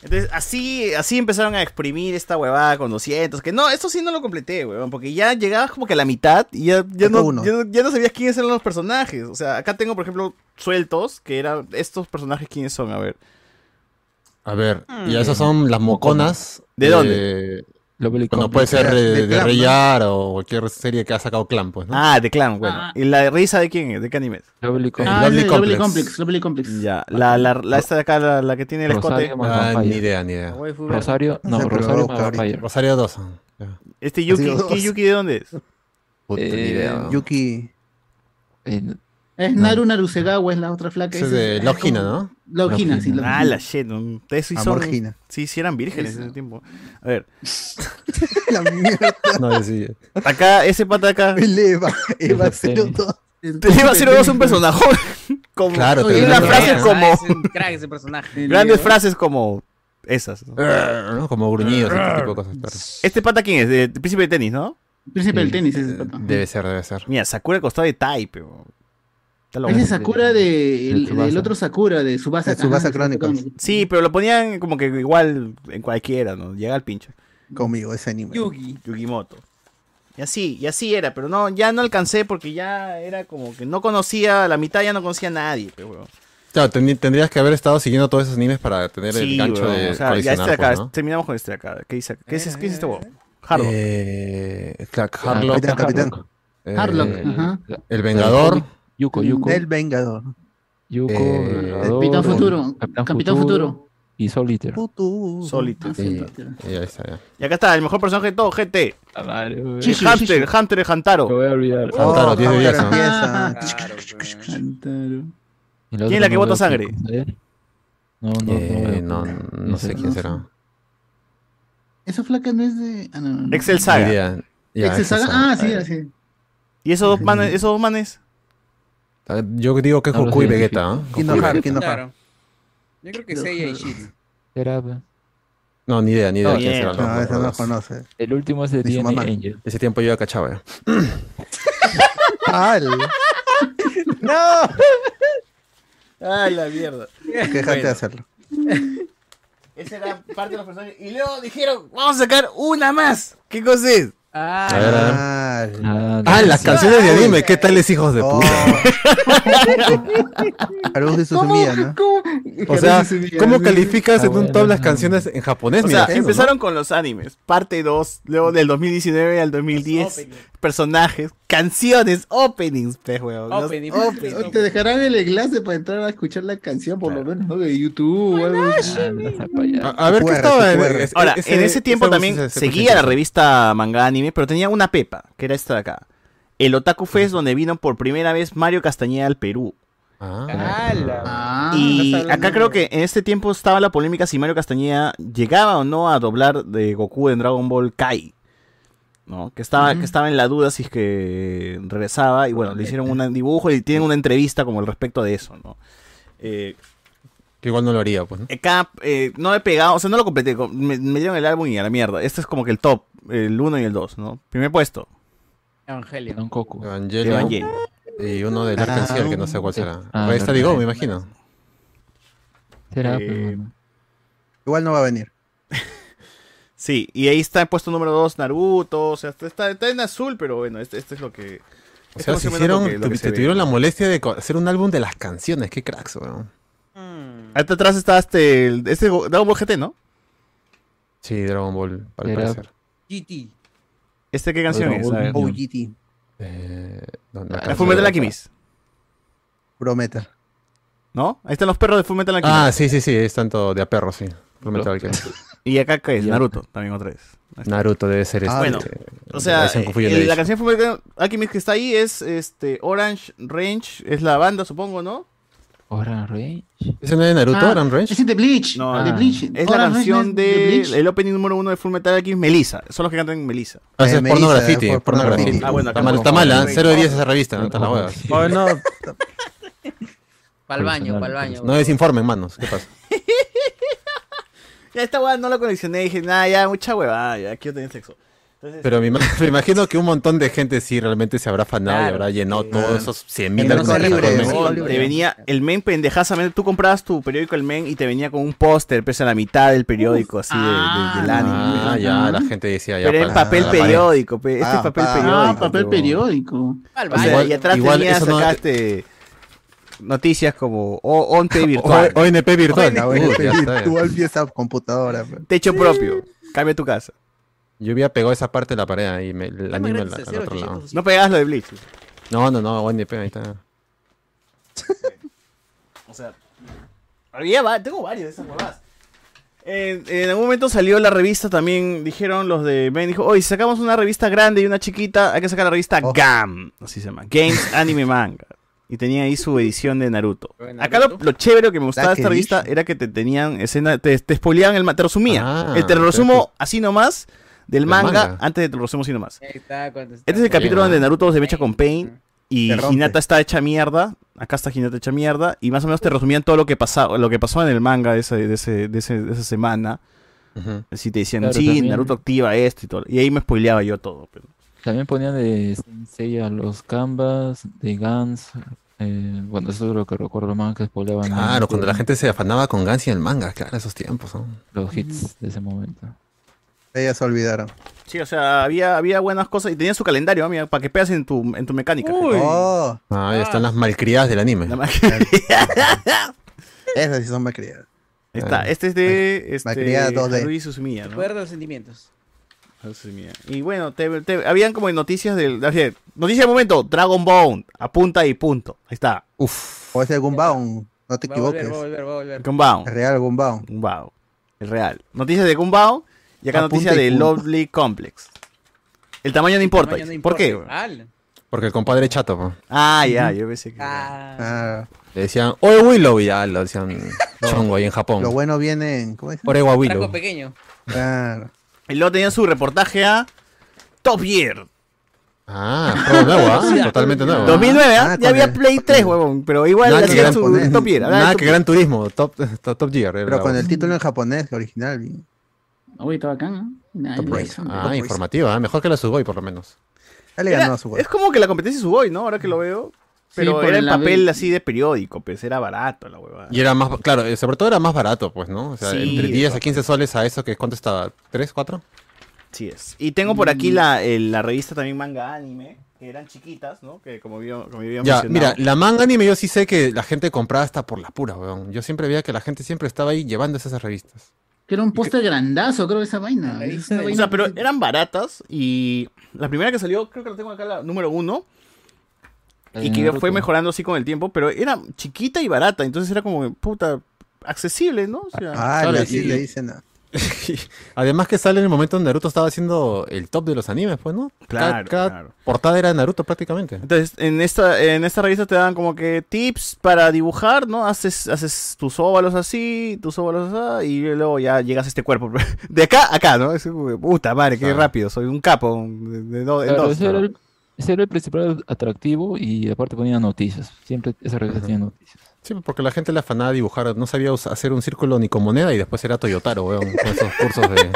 Entonces, así, así empezaron a exprimir esta huevada con 200. Que no, esto sí no lo completé, huevón. Porque ya llegabas como que a la mitad y ya, ya,
Faltó
no,
uno.
ya, no- ya no sabías quiénes eran los personajes. O sea, acá tengo, por ejemplo, sueltos, que eran estos personajes, ¿quiénes son? A ver.
A ver, y esas son las moconas.
¿De
dónde?
Lo
Bueno,
Belicón.
puede ser de,
de
de,
Clamp,
Rey
¿no?
Yar o cualquier serie que ha sacado Clan, pues, ¿no?
Ah, de Clan, bueno.
Ah.
¿Y la de risa de quién es? ¿De qué anime es?
Lo Belicón.
Ah,
Lovely
es de Lovely
Complex.
Complex. Lovely Complex.
Ya, la, la, la esta de acá, la, la que tiene el escote.
Rosario
Ah, ni
Magafire.
idea, ni idea.
Waifu verde.
Rosario,
No
no,
sé, pero
Rosario
lo busco ahorita.
Magafire.
Rosario Dawson.
Este Yuki,
Así,
¿qué
dos.
Yuki de dónde es?
Puta, ni idea. Yuki.
Es Naru Narusegawa, es la otra flaca.
Ah. Ese es
esa
de
ah,
Logina,
¿cómo?
¿no?
Logina, sí.
Ah, la shit. no, Ustedes sí son.
Amorgina.
Sí, sí eran vírgenes en
Eso.
ese tiempo. A ver.
la mierda.
No, sí.
Acá, ese pata acá.
El Eva, Eva
02. Eva 02 es un personaje. como,
Claro,
tiene
pero
unas
no
frases
es.
como.
Es un crack ese personaje.
Grandes frases como esas.
Eh.
¿no?
¿no? Como gruñidos, este tipo de cosas. claro.
¿Este pata quién es? De, de Príncipe del Tenis, ¿no?
Príncipe del
Sí.
tenis es ese pata.
Debe ser, debe ser.
Mira, Sakura costaba de Tai, pero. Está loco.
Ese Sakura de, el-
Tsubasa.
del otro Sakura, de Subasa.
De Tsubasa
Chronicles.
Sí,
Mm.
pero lo ponían como que igual en cualquiera, ¿no? Llega al pincho.
Conmigo, ese anime.
Yugi. Yugimoto. Y así, y así era, pero no, ya no alcancé porque ya era como que no conocía, la mitad ya no conocía a nadie, pero weón.
Claro, tendi- tendrías que haber estado siguiendo todos esos animes para tener el
Sí,
gancho
weón,
de
o sea, ya
coleccionar,
este de acá,
pues, ¿no?
terminamos con este de acá. ¿Qué dice, qué dice, qué dice este huevo? Harlock.
Eh, Clark
Ah,
Harlock.
capitán, capitán.
Eh,
Harlock, ajá.
El Vengador.
Yuko, Yuko.
El Vengador.
Yuko,
Eh,
Vengador,
Capitán Futuro, Oh, Capitán Futuro.
Y Soul Eater.
Puto.
Solito.
Y ahí está, ya.
Y acá está, el mejor personaje de todo, gente.
weón.
Y Hunter, Hunter de Hantaro. Lo
voy a
Oh,
olvidar.
Oh,
Hantaro, 10 de 10, ¿no?
Ah,
¿Quién es la que bota sangre?
No, no,
Eh,
no,
no, no sé quién será.
Esa flaca no es de. Ah, no, no, no.
Excel Saga.
Ni idea. Ya,
Excel Saga. Ah, sí, era así.
¿Y esos dos manes? Esos dos manes?
Yo digo que es
No los
Goku y Vegeta,
identifico.
¿eh? ¿no?
Kingdom
Goku y
Hearts,
Vegeta.
Kingdom
ah, Claro. Yo creo que es ella y shit.
Era,
No, ni idea, ni idea
No,
quién
bien.
será.
No, esa no
recuerdo.
conoce.
El último es de
Ni su
DNA
mamá.
Angel.
Ese tiempo yo ya cachaba. ¿eh? ya.
¡Al!
¡No!
Ay, la mierda.
Quejate de hacerlo.
Esa era parte de los personajes. Y luego dijeron, vamos a sacar una más. ¿Qué cosa es?
Ah,
A ver, a ver.
Al.
Ah, las canciones de anime, ¿qué tales hijos de
Oh.
puta?
Haruhi Suzumiya, ¿no?
O sea,
Haruhi Suzumiya,
¿cómo
sí.
Ah,
calificas en un top las canciones en japonés?
o
Mira,
sea,
eso, ¿no?
empezaron con los animes, parte 2, luego del 2019 al 2010, personajes, canciones, openings, pues, weón. Los
Opening.
openings.
O Te dejarán el enlace para entrar a escuchar la canción, por lo menos, ¿no? De YouTube o algo así.
A, a ver, ¿qué estaba en ese-
Ahora, en ese tiempo
esa
también
música se- se
seguía la
escucha?
revista manga anime, pero tenía una pepa, que era esta de acá. El Otaku Fest, donde vino por primera vez Mario Castañeda al Perú.
Ah,
Ah,
Ah.
¡Hala!
y acá creo que en este tiempo estaba la polémica si Mario Castañeda llegaba o no a doblar de Goku en Dragon Ball Kai. ¿no? Que, estaba, que estaba en la duda si es que regresaba. Y bueno, le hicieron un dibujo y tienen una entrevista como al respecto de eso. ¿no? Eh,
Que igual no lo haría, pues. ¿no?
Acá eh, no he pegado, o sea, no lo completé. co- Me, me dieron el álbum y a la mierda. Este es como que el top, el 1 y el 2, ¿no? Primer puesto,
Evangelio.
Don Coco.
Evangelion.
Evangelion.
Y uno de Dark
Ah.
Angel, que no sé cuál será.
Ah,
Ahí está
Dark
Digo,
Angel.
me imagino.
Será,
Eh,
pues, mano.
Igual no va a venir.
Sí, y ahí está en puesto número 2 Naruto. O sea, está- está, está en azul, pero bueno, este, este es lo que.
O
es
sea,
más
se
o menos lo
hicieron,
que- lo
tu-
que
se
se ve.
tuvieron la molestia de co- hacer un álbum de las canciones. Qué cracks, weón.
Hasta atrás está este, el- este go- Dragon Ball GT, ¿no?
Sí, Dragon Ball, al
Era-
parecer.
GT.
¿Este
Oh,
qué canción
Dragon
es?
Ball
A ver.
Union.
OGT.
Eh, no, no
La
alcanzo
Fullmetal
a-
Alchemist,
Prometa.
¿no? Ahí están los perros de Fullmetal Alchemist.
Ah, sí, sí, sí, es tanto de a perro, sí. Fullmetal Alchemist.
Y acá ¿qué es
Ya.
Naruto, también otra vez.
Naruto debe ser este.
Ah, bueno, O sea,
versión con Fusion
eh, la
Edition.
canción Fullmetal Alchemist que está ahí es este Orange Range, es la banda, supongo, ¿no?
Ahora, Rey.
¿Ese no es de Naruto,
Ah,
Orange Range?
Es de Bleach.
No,
de
no.
Bleach.
Es
Ahora
la
no
canción
de- de
del
Bleach.
opening número uno de Full Metal Alchemist, Melissa. Son los que cantan Melissa.
Ah, ese
Eh,
es
me
porno
dice,
graffiti,
por-
porno
porno
graffiti.
graffiti.
Ah, bueno, acá
Está mal,
no
está
conozco.
mala, 0 de 10 esa revista, no te la huevas.
Oye, no,
Pa'l baño, pa'l
pues.
baño.
No desinformen, manos, ¿qué pasa?
Ya esta weá no la conexioné, dije, nada, ya, mucha huevada, ya quiero tener sexo. Entonces,
Pero me, ima- me imagino que un montón de gente sí realmente se habrá afanado y
Claro.
habrá llenado todos esos 100 mil
El Mercado Libre,
weón,
sí,
Pues te venía el men pendejazamente, tú comprabas tu periódico el men y te venía con un póster, pese a la mitad del periódico, así de- de-
ah,
del anime.
Ah, ya, la gente decía ya.
Pero en
para-
papel
para la pared.
periódico, pe, este
Ah,
es papel
pa-
periódico.
Ah, papel
tipo-
periódico.
Pa'l
O sea,
Igual-
y
baño.
atrás
igual
tenías,
eso no-
sacaste noticias como O- ONTE
O-
virtual,
ONP virtual.
La
Uy, ya está, ya.
virtual y esa computadora. pe.
techo propio, cambia tu casa.
Yo había pegado esa parte de la pared ahí, me, la
Dame
anime
gratis
al
a cero
otro lado.
ochocientos.
No pegabas lo de Bleach.
No, no, no, ONP, ahí está.
O sea, había va- tengo varios de esas huevadas. En, en algún momento salió la revista también, dijeron los de Ben, dijo, oye, si sacamos una revista grande y una chiquita, hay que sacar la revista GAM, así se llama, Games Anime Manga. Y tenía ahí su edición de Naruto. Acá lo, lo chévere que me gustaba de esta revista era que te tenían escena, te, te spoileaban el ma- te resumía.
Ah,
Eh, te lo resumo
perfecto.
así nomás del
Del
manga,
manga.
antes de te lo resumo así nomás.
Ahí está, cuando está-
Este es el capítulo donde Naruto se mecha con Pain y
Te rompe.
Hinata está hecha mierda. Acá está Hinata hecha mierda. Y más o menos te resumían todo lo que pasó, lo que pasó en el manga de, ese- de ese- de ese- de esa semana. Si te decían,
Claro,
sí,
también.
Naruto activa esto y todo. Y ahí me spoileaba yo todo. pero-
También ponían de Sensei a los Canvas, de Gans. eh, bueno, eso es lo que recuerdo más que spoileaban.
Claro,
¿no?
cuando la gente se afanaba con Gans y el manga, claro, esos tiempos, ¿no?
Los hits de ese momento.
Ellas se olvidaron.
Sí, o sea, había, había buenas cosas. Y tenía su calendario, ah, mira, para que pegas en tu, en tu mecánica.
Oh,
Ah, ahí están las malcriadas del anime.
esas sí son malcriadas.
Ahí está, este es de este,
Malcriadas 2D.
Haruhi Suzumiya, ¿no?
Recuerda los sentimientos.
Haruhi Suzumiya. Y bueno, te- te- habían como noticias del... así, Noticia del momento, Dragon Bone, apunta y punto. Ahí está.
Uf. O es el Gunbound, no te
Va a volver,
equivoques.
va a volver, va a volver.
Gunbound.
El real Gunbound.
Gunbound. El real. Noticias de Gunbound y acá
Apunta
noticia
y
de
punto.
Lovely Complex. El tamaño no importa.
tamaño no
dice.
importa.
¿Por qué?
Al.
Porque el compadre es chato, po.
Ah, ya, yo pensé que...
Ah.
Le decían, oye Willow, y ya lo decían chongo ahí en Japón.
Lo bueno viene en. ¿Cómo es?
Orewa Willow.
pequeño.
Claro.
Y luego tenían su reportaje a Top Gear.
Ah, juego nuevo, ¿ah? Totalmente nuevo.
2009, ¿ah? ya había Play 3, huevón, pero igual
Nada que
hacían
Gran-
su Top Gear. ah,
Nada
Top
que
Gear.
Gran Turismo, Top, top, top Gear. era
Pero con
la-
el título en japonés, original. bien.
Uy, está bacán, ¿eh? Nah,
Top Race.
interesante.
Ah, informativa, ¿eh? mejor que la Sugoi por lo menos.
Ya le
Era-
ganó a su
es como que la competencia su hoy, ¿no? Ahora que lo veo. Pero
por
era en
la-
papel así de periódico, pues era barato la huevada.
Y era más, claro, eh, sobre todo era más barato, pues, ¿no? O sea,
Sí,
entre
de
10 a 15 soles a eso que cuánto estaba, ¿3, 4?
Sí es. Y tengo por
Mm.
aquí la, el- la revista también manga anime, que eran chiquitas, ¿no? Que como vio, como había
Ya,
mencionado.
mira, la manga anime yo sí sé que la gente compraba hasta por la pura, weón. Yo siempre veía que la gente siempre estaba ahí llevándose esas revistas.
Que era un póster grandazo, creo, esa vaina. Esa
O
vaina-
sea,
pues,
pero eran baratas y la primera que salió, creo que la tengo acá, la número uno.
La
Y
de
que
Naruto.
fue mejorando así con el tiempo, pero era chiquita y barata, entonces era como, puta, accesible, ¿no? O sea,
Ah,
Claro,
le-
y-
sí, le dicen. ah.
Además que sale en el momento donde Naruto estaba haciendo el top de los animes, pues, ¿no? Cada-
Claro,
cada
claro.
portada era Naruto prácticamente.
Entonces, en esta, en esta revista te dan como que tips para dibujar, ¿no? Haces, haces tus óvalos así, tus óvalos así, y luego ya llegas a este cuerpo. De acá a acá, ¿no? Es como que, puta madre, qué
Claro.
rápido, soy un capo. un- De, de do- en
Claro,
dos,
ese,
¿no?
era el, ese era el principal atractivo y aparte ponían noticias. Siempre esa revista tenía noticias.
Sí, pues, porque la gente le afanaba a dibujar, no sabía us- hacer un círculo ni con moneda y después era Toyotaro, weón, con esos cursos de...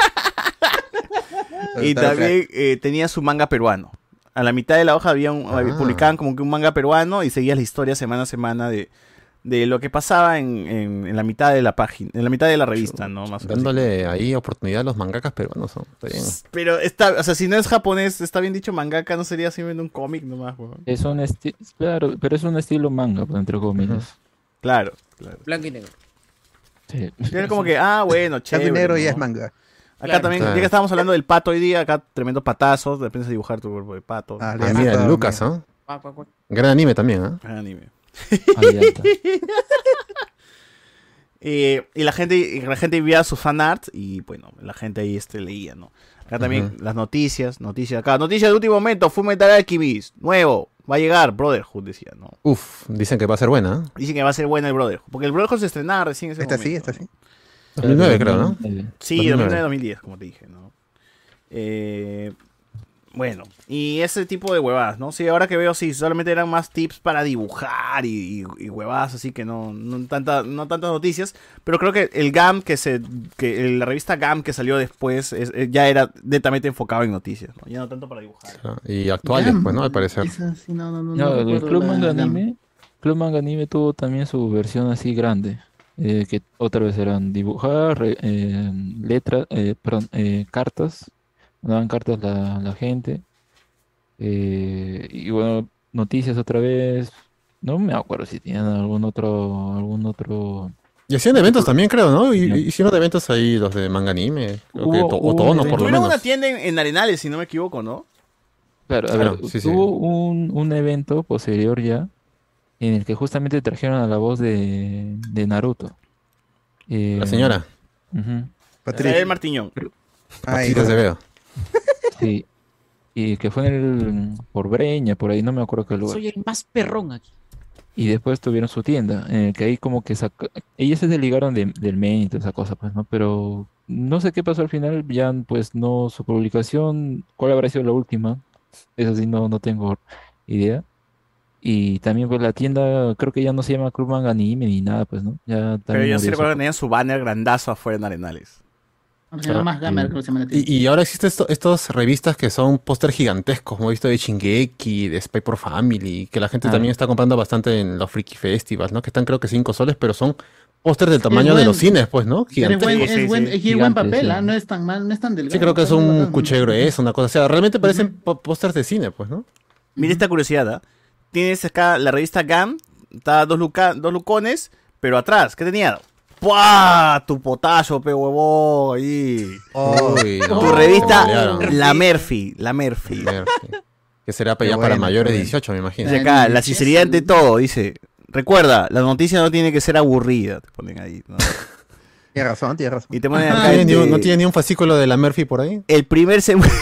Y también eh, tenía su manga peruano. A la mitad de la hoja había un,
Ah.
publicaban como que un manga peruano y seguías la historia semana a semana de, de lo que pasaba en, en- en la mitad de la página, en la mitad de la revista, ¿no? Más o menos.
Dándole ahí oportunidad a los mangakas peruanos, ¿no? Está bien.
Pero está, o sea, si no es japonés, está bien dicho mangaka, no sería simplemente un cómic nomás, weón.
Es un esti- claro, pero es un estilo manga, pues, entre comillas.
Claro.
Blanco y negro.
Sí.
Era como que, ah, bueno, chévere.
Blanco y negro y
¿no?
es manga.
Acá
Claro.
también,
Claro.
ya que estábamos hablando del pato hoy día, acá tremendo patazo, de repente dibujar tu cuerpo de pato.
Ah,
Ah, mira, el Lucas, ¿no?
Cuac, cuac, cuac.
Gran anime también, ¿ah?
Gran anime.
Ahí está.
Eh, y la gente, y la gente vivía su fan art y bueno, la gente ahí este leía, ¿no? Acá también las noticias, noticias acá, noticias de último momento, Fullmetal Alchemist, nuevo, va a llegar, Brotherhood decía, ¿no?
Uf, dicen que va a ser buena, ¿eh?
Dicen que va a ser buena el Brotherhood, porque el Brotherhood se estrenaba recién en ese
Esta
momento.
sí, esta sí.
2009 creo, ¿no?
Sí,
2009.
2009-2010, como te dije, ¿no? Eh, bueno, y ese tipo de huevadas, ¿no? Sí, ahora que veo, sí, solamente eran más tips para dibujar y, y- y huevadas, así que no, no, tanta, no tantas noticias. Pero creo que el GAM que se. que el- la revista GAM que salió después es- eh, ya era netamente enfocado en noticias, ¿no? Ya no tanto para dibujar.
Y actuales, pues, ¿no? Al parecer.
Esa sí, no, no, no,
No,
no
el
recuerdo
Club
la-
Manga
la-
Anime, Club Manga Anime tuvo también su versión así grande, eh, que otra vez eran dibujar, re- eh, letra- eh, perdón, eh, cartas, daban cartas la, la gente, eh, y bueno, noticias otra vez, no me acuerdo si tenían algún otro, algún otro,
Y hacían eventos también, creo, ¿no? Y- y- Hicieron eventos ahí los de manga anime, creo que
Hubo-
to-
hubo
o
un
tonos por
evento.
lo
Tuvieron
menos.
una tienda en, en Arenales, si no me equivoco, ¿no?
Claro, a
Claro,
ver,
Ah, sí, sí.
hubo un, un evento posterior ya en el que justamente trajeron a la voz de, de Naruto. Eh,
señora.
ujú.
Patricio.
Javier Martiñón.
Ay, Patricio
Acevedo.
Sí. Y que fue en el por Breña, por ahí, no me acuerdo qué lugar.
Soy el más perrón aquí.
Y después tuvieron su tienda, en el que ahí como que saca... Ellas se desligaron de- del main y toda esa cosa, pues, ¿no? Pero no sé qué pasó al final, ya pues no, su publicación, ¿cuál habrá sido la última? Eso sí, no, no tengo idea. Y también pues la tienda, creo que ya no se llama Club Manga Anime ni nada, pues, ¿no? Ya
Pero
también
yo
murió
sí
su-
recuerdo que tenían su banner grandazo afuera en Arenales.
Se llama más gamer, creo que se llama la tienda.
Y, y ahora existen esto- estas revistas que son póster gigantescos, como he visto de Shingeki, de Spy por Family, que la gente
Ah.
también está comprando bastante en los Freaky Festivals, ¿no? Que están creo que 5 soles, pero son pósters del tamaño de
buen-
los cines, pues,
Pero
¿no?
es
Gigantes.
buen, es buen, es buen papel, ¿ah? no es tan mal, no es tan delgado.
Sí, creo que es un cuchegro, es una cosa. O sea, realmente parecen po- pósters de cine, pues, ¿no?
Mira esta curiosidad, ¿ah? Tienes acá la revista GAM, está dos, luca- dos lucones, pero atrás, ¿qué tenía? ¡Puah! Tu potazo, pe huevón, ahí.
Oh,
Uy, no,
Oh. tu
se
revista,
pelearon.
la Murphy, la Murphy.
Que será para
Qué
ya para
bueno,
mayores
qué
de
bueno.
18, me imagino.
Dice acá, la sinceridad ante todo, dice. Recuerda, la noticia no tiene que ser aburrida, te ponen ahí. ¿no?
Tiene razón, tiene razón.
Y te ponen
No
acá,
tiene ni un-
este,
¿No tiene ni un fascículo de la Murphy por ahí?
El primer sem-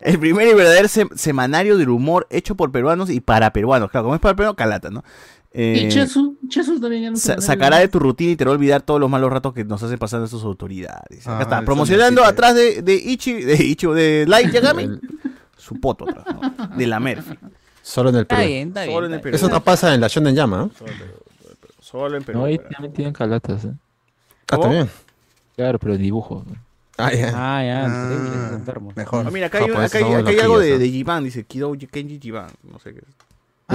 El primer y verdadero sem- semanario del humor hecho por peruanos y para peruanos. Claro, como es para peruanos, calata, ¿no? Eh,
Y Chesu, Chesu también era un
sa-
semanario.
sacará de tu rutina y te va a olvidar todos los malos ratos que nos hacen pasar sus autoridades. Acá
Ah,
está,
el
promocionando atrás de, de Ichi, de Ichi, de Light Yagami, su poto atrás, ¿no? de la Murphy.
Solo en el
Está
Perú.
bien, está bien, Solo en el está Perú. bien.
Eso no pasa en la Shonen Llama, ¿eh?
Solo en Perú.
No, ahí también tienen calatas, ¿eh?
Ah, también.
Claro, pero el dibujo.
Ah, ya.
Ah, ya,
increíble, es
enfermo.
Ah, mira, acá hay,
Ah, pues,
acá hay-
somos
acá hay algo de,
loquillos,
de Jiban, dice Kido Kenji Jiban. No sé qué es.
Uy,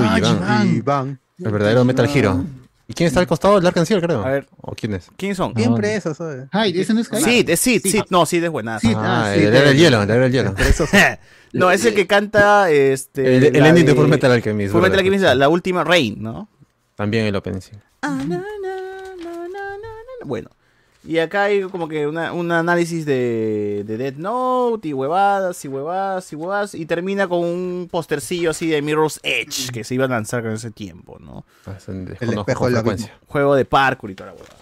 Ah,
Ah,
Iván. El verdadero Metal Hero. ¿Y quién está al costado? Dark Seal, creo.
A ver.
¿O quién es?
¿Quiénes son?
Siempre eso, ¿sabes?
Hyde, ese no es Hyde.
Sid, es Sid, Sid. No, Sid es buena.
Sid, ah, Ah, sí, el- el- el hielo, el- el hielo.
Entre esos- no, es el que canta este.
El- el
la
ending de Fullmetal Alchemist,
Fullmetal
¿verdad?
Alchemist, la, la última Rain, ¿no?
También el Open, sí.
Ah, Bueno. Y acá hay como que una- un análisis de, de Dead Note y huevadas y huevadas y huevadas. Y termina con un postercillo así de Mirror's Edge que se iba a lanzar con ese tiempo, ¿no?
Ah, El espejo
de
del
la
abismo.
Juego de parkour y toda la huevada.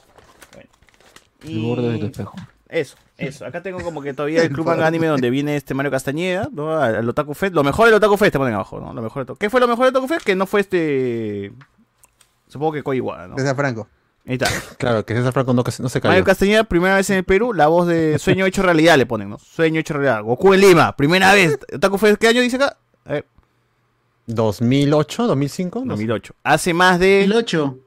Bueno.
El borde del espejo.
Eso, eso. Acá tengo como que todavía el club manga anime donde viene este Mario Castañeda, ¿no? Al al Otaku Fest. Lo mejor del Otaku Fest te ponen abajo, ¿no? Lo mejor del Otaku- ¿Qué fue lo mejor del Otaku Fest? Que no fue este. Supongo que Koi Iwata, ¿no?
César Franco.
Ahí está.
Claro, que César Franco no, no se cayó.
Mario Castañeda, primera vez en el Perú, la voz de Sueño hecho realidad le ponen, ¿no? Sueño hecho realidad. Goku en Lima, primera vez. ¿Otaku Fest qué año dice acá? A ver.
2008, 2005,
2008. Hace más de
2008.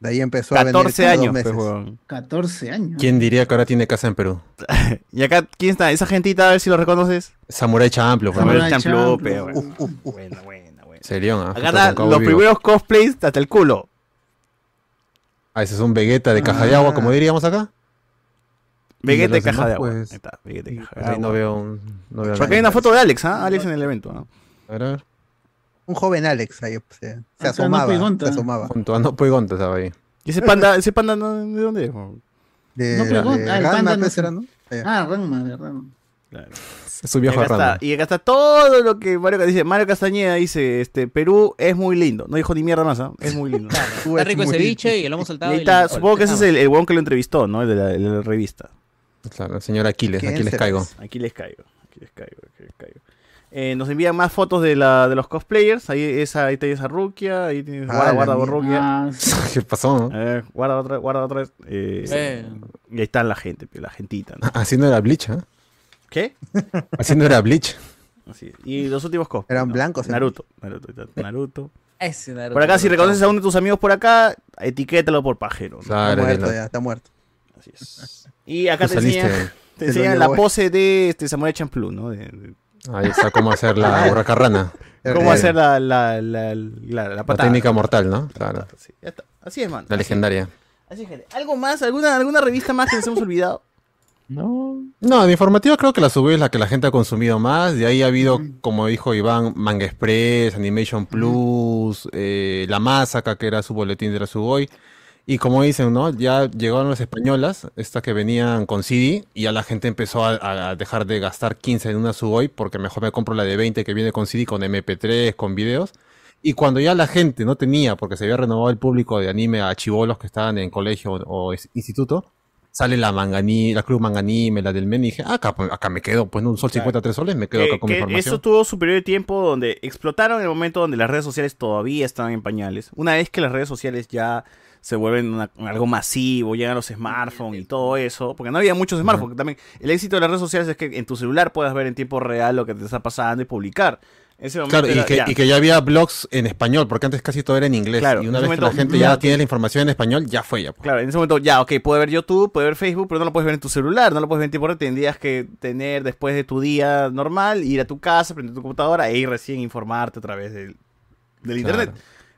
De ahí empezó
a venir 14 cada dos años, meses.
meses.
pues, huevón.
14 años.
¿Quién diría que ahora tiene casa en Perú?
Y acá, ¿quién está? Esa gentita, a ver si lo reconoces.
Samurai Champloo. por
Samurai
ejemplo.
Champloo, pe, bueno.
Serión, ¿ah?
Acá
Junto
está,
con Cabo
los
Vivo.
primeros cosplays hasta el culo.
Ah, ese es un Vegeta de caja de agua,
Ah.
como diríamos acá.
Vegeta de
los
caja
demás,
de agua.
pues,
Ahí está, Vegeta de caja de
Ahí
agua.
no veo un. No veo
Por acá hay una foto de Alex, ¿ah? Alex en el evento, ¿no?
A ver, a ver.
Un joven Alex ahí se, se
Ah,
asomaba.
Anopo y Gonta.
Se asomaba.
Junto a No Puegonta estaba ahí.
¿Y ese panda, ese panda no- de dónde es? huevón?
De,
No pregunta. Ah, el
Ranma,
panda no
pues,
sé.
era, ¿no?
Ah, Ranma, de Ranma.
Su viejo
y acá,
random.
está, y acá está todo lo que Mario Ca- dice. Mario Castañeda dice, este, Perú es muy lindo. No dijo ni mierda más, ¿ah? Es muy lindo.
Tú
Está rico el
muy-
ceviche y el lomo saltado.
Ahí
y
está,
la-
supongo que ese es el, el huevón que lo entrevistó, ¿no? El de la, el de la revista.
Claro, el señor Aquiles,
¿Quién
aquí les
será?
caigo.
Aquí les caigo, aquí les caigo, aquí les caigo. Eh, nos envían más fotos de, la, de los cosplayers. Ahí, esa, ahí tienes a Rukia. Ahí tienes,
Ah, la
guarda, guarda,
mierda.
Rukia.
¿Qué pasó? no?
A ver, guarda otra, guarda otra vez. Eh,
Eh.
Y ahí está la gente, pe, la gentita, ¿no?
Así no era Bleach, ¿eh?
¿Qué?
Así no era Bleach.
Así es. Y los últimos cosplays.
Eran
¿no?
¿eh?
blancos, eran
Naruto, Naruto, ahí está, Naruto.
Ese Naruto,
Por acá, si
Naruto.
reconoces a uno de tus amigos por acá, etiquétalo por pajero. ¿no?
Claro, Está muerto
ya, está muerto.
Así es. Y acá te
Tú saliste.
enseñan, te
Te
enseñan
dolió,
la
güey.
pose de este, Samuel Champloo, ¿no? De- de-
Ahí está cómo hacer la hurracarrana.
¿Cómo
Eh,
hacer la, la, la, la, la
La
patada?
técnica mortal, ¿no? Claro.
Ya está. Así es, man.
La legendaria.
Así es, gente. ¿Algo más? ¿Alguna, ¿Alguna revista más que nos hemos olvidado?
No.
No, de informativa creo que la sub es la que la gente ha consumido más. De ahí ha habido, como dijo Iván, Manga Express, Animation Plus, eh, La Masaca, que era su boletín de la Suboy. Y como dicen, ¿no? Ya llegaron las españolas, estas que venían con CD, y ya la gente empezó a, a dejar de gastar 15 en una Suboy, porque mejor me compro la de 20 que viene con CD, con MP3, con videos. Y cuando ya la gente no tenía, porque se había renovado el público de anime a chivolos que estaban en colegio o, o es- instituto, sale la manganí, la cruz manganime, la del men, y dije, ah, acá, pues, acá me quedo, pues un sol 53 soles, me quedo
Que-
acá con mi
que
formación.
eso tuvo su periodo de tiempo donde explotaron el momento donde las redes sociales todavía estaban en pañales. Una vez que las redes sociales ya se vuelven una- algo masivo, llegan los smartphones y todo eso, porque no había muchos smartphones. que También el éxito de las redes sociales es que en tu celular puedas ver en tiempo real lo que te está pasando y publicar. En Ese momento
Claro, y
era-
que,
ya.
y que ya había blogs en español, porque antes casi todo era en inglés.
Claro,
y
en
una
ese
vez que
momento-
la gente ya
Ujú.
tiene la información en español, ya fue ya. pues.
Claro, en ese momento ya, ok, puede ver YouTube, puede ver Facebook, pero no lo puedes ver en tu celular, no lo puedes ver en tiempo real. Tendrías que tener después de tu día normal, ir a tu casa, prender tu computadora e ir recién informarte a través del, del
Claro.
internet.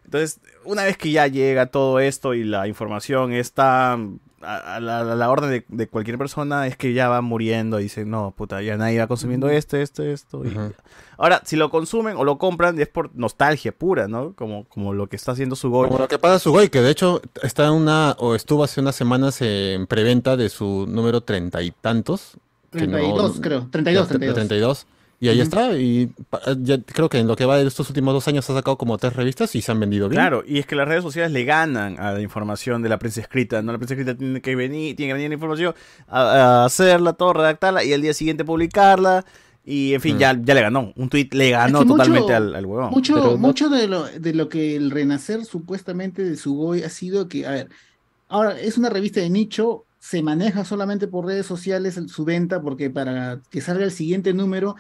Entonces, una vez que ya llega todo esto y la información está a, a la, a la orden de, de cualquier persona, es que ya va muriendo y dicen, no, puta, ya nadie va consumiendo esto, esto, esto. y ya". Ahora, si lo consumen o lo compran, es por nostalgia pura, ¿no? Como, como lo que está haciendo su gol.
Como lo que paga Sugoi, que de hecho está en una, o estuvo hace unas semanas en preventa de su número treinta y tantos. que no-
32 creo, 32,
Ya, tre-
32.
32. Y ahí
Ujú.
está, y pa- ya creo que en lo que va de estos últimos dos años ha sacado como tres revistas y se han vendido bien.
Claro, y es que las redes sociales le ganan a la información de la prensa escrita, ¿no? La prensa escrita tiene que venir, tiene que venir la información, a, a hacerla, todo, redactarla, y al día siguiente publicarla, y en fin,
Mm.
ya, ya le ganó. Un tweet le ganó
Es que mucho-
totalmente al, al huevón.
Mucho, mucho de, lo, de lo que el renacer supuestamente de Sugoi ha sido que, a ver, ahora es una revista de nicho, se maneja solamente por redes sociales el- su venta, porque para que salga el siguiente número,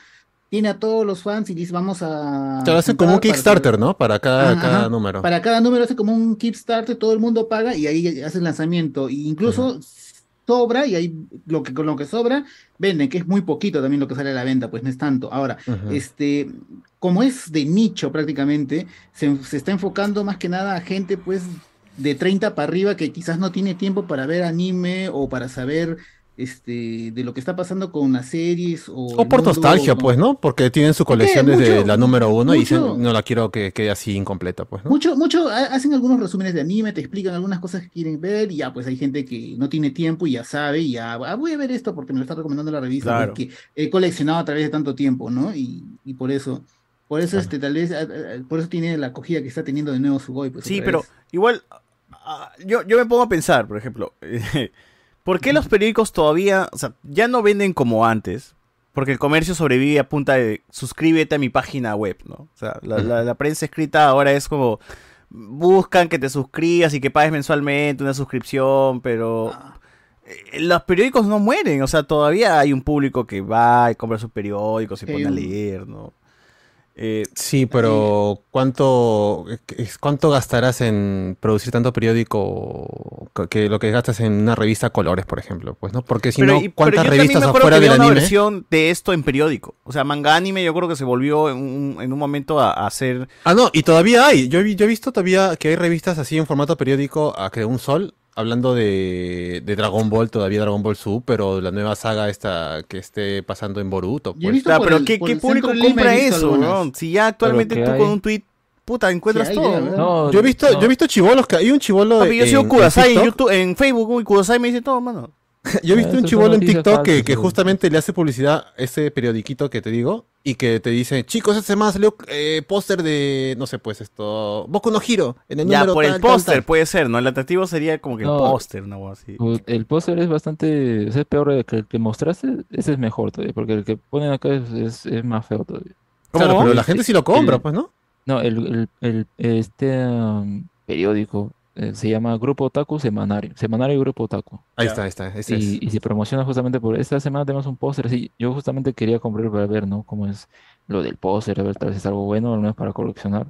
tiene a todos los fans y dice, vamos a...
Te lo hacen como un
juntar para que-
Kickstarter, ¿no? Para cada,
Ajá,
cada
ajá.
número.
Para cada número hace como un Kickstarter, todo el mundo paga y ahí hace el lanzamiento. E incluso sobra y ahí lo que, con lo que sobra venden, que es muy poquito también lo que sale a la venta, pues no es tanto. Ahora,
Ujú.
este, como es de nicho prácticamente, se, se está enfocando más que nada a gente pues de 30 para arriba que quizás no tiene tiempo para ver anime o para saber este, de lo que está pasando con las series o...
O por nostalgia, pues, ¿no? Porque tienen su colección
Porque
desde
mucho-
la número uno y
mucho-
dicen, no la quiero que quede así incompleta, pues, ¿no?
Mucho, mucho, ha- hacen algunos resúmenes de anime, te explican algunas cosas que quieren ver, y ya, pues hay gente que no tiene tiempo y ya sabe, y ya, ah, voy a ver esto porque me lo está recomendando la revista,
Claro.
porque he coleccionado a través de tanto tiempo, ¿no? Y, y por eso, por eso, este, tal vez, ah, ah, por eso tiene la acogida que está teniendo de nuevo Sugoi, pues.
Sí,
otra
pero
vez.
igual, ah, yo, yo me pongo a pensar, por ejemplo, ¿por qué los periódicos todavía, o sea, ya no venden como antes? Porque el comercio sobrevive a punta de suscríbete a mi página web, ¿no? O sea, la, la- la prensa escrita ahora es como buscan que te suscribas y que pagues mensualmente una suscripción, pero eh, los periódicos no mueren, o sea, todavía hay un público que va y compra sus periódicos y
Sí,
pone a
un-
leer, ¿no? Eh,
Sí, pero ¿cuánto, es- ¿cuánto gastarás en producir tanto periódico que- que lo que gastas en una revista Colores, por ejemplo? Pues, ¿no? Porque si no,
y-
¿cuántas
yo también
revistas
me acuerdo
afuera
que
del
había
anime?
una versión de esto en periódico. O sea, manga anime yo creo que se volvió en un, en un momento a, a hacer...
Ah, no, y todavía hay. Yo, vi- yo he visto todavía que hay revistas así en formato periódico a que un sol, hablando de, de Dragon Ball, todavía Dragon Ball Super o la nueva saga esta que esté pasando en Boruto.
Yo he
pues.
visto
Ah,
por
pero
el-
¿qué,
por
qué
el
público
centro de Lima he
compra
visto
eso,
algunas.
weón? Si ya actualmente
Pero
tú
que hay.
con un tweet, puta, encuentras
Sí, hay,
todo.
debe haber.
weón.
yo he visto, yo he visto chivolos que hay un chivolo.
Papi, yo
en-
sigo
en
Kudasai en,
TikTok.
YouTube, en Facebook, uy, Kudasai me dice todo, mano.
Yo he visto
Ah, esas
un
son
chivolo en
noticias
TikTok que,
falsas,
que
seguro.
justamente le hace publicidad a ese periodiquito que te digo y que te dice, chicos, esta semana salió eh, póster de, no sé, pues esto, Boku no Hiro, en el
Ya,
número
por
tal,
el
tal,
póster
tal".
puede ser, ¿no? El atractivo sería como que
No.
el póster, ¿no? O así.
O- Pues, El póster es bastante, o sea, es peor que el que mostraste, ese es mejor todavía, porque el que ponen acá es, es- es más feo todavía.
Claro,
¿Cómo?
pero la gente sí lo compra, pues, ¿no?
No, el, el- el- este um, periódico eh, se llama Grupo Otaku Semanario, Semanario Grupo Otaku.
Ahí está, ahí está, ese
Y, y se promociona justamente por esta semana tenemos un póster, sí, yo justamente quería comprar para ver, ¿no? Cómo es lo del póster, a ver, tal vez es algo bueno, al menos para coleccionar.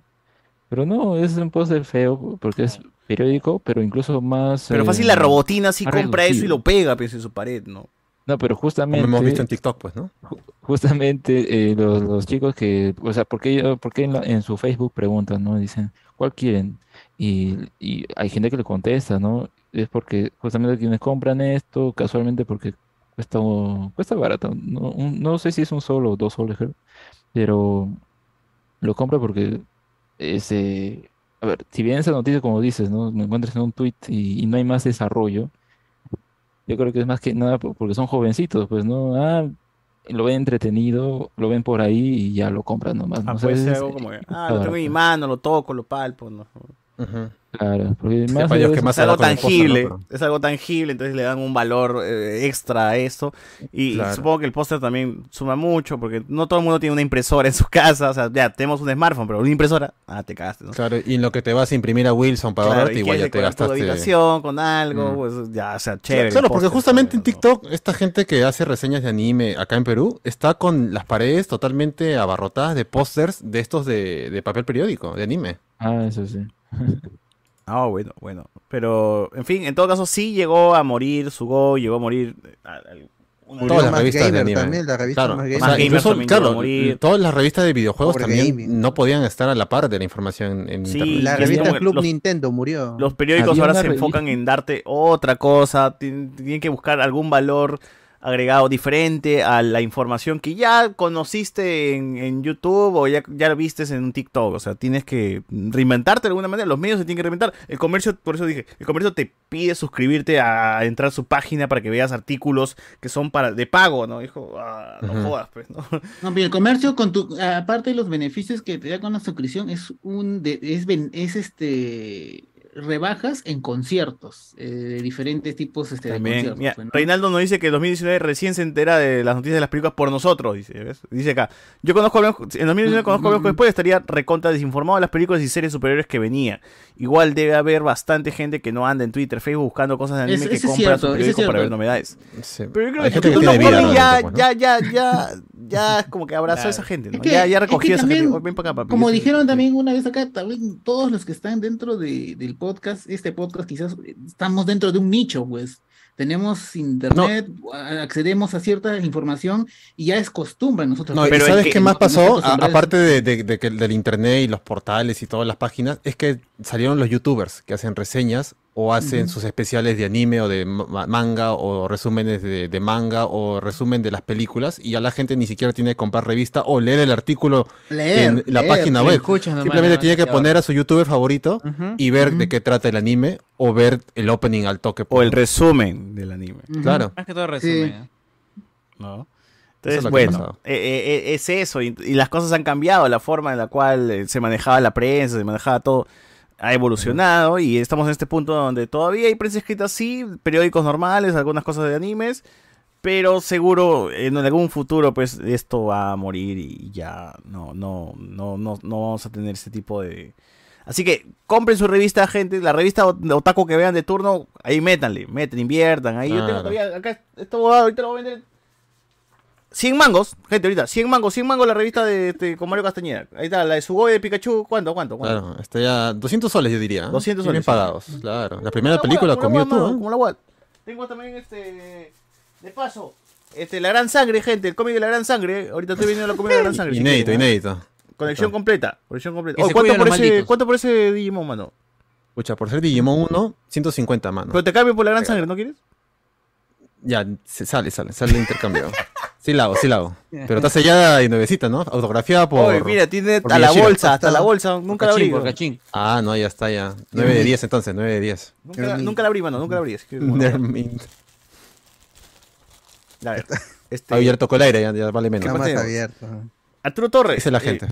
Pero no, es un póster feo porque es periódico, pero incluso más...
Pero fácil la
eh,
robotina sí
más
compra eso y
reducido.
lo pega, pienso, en su pared, ¿no?
No, pero
Como
justamente,
hemos visto en TikTok, pues, ¿no?
ju- justamente eh, los, los chicos que, o sea, ¿por qué, por qué en, la- en su Facebook preguntan, ¿no? Dicen, ¿cuál quieren? Y, y hay gente que le contesta, ¿no? Es porque justamente quienes compran esto, casualmente porque cuesta, cuesta barato. No, Un- no sé si es un solo o dos soles, creo, pero lo compra porque ese, a ver, si bien esa noticia, como dices, ¿no? Me encuentras en un tweet y, y no hay más desarrollo. Yo creo que es más que nada po- porque son jovencitos, pues, ¿no? Ah, lo ven entretenido, lo ven por ahí y ya lo compran nomás,
Ah,
¿no? O sea,
puede
es-
ser
es-
algo como que,
es
ah, lo tengo en mi
barato.
mano, lo toco, lo palpo, ¿no?
Claro, porque más
Sepa Dios
allá de
que
eso-
más
es algo tangible, es algo tangible, entonces le dan un valor eh, extra a eso. Y
Claro.
supongo que el póster también suma mucho, porque no todo el mundo tiene una impresora en su casa. O sea, ya tenemos un smartphone, pero una impresora, ah, te cagaste, ¿no?
Claro, y en lo que te vas a imprimir a Wilson para
Claro,
ahorrarte,
y
igual
quieres
ya te
decorar tu
gastaste.
habitación con algo,
Mm.
pues ya, o sea, chévere. el
claro, porque
póster.
justamente en TikTok, esta gente que hace reseñas de anime acá en Perú está con las paredes totalmente abarrotadas de pósters de estos de, de papel periódico, de anime.
Ah, eso sí.
Ah, bueno, bueno. Pero, en fin, en todo caso, sí llegó a morir Sugo, llegó a morir. eh, a- a- una-
Todas las revistas de anime. claro, o sea,
Más Gamer
incluso,
también llegó
claro,
a morir.
todas las revistas de videojuegos
Pobre
también no podían estar a la par de la información en
Sí,
internet.
La
La revista
Los-
Club
los-
Nintendo murió.
Los periódicos
Había
ahora
una
se enfocan en darte otra cosa, tien- tienen que buscar algún valor agregado diferente a la información que ya conociste en, en YouTube o ya, ya lo viste en TikTok. O sea, tienes que reinventarte de alguna manera. Los medios se tienen que reinventar. El comercio, por eso dije, el comercio te pide suscribirte a entrar a su página para que veas artículos que son para de pago, ¿no? Dijo, ah, no
Ujú.
jodas, pues, ¿no?
No, mira, el comercio con tu, aparte de los beneficios que te da con la suscripción, es un de- es, ben- es este rebajas en conciertos eh, de diferentes tipos este, de
También,
conciertos.
mira,
pues, ¿no?
Reinaldo nos dice que en 2019 recién se entera de las noticias de las películas por nosotros, dice, ¿ves? Dice acá, yo conozco a Blanco- en 2019 conozco a Blanco después estaría recontra desinformado de las películas y series superiores que venía. Igual debe haber bastante gente que no anda en Twitter, Facebook buscando cosas de anime
Es-
que
ese es
compra
cierto,
su
ese es
periódico para
cierto.
ver novedades. Pero yo creo
Hay
que,
gente que
uno
tiene vida Pues,
joven ya,
realmente,
ya, ya, ya, ya como que abrazó a esa gente, ¿no?
Es que-
ya, ya
es que
recogió a esa
también,
gente. "Oh, ven para acá, papi,
Como
yo te-
dijeron también una vez acá, también todos los que están dentro de, del podcast, este podcast quizás eh, estamos dentro de un nicho, pues. Tenemos internet, a- accedemos a cierta información y ya es costumbre en nosotros.
No,
Pero
¿y
es
sabes
que
qué más
no- no
pasó?
estamos
A-
acostumbrados.
aparte de, de- de que- del internet y los portales y todas las páginas, es que salieron los youtubers que hacen reseñas o hacen
Ujú.
sus especiales de anime o de ma- manga o resúmenes de, de manga o resumen de las películas y ya la gente ni siquiera tiene que comprar revista o leer el artículo en
Leer,
la
leer,
página
leer.
web. pues,
Escuchas nomás,
Simplemente
nomás,
tiene que
ya va.
poner a su youtuber favorito y ver de qué trata el anime o ver el opening al toque. pues.
O el resumen del anime.
Claro.
Más que todo resumen. ¿eh?
¿no?
Eso es
Entonces,
lo que ha
bueno,
pasado.
eh, eh, eh, es eso, y, y las cosas han cambiado, la forma en la cual eh, se manejaba la prensa, se manejaba todo, ha evolucionado y estamos en este punto donde todavía hay prensa escrita así, periódicos normales, algunas cosas de animes, pero seguro eh, en algún futuro pues esto va a morir y ya no, no, no, no, no vamos a tener ese tipo de... Así que compren su revista, gente, la revista ot- Otaku que vean de turno, ahí métanle, meten, inviertan, ahí yo tengo
Claro.
todavía, acá, esto ahorita lo voy a vender 100 mangos, gente, ahorita, 100 mangos, 100 mangos la revista de, este, con Mario Castañeda. Ahí está, la de Sugoi de Pikachu, ¿cuánto, cuánto, cuánto?
Claro, está ya 200 soles yo diría. ¿eh?
200
Bien
soles, sí.
pagados, claro. La primera película
Como
con
la hueá, mano,
Mewtwo. ¿eh?
como la hueá. Tengo también este, de paso, este, La Gran Sangre, gente, el cómic de La Gran Sangre. Ahorita estoy viendo la cómic de La Gran Sangre. si
Inédito,
quieren, ¿eh?
inédito.
Conexión completa, conexión completa.
Que
Oh,
se
¿cuánto,
cuiden
por
los
ese,
malditos.
¿Cuánto por ese Digimon, mano?
Pucha, por ser Digimon 1, 150 mano.
Pero te cambio por La Gran Sangre, ¿no quieres?
Ya, se sale, sale, sale el intercambio. Sí la hago, sí la hago. Pero está sellada y nuevecita, ¿no? Autografiada por...
Oye, mira, tiene
por
a la
Miyashiro.
bolsa, hasta la bolsa, nunca la abrí. ¿no?
Ah, no, ya está, ya. 9 de 10 entonces, 9 de 10.
Nunca, la- nunca la abrí, mano, nunca la abrí. así que, bueno.
Nevermind.
A ver, este,
Abierto con el aire, ya, ya vale menos.
Nada más
Continuemos.
abierto. Arturo Torres.
Esa es la
eh,
gente.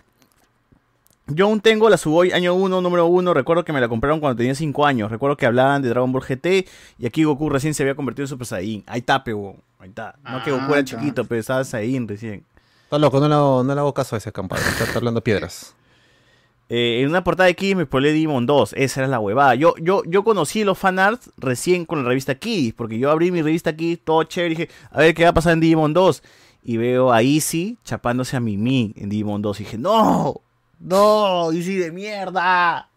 Yo aún tengo la Sugoi año 1, número 1. Recuerdo que me la compraron cuando tenía 5 años. Recuerdo que hablaban de Dragon Ball GT y aquí Goku recién se había convertido en Super Saiyan. Ahí está, pe, huevón. Ahí está. No que Goku era
Ah, ya.
chiquito, pero estaba Saiyan recién.
Está loco, no le hago, no le hago caso a ese acampador. Está, está hablando piedras.
Eh, en una portada de Kidis me spoilé Demon 2. Esa era la huevada. Yo, yo, yo conocí los fanarts recién con la revista Kidis. Porque yo abrí mi revista Kidis, todo chévere. y Dije, a ver qué va a pasar en Digimon 2. Y veo a Easy chapándose a Mimi en Digimon 2. Y dije, ¡No! ¡No! ¡Easy de mierda!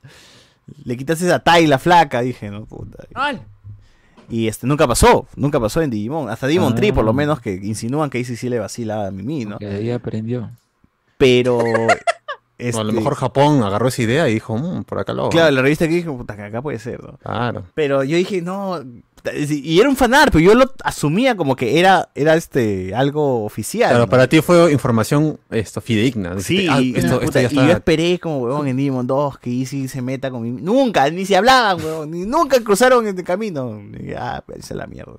Le quitas esa Tai, la flaca. Dije, no, puta. Y este, nunca pasó. Nunca pasó en Digimon. Hasta Digimon
Ah.
3, por lo menos, que insinúan que Easy sí le vacila a Mimi, ¿no?
Que ahí aprendió.
Pero.
O a lo
este,
mejor Japón agarró esa idea y dijo, "Mm, por acá lo hago".
Claro, la revista Kidis, dije, puta, que acá puede ser, ¿no?
Claro.
Pero yo dije, no. Y era un fanart, pero yo lo asumía como que era, era este, algo oficial.
Claro,
¿no?
para ti fue información esto, fidedigna.
Sí,
Dijiste, "Ah,
y,
esto, esto
puta,
ya
y yo
está
esperé como huevón en Digimon 2 que Easy se meta con mi... Nunca, ni se hablaban, huevón, ni nunca cruzaron el camino. Y, ah, esa es la mierda.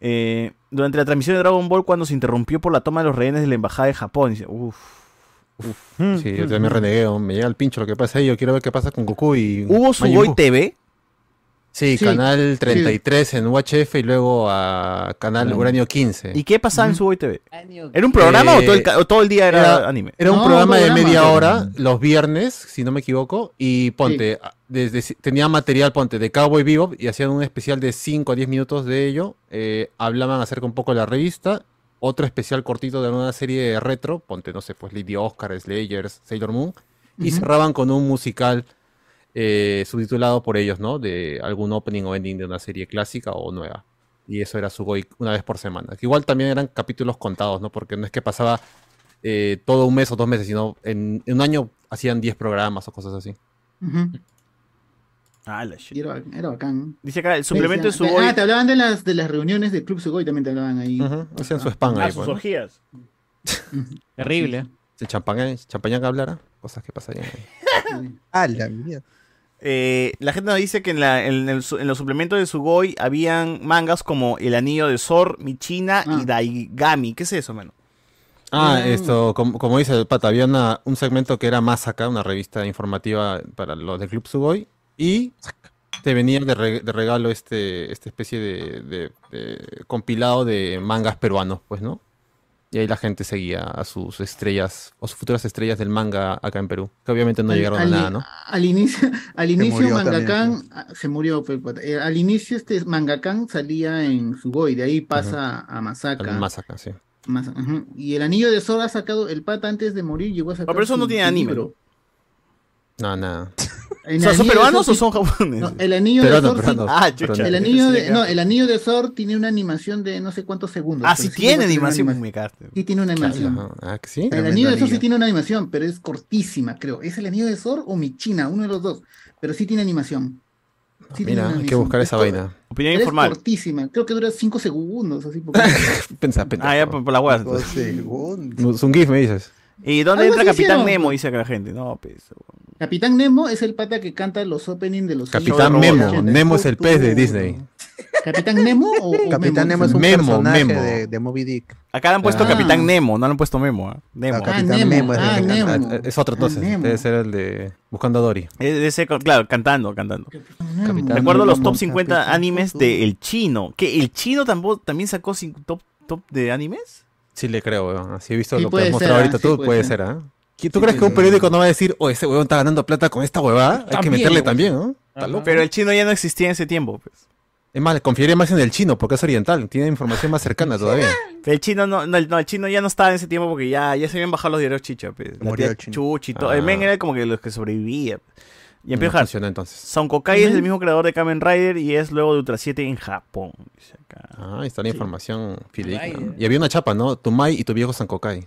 Eh, durante la transmisión de Dragon Ball, cuando se interrumpió por la toma de los rehenes de la embajada de Japón, dice, uff,
Sí, yo también renegué, oh, me llega el pincho lo que pasa ahí, yo quiero ver qué pasa con Goku y...
¿Hubo
su
Suboy TV?
Sí,
Sí,
canal
sí.
33 en UHF y luego a canal
Uranio.
Uranio 15.
¿Y qué pasaba en Suboy TV? ¿Era un programa o, todo el, ca- o todo el día era, anime?
Eh, Era un programa de media hora los viernes, si no me equivoco, y ponte, a- desde si- tenía material, ponte, de Cowboy Bebop y hacían un especial de 5 a 10 minutos de ello, eh, hablaban acerca un poco de la revista, otro especial cortito de una serie de retro, ponte, no sé, pues Lady Oscar, Slayers, Sailor Moon, y
Ujú.
cerraban con un musical eh, subtitulado por ellos, ¿no? De algún opening o ending de una serie clásica o nueva. Y eso era Sugoi una vez por semana. Que igual también eran capítulos contados, ¿no? Porque no es que pasaba eh, todo un mes o dos meses, sino en, en un año hacían 10 programas o cosas así.
Y Era, era bacán.
Dice acá, el suplemento de
Decían-
Sugoi-
Ah, te hablaban de las, de las reuniones del Club Sugoi, también te hablaban ahí.
Hacían su
Ah,
spam ahí, pues, ¿no?
orgías.
Terrible. Si champañán, champañán hablara, cosas que pasarían ahí.
Ah, la mierda.
Eh, la gente nos dice que en, la- en el su- en los suplementos de Sugoi habían mangas como El Anillo de Sor, Michina
Ah.
y Daigami. ¿Qué es eso, mano?
Ah,
Ah.
esto, como, como dice el pata, había una- un segmento que era Masaka, una revista informativa para los del Club Sugoi, y te venían de, re- de regalo este, esta especie de, de- de compilado de mangas peruanos, pues, ¿no? Y ahí la gente seguía a sus estrellas, o sus futuras estrellas del manga acá en Perú, que obviamente no
Al-
llegaron
al-
a nada, ¿no?
Al inicio, al inicio
murió también,
Mangakán ah, se murió, pues, pata. Eh, al inicio este Mangakán salía en Sugoi, de ahí pasa a Masaka.
Al Masaka, sí.
Masa- ujú. Y el anillo de Sora ha sacado el pata antes de morir, llegó a sacar.
Ah, pero eso
su-
no tiene
su
anime.
libro.
No, nada.
En el
O sea, ¿son
anillo de
peruanos
Sor
o
sí-
son japoneses?
No, el anillo
Peruano,
de Sor. sí-
peruano,
Ah, chucha.
peruano.
El anillo
Sí,
de,
ya.
no, el anillo de Sor tiene una animación de no sé cuántos segundos.
Ah,
pero
sí
llegó a
tiene
tener una
animación,
anima-
me cagaste.
Sí tiene una animación.
Claro, Ah, que sí.
El anillo de Sor sí tiene una animación, pero es cortísima, creo. ¿Es el anillo de Sor o Michina? Uno de los dos. Pero sí tiene animación. Sí tiene
Mira,
una
hay que
animación.
buscar esa vaina.
Opinión
Pero
informal.
Es cortísima. Creo que dura 5 segundos, así porque-
Pensa, pensa.
Ah, ya, por, por la hueá. entonces.
Es un GIF, me dices.
¿Y dónde
Algo
entra
así
Capitán
hicieron.
Nemo? Dice acá la gente. No, pues.
Capitán Nemo es el pata que canta los openings de los
Capitán
años
Nemo.
80.
Nemo es el pez de Disney.
¿Capitán Nemo o, o
Capitán Nemo es un
Memo,
personaje
Memo.
De, de Moby Dick.
Acá le han puesto
Ah.
Capitán Nemo, no le han puesto Memo. ¿ah? Nemo.
Ah, Capitán Ah, Nemo. Nemo es el
Ah,
que
ah,
canta.
ah, Es otro
Ah,
entonces.
Nemo.
Debe ser el de Buscando a Dory.
Es de ese, claro, cantando, cantando.
Ah,
Capitán
Recuerdo los
Nemo,
top 50
Capitán
animes de El Chino. ¿Que el Chino tampoco, también sacó cin- top, top de animes?
Sí le creo, weón. Así he visto
Sí
lo que has
puede
mostrado
ser,
ahorita
ah, sí
tú,
puede
puede
ser.
ser, ¿ah? ¿Qui- ¿Tú crees que un periódico no va a decir, oh, ese weón está ganando plata con esta huevada? Hay que
También,
meterle
weón.
también, ¿no? Está loco.
Pero el chino ya no existía en ese tiempo. pues.
Es más, confiaré más en el chino porque es oriental, tiene información más cercana todavía.
El chino no, no, el, no, el chino ya no estaba en ese tiempo porque ya, ya se habían bajado los diarios chicha. Pues. La
Murió
tía
el chino.
Chuchi y todo. El
Ah.
men era como que los que sobrevivía. pues. Y
No
empieza
funcionó entonces.
Son Kokai es
Ujú.
el mismo creador de Kamen Rider y es luego de Ultra 7 en Japón. Dice acá.
Ah, ahí está la información fidedigna.
Ay,
Y había una chapa, ¿no? Tumai y tu viejo Sankokai.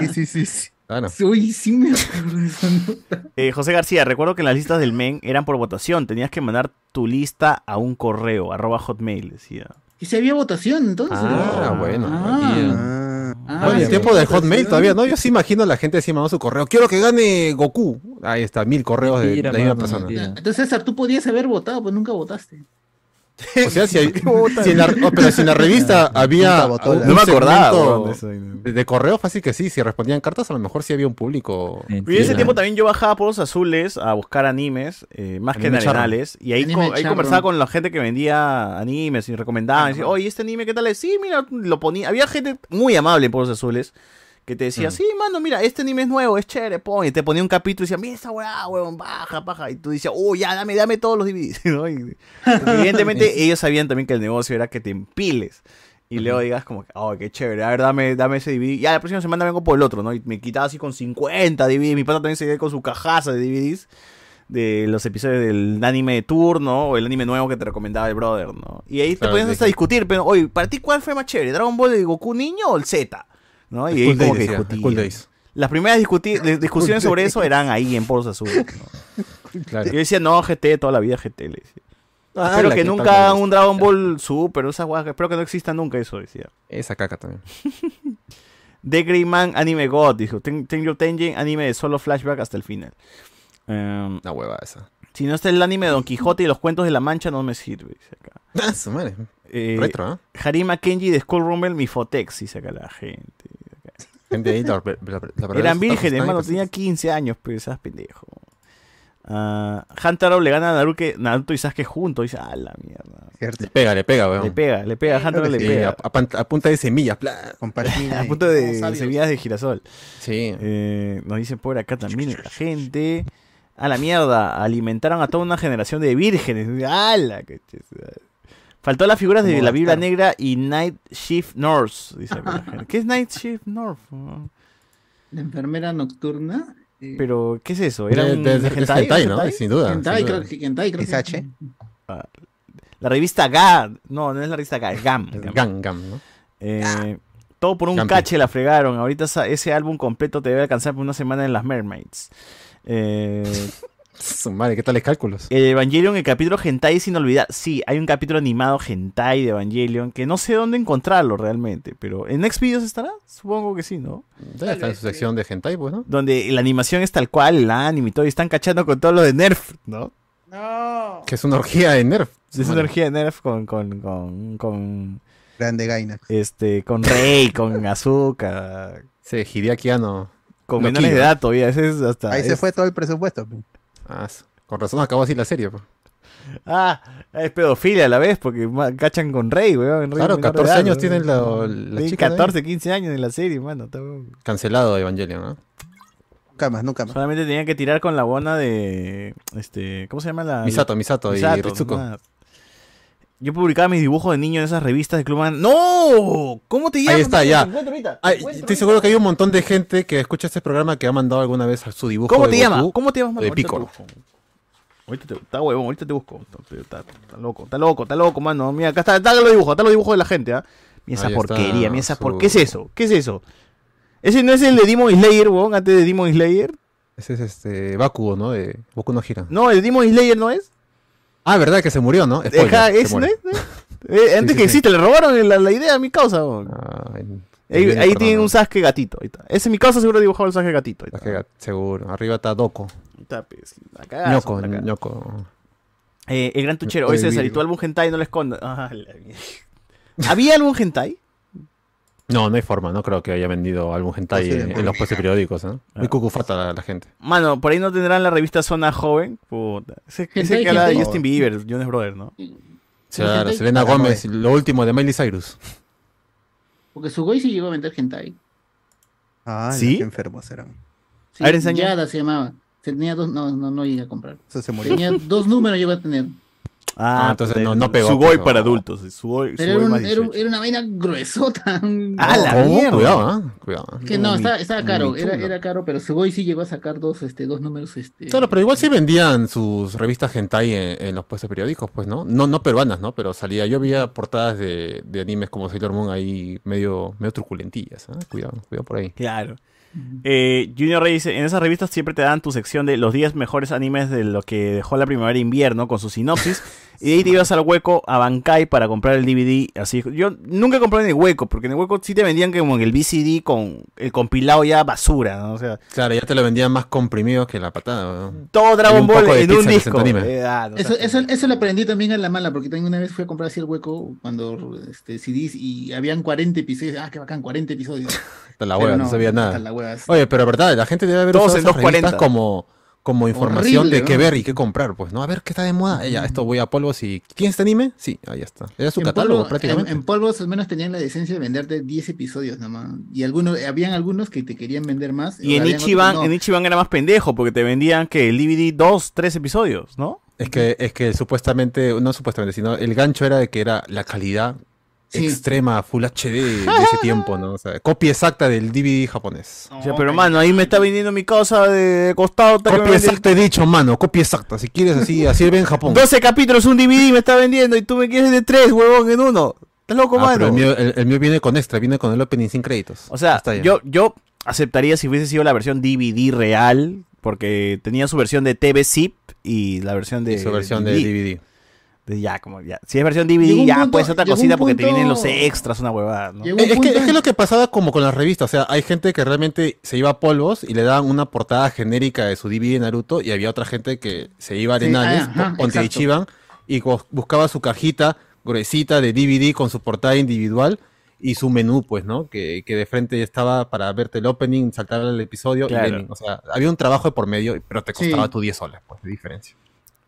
Sí, sí, sí. sí.
Claro.
Uy, sí me acuerdo de esa nota.
Eh, José García, recuerdo que las listas del men eran por votación. Tenías que mandar tu lista a un correo, arroba hotmail, decía.
Y si había votación, entonces.
Ah, bueno.
Mm.
Ah. Ah,
Bueno, el
sí,
tiempo de
votación.
Hotmail todavía, ¿no? Yo sí imagino a la gente así mandando su correo. Quiero que gane Goku. Ahí está, mil correos de-
Mentira,
de la misma
mano,
persona.
Entonces, César, tú podías haber votado, pues nunca votaste.
O sea, si, hay- si en la, oh, pero si en la revista
Nunca
había.
votó
un
la- No me acordaba,
segmento
weón, de eso, ¿no?
De, de correo, fácil que sí. Si respondían cartas, a lo mejor sí había un público.
Y en ese tiempo también yo bajaba por los azules a buscar animes, eh, más que en
Anime charro.
arenales. Y ahí,
Anime
co- ahí
charro.
conversaba con la gente que vendía animes y recomendaban. decía, oye, este anime, ¿qué tal es? Sí, mira, lo ponía. Había gente muy amable en por los azules que te decía,
Mm.
sí, mano, mira, este anime es nuevo, es chévere, pon. Y te ponía un capítulo y decía, mira esta weá, weón, baja, baja. Y tú decías, oh, ya, dame, dame todos los DVDs. ¿no? Y- evidentemente, ellos sabían también que el negocio era que te empiles. Y luego digas como, que, oh, qué chévere, a ver, dame, dame ese DVD. Ya la próxima semana vengo por el otro, ¿no? Y me quitaba así con 50 DVDs. Mi pata también se quedó con su cajaza de DVDs de los episodios del anime de turno o el anime nuevo que te recomendaba el brother, ¿no? Y ahí te
Claro,
ponías
sí.
hasta a discutir, pero, oye, ¿para ti cuál fue más chévere? ¿Dragon Ball de Goku niño o el Z? ¿No? Y ahí
School
como
Days,
que
decía,
discutían.
School Days.
Las primeras discuti- de- discusiones sobre eso eran ahí en Poros Azules. ¿no? Yo decía, no, GT, toda la vida GT. Le decía.
Ah,
espero
la
que
que
nunca
tal
hagan
vez.
un Dragon Ball Super, esas guajas, espero que no exista nunca eso, decía.
Esa caca también.
The Grey Man Anime God, dijo. Ten Tenjo Tenjin, anime de solo flashback hasta el final. Em,
Una hueva esa.
Si no está el anime de Don Quijote y los cuentos de la Mancha, no me sirve, dice acá.
Ah, su madre.
Eh,
Retro, ¿ah?
Harima Kenji de Skull Rumble, mi Fotex, dice acá la gente.
Gente ahí, la- la- la- la verdad
Eran
es-
vírgenes,
están-
hermano. Tenía 15 años, pero esas pendejo. Ah, Hantaro le gana a Naruto, Naruto y Sasuke juntos. Dice, ah, la mierda.
Le pega, le pega, weón.
Le pega, le pega, Hantaro le
Sí,
pega.
A, a pan- a punta de semillas, pla.
A punto de semillas de girasol. Sí. Eh, nos dicen por acá también la gente. A la mierda, alimentaron a toda una generación de vírgenes. ¡Hala! que ches- Faltó las figuras de
Como
la Biblia Negra y Night Shift North. Dice la gente. ¿Qué es Night Shift North?
La enfermera nocturna. eh,
Pero, ¿qué es eso? ¿Era
De-
un
de- de- es
hentai?
hentai, ¿no?
¿Hentai?
Sin duda,
Hentai, sin duda. creo que- hentai, creo que- ¿SH?
Ah, La revista GAM. No, no es la revista GAM. es GAM.
GAM, GAM, ¿no?
Eh, todo por un
Campi.
cache la fregaron. Ahorita esa- ese álbum completo te debe alcanzar por una semana en las Mermaids. Eh,
madre, ¿qué tales cálculos?
El Evangelion, el capítulo Hentai es inolvidable. Sí, hay un capítulo animado Hentai de Evangelion que no sé dónde encontrarlo realmente, pero en Next Videos estará, supongo que sí, ¿no?
Ya está en su sección de hentai, pues, ¿no?
Donde la animación es tal cual, el anime y todo, y están cachando con todo lo de Nerf, ¿no?
Que es una orgía de Nerf.
Es una
Bueno.
orgía de Nerf con. con, con, con
Grande Gaina.
Este, con Rey, con Azúcar.
Sí, Hideakiano.
Con menores de edad todavía, ese es hasta.
Ahí se
es-
fue todo el presupuesto. pe.
Ah, su- con razón acabó así la serie, pues.
Ah, es pedofilia a la vez, porque ma- cachan con Rey, weón. Rey menor
Claro,
de
14
edad,
años
weón.
tienen la- la
Tienen
chica de ahí.
14, 15 años en la serie, mano. está weón.
Cancelado Evangelion, ¿no?
Nunca más, nunca más.
Solamente tenían que tirar con la buena de. este ¿Cómo se llama la.?
Misato, Misato y Ritsuko.
nada. Yo publicaba mis dibujos de niño en esas revistas de Club Man- ¡No! ¿Cómo te llamas?
Ahí está,
Te
ya.
encuentro ahorita, te
Ay,
encuentro
estoy
ahorita.
seguro que hay un montón de gente que escucha este programa que ha mandado alguna vez su dibujo.
¿Cómo
de
te
Goku
llamas? ¿Cómo te llamas,
o
mano?
De
Ahorita te
Piccolo.
busco. Ahorita te, está huevón, ahorita te busco. Está, está- está loco, está loco, está loco, mano. Mira, acá está, está los dibujos, está los dibujos de la gente, ¿ah? Mira esa
Ahí está
porquería, mira esa
su-
por... ¿Qué es eso? ¿Qué es eso? ¿Ese no es el de Demon Slayer, huevón? Antes de Demon Slayer.
Ese es este Bakugo, ¿no? De Boku no Gira.
No, el Demon Slayer no es.
Ah, verdad que se murió, ¿no? Spoiler,
Ajá,
se
ese no
muere.
es. ¿no es? Eh, antes que
sí, sí. Ah,
existe, le robaron la, la idea a mi causa, huevón. ahí
bien,
ahí
perdón,
tienen
¿no?
un Sasuke gatito. Ahí está. Ese es mi causa seguro dibujado el Sasuke gatito. Ahí
Ah, que- Seguro. Arriba está Doko.
está, pues, la cagazo,
Ñoco,
la cagazo.
Ñoco.
Eh, el gran tuchero.
Oye,
Oye, César, ¿y
Virgo.
tu álbum hentai no lo escondas? Ah, la mierda. ¿Había álbum hentai?
No, no hay forma. No creo que haya vendido algún hentai
Posible,
en, en
¿no? Ah.
los puestos periódicos, ¿no? Muy cucufata la, la gente.
Mano, por ahí no tendrán la revista Zona Joven. Puta. Ese, ese
Hentai,
que habla de
hentai.
Justin Bieber, Jonas Brothers, ¿no?
Claro, Selena Gómez, lo último de Miley Cyrus.
Porque su goy sí llegó a vender hentai.
Ah,
¿Sí?
qué enfermos eran.
Sí,
A ver, enseña.
Yada se llamaba. Se Tenía dos, no, no, no llegué a comprar.
Eso se murió.
Tenía dos números llegó a tener.
Ah,
entonces
puta,
no- no pegó,
Su goy
pero-
para adultos. Su goy, su
Pero
goy
era, un-
más
era
18.
un- era una vaina gruesota.
¡Ah, la
Oh,
¿Cómo?
mierda!
Cuidado, ¿ah? Cuidado. ¿ah?
Que no,
Ni-
estaba, estaba
ni
caro, era,
chulo.
era caro, pero su goy sí llegó a sacar dos, este, dos números, este.
Claro, pero igual sí vendían sus revistas hentai en, en los puestos periódicos, pues, ¿no? No, no peruanas, ¿no? Pero salía, yo veía portadas de, de animes como Sailor Moon ahí medio, medio truculentillas, ¿ah? Cuidado, cuidado por ahí.
Claro. Eh, Junior Rey dice, en esas revistas siempre te dan tu sección de los 10 mejores animes de lo que dejó la primavera e invierno con su sinopsis. y de ahí te ibas al hueco a Bankai para comprar el DVD. Así, yo nunca compré en el hueco, porque en el hueco sí te vendían como en el VCD con el compilado ya basura, ¿no? O sea,
Claro, ya te lo vendían más comprimido que la patada, ¿no?
todo Dragon
Y un
Ball
poco de
en un
pizza en ese
disco.
anime.
Eh, ah, no
Eso, eso, eso lo aprendí también a la mala, porque también una vez fui a comprar así el hueco cuando este, CDs y habían 40 episodios. Ah, qué bacán, 40 episodios.
Hasta la
Pero
hueva, no,
no,
sabía nada.
hasta la hueva, sí.
Oye, pero verdad, la gente debe haber
Todos
usado
en
esas revistas
2.40.
como, como información
Horrible,
de qué
¿no?
ver y qué comprar, pues, ¿no? A ver qué está de moda. Eh, ya, esto voy a polvos y. ¿Quién este anime? Sí, ahí está. Era su
En
catálogo
polvo-
prácticamente.
En, en polvos al menos tenían la decencia de venderte 10 episodios nomás. Y algunos, habían algunos que te querían vender más.
Y en
habían otros que
Ichiban,
no.
en Ichiban era más pendejo, porque te vendían que el DVD 2, 3 episodios, ¿no?
Es que, es que supuestamente, no supuestamente, sino el gancho era de que era la calidad
Sí.
extrema, Full HD de ese tiempo, ¿no? O sea, copia exacta del DVD japonés.
O sea, pero mano, ahí me está vendiendo mi cosa de costado. está que me
Copia
vende el
exacta, he dicho, mano, copia exacta. Si quieres así, así ve en Japón.
12 capítulos, un DVD me está vendiendo y tú me quieres de 3, huevón, en uno. ¿Estás loco,
Ah,
mano?
pero el, mío, el- el mío viene con extra, viene con el opening sin créditos.
O sea,
Está bien.
yo, yo aceptaría si hubiese sido la versión DVD real, porque tenía su versión de TV Zip y la versión de.
Y su versión de DVD.
De ya, como ya. Si es versión
Llegó
DVD,
un
ya
punto-
pues otra
llegó un
cosita porque te
punto-
vienen los extras, una huevada, ¿no?
Eh, Es que, es que lo que pasaba como con las revistas, o sea, hay gente que realmente se iba a polvos y le daban una portada genérica de su DVD de Naruto y había otra gente que se iba a
Sí,
Arenales,
ah, ajá,
po- ponte
exacto.
Ichiban, y co- buscaba su cajita gruesita de DVD con su portada individual y su menú, pues, ¿no? Que, que de frente ya estaba para verte el opening, saltar el episodio. y
Claro.
ending. o sea, había un trabajo de por medio, pero te costaba
Sí.
tu 10 soles, pues, de diferencia.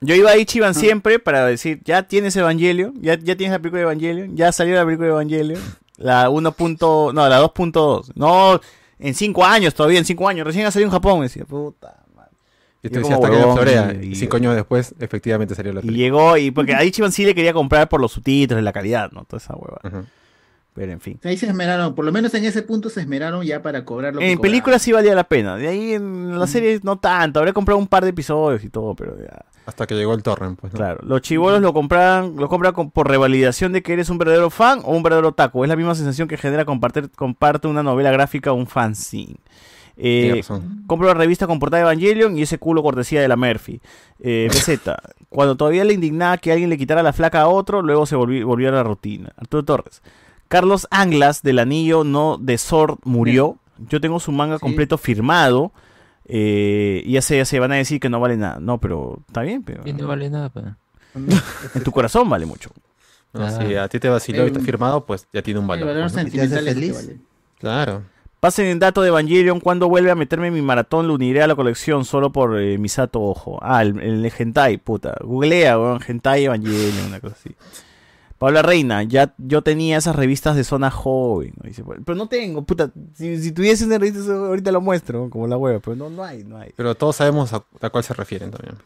Yo iba a Ichiban
Ah.
siempre para decir, ya tienes Evangelion, ya, ya tienes la película de Evangelion, ya salió la película de Evangelion, la 1. punto- No, la 2.2. No, en 5 años todavía, en 5 años. Recién ha salido en Japón, me decía, puta.
Y te
Yo como
decía hasta que la
huevón,
florea.
y-
Y cinco años después, efectivamente salió la
Y llegó, y porque a Ichiban sí le quería comprar por los subtítulos, la calidad, ¿no? Toda esa hueva. Pero en fin.
Ahí se esmeraron, por lo menos en ese punto se esmeraron ya para cobrar lo que Mm.
En
cobraban.
películas sí valía la pena. De ahí en las series no tanto. Habré comprado un par de episodios y todo, pero ya.
Hasta que llegó el torrent, pues.
Claro. Los chivolos lo compran, lo compran con- por revalidación de que eres un verdadero fan o un verdadero taco. Es la misma sensación que genera compartir, comparte una novela gráfica o un fanzine. Eh,
Tiene razón.
compro la revista con portada de Evangelion y ese culo cortesía de la Murphy. Eh, BZ, cuando todavía le indignaba que alguien le quitara la flaca a otro, luego se volvió, volvió a la rutina. Arturo Torres. Carlos Anglas del Anillo no de Sword murió. Yo tengo su manga completo firmado. Eh, y ya se, ya se van a decir que no vale nada. No, pero está bien, pero
Y no vale nada, pa.
en tu corazón vale mucho.
No, si a ti te vaciló y está
Eh,
firmado, pues ya tiene un valor. pues, ¿no? Claro.
Pasen el dato de Evangelion. Cuando vuelve a meterme en mi maratón, lo uniré a la colección solo por eh, Misato Ojo. Ah, el, el hentai, puta. Googlea, weón. Hentai Evangelion, una cosa así. Paula Reina, ya yo tenía esas revistas de zona joven. ¿no? Dice, pero no tengo, puta. Si, si tuviese una revista, ahorita lo muestro, como la hueva, pero no, no hay, no hay.
Pero todos sabemos a, a cuál se refieren también.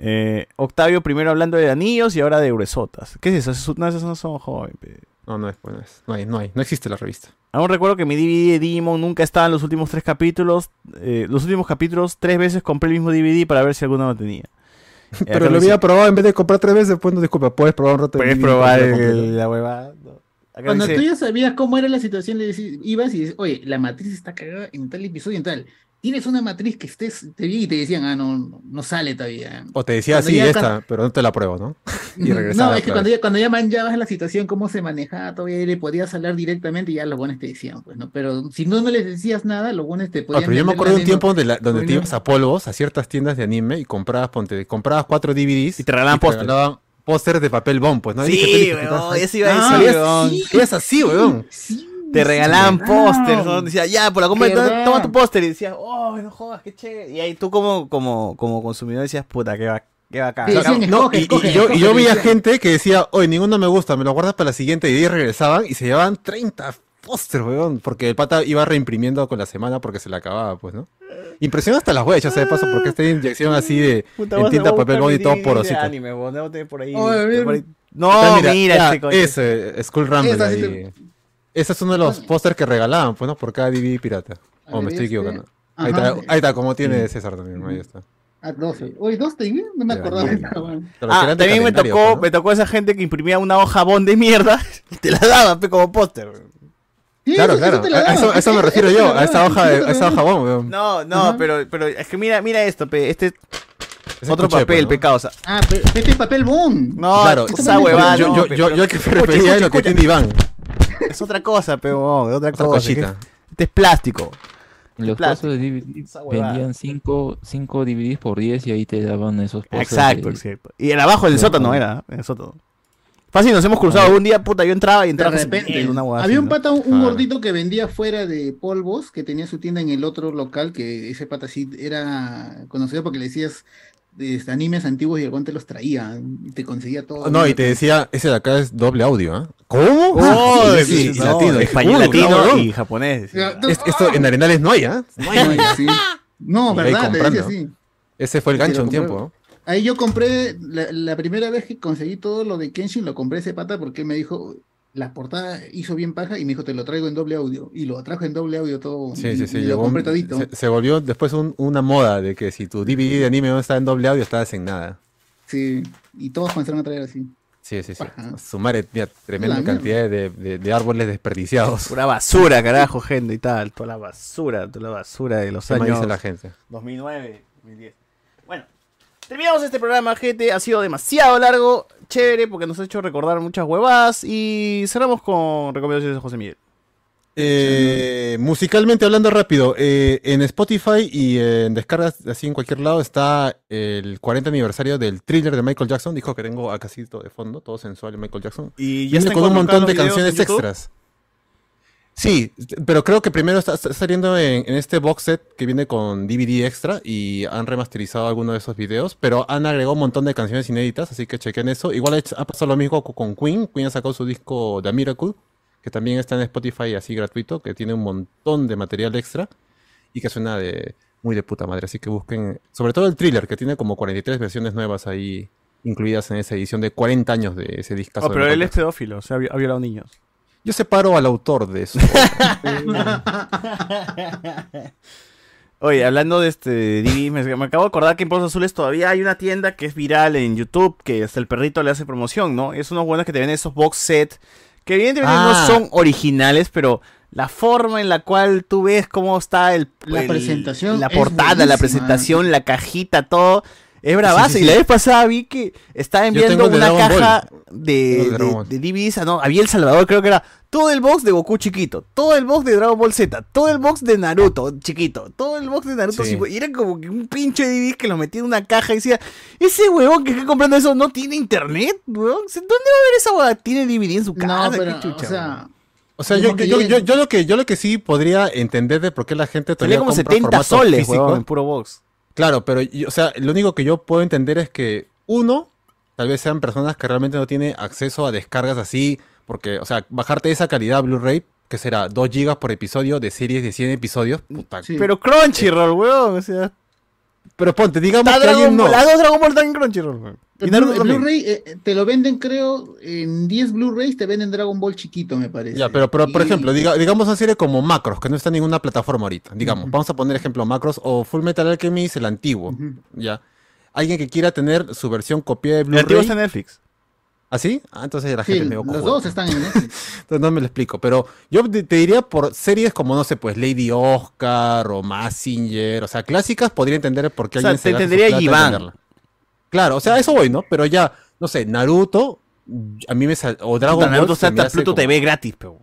Eh, Octavio primero hablando de anillos y ahora de uresotas. ¿Qué es eso? Esas- No, esas no son joven. pe.
No, no es, pues, no es. No hay, no hay. No existe la revista.
Aún recuerdo que mi DVD de Digimon nunca estaba en los últimos tres capítulos. eh, los últimos capítulos, tres veces compré el mismo DVD para ver si alguno lo tenía. Eh, acá
Pero lo
me
había
dice,
probado en vez de comprar tres veces, pues no disculpa, puedes probar un rato.
Puedes
DVD
probar
completo,
el-
completo.
la huevada. ¿no? Acá
Cuando
dice,
tú ya sabías cómo era la situación, le decís, ibas y dices, oye, la matriz está cagada en tal episodio en tal. Tienes una matriz que estés, te vi y te decían, ah, no, no, no sale todavía.
O te decía
Cuando
así,
ya
esta,
cuan-
pero no te la pruebo, ¿no? Y regresaba.
No, es que
otra
cuando
vez.
ya, cuando ya manjabas la situación, cómo se manejaba, todavía le podías hablar directamente y ya los buenos te decían, pues, ¿no? Pero si no, no les decías nada, los buenos te
Ah,
podían.
pero yo me
vender
acuerdo
la
de un
demo.
tiempo donde, la- donde te
Bueno.
ibas a polvos, a ciertas tiendas de anime y comprabas, ponte, comprabas cuatro DVDs. Y te
regalaban
pósteres. pósteres de papel bomb, pues, ¿no?
Sí,
Y dije, "Felipe,
weón,
¿no?
eso iba a
Ah,
decir,
eras-
weón.
eras así, weón.
te regalaban
sí,
pósters.
wow.
¿no? Decía, ya, por la compra,
Verdad.
to- toma tu póster. Y decías, oh, no jodas, qué chévere. Y ahí tú como, como, como consumidor decías, puta, qué, va, qué bacán.
Claro, no, y, y- y yo, y yo veía gente que decía, oye, ninguno me gusta, me lo guardas para la siguiente. Y de ahí regresaban y se llevaban 30 pósters, weón. Porque el pata iba reimprimiendo con la semana porque se la acababa, pues, ¿no? Impresiona hasta las huellas, ya sea de paso, porque esta inyección así de
Puta,
en
vas a-
tinta,
voy a
papel
buscar
bond y
mi
todo
DVD de
porosito.
anime, weón, debo tener por ahí-
Oye, mira.
por ahí- No, Oh, mira,
"Ah, ya,
este coño.
ese, School Rumble
Esa sí
ahí.
te-
Ese es uno de los pósters que regalaban, pues, ¿no? Por cada DVD pirata. O
ver,
me estoy
este-
equivocando. Ahí
Ajá.
está, ahí está, como tiene
Mm.
César también, ahí está.
Ah, 12. Oye, 12, ¿eh? no me
Ya,
acordaba.
ya,
esa, weón.
Pero
Ah,
que eran de
también me
calendario,
tocó,
pues, ¿no?
me tocó esa gente que imprimía una hoja bond de mierda y te la daba pe, como póster.
Sí, Claro, eso- eso claro. te la A- a daban. eso- a eso me Eso- refiero eso te yo, la a esa daban. hoja de- Eso te a esa la daban. hoja bond, weón.
No, no, pero, pero es que mira, mira esto, pe, este
Ese
otro
escuché, pues,
papel,
¿no?
pecado. O sea,
Ah, pero este es papel boom.
no,
Claro,
esa huevada.
Ah, yo,
no,
yo,
pe,
yo,
pero-
yo que me
Escucha,
refería a
escucha,
lo que
escucha.
tiene Iván.
Es otra cosa, pe, huevón, es otra,
Otra
cosa.
cosita.
que- Este es plástico.
Los
Plástico.
casos de DVD
Esa huevada.
vendían 5 cinco, DVDs por 10 y ahí te daban esos pósters
Exacto,
de-
exacto. Y el abajo del
de-
sótano era, en el sótano. Fácil, nos hemos cruzado un día, puta, yo entraba y entraba
De
ese
repente.
papel, una huevada
Había
así,
un
¿no?
pata, un, un
Claro.
gordito que vendía fuera de polvos, que tenía su tienda en el otro local, que ese pata sí era conocido porque le decías eh, animes antiguos y el guante los traía, y te conseguía todo.
No, y te decía, ese de acá es doble audio, ¿ah? ¿Cómo?
Oh,
Ah,
sí, no, español,
Uy,
latino
cabrón.
y japonés.
Es- esto en Arenales no hay, ¿ah?
No, hay, no hay, sí. No,
Y ahí
¿verdad? Te decía
comprando.
así.
Ese fue el
Sí, lo
gancho un
compré.
tiempo, ¿no?
Ahí yo compré, la, la primera vez que conseguí todo lo de Kenshin, lo compré ese pata porque me dijo, la portada hizo bien paja y me dijo, te lo traigo en doble audio. Y lo trajo en doble audio todo.
Sí,
y-
sí, sí.
y lo
llegó un-
compré todito.
se, se volvió después un- una moda de que si tu DVD de anime no está en doble audio, estabas en nada.
Sí, y todos comenzaron a traer así.
Sí, sí, sí.
Ajá.
Sumar eh, mira, tremenda
La mierda.
cantidad de, de- de árboles desperdiciados.
Pura basura, carajo, gente y tal. Toda la basura, toda la basura de los
¿Qué más
años.
dice la gente?
2009, 2010. Bueno, terminamos este programa, gente. Ha sido demasiado largo, chévere, porque nos ha hecho recordar muchas huevadas. Y cerramos con recomendaciones de José Miguel.
Eh, musicalmente hablando rápido, eh, en Spotify y en descargas así en cualquier lado está el 40 aniversario del thriller de Michael Jackson. Dijo que tengo acá todo de fondo, todo sensual de Michael Jackson.
Y
viene
están
con un
colocados
montón de
los videos en
canciones
YouTube?
extras. Sí, pero creo que primero está, está saliendo en, en este box set que viene con DVD extra y han remasterizado algunos de esos videos, pero han agregado un montón de canciones inéditas, así que chequen eso. Igual ha hecho- ha pasado lo mismo co- con Queen. Queen ha sacado su disco The Miracle, que también está en Spotify así gratuito, que tiene un montón de material extra y que suena de muy de puta madre. Así que busquen, sobre todo el thriller, que tiene como 43 versiones nuevas ahí incluidas en esa edición de 40 años de ese disco.
Oh, pero él es pedófilo, o sea, ha vi- ha violado niños.
Yo separo al autor de eso.
Oye, hablando de este DVD, me, me acabo de acordar que en Pozos Azules todavía hay una tienda que es viral en YouTube, que hasta el perrito le hace promoción, ¿no? Es unos buenos que te venden esos box set, que evidentemente
Ah.
no son originales, pero la forma en la cual tú ves cómo está el...
La
el-
presentación
La
es
portada, la
buenísima.
presentación, la cajita, todo. Es bravazo.
Sí, sí,
Y la
sí.
vez pasada vi que estaba
Yo tengo
enviando
el de
una
Dragon Ball.
caja de,
Tengo el de Dragon
de, de DVDs. ah, no, había El Salvador, creo que era todo el box de Goku chiquito, todo el box de Dragon Ball Z, todo el box de Naruto chiquito, todo el box de Naruto.
Sí.
cincu- Y era como que un pinche DVD que lo metía en una caja y decía: Ese huevón que está comprando eso no tiene internet, huevón. ¿Dónde va a haber esa huevada? Tiene DVD en su casa.
pero,
¿Qué chucha,
o sea,
huevón?
O sea, yo,
Como que
yo,
llega-
yo, yo lo que, yo lo que sí podría entender de por qué la gente
Salía
todavía
como
compra
70
formato
soles,
físico.
huevón, en puro box.
Claro, pero yo- o sea, lo único que yo puedo entender es que uno, tal vez sean personas que realmente no tienen acceso a descargas así, porque, o sea, bajarte esa calidad Blu-ray, que será 2 GB por episodio de series de 100 episodios, puta.
Pero Crunchyroll, huevón. O sea,
Pero ponte, digamos
está
que
Dragon
alguien no.
Ball, las dos Dragon Ball están en Crunchyroll, huevón.
el
Y Naruto
Blu- el
también.
Blu-ray eh, te lo venden, creo, en 10 Blu-rays te venden Dragon Ball chiquito, me parece.
Ya, pero, pero, por
Y-
ejemplo, diga- digamos una serie como Macros, que no está en ninguna plataforma ahorita. Digamos, vamos a poner ejemplo Macros o Full Metal Alchemist, el antiguo. Ya. Alguien que quiera tener su versión copiada de Blu-ray.
antiguo está en Netflix.
¿Ah, sí? Ah, entonces la
Sí,
gente me
los dos están en Netflix.
No me lo explico, pero yo te te diría por series como, no sé, pues Lady Oscar o Massinger, o sea, clásicas, podría entender por qué
O sea,
alguien
te
gasta su
entendería
plata en
Givan.
tenerla. Claro, o sea, eso voy, ¿no? Pero ya, no sé, Naruto, a mí me sal... o Dragon
Naruto
Ball.
está hasta Pluto TV gratis, pero.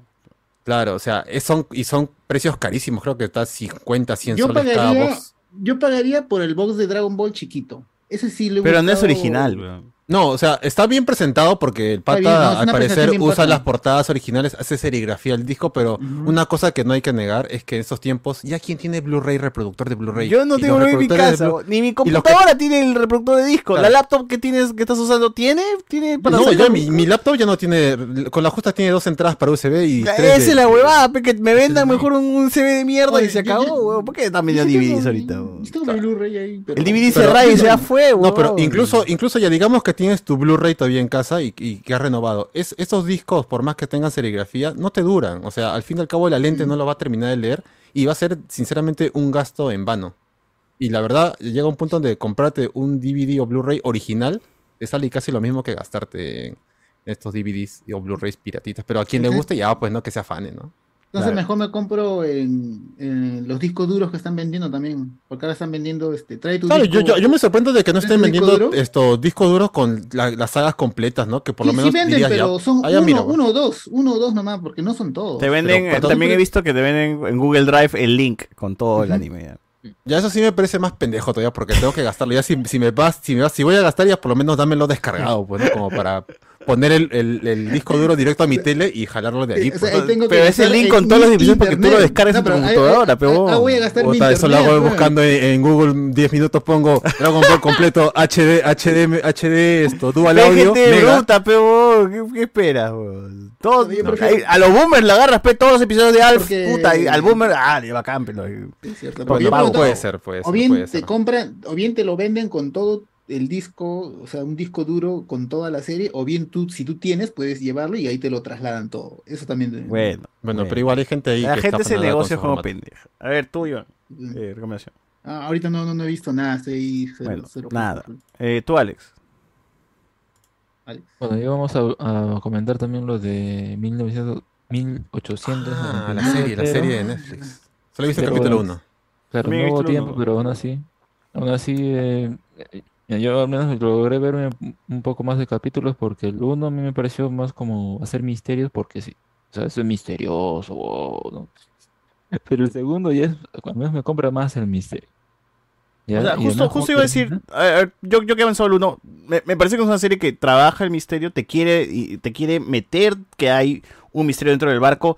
Claro, o sea, es- son, y son precios carísimos, creo que está 50, 100
Yo
soles cada
pagaría,
box.
yo pagaría por el box de Dragon Ball chiquito. Ese sí le he
Pero no es
buscado-
original, No, o sea, está bien presentado porque el pata,
bien, no, es una
al parecer,
presentación bien
usa
bacán.
las portadas originales, hace serigrafía el disco, pero una cosa que no hay que negar es que en estos tiempos, ¿ya quién tiene Blu-ray reproductor de Blu-ray?
Yo no
Y
tengo
los
Blu-ray en mi
reproductores de
casa,
Blu-
bo- ni mi
y los que-
computadora tiene el reproductor de disco.
Claro.
La laptop que tienes, que estás usando, ¿tiene? ¿Tiene para
No,
hacer-
ya mi, mi laptop ya no tiene, con la justa tiene dos entradas para USB y
Ya,
tres este
Esa
de-
es la huevada, pe, que me vendan mejor un, un CD de mierda y se acabó, huevón. ¿Por qué están vendiendo DVDs ahorita, huevón?
Yo tengo mi Blu-ray ahí, pero-
El DVD cerrado y ya fue,
No, pero
huevón.
incluso, incluso ya digamos que tienes tu Blu-ray todavía en casa y, y que has renovado. Es, estos discos, por más que tengan serigrafía, no te duran. O sea, al fin y al cabo la lente
Mm.
no lo va a terminar de leer y va a ser, sinceramente, un gasto en vano. Y la verdad, llega un punto donde comprarte un DVD o Blu-ray original te sale casi lo mismo que gastarte en estos DVDs o Blu-rays piratitas. Pero a quien le
Ujú.
guste, ya, pues no que se afane, ¿no?
Entonces
Claro.
mejor me compro en, en los discos duros que están vendiendo también. Porque ahora están vendiendo este. Trae tu
Claro,
disco.
yo, yo, yo me sorprendo de que no
¿Trae tu
estén
disco
vendiendo
duro?
estos discos duros con la- las sagas completas, ¿no? Que por lo
Sí, sí
menos
venden,
dirías ya,
pero son
"Ah, ya,
uno,
mira,
uno o dos, uno o dos nomás, porque no son todos.
Te venden,
Pero,
eh,
perdón,
también he
pero-
visto que te venden en Google Drive el link con todo el anime. ya.
Ya eso sí me parece más pendejo todavía porque tengo que gastarlo. Ya si, si me vas, si me vas, si voy a gastar, ya por lo menos dámelo descargado, pues, ¿no? como para poner el, el- el disco duro directo a mi tele y jalarlo de allí.
O sea,
pues.
ahí tengo que
pero es el
gastar
link
en
con todos los episodios porque tú
internet.
lo descargas
No,
en tu
pero ahí-
computadora,
ahí-
pero
ahí-
huevón.
ahí voy a gastar mi
Puta, eso lo hago
internet,
buscando en, en Google 10 minutos pongo Dragon Ball completo HD HD HD esto dual
Ve,
audio
gente
mega.
bruta, pe, huevón, ¿Qué, qué esperas, huevón? Todos-
Yo prefiero-
ahí- a los boomers le agarras, pe, todos los episodios de Alf,
Porque-
puta, y al boomer, ah, le va a
Es cierto,
Pues,
pero
Bueno,
yo
pago.
pregunto-
puede ser, puede
O
ser,
bien
puede
te
ser.
compran, o bien te lo venden con todo el disco, o sea, un disco duro con toda la serie, o bien tú, si tú tienes, puedes llevarlo y ahí te lo trasladan todo. Eso también.
Bueno,
Bueno, pero igual hay gente ahí
La
que
gente
está
se
afanada con
negocia
su
como
formato.
pendeja. A ver, tú, Iván,
Mm.
eh, recomendación.
Ah, ahorita no, no, no he visto nada, estoy cero-
Bueno,
cero-
nada. Eh, tú, Alex.
Bueno, yo vamos a, a comentar también lo de 1900, 1800.
Ah, la serie, la serie de Netflix. Solo he visto el
Pero
capítulo
bueno,
uno.
Claro,
También
no
he
hubo
visto el
tiempo,
uno.
pero aún así, aún así, eh, eh, yo al menos logré verme un- un poco más de capítulos porque el uno a mí me pareció más como hacer misterios porque sí, o sea, eso es misterioso, wow, ¿no? Pero el segundo ya es, al menos me compra más el misterio. Ya,
O sea,
y
justo,
además cómo
justo iba a decir, a ver, yo, yo que avanzó el uno, me, me parece que es una serie que trabaja el misterio, te quiere, y te quiere meter que hay un misterio dentro del barco.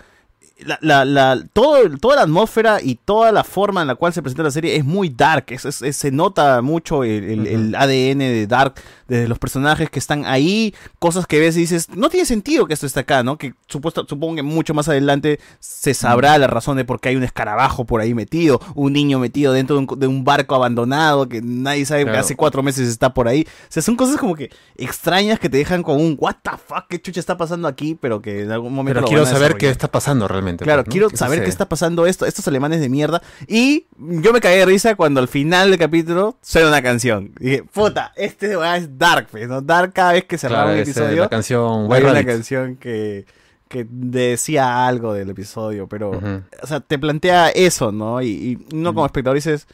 la, la- la- todo, el- toda la atmósfera y toda la forma en la cual se presenta la serie es muy dark. Es- es- es- se nota mucho el, el- el ADN de Dark desde los personajes que están ahí, cosas que ves y dices, no tiene sentido que esto esté acá, ¿no? Que supuesto, supongo que mucho más adelante se sabrá la razón de por qué hay un escarabajo por ahí metido, un niño metido dentro de un, de un barco abandonado que nadie sabe que
Claro.
hace cuatro meses está por ahí. O sea, son cosas como que extrañas que te dejan con un, what the fuck, qué chucha está pasando aquí, pero que en algún momento...
Pero
lo
quiero
van a
saber
desarrollar.
qué está pasando realmente.
Claro,
pues, ¿no?
quiero
¿Qué
saber qué
sucede?
está pasando esto, estos alemanes de mierda. Y yo me caí de risa cuando al final del capítulo suena una canción. Dije, puta, este de verdad es Dark, pues, ¿no? Dark cada vez que cerraba
Claro,
un
ese,
episodio.
la canción White
hay una
Rabbit.
canción que, que decía algo del episodio, pero. O sea, te plantea eso, ¿no? Y, y uno como espectador dices.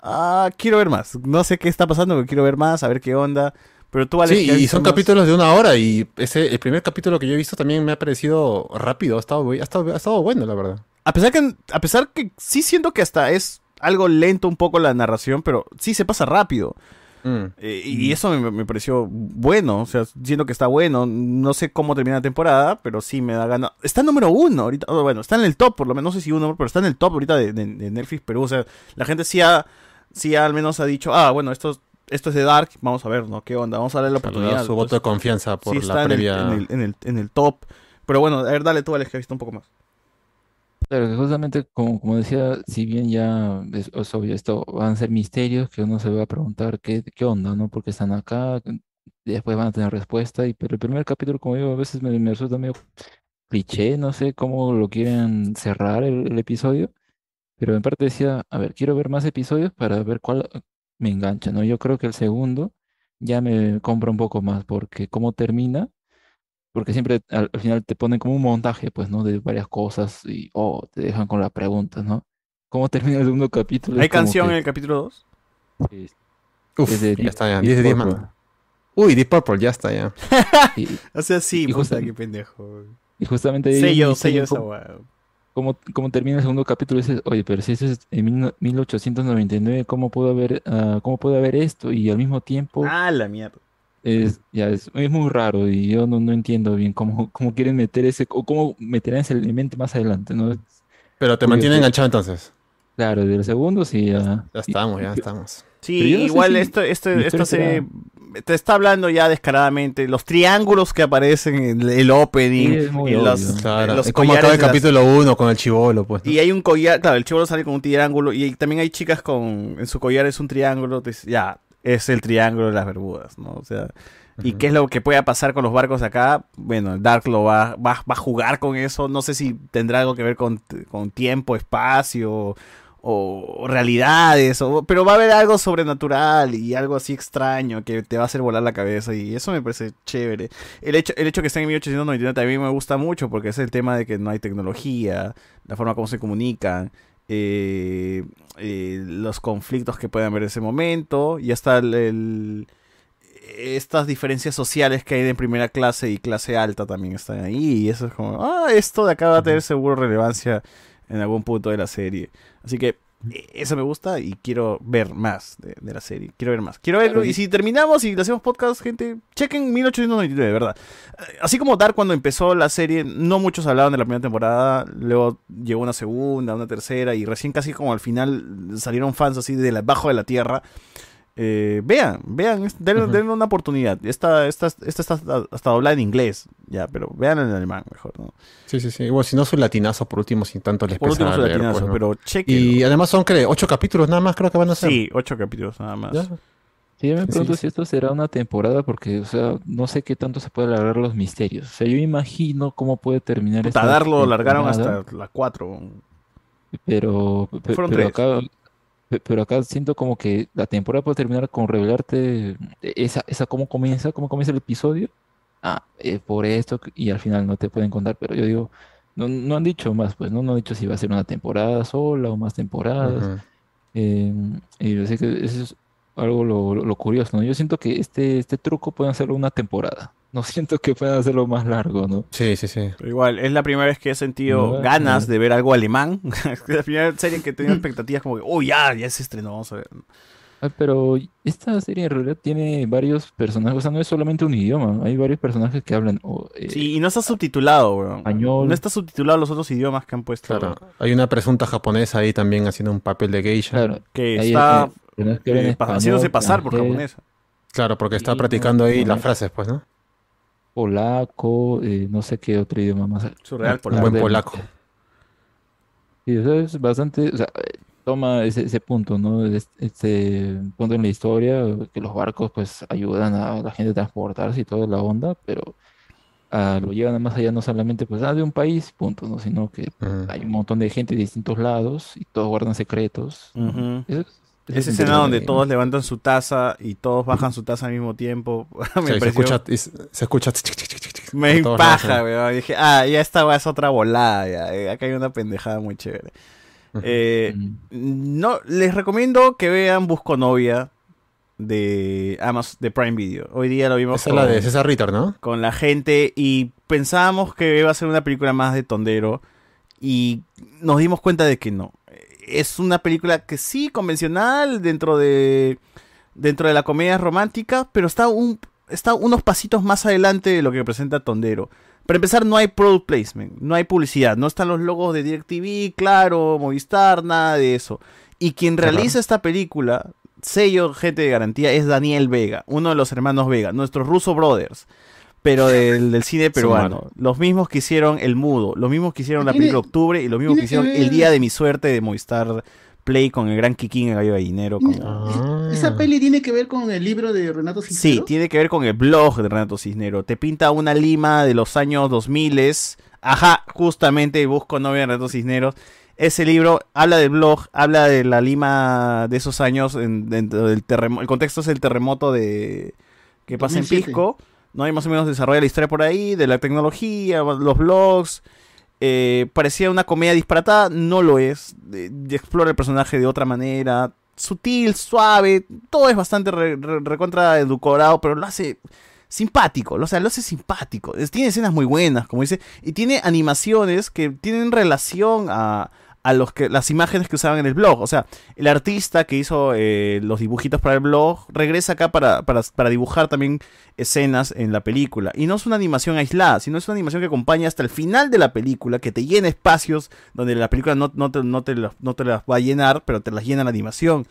Ah, quiero ver más. No sé qué está pasando, pero quiero ver más, a ver qué onda. Pero tú, Alex,
Sí,
que
y
has visto
son
más-
capítulos de una hora y ese el primer capítulo que yo he visto también me ha parecido rápido, ha estado, bu- ha estado, ha estado bueno, la verdad.
A pesar que a pesar que sí siento que hasta es algo lento un poco la narración, pero sí se pasa rápido. Eh,
Mm.
y y eso me, me pareció bueno, o sea, siento que está bueno. No sé cómo termina la temporada, pero sí me da gana. Está número uno ahorita, o bueno, está en el top, por lo menos, no sé si uno, pero está en el top ahorita de, de- de Netflix Perú. O sea, la gente sí ha, sí ha al menos ha dicho, ah, bueno, esto, esto es de Dark, vamos a ver, ¿no? ¿Qué onda? Vamos a darle la
Claro,
oportunidad.
su voto de confianza por
pues. sí
la
está en el-
previa-
en el- en el- en el top. Pero bueno, a ver, dale tú, Alex, que has visto un poco más.
Claro, que justamente como, como decía, si bien ya es, es obvio esto, van a ser misterios que uno se va a preguntar qué, qué onda, ¿no? Porque están acá, después van a tener respuesta, y pero el primer capítulo, como digo, a veces me, me resulta medio cliché, no sé cómo lo quieren cerrar el, el episodio, pero en parte decía, a ver, quiero ver más episodios para ver cuál me engancha, ¿no? Yo creo que el segundo ya me compra un poco más, porque cómo termina porque siempre al, al final te ponen como un montaje, pues, ¿no? De varias cosas y, oh, te dejan con las preguntas, ¿no? ¿Cómo termina el segundo capítulo?
¿Hay
Es como
canción
que-
en el capítulo 2?
Sí.
Uf,
Es de
ya
Deep
está, ya.
Deep
10 de 10
Purple.
man. Uy, Deep Purple, ya está, ya.
O sea, sí,
Y
puta,
justa-
qué pendejo.
Y justamente ahí
Sello,
dice
sello esa
cómo-
hueá.
cómo, cómo termina el segundo capítulo, dices, oye, pero si eso es en mil no- 1899, ¿cómo pudo haber, ah, cómo puede haber esto? Y al mismo tiempo...
Ah, la mierda.
Es, ya es, es muy raro y yo no, no entiendo bien cómo, cómo quieren meter ese, o cómo meterán ese elemento más adelante, ¿no?
Pero te
Curioso.
este
mantiene enganchado entonces.
Claro, del segundo sí ya.
Ya estamos, ya estamos.
Sí, igual esto, esto- esta serie te está hablando ya descaradamente. Los triángulos que aparecen en el- el opening.
Sí, es muy
y los,
obvio. Claro,
los
es como acaba
collares
el
de las-
capítulo 1 con el chivolo, pues.
Y hay un collar, claro, el chivo sale con un triángulo. Y también hay chicas con. En su collar es un triángulo. te dice, ya, es el triángulo de las Bermudas, ¿no? O sea. ¿Y qué es lo que pueda pasar con los barcos acá? Bueno, Dark lo va, va, va a jugar con eso. No sé si tendrá algo que ver con, con tiempo, espacio o realidades. o- pero va a haber algo sobrenatural y algo así extraño que te va a hacer volar la cabeza. Y eso me parece chévere. El hecho, el hecho que esté en 1899 también me gusta mucho porque es el tema de que no hay tecnología, la forma como se comunican. eh, eh, los conflictos que puedan haber en ese momento y hasta el- el, estas diferencias sociales que hay de primera clase y clase alta también están ahí. Y eso es como, ah, esto de acá va a tener seguro relevancia en algún punto de la serie. Así que eh, eso me gusta y quiero ver más de, de la serie. Quiero ver más. Quiero verlo.
Claro,
Y
y-
si terminamos y le hacemos podcast, gente, chequen 1899, de ¿verdad? Eh, Así como Dark cuando empezó la serie, no muchos hablaban de la primera temporada. Luego llegó una segunda, una tercera y recién casi como al final salieron fans así de la- bajo de la tierra. Eh, vean, vean, es- denle, denle una oportunidad. Esta, esta, esta está hasta- hasta doblada en inglés, ya, pero vean en alemán mejor, ¿no?
Sí, sí, sí. Igual, si no su latinazo, por último, sin tanto les
Por último
pesará
su
leer,
latinazo,
pues, ¿no?
pero chequen.
Y además son, creo, 8 capítulos nada más, creo que van a ser.
Sí, ocho capítulos nada más.
Ya.
Sí, yo me
Sí,
pregunto
sí.
si esto será una temporada, porque, o sea, no sé qué tanto se puede alargar los misterios. O sea, yo imagino cómo puede terminar
Puta,
esta
darlo largaron
temporada,
hasta la 4.
pero, pe-
Fueron tres.
pero acá, pe- pero acá siento como que la temporada puede terminar con revelarte eh, esa, esa cómo comienza, cómo comienza el episodio. Ah, eh, por esto, y al final no te pueden contar, pero yo digo, no, no han dicho más, pues, ¿no? No han dicho si va a ser una temporada sola o más temporadas.
Ujú.
Eh, y yo sé que eso es algo lo, lo- lo curioso, ¿no? Yo siento que este, este truco pueden hacerlo una temporada. No siento que puedan hacerlo más largo, ¿no?
Sí, sí, sí.
Pero igual, es la primera vez que he sentido
Ah,
ganas
ah.
de ver algo alemán. Es la primera serie que he tenido expectativas como que, oh, ya, ya se estrenó, vamos a ver.
Ah, pero esta serie en realidad tiene varios personajes, o sea, no es solamente un idioma, hay varios personajes que hablan o, eh,
Sí, y no está subtitulado, weón.
español.
No está subtitulado los otros idiomas que han puesto.
Hay una presunta japonesa ahí también haciendo un papel de geisha.
Que Ahí está, es, eh, que hablan eh, pa- español, haciéndose pasar por francés. japonesa.
Claro, porque está practicando ahí
japonés.
las frases, pues, ¿no?
Polaco, eh, no sé qué otro idioma más.
Surreal
más
polaco. Un buen polaco.
Sí, o sea, es bastante, o sea, eh, toma ese, ese punto, ¿no? Es- Este, punto en la historia, que los barcos pues ayudan a la gente a transportarse y toda la onda, pero ah, lo llevan a más allá no solamente pues ah, de un país, punto, ¿no? Sino que hay un montón de gente de distintos lados y todos guardan secretos. ¿no?
Ujú.
Eso es- eso es
Esa escena donde
interesante.
todos levantan su taza y todos bajan su taza al mismo tiempo. me
Sí, se
impresionó.
escucha, y se se escucha tic, tic, tic, tic, tic,
Me
por todos lados,
empaja,
¿no?
weón. Dije, ah, ya esta va es otra volada. ya, eh, Acá hay una pendejada muy chévere. Eh,
Mm.
no, les recomiendo que vean Busco Novia de Amazon, de Prime Video. Hoy día lo vimos
Esa es la de César Ritter, ¿no?
Con la gente y pensábamos que iba a ser una película más de tondero y nos dimos cuenta de que no. Es una película que sí, convencional dentro de dentro de la comedia romántica, pero está un está unos pasitos más adelante de lo que presenta Tondero. Para empezar, no hay product placement, no hay publicidad, no están los logos de DirecTV, claro, Movistar, nada de eso. Y quien realiza esta película, sello gente de garantía, es Daniel Vega, uno de los hermanos Vega, nuestros ruso brothers, pero del, del cine peruano. Los mismos que hicieron El Mudo, los mismos que hicieron la
Tiene-
película Octubre y los mismos que
tiene
hicieron
que
El
ver-
Día de mi Suerte de Movistar Play con el gran Kikín, el gallo gallinero. Con...
Ah.
Esa peli tiene que ver con el libro de Renato
Sí, tiene que ver con el blog de Renato Cisnero. Te pinta una Lima de los años 2000. Ajá, justamente busco novia de Renato Cisneros. Ese libro habla del blog, habla de la Lima de esos años en- dentro del terremoto. El contexto es el terremoto de que pasa
2007.
en Pisco. No hay más o menos desarrolla la historia por ahí, de la tecnología, los blogs. Eh, parecía una comedia disparatada, no lo es. Eh, y explora el personaje de otra manera. Sutil, suave, todo es bastante re- re- recontra edulcorado, pero lo hace simpático, o sea, lo hace simpático. Es- tiene escenas muy buenas, como dice, y tiene animaciones que tienen relación a, a los que, las imágenes que usaban en el blog. O sea, el artista que hizo eh, los dibujitos para el blog regresa acá para, para, para dibujar también escenas en la película. Y no es una animación aislada, sino es una animación que acompaña hasta el final de la película, que te llena espacios donde la película no, no, te, no, te, las- no te las va a llenar, pero te las llena la animación.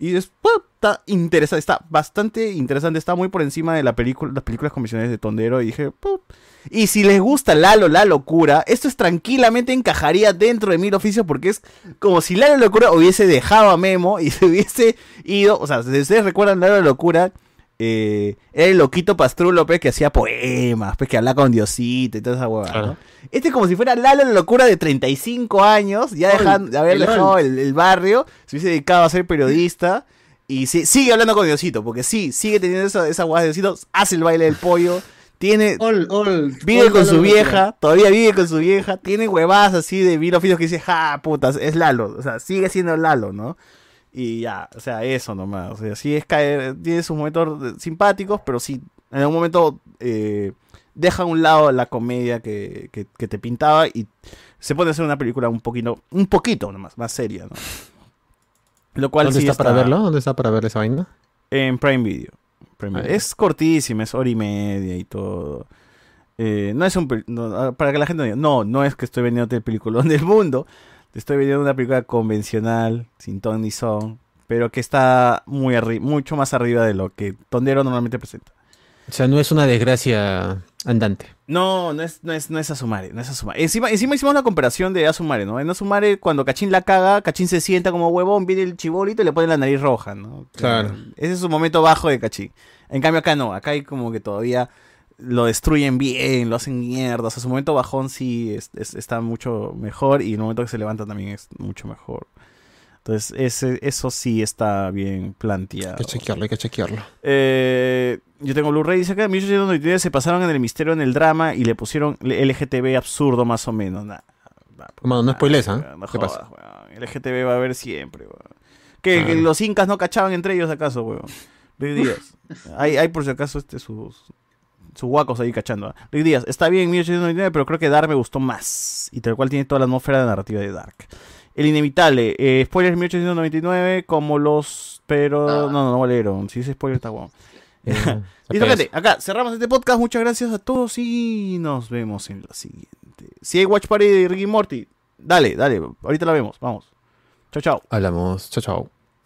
Y es, ¡pum! está interesante, está bastante interesante, está muy por encima de la película, las películas convencionales de Tondero. Y dije, ¡pum! y si les gusta Lalo la locura, esto es tranquilamente encajaría dentro de mil oficios porque es como si Lalo la locura hubiese dejado a Memo y se hubiese ido, o sea, si ustedes recuerdan Lalo la locura, eh, era el loquito Pastrulo, pues, que hacía poemas, pues, que hablaba con Diosito y toda esa huevada, ¿no? Este es como si fuera Lalo la locura de 35 años, ya dejando, de haber
el
dejado
Lalo.
el, el barrio, se hubiese dedicado a ser periodista y si- sigue hablando con Diosito, porque sí, sigue teniendo esa, esa huevada de Diosito, hace el baile del pollo, tiene... vive
all
con
Lalo
su
locura.
vieja, todavía vive con su vieja, tiene huevadas así de mil oficios que dice, ja, putas, es Lalo, o sea, sigue siendo Lalo, ¿no? Y ya, o sea, eso nomás. O sea, sí es caer, tiene sus momentos eh, simpáticos, pero sí, en algún momento eh, deja a un lado la comedia que, que- que te pintaba y se pone a hacer una película un poquito, un poquito nomás, más seria, ¿no? Lo cual
¿Dónde
sí
está, para verlo? ¿Dónde está para ver esa vaina?
En Prime Video. Prime Video.
Ah, ya.
Es cortísima, es hora y media y todo. Eh, no es un pel- no, ah, para que la gente no diga, no, no es que estoy vendiendo el peliculón del mundo. Te estoy vendiendo una película convencional, sin ton ni son, pero que está muy arri- mucho más arriba de lo que Tondero normalmente presenta.
O sea, no es una desgracia andante.
No, no es, no es, no es Asumare, no es Asumare. Encima, encima hicimos la comparación de Asumare, ¿no? En Asumare, cuando Cachín la caga, Cachín se sienta como huevón, viene el chibolito y le pone la nariz roja, ¿no?
Claro.
Ese es su momento bajo de Cachín. En cambio acá no, acá hay como que todavía lo destruyen bien, lo hacen mierda. O sea, su momento bajón sí es- es- está mucho mejor y el momento que se levanta también es mucho mejor. Entonces, ese, eso sí está bien planteado.
Hay que chequearlo, hay que chequearlo.
Eh, yo tengo Blu-ray, dice acá, 1899 se pasaron en el misterio, en el drama y le pusieron LGTB absurdo más o menos. Nah,
Hermano, no spoilees, ¿ah?
no
¿Qué
jodas,
pasa? Ah.
weón. LGTB va a haber siempre, weón. ¿Que, que los incas no cachaban entre ellos acaso, weón. Rick Díaz. hay, hay por si acaso este sus sus guacos ahí cachando. ¿ah? Rick Díaz, está bien 1899, pero creo que Dark me gustó más. Y tal cual tiene toda la atmósfera de narrativa de Dark. El Inevitable. Eh, spoiler 1899, como los. Pero. No, no, no valieron. Si dice spoiler, está guapo. Listo,
apegas.
gente. Acá cerramos este podcast. Muchas gracias a todos y nos vemos en la siguiente. Si hay Watch Party de Ricky Morty, dale, dale. Ahorita la vemos. Vamos. Chao, chao.
Hablamos. Chao, chao.